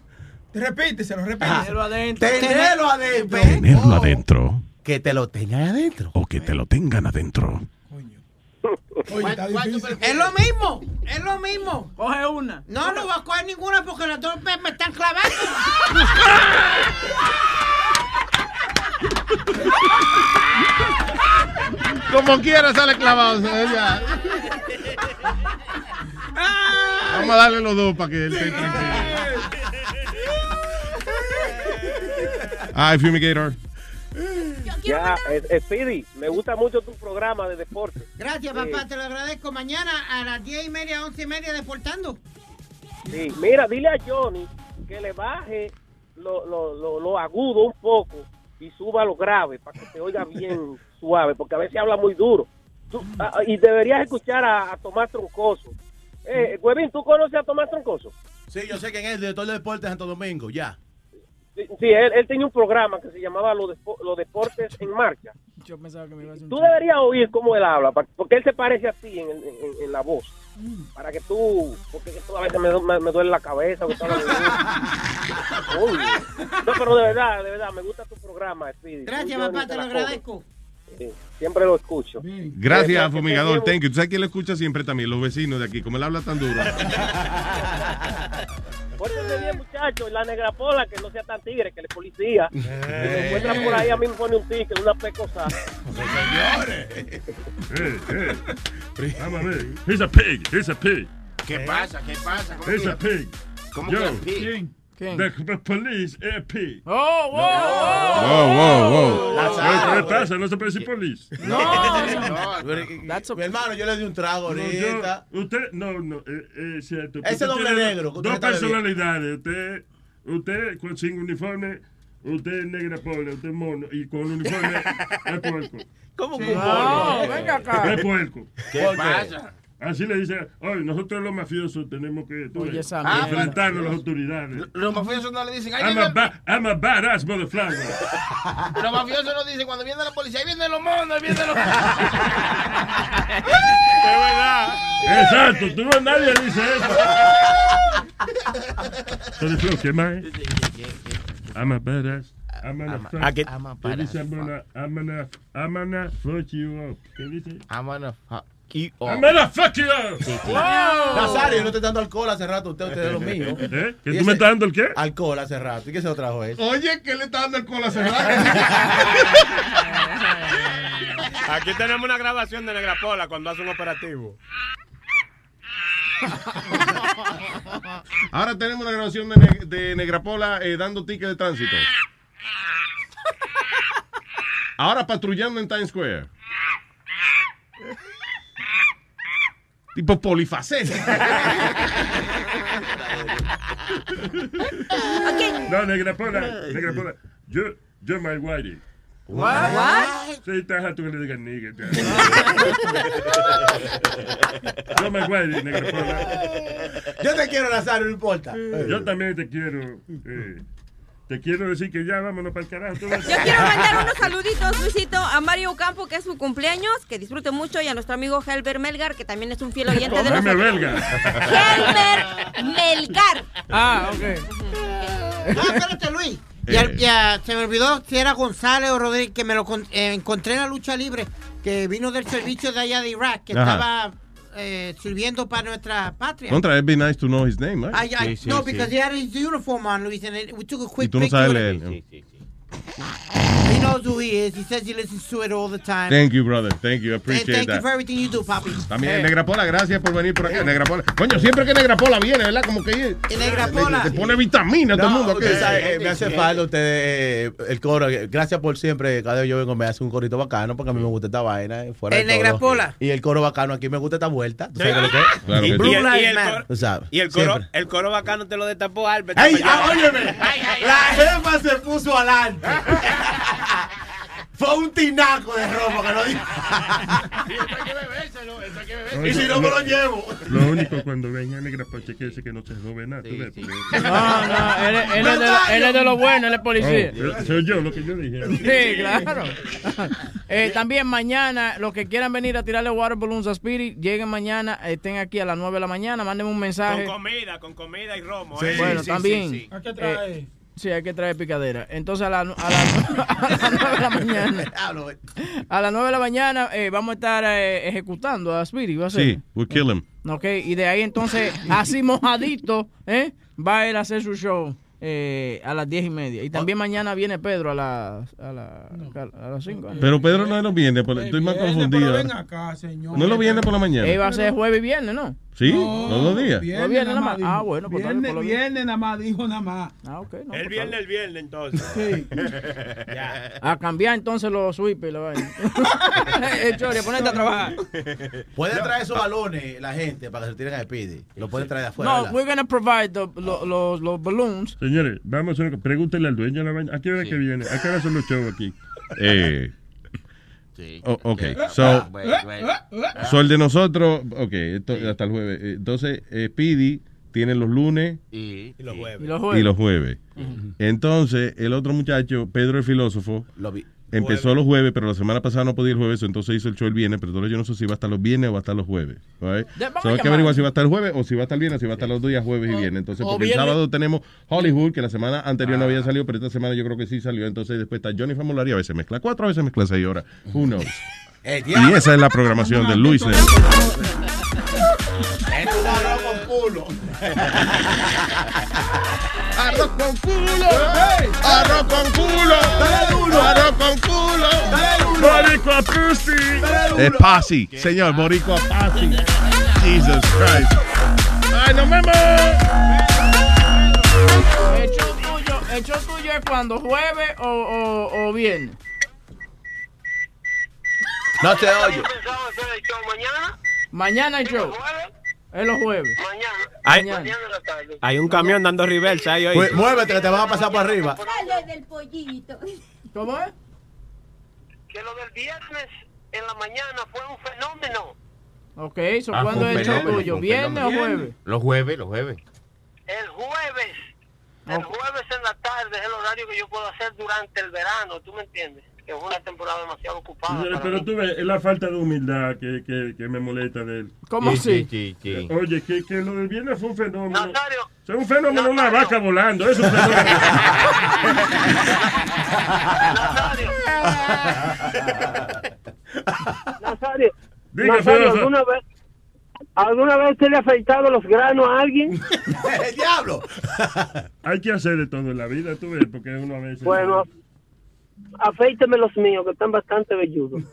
[SPEAKER 11] Repíteselo, repíteselo adentro.
[SPEAKER 4] Tenerlo adentro.
[SPEAKER 1] Tenerlo adentro
[SPEAKER 4] Que te lo tengan adentro.
[SPEAKER 1] o que te lo tengan adentro.
[SPEAKER 11] Es lo mismo, es lo mismo. Coge una. No, no voy a coger ninguna porque las dos me, me están clavando.
[SPEAKER 1] Como quiera sale clavado. Vamos a darle los dos para que él esté tranquilo. Ay, Fumigator.
[SPEAKER 24] Ya, eh, eh, Speedy, me gusta mucho tu programa de deporte.
[SPEAKER 11] Gracias, papá, te lo agradezco. Mañana a las 10 y media, 11 y media, deportando.
[SPEAKER 24] Sí, mira, dile a Johnny que le baje lo, lo, lo, lo agudo un poco y suba lo grave para que se oiga bien suave, porque a veces habla muy duro. Tú- ah, y deberías escuchar a, a Tomás Troncoso. Eh, Huevín, ¿tú conoces a Tomás Troncoso?
[SPEAKER 4] Sí, yo sé que es el director de deportes de Santo Domingo, ya.
[SPEAKER 24] Sí, sí, él, él tenía un programa que se llamaba Los, Despo- Los Deportes en Marcha.
[SPEAKER 14] Yo pensaba que me iba a hacer un
[SPEAKER 24] Tú deberías oír cómo él habla, pa- porque él se parece así en, en- en- en la voz.
[SPEAKER 14] Mm.
[SPEAKER 24] Para que tú, porque tú a veces me, du- me- me duele la cabeza. me está doliendo. Uy. No, pero de verdad, de verdad, me gusta tu programa, Speedy.
[SPEAKER 11] Gracias,
[SPEAKER 24] Tú, Johnny,
[SPEAKER 11] papá, te lo
[SPEAKER 24] la comes.
[SPEAKER 11] agradezco.
[SPEAKER 24] Sí, siempre lo escucho.
[SPEAKER 1] Gracias,
[SPEAKER 24] Eh,
[SPEAKER 1] Fumigador.
[SPEAKER 24] que
[SPEAKER 1] Thank you. ¿Tú sabes quién lo escucha siempre también? Los vecinos de aquí. Como él habla tan duro.
[SPEAKER 24] Pórtense bien, muchachos. y La negra pola, que no sea tan tigre, que le policía. Si me encuentra por ahí, a mí me pone un ticket, una pecosa.
[SPEAKER 17] Hey, hey. Vamos a ver. He's a pig. He's a pig.
[SPEAKER 10] ¿Qué pasa? ¿Qué pasa? ¿Cómo
[SPEAKER 17] He's
[SPEAKER 10] que-
[SPEAKER 17] a pig.
[SPEAKER 10] ¿Cómo
[SPEAKER 17] Yo.
[SPEAKER 10] que es pig? ¿Quién?
[SPEAKER 17] The, the police is pig.
[SPEAKER 14] Oh, wow,
[SPEAKER 1] eh, Wow, wow, wow.
[SPEAKER 17] ¿Qué pasa? No se puede decir police.
[SPEAKER 14] No,
[SPEAKER 4] Eh, Mi hermano, yo le di un trago
[SPEAKER 17] No,
[SPEAKER 4] ahorita.
[SPEAKER 17] yo- usted, no, no, eh, eh, es cierto.
[SPEAKER 4] Ese
[SPEAKER 17] Usted
[SPEAKER 4] doble
[SPEAKER 17] tiene
[SPEAKER 4] negro que usted
[SPEAKER 17] Dos
[SPEAKER 4] está bebiendo.
[SPEAKER 17] personalidades. Usted, usted con, sin uniforme, usted es negra pobre, usted es mono. Y con uniforme es puerco.
[SPEAKER 14] ¿Cómo
[SPEAKER 17] que
[SPEAKER 14] que un No, puerco? venga acá.
[SPEAKER 17] Es puerco.
[SPEAKER 14] ¿Qué
[SPEAKER 17] ¿Por
[SPEAKER 14] pasa?
[SPEAKER 17] Así le dice, oye, nosotros los mafiosos tenemos que tú
[SPEAKER 14] Oye,
[SPEAKER 17] ves,
[SPEAKER 14] esa mierda.
[SPEAKER 17] enfrentarnos a las autoridades.
[SPEAKER 13] Los mafiosos no le dicen,
[SPEAKER 10] "Ah,
[SPEAKER 13] ahí
[SPEAKER 17] I'm a,
[SPEAKER 13] viene-
[SPEAKER 17] ba- I'm a badass motherfucker.
[SPEAKER 13] los mafiosos no dicen cuando viene la policía, ahí vienen los monos, ahí vienen los
[SPEAKER 10] Ah,
[SPEAKER 17] Exacto, tú no nadie dice eso. Entonces, Flo, ¿qué más? I'm a badass. I'm gonna
[SPEAKER 13] I'm a-
[SPEAKER 17] fuck-
[SPEAKER 13] I get- I'm a
[SPEAKER 17] ¿Qué dice?
[SPEAKER 13] badass
[SPEAKER 4] Uh,
[SPEAKER 17] I'm gonna- I'm gonna- I'm gonna fuck you up. ¿Qué dice?
[SPEAKER 13] I'm gonna fuck you up.
[SPEAKER 17] I'm gonna fuck you up.
[SPEAKER 4] Nazario, yo no te estoy dando alcohol hace rato, usted, usted es lo mío.
[SPEAKER 17] ¿Eh? ¿Que
[SPEAKER 4] Y
[SPEAKER 17] tú me
[SPEAKER 4] ese-
[SPEAKER 17] estás dando el qué?
[SPEAKER 4] Alcohol hace rato. ¿Y qué se lo trajo él?
[SPEAKER 1] Oye, ¿qué le está dando el cola cerrada?
[SPEAKER 19] Aquí tenemos una grabación de Negra Pola cuando hace un operativo.
[SPEAKER 1] Ahora tenemos la grabación de, Ne- de Negrapola eh, dando tickets de tránsito. Ahora patrullando en Times Square. tipo polifacente.
[SPEAKER 17] No, negra pola, negra pola. Yo, yo, my whitey.
[SPEAKER 5] What? What?
[SPEAKER 17] Sí, está jato que le digan nigga. está. Yo, my whitey, negra pola.
[SPEAKER 4] Yo te quiero, Nazario, no importa.
[SPEAKER 17] Yo también te quiero. eh, te quiero decir que ya vámonos para el carajo. Yo
[SPEAKER 22] quiero mandar unos saluditos, Luisito, a Mario Campo, que es su cumpleaños, que disfrute mucho, y a nuestro amigo Helber Melgar, que también es un fiel oyente de
[SPEAKER 17] Dame
[SPEAKER 22] nosotros.
[SPEAKER 17] belga.
[SPEAKER 22] Melgar.
[SPEAKER 11] Ah, ok. No, Ah, espérate, Luis. Ya,
[SPEAKER 1] Eh.
[SPEAKER 11] ya se me olvidó si era González o Rodríguez, que me lo con- eh, encontré en la lucha libre, que vino del servicio de allá de Irak, que
[SPEAKER 1] Ajá.
[SPEAKER 11] estaba eh, sirviendo para nuestra patria.
[SPEAKER 1] Contra, it'd be nice to know his name, right?
[SPEAKER 11] I- I- no, because eh. he had his uniform on, Luis, and it- we took a
[SPEAKER 1] Y
[SPEAKER 11] quick
[SPEAKER 1] tú no
[SPEAKER 11] picture.
[SPEAKER 1] sabes leer.
[SPEAKER 11] He knows who he is. He says he listens to it all the time.
[SPEAKER 1] Thank you, brother. Thank you. I
[SPEAKER 11] And
[SPEAKER 1] appreciate
[SPEAKER 11] thank you
[SPEAKER 1] that.
[SPEAKER 11] for everything you do, papi.
[SPEAKER 1] También,
[SPEAKER 11] Eh,
[SPEAKER 1] Negra Pola, gracias por venir por acá. Negra Pola. Coño, siempre que Negra Pola viene, ¿verdad? Como que.
[SPEAKER 11] Negra
[SPEAKER 1] Pola. Te pone vitamina a todo el mundo. ¿qué?
[SPEAKER 4] Usted sabe, eh, me hace falta ustedes eh, el coro. eh, Gracias por siempre. Cada vez yo vengo, me hace un corito bacano porque a mí me gusta esta vaina. eh, Fuera
[SPEAKER 11] El
[SPEAKER 4] de todo.
[SPEAKER 11] Negra Pola.
[SPEAKER 4] Y el coro bacano aquí me gusta esta vuelta. ¿Tú sabes qué es lo que es?
[SPEAKER 19] Claro que sí. Blue
[SPEAKER 4] Y el-
[SPEAKER 19] Lives
[SPEAKER 4] y el
[SPEAKER 19] Matter.
[SPEAKER 4] coro- Tú sabes.
[SPEAKER 19] Y el coro,
[SPEAKER 4] siempre.
[SPEAKER 19] el coro bacano te lo destapó Albert.
[SPEAKER 4] ¡Ey,
[SPEAKER 19] Mañana.
[SPEAKER 4] ah, óyeme! La jefa se puso adelante. Fue un tinaco de ropa que no dijo.
[SPEAKER 17] Y si no me lo llevo. Lo único cuando venga negra Pola, que que no se robe nada. tú ves, porque-
[SPEAKER 14] No, no, él, es- él es de, lo- él es de lo bueno, él es policía.
[SPEAKER 17] Oh, soy yo lo que yo dije.
[SPEAKER 14] Sí, claro. Eh, también mañana, los que quieran venir a tirarle water balloons a Spirit, lleguen mañana, estén aquí a las 9 de la mañana, mándenme un mensaje.
[SPEAKER 19] Con comida, con comida y romo.
[SPEAKER 14] Sí,
[SPEAKER 19] ¿eh?
[SPEAKER 14] bueno, también.
[SPEAKER 19] sí, sí.
[SPEAKER 14] Eh, sí, hay que traer picadera. Entonces a, la- a la- a las 9 de la mañana.
[SPEAKER 19] eh.
[SPEAKER 14] A las 9 de la mañana eh, vamos a estar eh, ejecutando a Spirit. ¿va a ser?
[SPEAKER 1] Sí, we'll kill him.
[SPEAKER 14] Ok, y de ahí entonces, así mojadito, ¿eh? va a ir a hacer su show eh, a las diez y media.
[SPEAKER 1] Oh.
[SPEAKER 14] Y también mañana viene Pedro a las a la- a las cinco. ¿no?
[SPEAKER 1] Pero Pedro no lo viene, por- estoy más
[SPEAKER 14] viene,
[SPEAKER 1] confundido.
[SPEAKER 14] eh. pero ven
[SPEAKER 9] acá, señor.
[SPEAKER 1] No lo viene por la mañana.
[SPEAKER 14] Eh, va a ser jueves y viernes, ¿no?
[SPEAKER 1] Sí, los dos días.
[SPEAKER 14] Los viernes nada más. Ah, bueno, pues
[SPEAKER 9] Viernes,
[SPEAKER 14] dale, por lo
[SPEAKER 9] viernes nada más, dijo nada más.
[SPEAKER 14] Ah, ok.
[SPEAKER 19] El viernes, el viernes, entonces.
[SPEAKER 9] Sí.
[SPEAKER 19] ya.
[SPEAKER 14] A cambiar entonces los sweepers, la vaina. eh, Chori, ponete a trabajar.
[SPEAKER 4] Puede traer esos balones la gente para que se tiren a Speedy. Lo pueden traer de afuera.
[SPEAKER 14] No,
[SPEAKER 4] ¿verdad?
[SPEAKER 14] we're gonna provide the- lo- los, los balloons.
[SPEAKER 17] Señores, vamos a hacer una cosa. Pregúntele al dueño de la vaina. ¿A qué hora que viene? ¿A qué hora son los shows aquí?
[SPEAKER 1] Eh. O- ok, so,
[SPEAKER 17] Ah, bueno, bueno. Ah.
[SPEAKER 1] so el de nosotros, ok, esto, hasta el jueves. Eh, Entonces, eh, Speedy tiene los lunes
[SPEAKER 10] Y,
[SPEAKER 19] los jueves.
[SPEAKER 14] Y los jueves.
[SPEAKER 1] y los jueves.
[SPEAKER 14] Pues, Ujú.
[SPEAKER 1] Entonces, el otro muchacho, Pedro el filósofo, empezó los jueves, pero la semana pasada no podía el jueves, entonces hizo el show el viernes, pero entonces yo no sé si va a estar los viernes o va a estar los jueves. ¿right?
[SPEAKER 14] De- vamos
[SPEAKER 1] So,
[SPEAKER 14] a
[SPEAKER 1] hay que
[SPEAKER 14] llamar.
[SPEAKER 1] averiguar si va a estar el jueves o si va a estar el viernes, si va a estar los dos días jueves y viernes. Entonces,
[SPEAKER 14] o
[SPEAKER 1] porque el
[SPEAKER 14] viernes- Ah.
[SPEAKER 1] sábado tenemos Hollywood, que la semana anterior no había salido, pero esta semana yo creo que sí salió. Entonces, después está Johnny Famolari, a veces mezcla cuatro, a veces mezcla seis horas. Who knows?
[SPEAKER 4] Eh,
[SPEAKER 1] y esa es la programación de Luis Network.
[SPEAKER 4] Es un arroz con culo.
[SPEAKER 14] pues,
[SPEAKER 5] Arroz con culo.
[SPEAKER 1] Arroz con culo.
[SPEAKER 5] Dale duro.
[SPEAKER 1] Arroz con culo.
[SPEAKER 5] Dale duro.
[SPEAKER 17] Boricua Pussy.
[SPEAKER 1] Es Pasi, señor, Boricua Pasi. Jesus Christ. ¡Ay, nos vemos!
[SPEAKER 14] El show tuyo, el show tuyo es cuando jueves o, o, o viernes.
[SPEAKER 4] No te oye.
[SPEAKER 14] Mañana el show. Es los jueves.
[SPEAKER 19] Hay,
[SPEAKER 14] Mañana.
[SPEAKER 19] hay un camión dando reversa ahí hoy.
[SPEAKER 4] Mu- Pues Muévete que te vas a pasar por arriba.
[SPEAKER 15] Dale Ah, del pollito.
[SPEAKER 14] ¿Cómo es?
[SPEAKER 15] Que lo del viernes en la mañana fue un fenómeno.
[SPEAKER 14] Ok, so
[SPEAKER 10] Ah,
[SPEAKER 14] ¿cuándo
[SPEAKER 10] fue un
[SPEAKER 14] es el show
[SPEAKER 10] fenómeno,
[SPEAKER 14] tuyo?
[SPEAKER 10] fue un
[SPEAKER 14] ¿Viernes o
[SPEAKER 10] fenómeno.
[SPEAKER 14] jueves?
[SPEAKER 10] Los jueves, los jueves.
[SPEAKER 15] El jueves, el jueves en la tarde es el horario que yo puedo hacer durante el verano, ¿tú me entiendes? Que es una temporada demasiado ocupada.
[SPEAKER 17] Señores,
[SPEAKER 15] para
[SPEAKER 17] pero
[SPEAKER 15] mí.
[SPEAKER 17] tú ves, es la falta de humildad que, que, que me molesta de él.
[SPEAKER 14] ¿Cómo Sí, así?
[SPEAKER 10] sí, sí, sí.
[SPEAKER 17] Oye, que, que lo del viernes fue un fenómeno. O sea, un fenómeno, una vaca volando. Eso es un fenómeno.
[SPEAKER 15] Nazario,
[SPEAKER 17] Diga,
[SPEAKER 15] Nazario,
[SPEAKER 17] señor.
[SPEAKER 15] ¿alguna vez, ¿alguna vez te le ha afeitado los granos a alguien?
[SPEAKER 4] ¡El diablo!
[SPEAKER 17] Hay que hacer de todo en la vida, tú ves, porque uno a veces.
[SPEAKER 15] Bueno, afeíteme los míos, que están bastante velludos.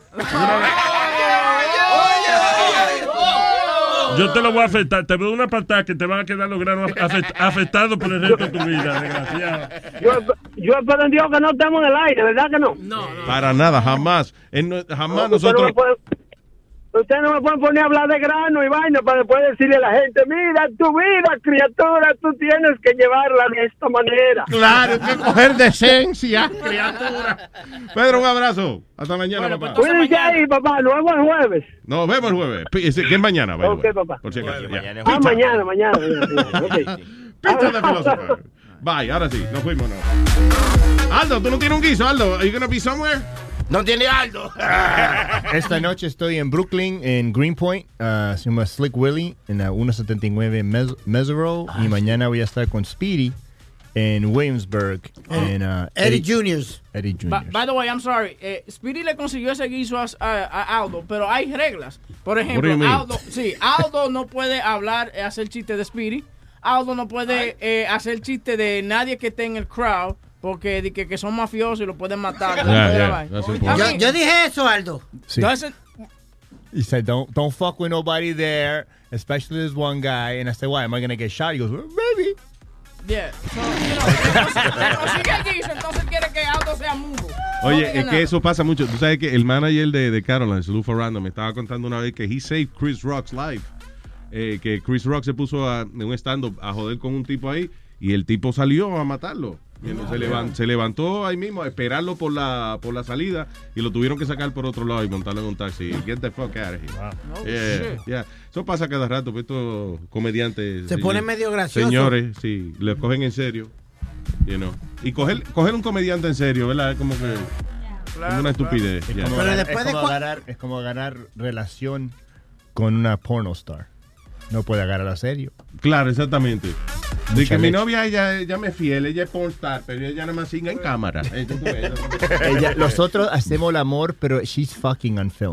[SPEAKER 17] Yo te lo voy a afectar. Te doy una patada que te van a quedar los granos afect- afectados por el resto de tu vida, desgraciado.
[SPEAKER 5] Yo, yo espero en Dios que no estemos en el aire, ¿verdad que no? No,
[SPEAKER 1] Para nada, jamás. En no- jamás nosotros.
[SPEAKER 5] Ustedes no me pueden poner a hablar de grano y vaina para después decirle a la gente, mira tu vida, criatura, tú tienes que llevarla de esta manera.
[SPEAKER 1] Claro, que coger decencia, criatura. Pedro, un abrazo. Hasta mañana, papá.
[SPEAKER 5] Cuídense ahí, papá, nos vemos el jueves.
[SPEAKER 1] Nos vemos el jueves. Pi- es- Que es mañana, by the
[SPEAKER 5] Ok,
[SPEAKER 1] way.
[SPEAKER 5] papá.
[SPEAKER 1] Por si acaso. ya.
[SPEAKER 5] Ah, mañana, mañana. mañana, ok.
[SPEAKER 1] Pizza de filósofo. Bye, ahora sí, nos fuimos. No. Aldo, tú no tienes un guiso, Aldo. Are you gonna be somewhere?
[SPEAKER 34] No tiene Aldo.
[SPEAKER 16] Esta noche estoy en Brooklyn, en Greenpoint. ah, se llama Slick Willy, en la 179 Mes Mesero.
[SPEAKER 11] Ah,
[SPEAKER 16] y mañana voy a estar con Speedy en Williamsburg. en, ah,
[SPEAKER 11] Oh, Eddie Juniors.
[SPEAKER 16] Eddie Juniors.
[SPEAKER 14] By, by the way, I'm sorry. Eh, Speedy le consiguió ese guiso a, a- a Aldo, pero hay reglas. Por
[SPEAKER 1] What do you
[SPEAKER 14] ejemplo,
[SPEAKER 1] mean?
[SPEAKER 14] Aldo, sí, Aldo no puede hablar, eh, hacer chiste de Speedy. Aldo no puede eh, hacer chiste de nadie que esté en el crowd porque di que, que son mafiosos y lo pueden matar.
[SPEAKER 1] Yeah,
[SPEAKER 14] Entonces,
[SPEAKER 1] yeah,
[SPEAKER 14] bye.
[SPEAKER 1] that's important.
[SPEAKER 14] I mean,
[SPEAKER 11] Yo dije eso, Aldo.
[SPEAKER 16] Sí.
[SPEAKER 14] doesn't-
[SPEAKER 16] He said, "Don't don't fuck with nobody there, especially this one guy." And I said, "Why am I gonna get shot?" He goes, "Well, "Maybe."
[SPEAKER 14] yeah. So, you know, entonces, le consigue el guiso, entonces quiere que Aldo sea mudo. No
[SPEAKER 1] Oye,
[SPEAKER 14] diga
[SPEAKER 1] es
[SPEAKER 14] nada.
[SPEAKER 1] que eso pasa mucho. Tú sabes que el manager de, de Caroline, Lou Ferrando, me estaba contando una vez que he saved Chris Rock's life. Eh, que Chris Rock se puso a, en un stand-up a joder con un tipo ahí y el tipo salió a matarlo. Y entonces se, levan- se levantó ahí mismo a esperarlo por la, por la salida y lo tuvieron que sacar por otro lado y montarlo en un taxi. Get the fuck out of here.
[SPEAKER 11] No
[SPEAKER 1] Yeah,
[SPEAKER 11] shit.
[SPEAKER 1] yeah. Eso pasa cada rato, pues estos comediantes.
[SPEAKER 11] Se
[SPEAKER 1] señor-
[SPEAKER 11] ponen medio graciosos.
[SPEAKER 1] Señores, sí, le cogen en serio. you know. Y coger, coger un comediante en serio, ¿verdad? Es como que.
[SPEAKER 16] Claro,
[SPEAKER 1] una estupidez.
[SPEAKER 16] Es
[SPEAKER 1] ya.
[SPEAKER 16] como, ganar, es como ganar- es como ganar relación con una porno star. No puede agarrar a serio.
[SPEAKER 1] Claro, exactamente. De que
[SPEAKER 16] Mucha
[SPEAKER 1] mi
[SPEAKER 16] leche.
[SPEAKER 1] novia, ella, ella me es fiel, ella es pornstar, pero ella nada más singa en cámara. Eh, tú ves, eso.
[SPEAKER 16] Ella- nosotros hacemos el amor, pero she's fucking on film.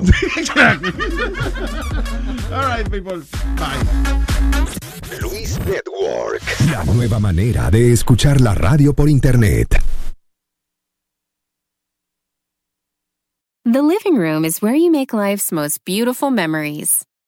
[SPEAKER 1] All right, people. Bye.
[SPEAKER 3] Luis Network. La nueva manera de escuchar la radio por internet.
[SPEAKER 27] The living room is where you make life's most beautiful memories.